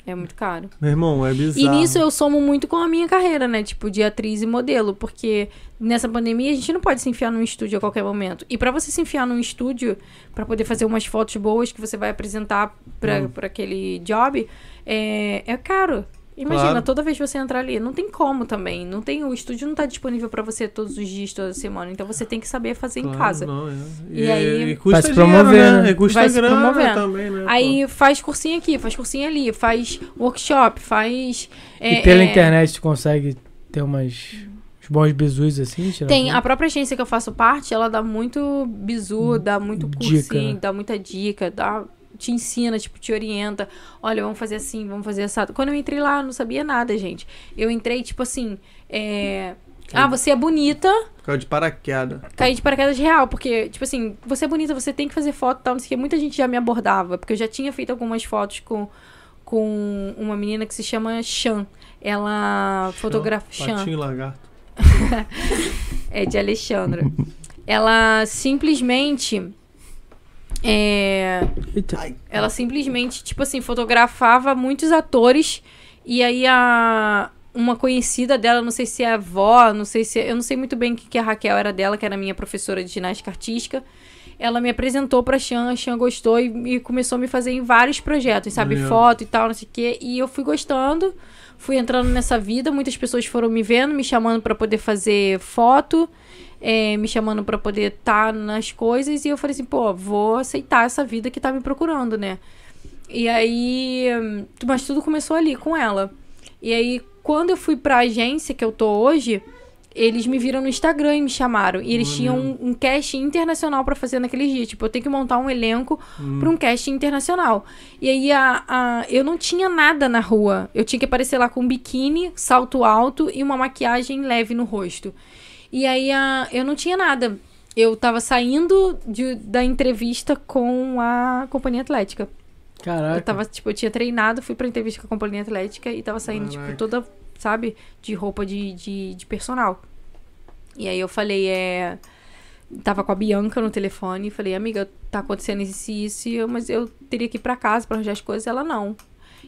é muito caro.
Meu irmão, é bizarro.
E nisso eu somo muito com a minha carreira, né? Tipo, de atriz e modelo, porque nessa pandemia a gente não pode se enfiar num estúdio a qualquer momento. E pra você se enfiar num estúdio, pra poder fazer umas fotos boas que você vai apresentar pra, pra aquele job, é, é caro. Imagina,
Claro.
toda vez que você entrar ali, não tem como também. Não tem, o estúdio não tá disponível pra você todos os dias, toda semana. Então você tem que saber fazer em
Claro,
casa.
não, é.
E aí-
e
Vai
custa
se
dinheiro,
promovendo.
né? E custa
Vai se
grana
promovendo.
também, né? pô?
Aí faz cursinho aqui, faz cursinho ali, faz workshop, faz. é,
e pela
é,
internet tu consegue ter umas, uns bons bizus assim? tirar
Tem,
foto?
a própria agência que eu faço parte, ela dá muito bizu, dá muito
Hum, dica,
cursinho,
né?
dá muita dica, dá, te ensina, tipo, te orienta. Olha, vamos fazer assim, vamos fazer assado. Quando eu entrei lá, eu não sabia nada, gente. Eu entrei, tipo assim, é... Ah, você é bonita,
Caiu de paraquedas.
caí de paraquedas real, porque, tipo assim, você é bonita, você tem que fazer foto e tal, não sei o que. Muita gente já me abordava, porque eu já tinha feito algumas fotos com, com uma menina que se chama Chan. Ela fotografa... Chan.
Patinho e lagarto.
É de Alexandra. Ela simplesmente. é,
Eita.
ela simplesmente, tipo assim, fotografava muitos atores. E aí a. Uma conhecida dela, não sei se é a avó, não sei se. é, Eu não sei muito bem o que, que a Raquel era dela, que era minha professora de ginástica artística. Ela me apresentou pra Xan, a Xan gostou e, e começou a me fazer em vários projetos, sabe?
Maneiro.
Foto e tal, não sei o quê. E eu fui gostando, fui entrando nessa vida. Muitas pessoas foram me vendo, me chamando pra poder fazer foto, eh, me chamando pra poder estar nas coisas. E eu falei assim, pô, vou aceitar essa vida que tá me procurando, né? E aí. hum, Mas tudo começou ali com ela. E aí, quando eu fui pra agência que eu tô hoje, eles me viram no Instagram e me chamaram. E eles tinham um, um casting internacional pra fazer naquele dia. Tipo, eu tenho que montar um elenco pra um casting internacional. E aí, a, a- eu não tinha nada na rua. Eu tinha que aparecer lá com um biquíni, salto alto e uma maquiagem leve no rosto. E aí, a, eu não tinha nada. Eu tava saindo de- da entrevista com a Companhia Atlética.
Caraca.
Eu tava, tipo, eu tinha treinado, fui pra entrevista com a companhia atlética e tava saindo,
Caraca.
tipo, toda, sabe, de roupa de, de, de personal. E aí eu falei, é. Tava com a Bianca no telefone e falei, amiga, tá acontecendo isso e isso, e eu- mas eu teria que ir pra casa pra arranjar as coisas. Ela, não.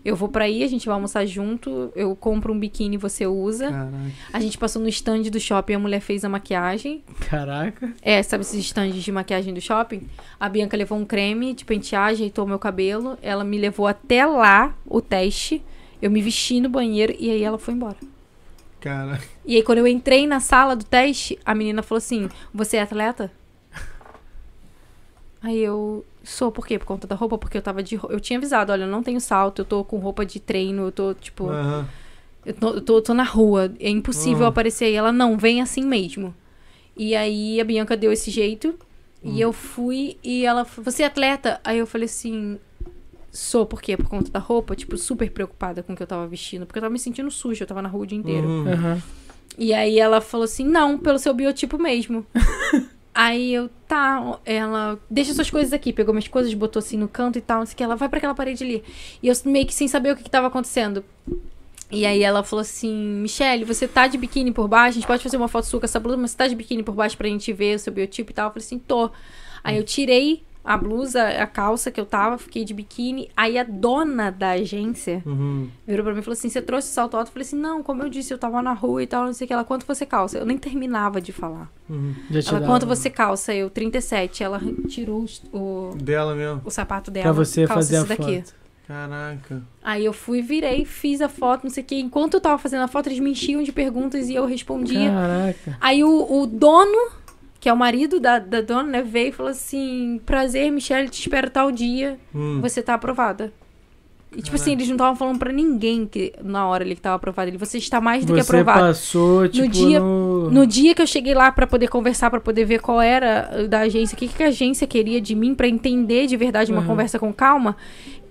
Eu vou pra aí, a gente vai almoçar junto, eu compro um biquíni, você usa.
Caraca.
A gente passou no stand do shopping, a mulher fez a maquiagem.
Caraca.
É, sabe esses stands de maquiagem do shopping? A Bianca levou um creme de pentear, ajeitou meu cabelo. Ela me levou até lá o teste. Eu me vesti no banheiro e aí ela foi embora.
Caraca.
E aí, quando eu entrei na sala do teste, a menina falou assim: Você é atleta? Aí eu. Sou, por quê? Por conta da roupa, porque eu tava de roupa. Eu tinha avisado, olha, eu não tenho salto, eu tô com roupa de treino, eu tô, tipo.
Aham.
Eu tô, eu tô- tô na rua, é impossível
Uhum.
aparecer aí. Ela, não, vem assim mesmo. E aí a Bianca deu esse jeito. E eu fui e ela falou, você é atleta? Aí eu falei assim, sou, por quê? Por conta da roupa, tipo, super preocupada com o que eu tava vestindo. Porque eu tava me sentindo suja, eu tava na rua o dia inteiro.
Uhum.
Aham.
E aí ela falou assim, não, pelo seu biotipo mesmo. aí eu, tá, ela, deixa suas coisas aqui. Pegou minhas coisas, botou assim no canto e tal, não sei o que. Ela, vai pra aquela parede ali. E eu meio que sem saber o que, que tava acontecendo. E aí ela falou assim, Michelle, você tá de biquíni por baixo? A gente pode fazer uma foto sua com essa blusa, mas você tá de biquíni por baixo pra gente ver o seu biotipo e tal? Eu falei assim, tô. Aí eu tirei a blusa, a calça que eu tava, fiquei de biquíni. Aí a dona da agência
Uhum.
Virou pra mim e falou assim: Você trouxe salto alto? Eu falei assim: Não, como eu disse, eu tava na rua e tal, não sei o que. Ela, quanto você calça? Eu nem terminava de falar.
Uhum.
Já te
Ela,
dá-
quanto você calça? Eu, 37. Ela tirou os- o,
Dela mesmo.
o sapato dela.
Pra você
calça
fazer a
esse daqui.
foto.
Caraca.
Aí eu fui, virei, fiz a foto, não sei o que. Enquanto eu tava fazendo a foto, eles me enchiam de perguntas e eu respondia.
Caraca.
Aí o, o dono, que é o marido da, da dona, né, veio e falou assim: Prazer, Michelle, te espero tal dia.
Hum.
você tá aprovada. E, tipo assim,
Caraca.
eles não estavam falando pra ninguém que na hora ali que tava aprovado. Ele, você está mais do que
Você
aprovado.
passou, tipo,
dia-
no...
No dia que eu cheguei lá pra poder conversar, pra poder ver qual era uh, da agência, o que, que a agência queria de mim, pra entender de verdade uma
Aham.
conversa com calma,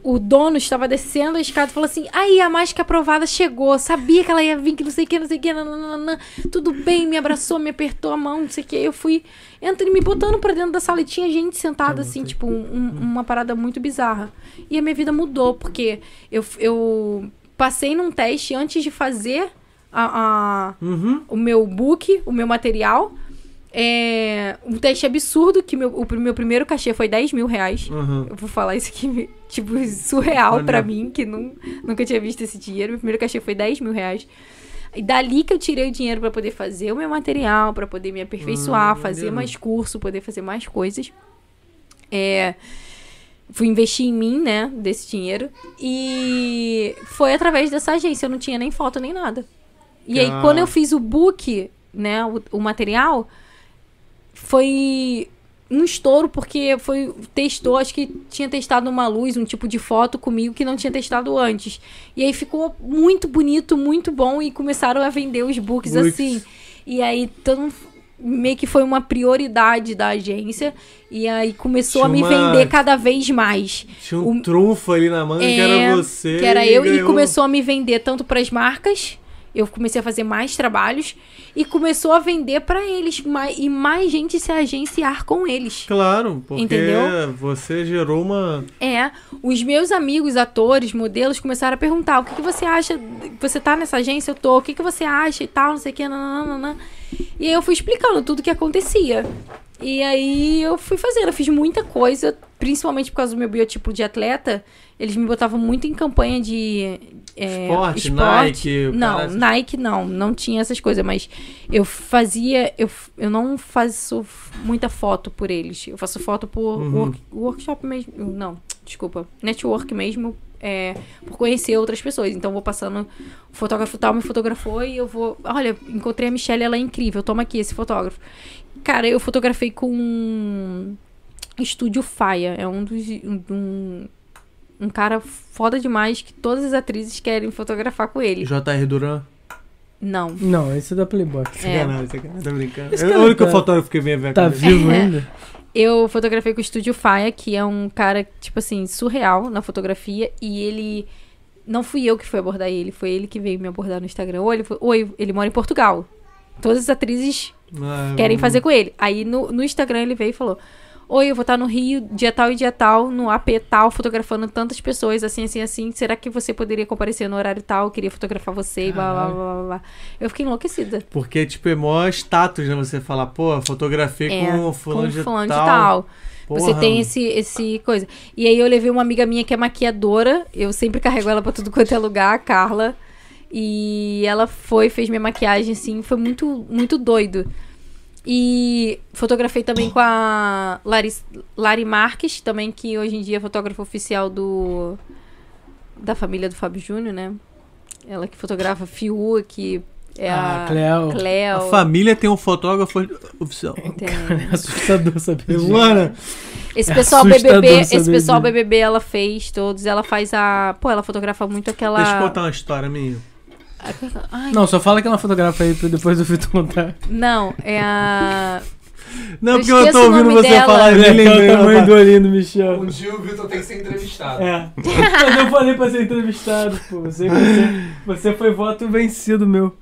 o dono estava descendo a escada e falou assim: aí a mágica aprovada chegou, sabia que ela ia vir, que não sei o que, não sei o que, nananana. tudo bem, me abraçou, me apertou a mão, não sei o que. Eu fui entrando, me botando pra dentro da sala e tinha gente sentada assim, tipo, um- um- uma parada muito bizarra. E a minha vida mudou, porque eu, eu passei num teste antes de fazer a- a
Uhum.
o meu book, o meu material. É um teste absurdo, que meu, o pr- meu primeiro cachê foi 10 mil reais.
Uhum.
Eu vou falar isso aqui, tipo, surreal
Olha.
pra mim, que nun- nunca tinha visto esse dinheiro. Meu primeiro cachê foi 10 mil reais. E dali que eu tirei o dinheiro pra poder fazer o meu material, pra poder me aperfeiçoar,
Hum,
fazer
maneiro.
mais curso, poder fazer mais coisas. É, fui investir em mim, né, desse dinheiro. E foi através dessa agência, eu não tinha nem foto nem nada. E aí,
Cara.
quando eu fiz o book, né, o, o material, foi um estouro, porque foi testou, acho que tinha testado uma luz, um tipo de foto comigo que não tinha testado antes. E aí ficou muito bonito, muito bom, e começaram a vender os books,
Books.
assim. E aí, todo mundo meio que foi uma prioridade da agência, e aí começou a me
Tinha uma-
vender cada vez mais.
Tinha um
O-
trunfo ali na manga que
É,
era você.
Que era eu, e
ganhou.
começou a me vender tanto para as marcas. Eu comecei a fazer mais trabalhos e começou a vender para eles mai- e mais gente se agenciar com eles.
Claro, porque
Entendeu?
você gerou uma.
É, os meus amigos, atores, modelos, começaram a perguntar: o que, que você acha? Você tá nessa agência? Eu tô, o que, que você acha e tal, não sei o que, nananana. E aí eu fui explicando tudo o que acontecia. E aí eu fui fazendo, eu fiz muita coisa, principalmente por causa do meu biotipo de atleta. Eles me botavam muito em campanha de. é,
Esporte, Nike,
Não,
caralho.
Nike não, não tinha essas coisas, mas eu fazia. Eu, f- eu não faço f- muita foto por eles. Eu faço foto por
Uhum.
work- workshop mesmo. Não, desculpa. Network mesmo. É, por conhecer outras pessoas. Então eu vou passando. O fotógrafo tal me fotografou e eu vou. Olha, encontrei a Michelle, ela é incrível. Toma aqui esse fotógrafo. Cara, eu fotografei com. Estúdio Faia. É um dos. Um, um- um cara foda demais que todas as atrizes querem fotografar com ele.
J.R. Duran.
Não.
Não, esse é da Playboy.
É.
Sacanagem, sacanagem, tá brincando.
Esse
É
cara
o único
tá-
fotógrafo que vem ver a
Tá
cabeça.
vivo
É.
ainda?
Eu fotografei com o Estúdio Faia, que é um cara, tipo assim, surreal na fotografia. E ele. Não fui eu que fui abordar ele, foi ele que veio me abordar no Instagram. Ou ele, foi- Oi, ele mora em Portugal. Todas as atrizes
Ah,
querem fazer com ele. Aí no, no Instagram ele veio e falou: Oi, eu vou estar no Rio, dia tal e dia tal, no AP tal, fotografando tantas pessoas, assim, assim, assim. Será que você poderia comparecer no horário tal? Eu queria fotografar você e blá, blá, blá, blá, blá. Eu fiquei enlouquecida.
Porque, tipo, é maior status, né? Você falar, pô, fotografei
É,
com o
Com
fulano de
fulano de
tal.
tal. Você
Porra.
tem esse, esse coisa. E aí eu levei uma amiga minha que é maquiadora. Eu sempre carrego ela pra tudo quanto é lugar, a Carla. E ela foi, fez minha maquiagem, assim. Foi muito, muito doido. E fotografei também com a Lari, Lari Marques, também que hoje em dia é fotógrafa oficial do da família do Fábio Júnior, né? Ela que fotografa Fiú, que É
Ah,
a
Cleo.
A
Cleo.
família tem um fotógrafo oficial.
Tem.
É assustador saber disso.
Luana,
Esse
É
pessoal
assustador
BBB, esse
saber
pessoal
disso.
BBB, ela fez todos, ela faz a, pô, ela fotografa muito aquela
deixa eu contar uma história minha.
Ai,
Não, só fala que ela fotografa aí pra depois o Vitor contar.
não, é a
Não,
Eu
porque eu
esqueço
tô
o
ouvindo
nome
você
dela.
falar e
Ela
Tá, nem lembrei.
é o tamanho do
rapaz.
olhinho do Michel.
Um dia o Vitor tem que ser entrevistado.
É. Mas eu falei pra ser entrevistado, pô. Você, você, você foi voto vencido, meu.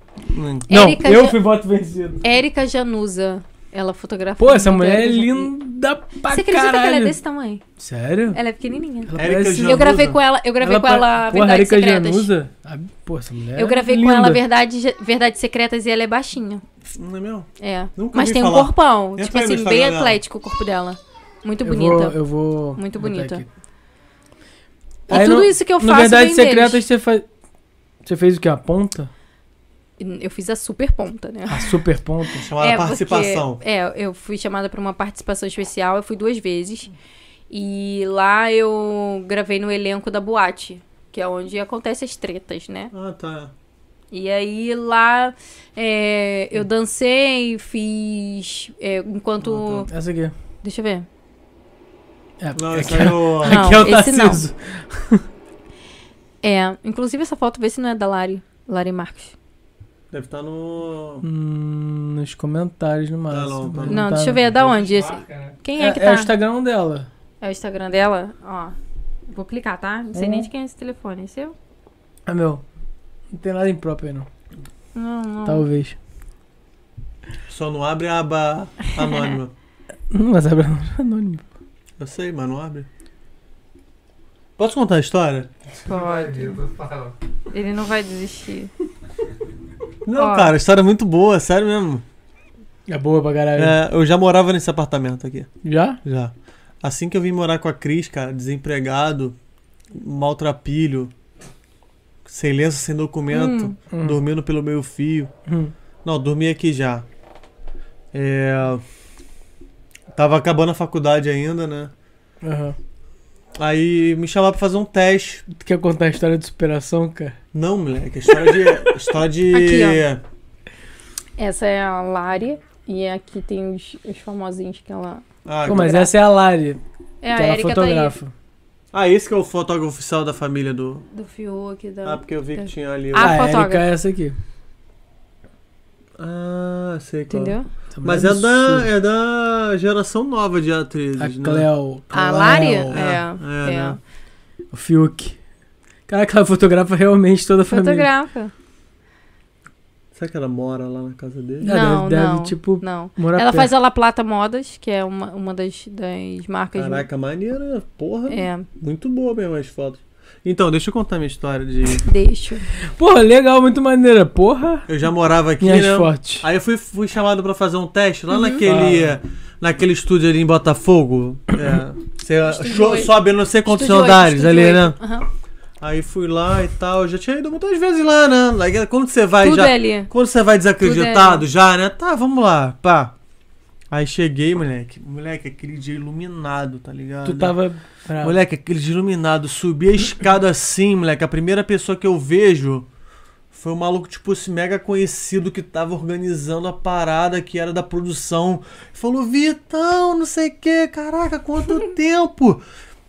Não,
Érica
eu
Jan-
fui voto vencido.
Érica Januza. Ela fotografa
Pô, essa
muito
mulher é
Érica Januza.
linda pra
Você acredita que ela é
caralho.
desse tamanho?
Sério?
Ela é pequenininha.
Ela
Érica
parece-
Januza.
Eu gravei com ela, eu gravei com ela
Porra,
Verdades
Erika
Secretas.
Januza? Ah, Pô, essa mulher
Eu gravei
é
com ela
linda.
Verdades, Verdades Secretas e ela é baixinha.
Não é mesmo?
É.
Nunca
Mas
ouvi
tem um
falar.
corpão,
Entra
tipo
aí no
assim,
Instagram
bem
dela.
atlético o corpo dela. Muito
Eu
bonita.
vou- eu vou.
Muito
botar
bonita.
aqui.
E
Aí
tudo
É, no-
isso que eu faço
Na verdade,
vem
secretas
deles.
você faz. Você fez o que? A ponta?
Eu fiz a super ponta, né?
A super ponta?
Chamada
É, porque-
participação.
é, eu fui chamada pra uma participação especial, eu fui duas vezes. E lá eu gravei no elenco da boate, que é onde acontecem as tretas, né?
Ah, tá.
E aí lá é, eu dancei, fiz. é, enquanto.
Essa aqui.
Deixa eu ver.
É,
Não,
é
esse
que-
aí é o...
Não,
Aqui é o
esse não.
Tarcísio.
É, inclusive essa foto, vê se não é da Lari. Lari Marcos.
Deve estar no...
Hum, nos comentários, no máximo.
não, tá
mas
não.
Não,
tá-
deixa eu ver, é da onde? Esse-
Marca, né?
Quem é,
É,
que
é
tá?
o Instagram dela.
É o Instagram dela? Ó. Vou clicar, tá? Não sei
Hum.
nem de quem é esse telefone. É seu?
Ah, meu. Não tem nada impróprio aí, não.
Não, não.
Tá Talvez.
Só não abre a aba anônima.
Não vai saber não. anônimo.
Eu sei, mas não abre. Posso contar a história?
Pode.
Vitor, fala.
Ele não vai desistir.
Não,
Ó.
cara, a história é muito boa, sério mesmo.
É boa pra caralho.
É, eu já morava nesse apartamento aqui.
Já?
Já. Assim que eu vim morar com a Cris, cara, desempregado, maltrapilho, sem lenço, sem documento,
Hum.
dormindo pelo meio fio.
Hum.
Não, dormi aqui já. É, Tava acabando a faculdade ainda, né?
Aham.
Aí me chamaram pra fazer um teste.
Tu quer contar a história de superação, cara?
Não, moleque, é história de. história de.
Aqui, Essa é a Lari. E aqui tem os, os famosinhos que ela.
Ah,
Pô, mas essa é a Lari, que
É, a
ela
Erika tá aí.
fotografa.
ah, esse que é o fotógrafo oficial da família do.
Do Fiuk, da.
Ah, porque eu vi que tinha ali. o-
Ah,
a Erika
fotógrafa.
é essa aqui.
Ah, sei qual.
Entendeu?
Essa mulher
Mas é da,
absurda.
é da geração nova de atrizes,
A
né?
Cleo.
A
Cleo,
Lari?
É,
É.
é,
é.
né?
O Fiuk. Caraca, ela fotografa é realmente toda a família.
Fotografa.
Será que ela mora lá na casa dele?
Ela
Não,
deve,
não.
tipo,
Não.
morar
Ela
perto.
faz a La Plata Modas, que é uma, uma das, das marcas.
Caraca, maneira, porra.
É,
Muito boa mesmo as fotos. Então, deixa eu contar minha história de.
deixa.
Porra, legal, muito maneira. Porra.
Eu já morava aqui,
Minhas
né?
fortes.
Aí eu fui, fui chamado pra fazer um teste
Uhum.
lá naquele.
Ah.
Naquele estúdio ali em Botafogo. É, você
Estúdio
cho-
oito.
sobe não sei quantos
Estúdio oito,
andares
estúdio
ali,
oito.
né?
Aham.
Aí fui lá e tal. Eu já tinha ido muitas vezes lá, né? Like, Quando você vai
Tudo
já.
é ali.
Quando você vai desacreditado
Tudo
já, né? Tá, vamos lá, pá. Aí cheguei, moleque. Moleque, aquele dia iluminado, tá ligado?
Tu tava. bravo.
Moleque, aquele dia iluminado. Subi a escada assim, moleque. A primeira pessoa que eu vejo foi um maluco, tipo, esse mega conhecido que tava organizando a parada que era da produção. Falou, Vitão, não sei o que. Caraca, quanto tempo.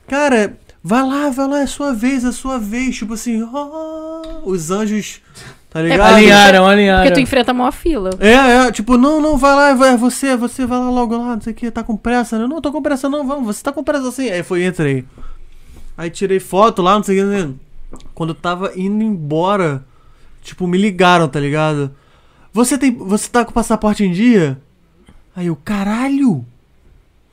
Cara, vai lá, vai lá, é sua vez, é sua vez. Tipo assim, ó, os anjos, tá ligado?
porque-
Alinharam, alinharam.
Porque tu enfrenta a maior fila.
É, é, tipo, não, não, vai lá, vai, você, é você, vai lá logo lá, não sei o que, tá com pressa, né? Não, tô com pressa não, vamos, você tá com pressa assim. Aí foi, entrei. Aí tirei foto lá, não sei o que, né? Quando eu tava indo embora, tipo, me ligaram, tá ligado? Você tem, você tá com o passaporte em dia? Aí eu, caralho!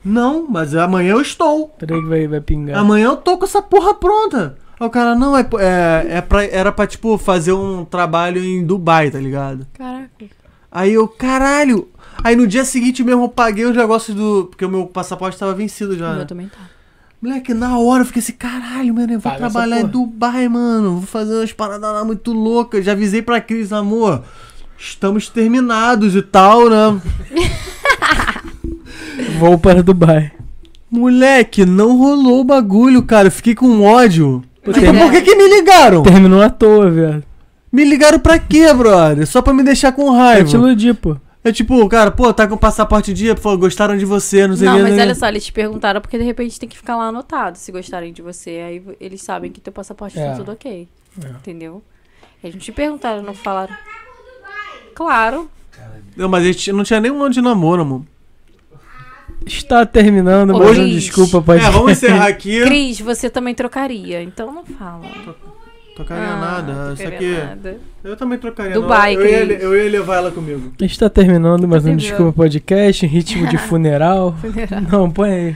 Não, mas amanhã eu estou.
Peraí que vai, vai pingar.
Amanhã eu tô com essa porra pronta. Aí o cara, não, é, é, é pra, era pra, tipo, fazer um trabalho em Dubai, tá ligado?
Caraca.
Aí eu, caralho! Aí no dia seguinte mesmo eu paguei os negócios do. Porque o meu passaporte tava vencido já.
O meu
Né?
também tá.
Moleque, na hora eu fiquei assim, caralho, mano, eu vou
Paga essa
trabalhar em
porra.
Dubai, mano. Vou fazer umas paradas lá muito loucas. Já avisei pra Cris, amor. Estamos terminados e tal, né?
Vou para Dubai.
Moleque, não rolou o bagulho, cara. Eu fiquei com ódio. Tipo,
Pô,
Mas
ter-
Por
é.
que, que me ligaram?
Terminou à toa, velho.
Me ligaram pra quê, brother? Só pra me deixar com
Eu te
raiva.
iludi, pô.
É tipo, cara, pô, tá com passaporte de dia, pô, gostaram de você, não sei o
Não,
que,
é-
mas
né?
olha só, eles te perguntaram porque de repente tem que ficar lá anotado se gostarem de você. Aí v- eles sabem que teu passaporte
É.
tá tudo ok. Entendeu? Eles não te perguntaram, não falaram. Claro.
Não, mas a gente não tinha nenhum ano de namoro, amor.
Está terminando,
Ô,
mas
Cris.
desculpa, pode.
É, vamos encerrar aqui.
Cris, você também trocaria, então não fala.
Trocaria
Ah,
nada,
não
isso
trocaria
aqui. é-
nada.
Eu também trocaria
Dubai,
nada. Eu ia,
Cris.
eu ia levar ela comigo.
Está terminando, mas não
Terminou.
desculpa podcast, em ritmo de funeral. Não, põe aí.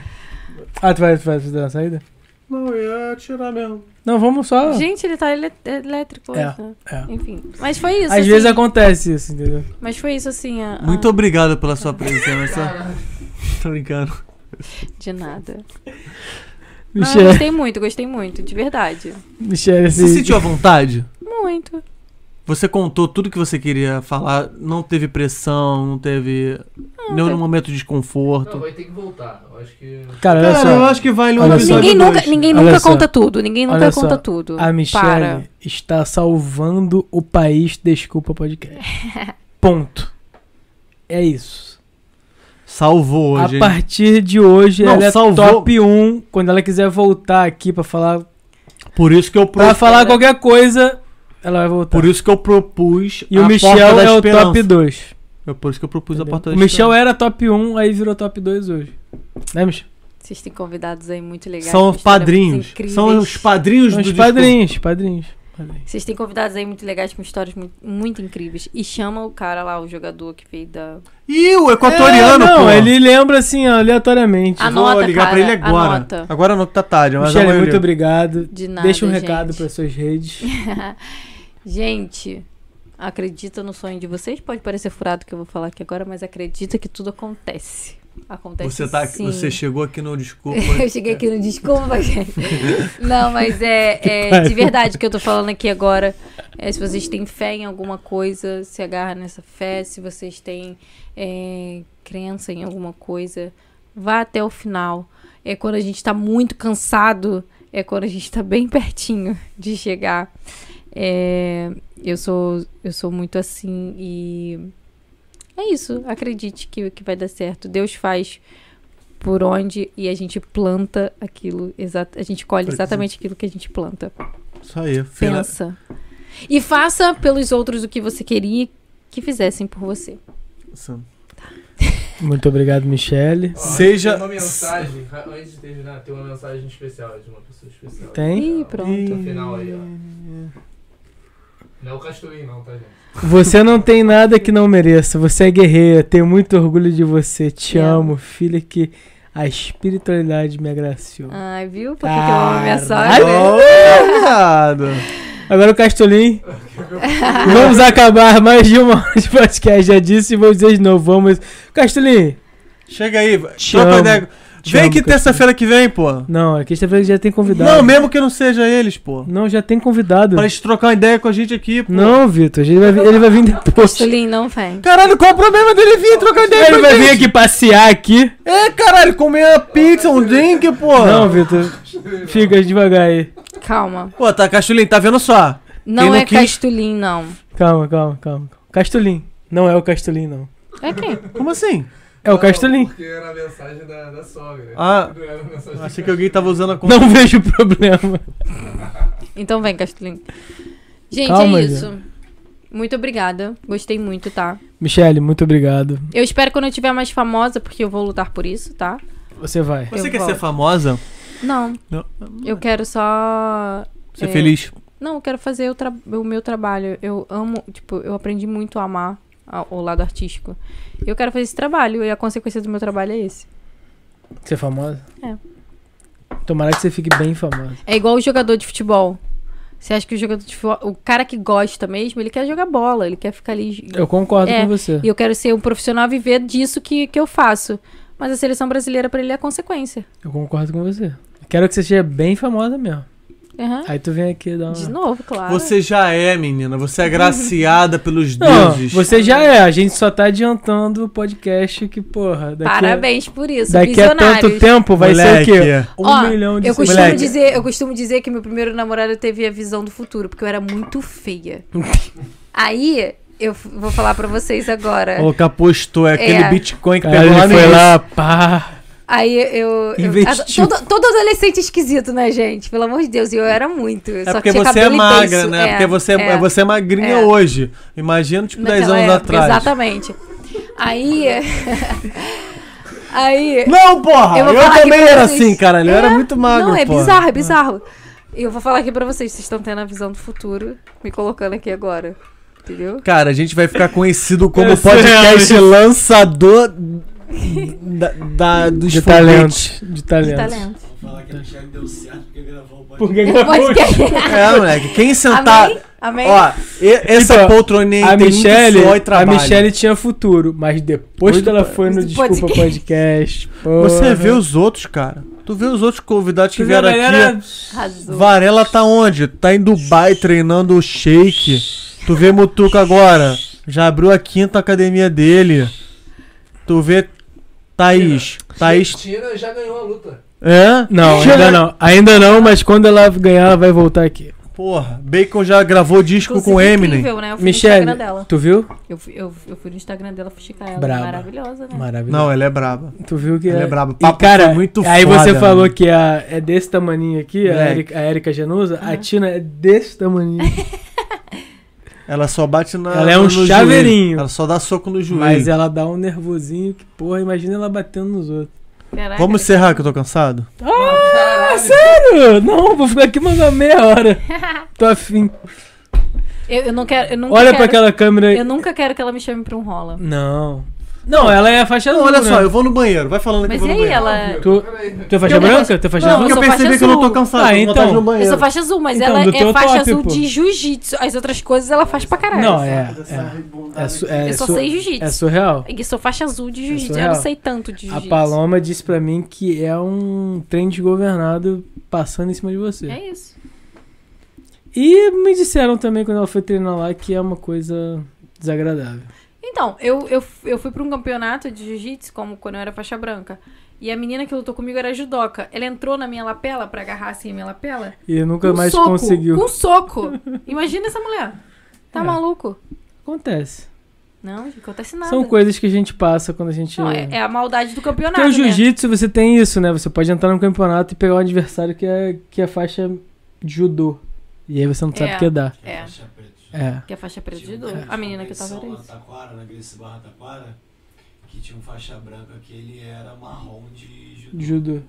Ah, tu vai, tu vai dar uma saída?
Não, eu ia tirar mesmo.
Não, vamos só.
Gente, ele tá ele- elétrico hoje, né?
Ah. é.
Enfim. Mas foi isso.
Às
assim,
vezes é acontece isso, entendeu?
Mas foi isso assim. A, a-
Muito obrigado pela sua presença. Tô brincando.
De nada. Não, eu
Michelle,
gostei muito, gostei muito, de verdade.
Michelle,
Você se
assim.
sentiu à vontade?
Muito.
Você contou tudo que você queria falar, não teve pressão, não teve nenhum
teve-
momento de desconforto.
Não, vai ter que voltar. Eu acho que.
Cara, olha
Cara, eu
só.
acho que vale um
Olha só.
episódio
Ninguém nunca,
dois.
Olha
ninguém nunca
só.
conta tudo. Ninguém nunca
Olha só,
conta tudo.
A Michelle
Para.
está salvando o país, desculpa podcast. Ponto. É isso.
Salvou
A
hoje. hein?
partir de hoje,
Não,
ela é
salvou.
top 1. Quando ela quiser voltar aqui pra falar,
Por isso que eu
pra
pro-
falar qualquer coisa, ela vai voltar.
por isso que eu propus
e o
a
Michel
porta da
é o
esperança.
top 2.
É por isso que eu propus a porta
entendeu? O
da
Michel é
esperança.
era top 1, aí virou top 2 hoje. Né, Michel?
Vocês têm convidados aí muito legais.
São
com
os
histórias
padrinhos.
incríveis.
São os padrinhos
Os
do
padrinhos, padrinhos, padrinhos.
Vocês têm convidados aí muito legais com histórias mu- muito, incríveis. E chama o cara lá, o jogador que veio da.
Ih, o equatoriano,
É, não,
pô.
ele lembra assim, aleatoriamente.
Ah,
Vou
Anota,
ligar pra
cara,
ele agora.
anota.
Agora não que tá tarde, mas
Michele,
amanhã eu
muito
ligo.
obrigado.
De nada.
Deixa um
gente.
recado para suas redes.
Gente, acredita no sonho de vocês. Pode parecer furado o que eu vou falar aqui agora, mas acredita que tudo acontece. Acontece
Você, tá,
sim.
você chegou aqui no Desculpa.
Eu cheguei aqui no desculpa, gente. Não, mas é, é de verdade que eu tô falando aqui agora. É, se vocês têm fé em alguma coisa, se agarra nessa fé. Se vocês têm é, crença em alguma coisa, vá até o final. É quando a gente tá muito cansado, é quando a gente tá bem pertinho de chegar. É, eu sou eu sou muito assim e é isso. Acredite que, que vai dar certo. Deus faz por onde e a gente planta aquilo, exata- a gente colhe exatamente aquilo que a gente planta.
Isso aí. Fina-
Pensa. E faça pelos outros o que você queria que fizessem por você.
Muito obrigado, Michele.
Ó,
Seja-
Tem uma mensagem, ra- antes de terminar, tem uma mensagem especial de uma pessoa especial.
Tem?
Ih, pronto.
No final aí, ó. Não é o Castuim, não, tá, gente?
Você não tem nada que não mereça. Você é guerreira. Tenho muito orgulho de você. Te
Te amo.
amo, filha que a espiritualidade me agraciou.
Ai, viu? Porque eu amo minha
Caralho.
sogra.
Obrigado.
Agora o Castolim. vamos acabar mais de uma hora de podcast. Já disse e vou dizer de novo. Vamos. Castolim.
Chega aí.
Te
troca
amo.
ideia.
Te
Vem
amo,
aqui
Castolim.
terça-feira que vem, pô.
Não, aqui sexta-feira já tem convidado.
Não, mesmo que não seja eles, pô.
Não, já tem convidado.
Pra eles trocar uma ideia com a gente aqui, pô.
Não, Vitor. Ele vai, vir- ele vai vir depois.
Tulin, não vem.
Caralho, qual o problema dele vir trocar ideia
Ele
com a
vai vir
gente?
aqui passear aqui.
É, caralho, comer uma pizza, um drink, pô.
Não, Vitor. Fica devagar aí.
Calma.
Pô, tá, Castulinho, tá vendo só?
Não,
não
é
quis-
Castulin, não.
Calma, calma, calma. Castolim. Não é o Castolim, não.
É quem?
Como assim?
É o
Não,
Castolim.
Porque era a mensagem da, da sogra.
Ah.
Não era a mensagem
Achei que alguém tava usando a conta.
Não vejo problema.
Então vem, Castulin. Gente,
Calma,
é isso. Muito obrigada. Gostei muito, tá?
Michele, muito obrigado.
Eu espero quando eu tiver mais famosa, porque eu vou lutar por isso, tá?
Você vai.
Você
Eu
quer
volto.
ser famosa?
Não.
Não.
Eu quero só
Ser
É.
feliz.
Não, eu quero fazer o, tra- o meu trabalho. Eu amo, tipo, eu aprendi muito a amar a- o lado artístico. Eu quero fazer esse trabalho e a consequência do meu trabalho é esse.
Você é famosa?
É.
Tomara que você fique bem famosa.
É igual o jogador de futebol. Você acha que o jogador de futebol, o cara que gosta mesmo, ele quer jogar bola, ele quer ficar ali.
Eu concordo
É,
com você.
E eu quero ser um profissional e viver disso que, que eu faço. Mas a seleção brasileira pra ele é a consequência.
Eu concordo com você. Quero que você seja bem famosa mesmo.
Aham.
Aí tu vem aqui e dá uma.
De novo, claro.
Ah. Você já é, menina. Você é agraciada pelos
Não,
deuses.
você já é, a gente só tá adiantando o podcast que, porra, daqui
é-
Parabéns por
a,
isso.
daqui a tanto
visionários.
tempo vai
Moleque.
ser o quê? Um
Ó,
milhão de
eu costumo
Moleque.
dizer Eu costumo dizer que meu primeiro namorado teve a visão do futuro, porque eu era muito feia. Aí, eu f- vou falar pra vocês agora.
Colocar postou, é aquele
É.
Bitcoin que
Cara,
pegou lá
ele
no
foi
início.
lá, pá.
Aí eu. eu
Investiu.
ado- todo, todo adolescente é esquisito, né, gente? Pelo amor de Deus, e eu era muito. eu
É
só
porque
tinha
você é
cabelo
magra,
imenso.
né? porque você é, você é magrinha
é.
hoje. Imagina, tipo, 10
Naquela
anos
época,
atrás.
é? Exatamente. Aí. aí.
Não, porra!
Eu
Eu,
vou falar aqui
também
pra
era
vocês.
assim, caralho. Eu era
É,
muito magro, Ah.
Não, é
porra.
bizarro, é bizarro. E eu vou falar aqui pra vocês, vocês estão tendo a visão do futuro, me colocando aqui agora. Entendeu?
Cara, a gente vai ficar conhecido como
Eu
o
sei,
podcast
realmente. é
lançador da, da- dos
De
foguetes.
talento. De talento.
De talento.
Vou falar que a Michelle deu certo porque gravou o podcast.
Porque
Pode querer.
É, moleque. Quem sentar.
Amém? Amém?
Ó, e- essa
Então,
poltroninha
a
tem
Michelle,
muito sol e
a
trabalho.
Michelle tinha futuro, mas depois
Pois
que ela
do-
foi no
do
Desculpa Podcast, porra.
Você vê os outros, cara. Tu vê os outros convidados que
Tu vê a
vieram
galera-
aqui.
Arrasou.
Varela tá onde? Tá em Dubai treinando o shake. Tu vê Mutuca agora. Já abriu a quinta academia dele. Tu vê Thaís. Thaís.
Tina já ganhou a luta.
É?
Não,
Chega-
ainda não. Ainda não, mas quando ela ganhar, ela vai voltar aqui.
Porra, Bacon já gravou disco
Inclusive,
com Eminem.
Incrível, né? Eu fui no
Michelle,
Instagram dela.
tu viu?
Eu, fui- eu, eu fui no Instagram dela fuxicar ela.
Braba.
Maravilhosa, né?
Maravilha.
Não, ela é braba.
Tu viu que
Ela é braba.
E,
Papo
cara,
foi muito
aí
foda, né?
você falou
mano.
que a, é desse tamaninho aqui, a
Moleque.
Erika, a Erika Januza, a Tina é desse tamaninho.
Ela só bate na.
Ela é um
no joelho.
chaveirinho.
Ela só dá soco no joelho.
mas ela dá um nervosinho que, porra, imagina ela batendo nos outros. é-
Caraca.
Vamos encerrar que eu tô cansado?
Ah, sério? Não, vou ficar aqui mais uma meia hora. Tô afim.
Eu, eu não quero. Eu nunca
Olha
quero,
pra aquela câmera aí.
Eu nunca quero que ela me chame pra um rola.
Não. Não, ela é a faixa
Não,
azul.
olha
né?
só, eu vou no banheiro. Vai falando que
Mas
eu vou
e
no
aí,
banheiro.
ela.
Tu,
Peraí.
tu é faixa
Eu-
branca? Tu é faixa
Não,
eu
branca?
porque eu
sou
percebi
faixa
que eu não tô
azul.
cansado.
Ah,
tô com vontade
então.
de ir no
Eu
banheiro.
sou faixa azul, mas
Então,
ela
do teu
é faixa
top,
azul
pô.
de jiu-jitsu. As outras coisas ela faz pra caralho.
Não, é.
Essa
É, é,
rebundada
su-
aqui.
é,
Eu só
su-
sei jiu-jitsu.
é surreal.
Eu sou faixa azul de jiu-jitsu. Eu
surreal.
não sei tanto de
é A
jiu-jitsu.
Paloma disse pra mim que é um trem desgovernado passando em cima de você.
É isso.
E me disseram também quando ela foi treinar lá que é uma coisa desagradável.
Então, eu, eu, eu fui pra um campeonato de jiu-jitsu, como quando eu era faixa branca. E a menina que lutou comigo era judoca. Ela entrou na minha lapela pra agarrar assim a minha lapela.
E nunca
Com
mais
Um soco,
conseguiu.
Com soco. Imagina essa mulher. Tá
É.
maluco?
Acontece.
Não, não acontece nada.
São coisas que a gente passa quando a gente.
Não, é, é a maldade do campeonato.
Porque o
né?
jiu-jitsu você tem isso, né? Você pode entrar no campeonato e pegar um adversário que é, que é faixa de judô. E aí você não sabe
É.
o que dá.
É,
Faixa preta.
É.
que é faixa preta de
Tinha um
judô.
cara
A menina que eu tava era
competição lá na
isso.
Taquara, na Gracie Barra Taquara, que tinha um faixa branca que ele era marrom de
de
judô.
Judô.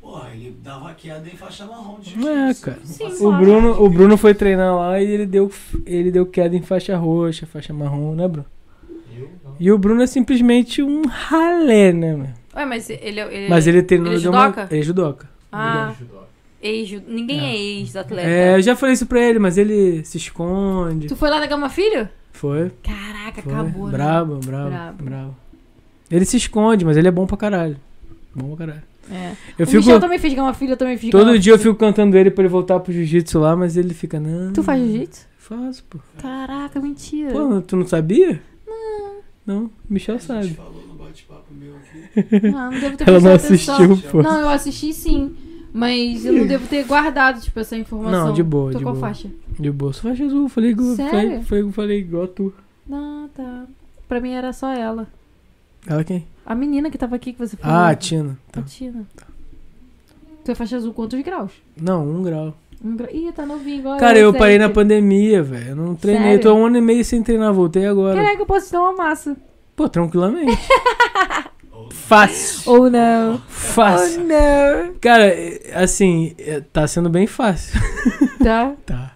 Porra, ele dava queda em faixa marrom de judô.
É, cara.
Sim,
O
claro.
Bruno, o Bruno foi treinar lá e ele deu, ele deu queda em faixa roxa, faixa marrom, né, Bruno?
Eu não.
E o Bruno é simplesmente um ralé, né, meu?
Ué, mas ele, ele
Mas ele treinou
ele é
deu uma-
judoca?
Ele é judoca.
Ah, ex Ninguém é, ex-atleta.
Ah. É, eu já falei isso pra ele, mas ele se esconde.
Tu foi lá na Gama Filho?
Foi,
Caraca,
foi.
acabou. né?
brabo, brabo,
Brabo.
brabo, Ele se esconde, mas ele é bom pra caralho. Bom pra caralho.
É.
Eu
o
fico.
Michel também fez Gama Filho, eu também fiz
Todo
Gama
dia eu
Filho.
fico cantando ele pra ele voltar pro jiu-jitsu lá, mas ele fica, não.
Tu faz jiu-jitsu? É.
Faço, pô.
Caraca, mentira.
Pô, tu não sabia? Não. Não, Michel
A gente
sabe.
falou no bate-papo meu aqui.
Ah, não devo ter
Ela não
prestado atenção.
assistiu, pô.
Não, eu assisti sim. Mas eu não devo ter guardado, tipo, essa informação.
Não, de boa,
Tô
de
qual
boa.
faixa?
De boa. Só faz azul. Falei, igual-
Sério?
falei, falei, falei igual a tu.
Não, tá. Pra mim era só ela.
Ela quem?
A menina que tava aqui que você falou.
Ah, a Tina. Tá.
A Tina. Tu é faixa azul quantos graus?
Não, um grau.
Um grau. Ih, tá novinho agora.
Cara, eu
Zé.
parei na pandemia, velho. Eu não treinei.
Sério?
Tô há um ano e meio sem treinar, voltei agora.
Caraca, eu posso te dar uma massa.
Pô, tranquilamente. fácil.
Ou não.
Fácil.
Oh, não.
Cara, é, assim, é, tá sendo bem fácil.
Tá.
Tá.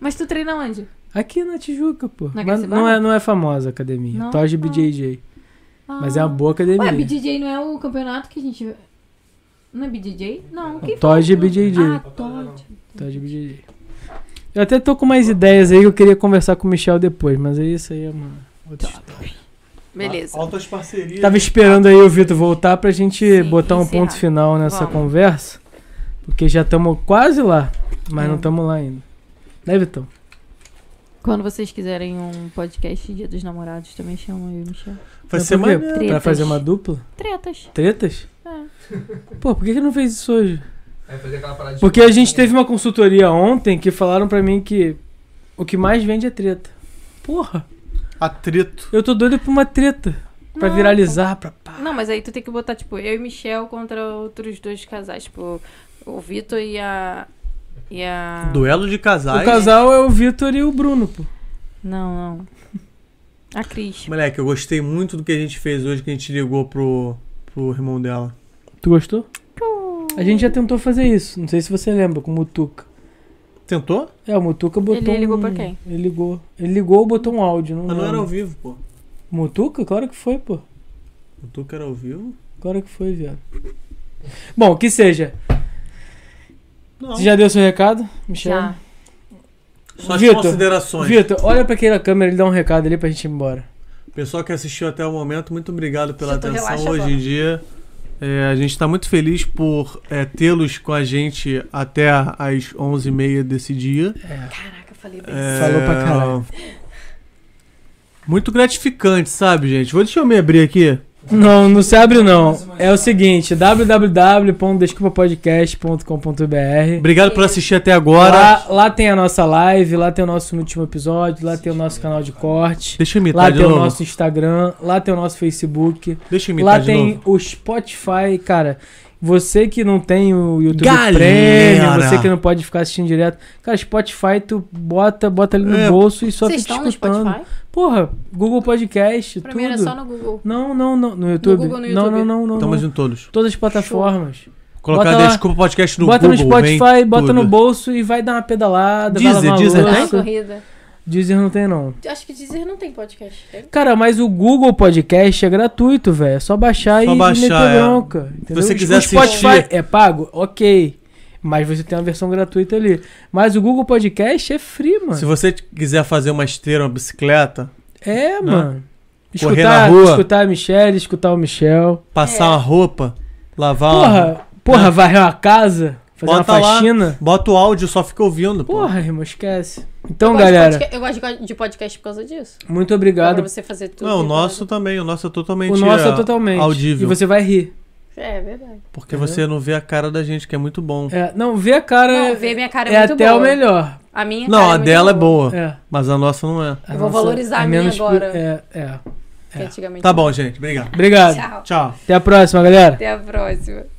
Mas tu treina onde?
Aqui na Tijuca, pô.
Na
Mas
Gracie
não
Barra?
é, não é famosa a academia.
Não? Ah.
Toge BJJ. Mas é uma boa academia.
Ué, BJJ não é o campeonato que a gente... Não é BJJ? Não, quem
Toge
falou?
BJJ.
Ah, Todd.
Toge BJJ. Eu até tô com mais ideias aí que eu queria conversar com o Michel depois, mas é isso aí, mano.
Tá. Beleza.
Altas parcerias.
Tava esperando aí o Vitor voltar pra gente
Sim, é.
botar um
encerrar.
ponto final nessa
Vamos.
conversa. Porque já estamos quase lá. Mas
É.
não estamos lá ainda. Né, Vitão?
Quando vocês quiserem um podcast Dia dos Namorados, também chamam eu e o Michel.
Vai
Mas
ser
por quê?
maneiro.
Pra
Tretas.
fazer uma dupla?
Tretas.
Tretas?
É.
Pô, por que, que não fez isso hoje?
Aí fazer aquela parada de-
Porque a gente teve uma consultoria ontem que falaram pra mim que o que mais vende é treta. Porra,
Atrito.
eu tô doido pra uma treta. Pra
Não,
viralizar, pra pá.
Não, mas aí tu tem que botar, tipo, eu e Michel contra outros dois casais. Tipo, o Vitor e a. E a.
Duelo de casais.
O casal é o Vitor e o Bruno, pô.
Não, não. A Cris.
Moleque, eu gostei muito do que a gente fez hoje, que a gente ligou pro, pro irmão dela.
Tu gostou? A gente já tentou fazer isso. Não sei se você lembra, com o Mutuca.
Tentou?
É, o Mutuca botou.
Ele ligou
um-
pra quem?
Ele ligou. Ele ligou ou botou um áudio, não?
Mas Ah, não era
lembro.
ao vivo, pô.
Mutuca? Claro que foi, pô.
O Tuca era ao vivo?
Claro que foi, viado. Bom, que seja.
Não.
Você já deu seu recado, Michel?
Já.
Só as
Vitor,
considerações.
Vitor, olha pra aquela câmera e dá um recado ali pra gente ir embora.
Pessoal que assistiu até o momento, muito obrigado pela
Vitor,
atenção
relaxa
hoje
agora.
em dia. é, a gente está muito feliz por é, tê-los com a gente até às 11h30 desse dia.
É.
Caraca, eu falei bem.
É,
Falou pra caralho.
Muito gratificante, sabe, gente? Vou deixa eu me abrir aqui.
Não, não se abre não. É o seguinte, www.desculpapodcast.com.br
Obrigado por assistir até agora.
lá, lá tem a nossa live, lá tem o nosso último episódio, lá tem o nosso canal de corte,
Deixa eu imitar
lá
Tá de
tem o
novo.
nosso Instagram, lá tem o nosso Facebook,
Deixa eu imitar
lá
de
tem
novo.
o Spotify, cara. Você que não tem o YouTube
Galera!
Premium,
né?
você que não pode ficar assistindo direto. Cara, Spotify tu bota, bota ali no
É.
bolso e só
Vocês
fica
estão no
escutando.
Spotify?
Porra, Google Podcast,
Pra
tudo.
mim era só no Google.
Não, não, não. No YouTube?
Google, no
Não,
YouTube.
não, não, não.
Estamos
não.
em todos.
Todas as plataformas.
Colocar
um- Bota lá.
Desculpa Podcast no
bota no
Google,
Spotify,
vem
bota no
tudo.
bolso e vai dar uma pedalada.
Deezer,
vai lavar
Deezer
uma
Dá uma
louça.
corrida.
Deezer não tem, não.
Acho que dizer não tem podcast. né? Tem?
Cara, mas o Google Podcast é gratuito, velho. É só baixar
Só
e
baixar,
meter
é.
bronca. entendeu?
você
O
quiser
Spotify
assistir-
é pago? Ok. Mas você tem uma versão gratuita ali. Mas o Google Podcast é free, mano.
Se você quiser fazer uma esteira, uma bicicleta,
É,
Né?
mano.
Correr
Escutar,
na rua.
escutar a Michelle, escutar o Michel.
passar uma roupa, lavar uma...
É. Porra, porra, varrer uma casa, fazer
Ah. Né? Bota
uma
lá.
faxina.
Bota o áudio, só fica ouvindo, pô.
Porha, irmão, esquece. Então,
Eu gosto de
galera,
podca- Eu gosto de podcast por causa disso.
muito
é Pra
obrigado.
você fazer tudo.
Não, o
e
nosso também, o nosso é totalmente
O nosso é
ah,
totalmente. E
audível.
você vai rir.
fazer- É, é verdade.
Porque
Entendeu?
você não vê a cara da gente, que é muito bom.
É, não, ver a cara
Não,
é-
ver minha cara é,
é
muito
até
boa.
o melhor.
A minha
não,
cara
a
muito
dela é boa,
É.
mas a nossa não é.
A
Eu vou valorizar a minha
menos-
agora.
É, é.
que antigamente
Tá bom, gente. Obrigado.
Obrigado.
Tchau.
Tchau.
Até a próxima, galera.
Até a próxima.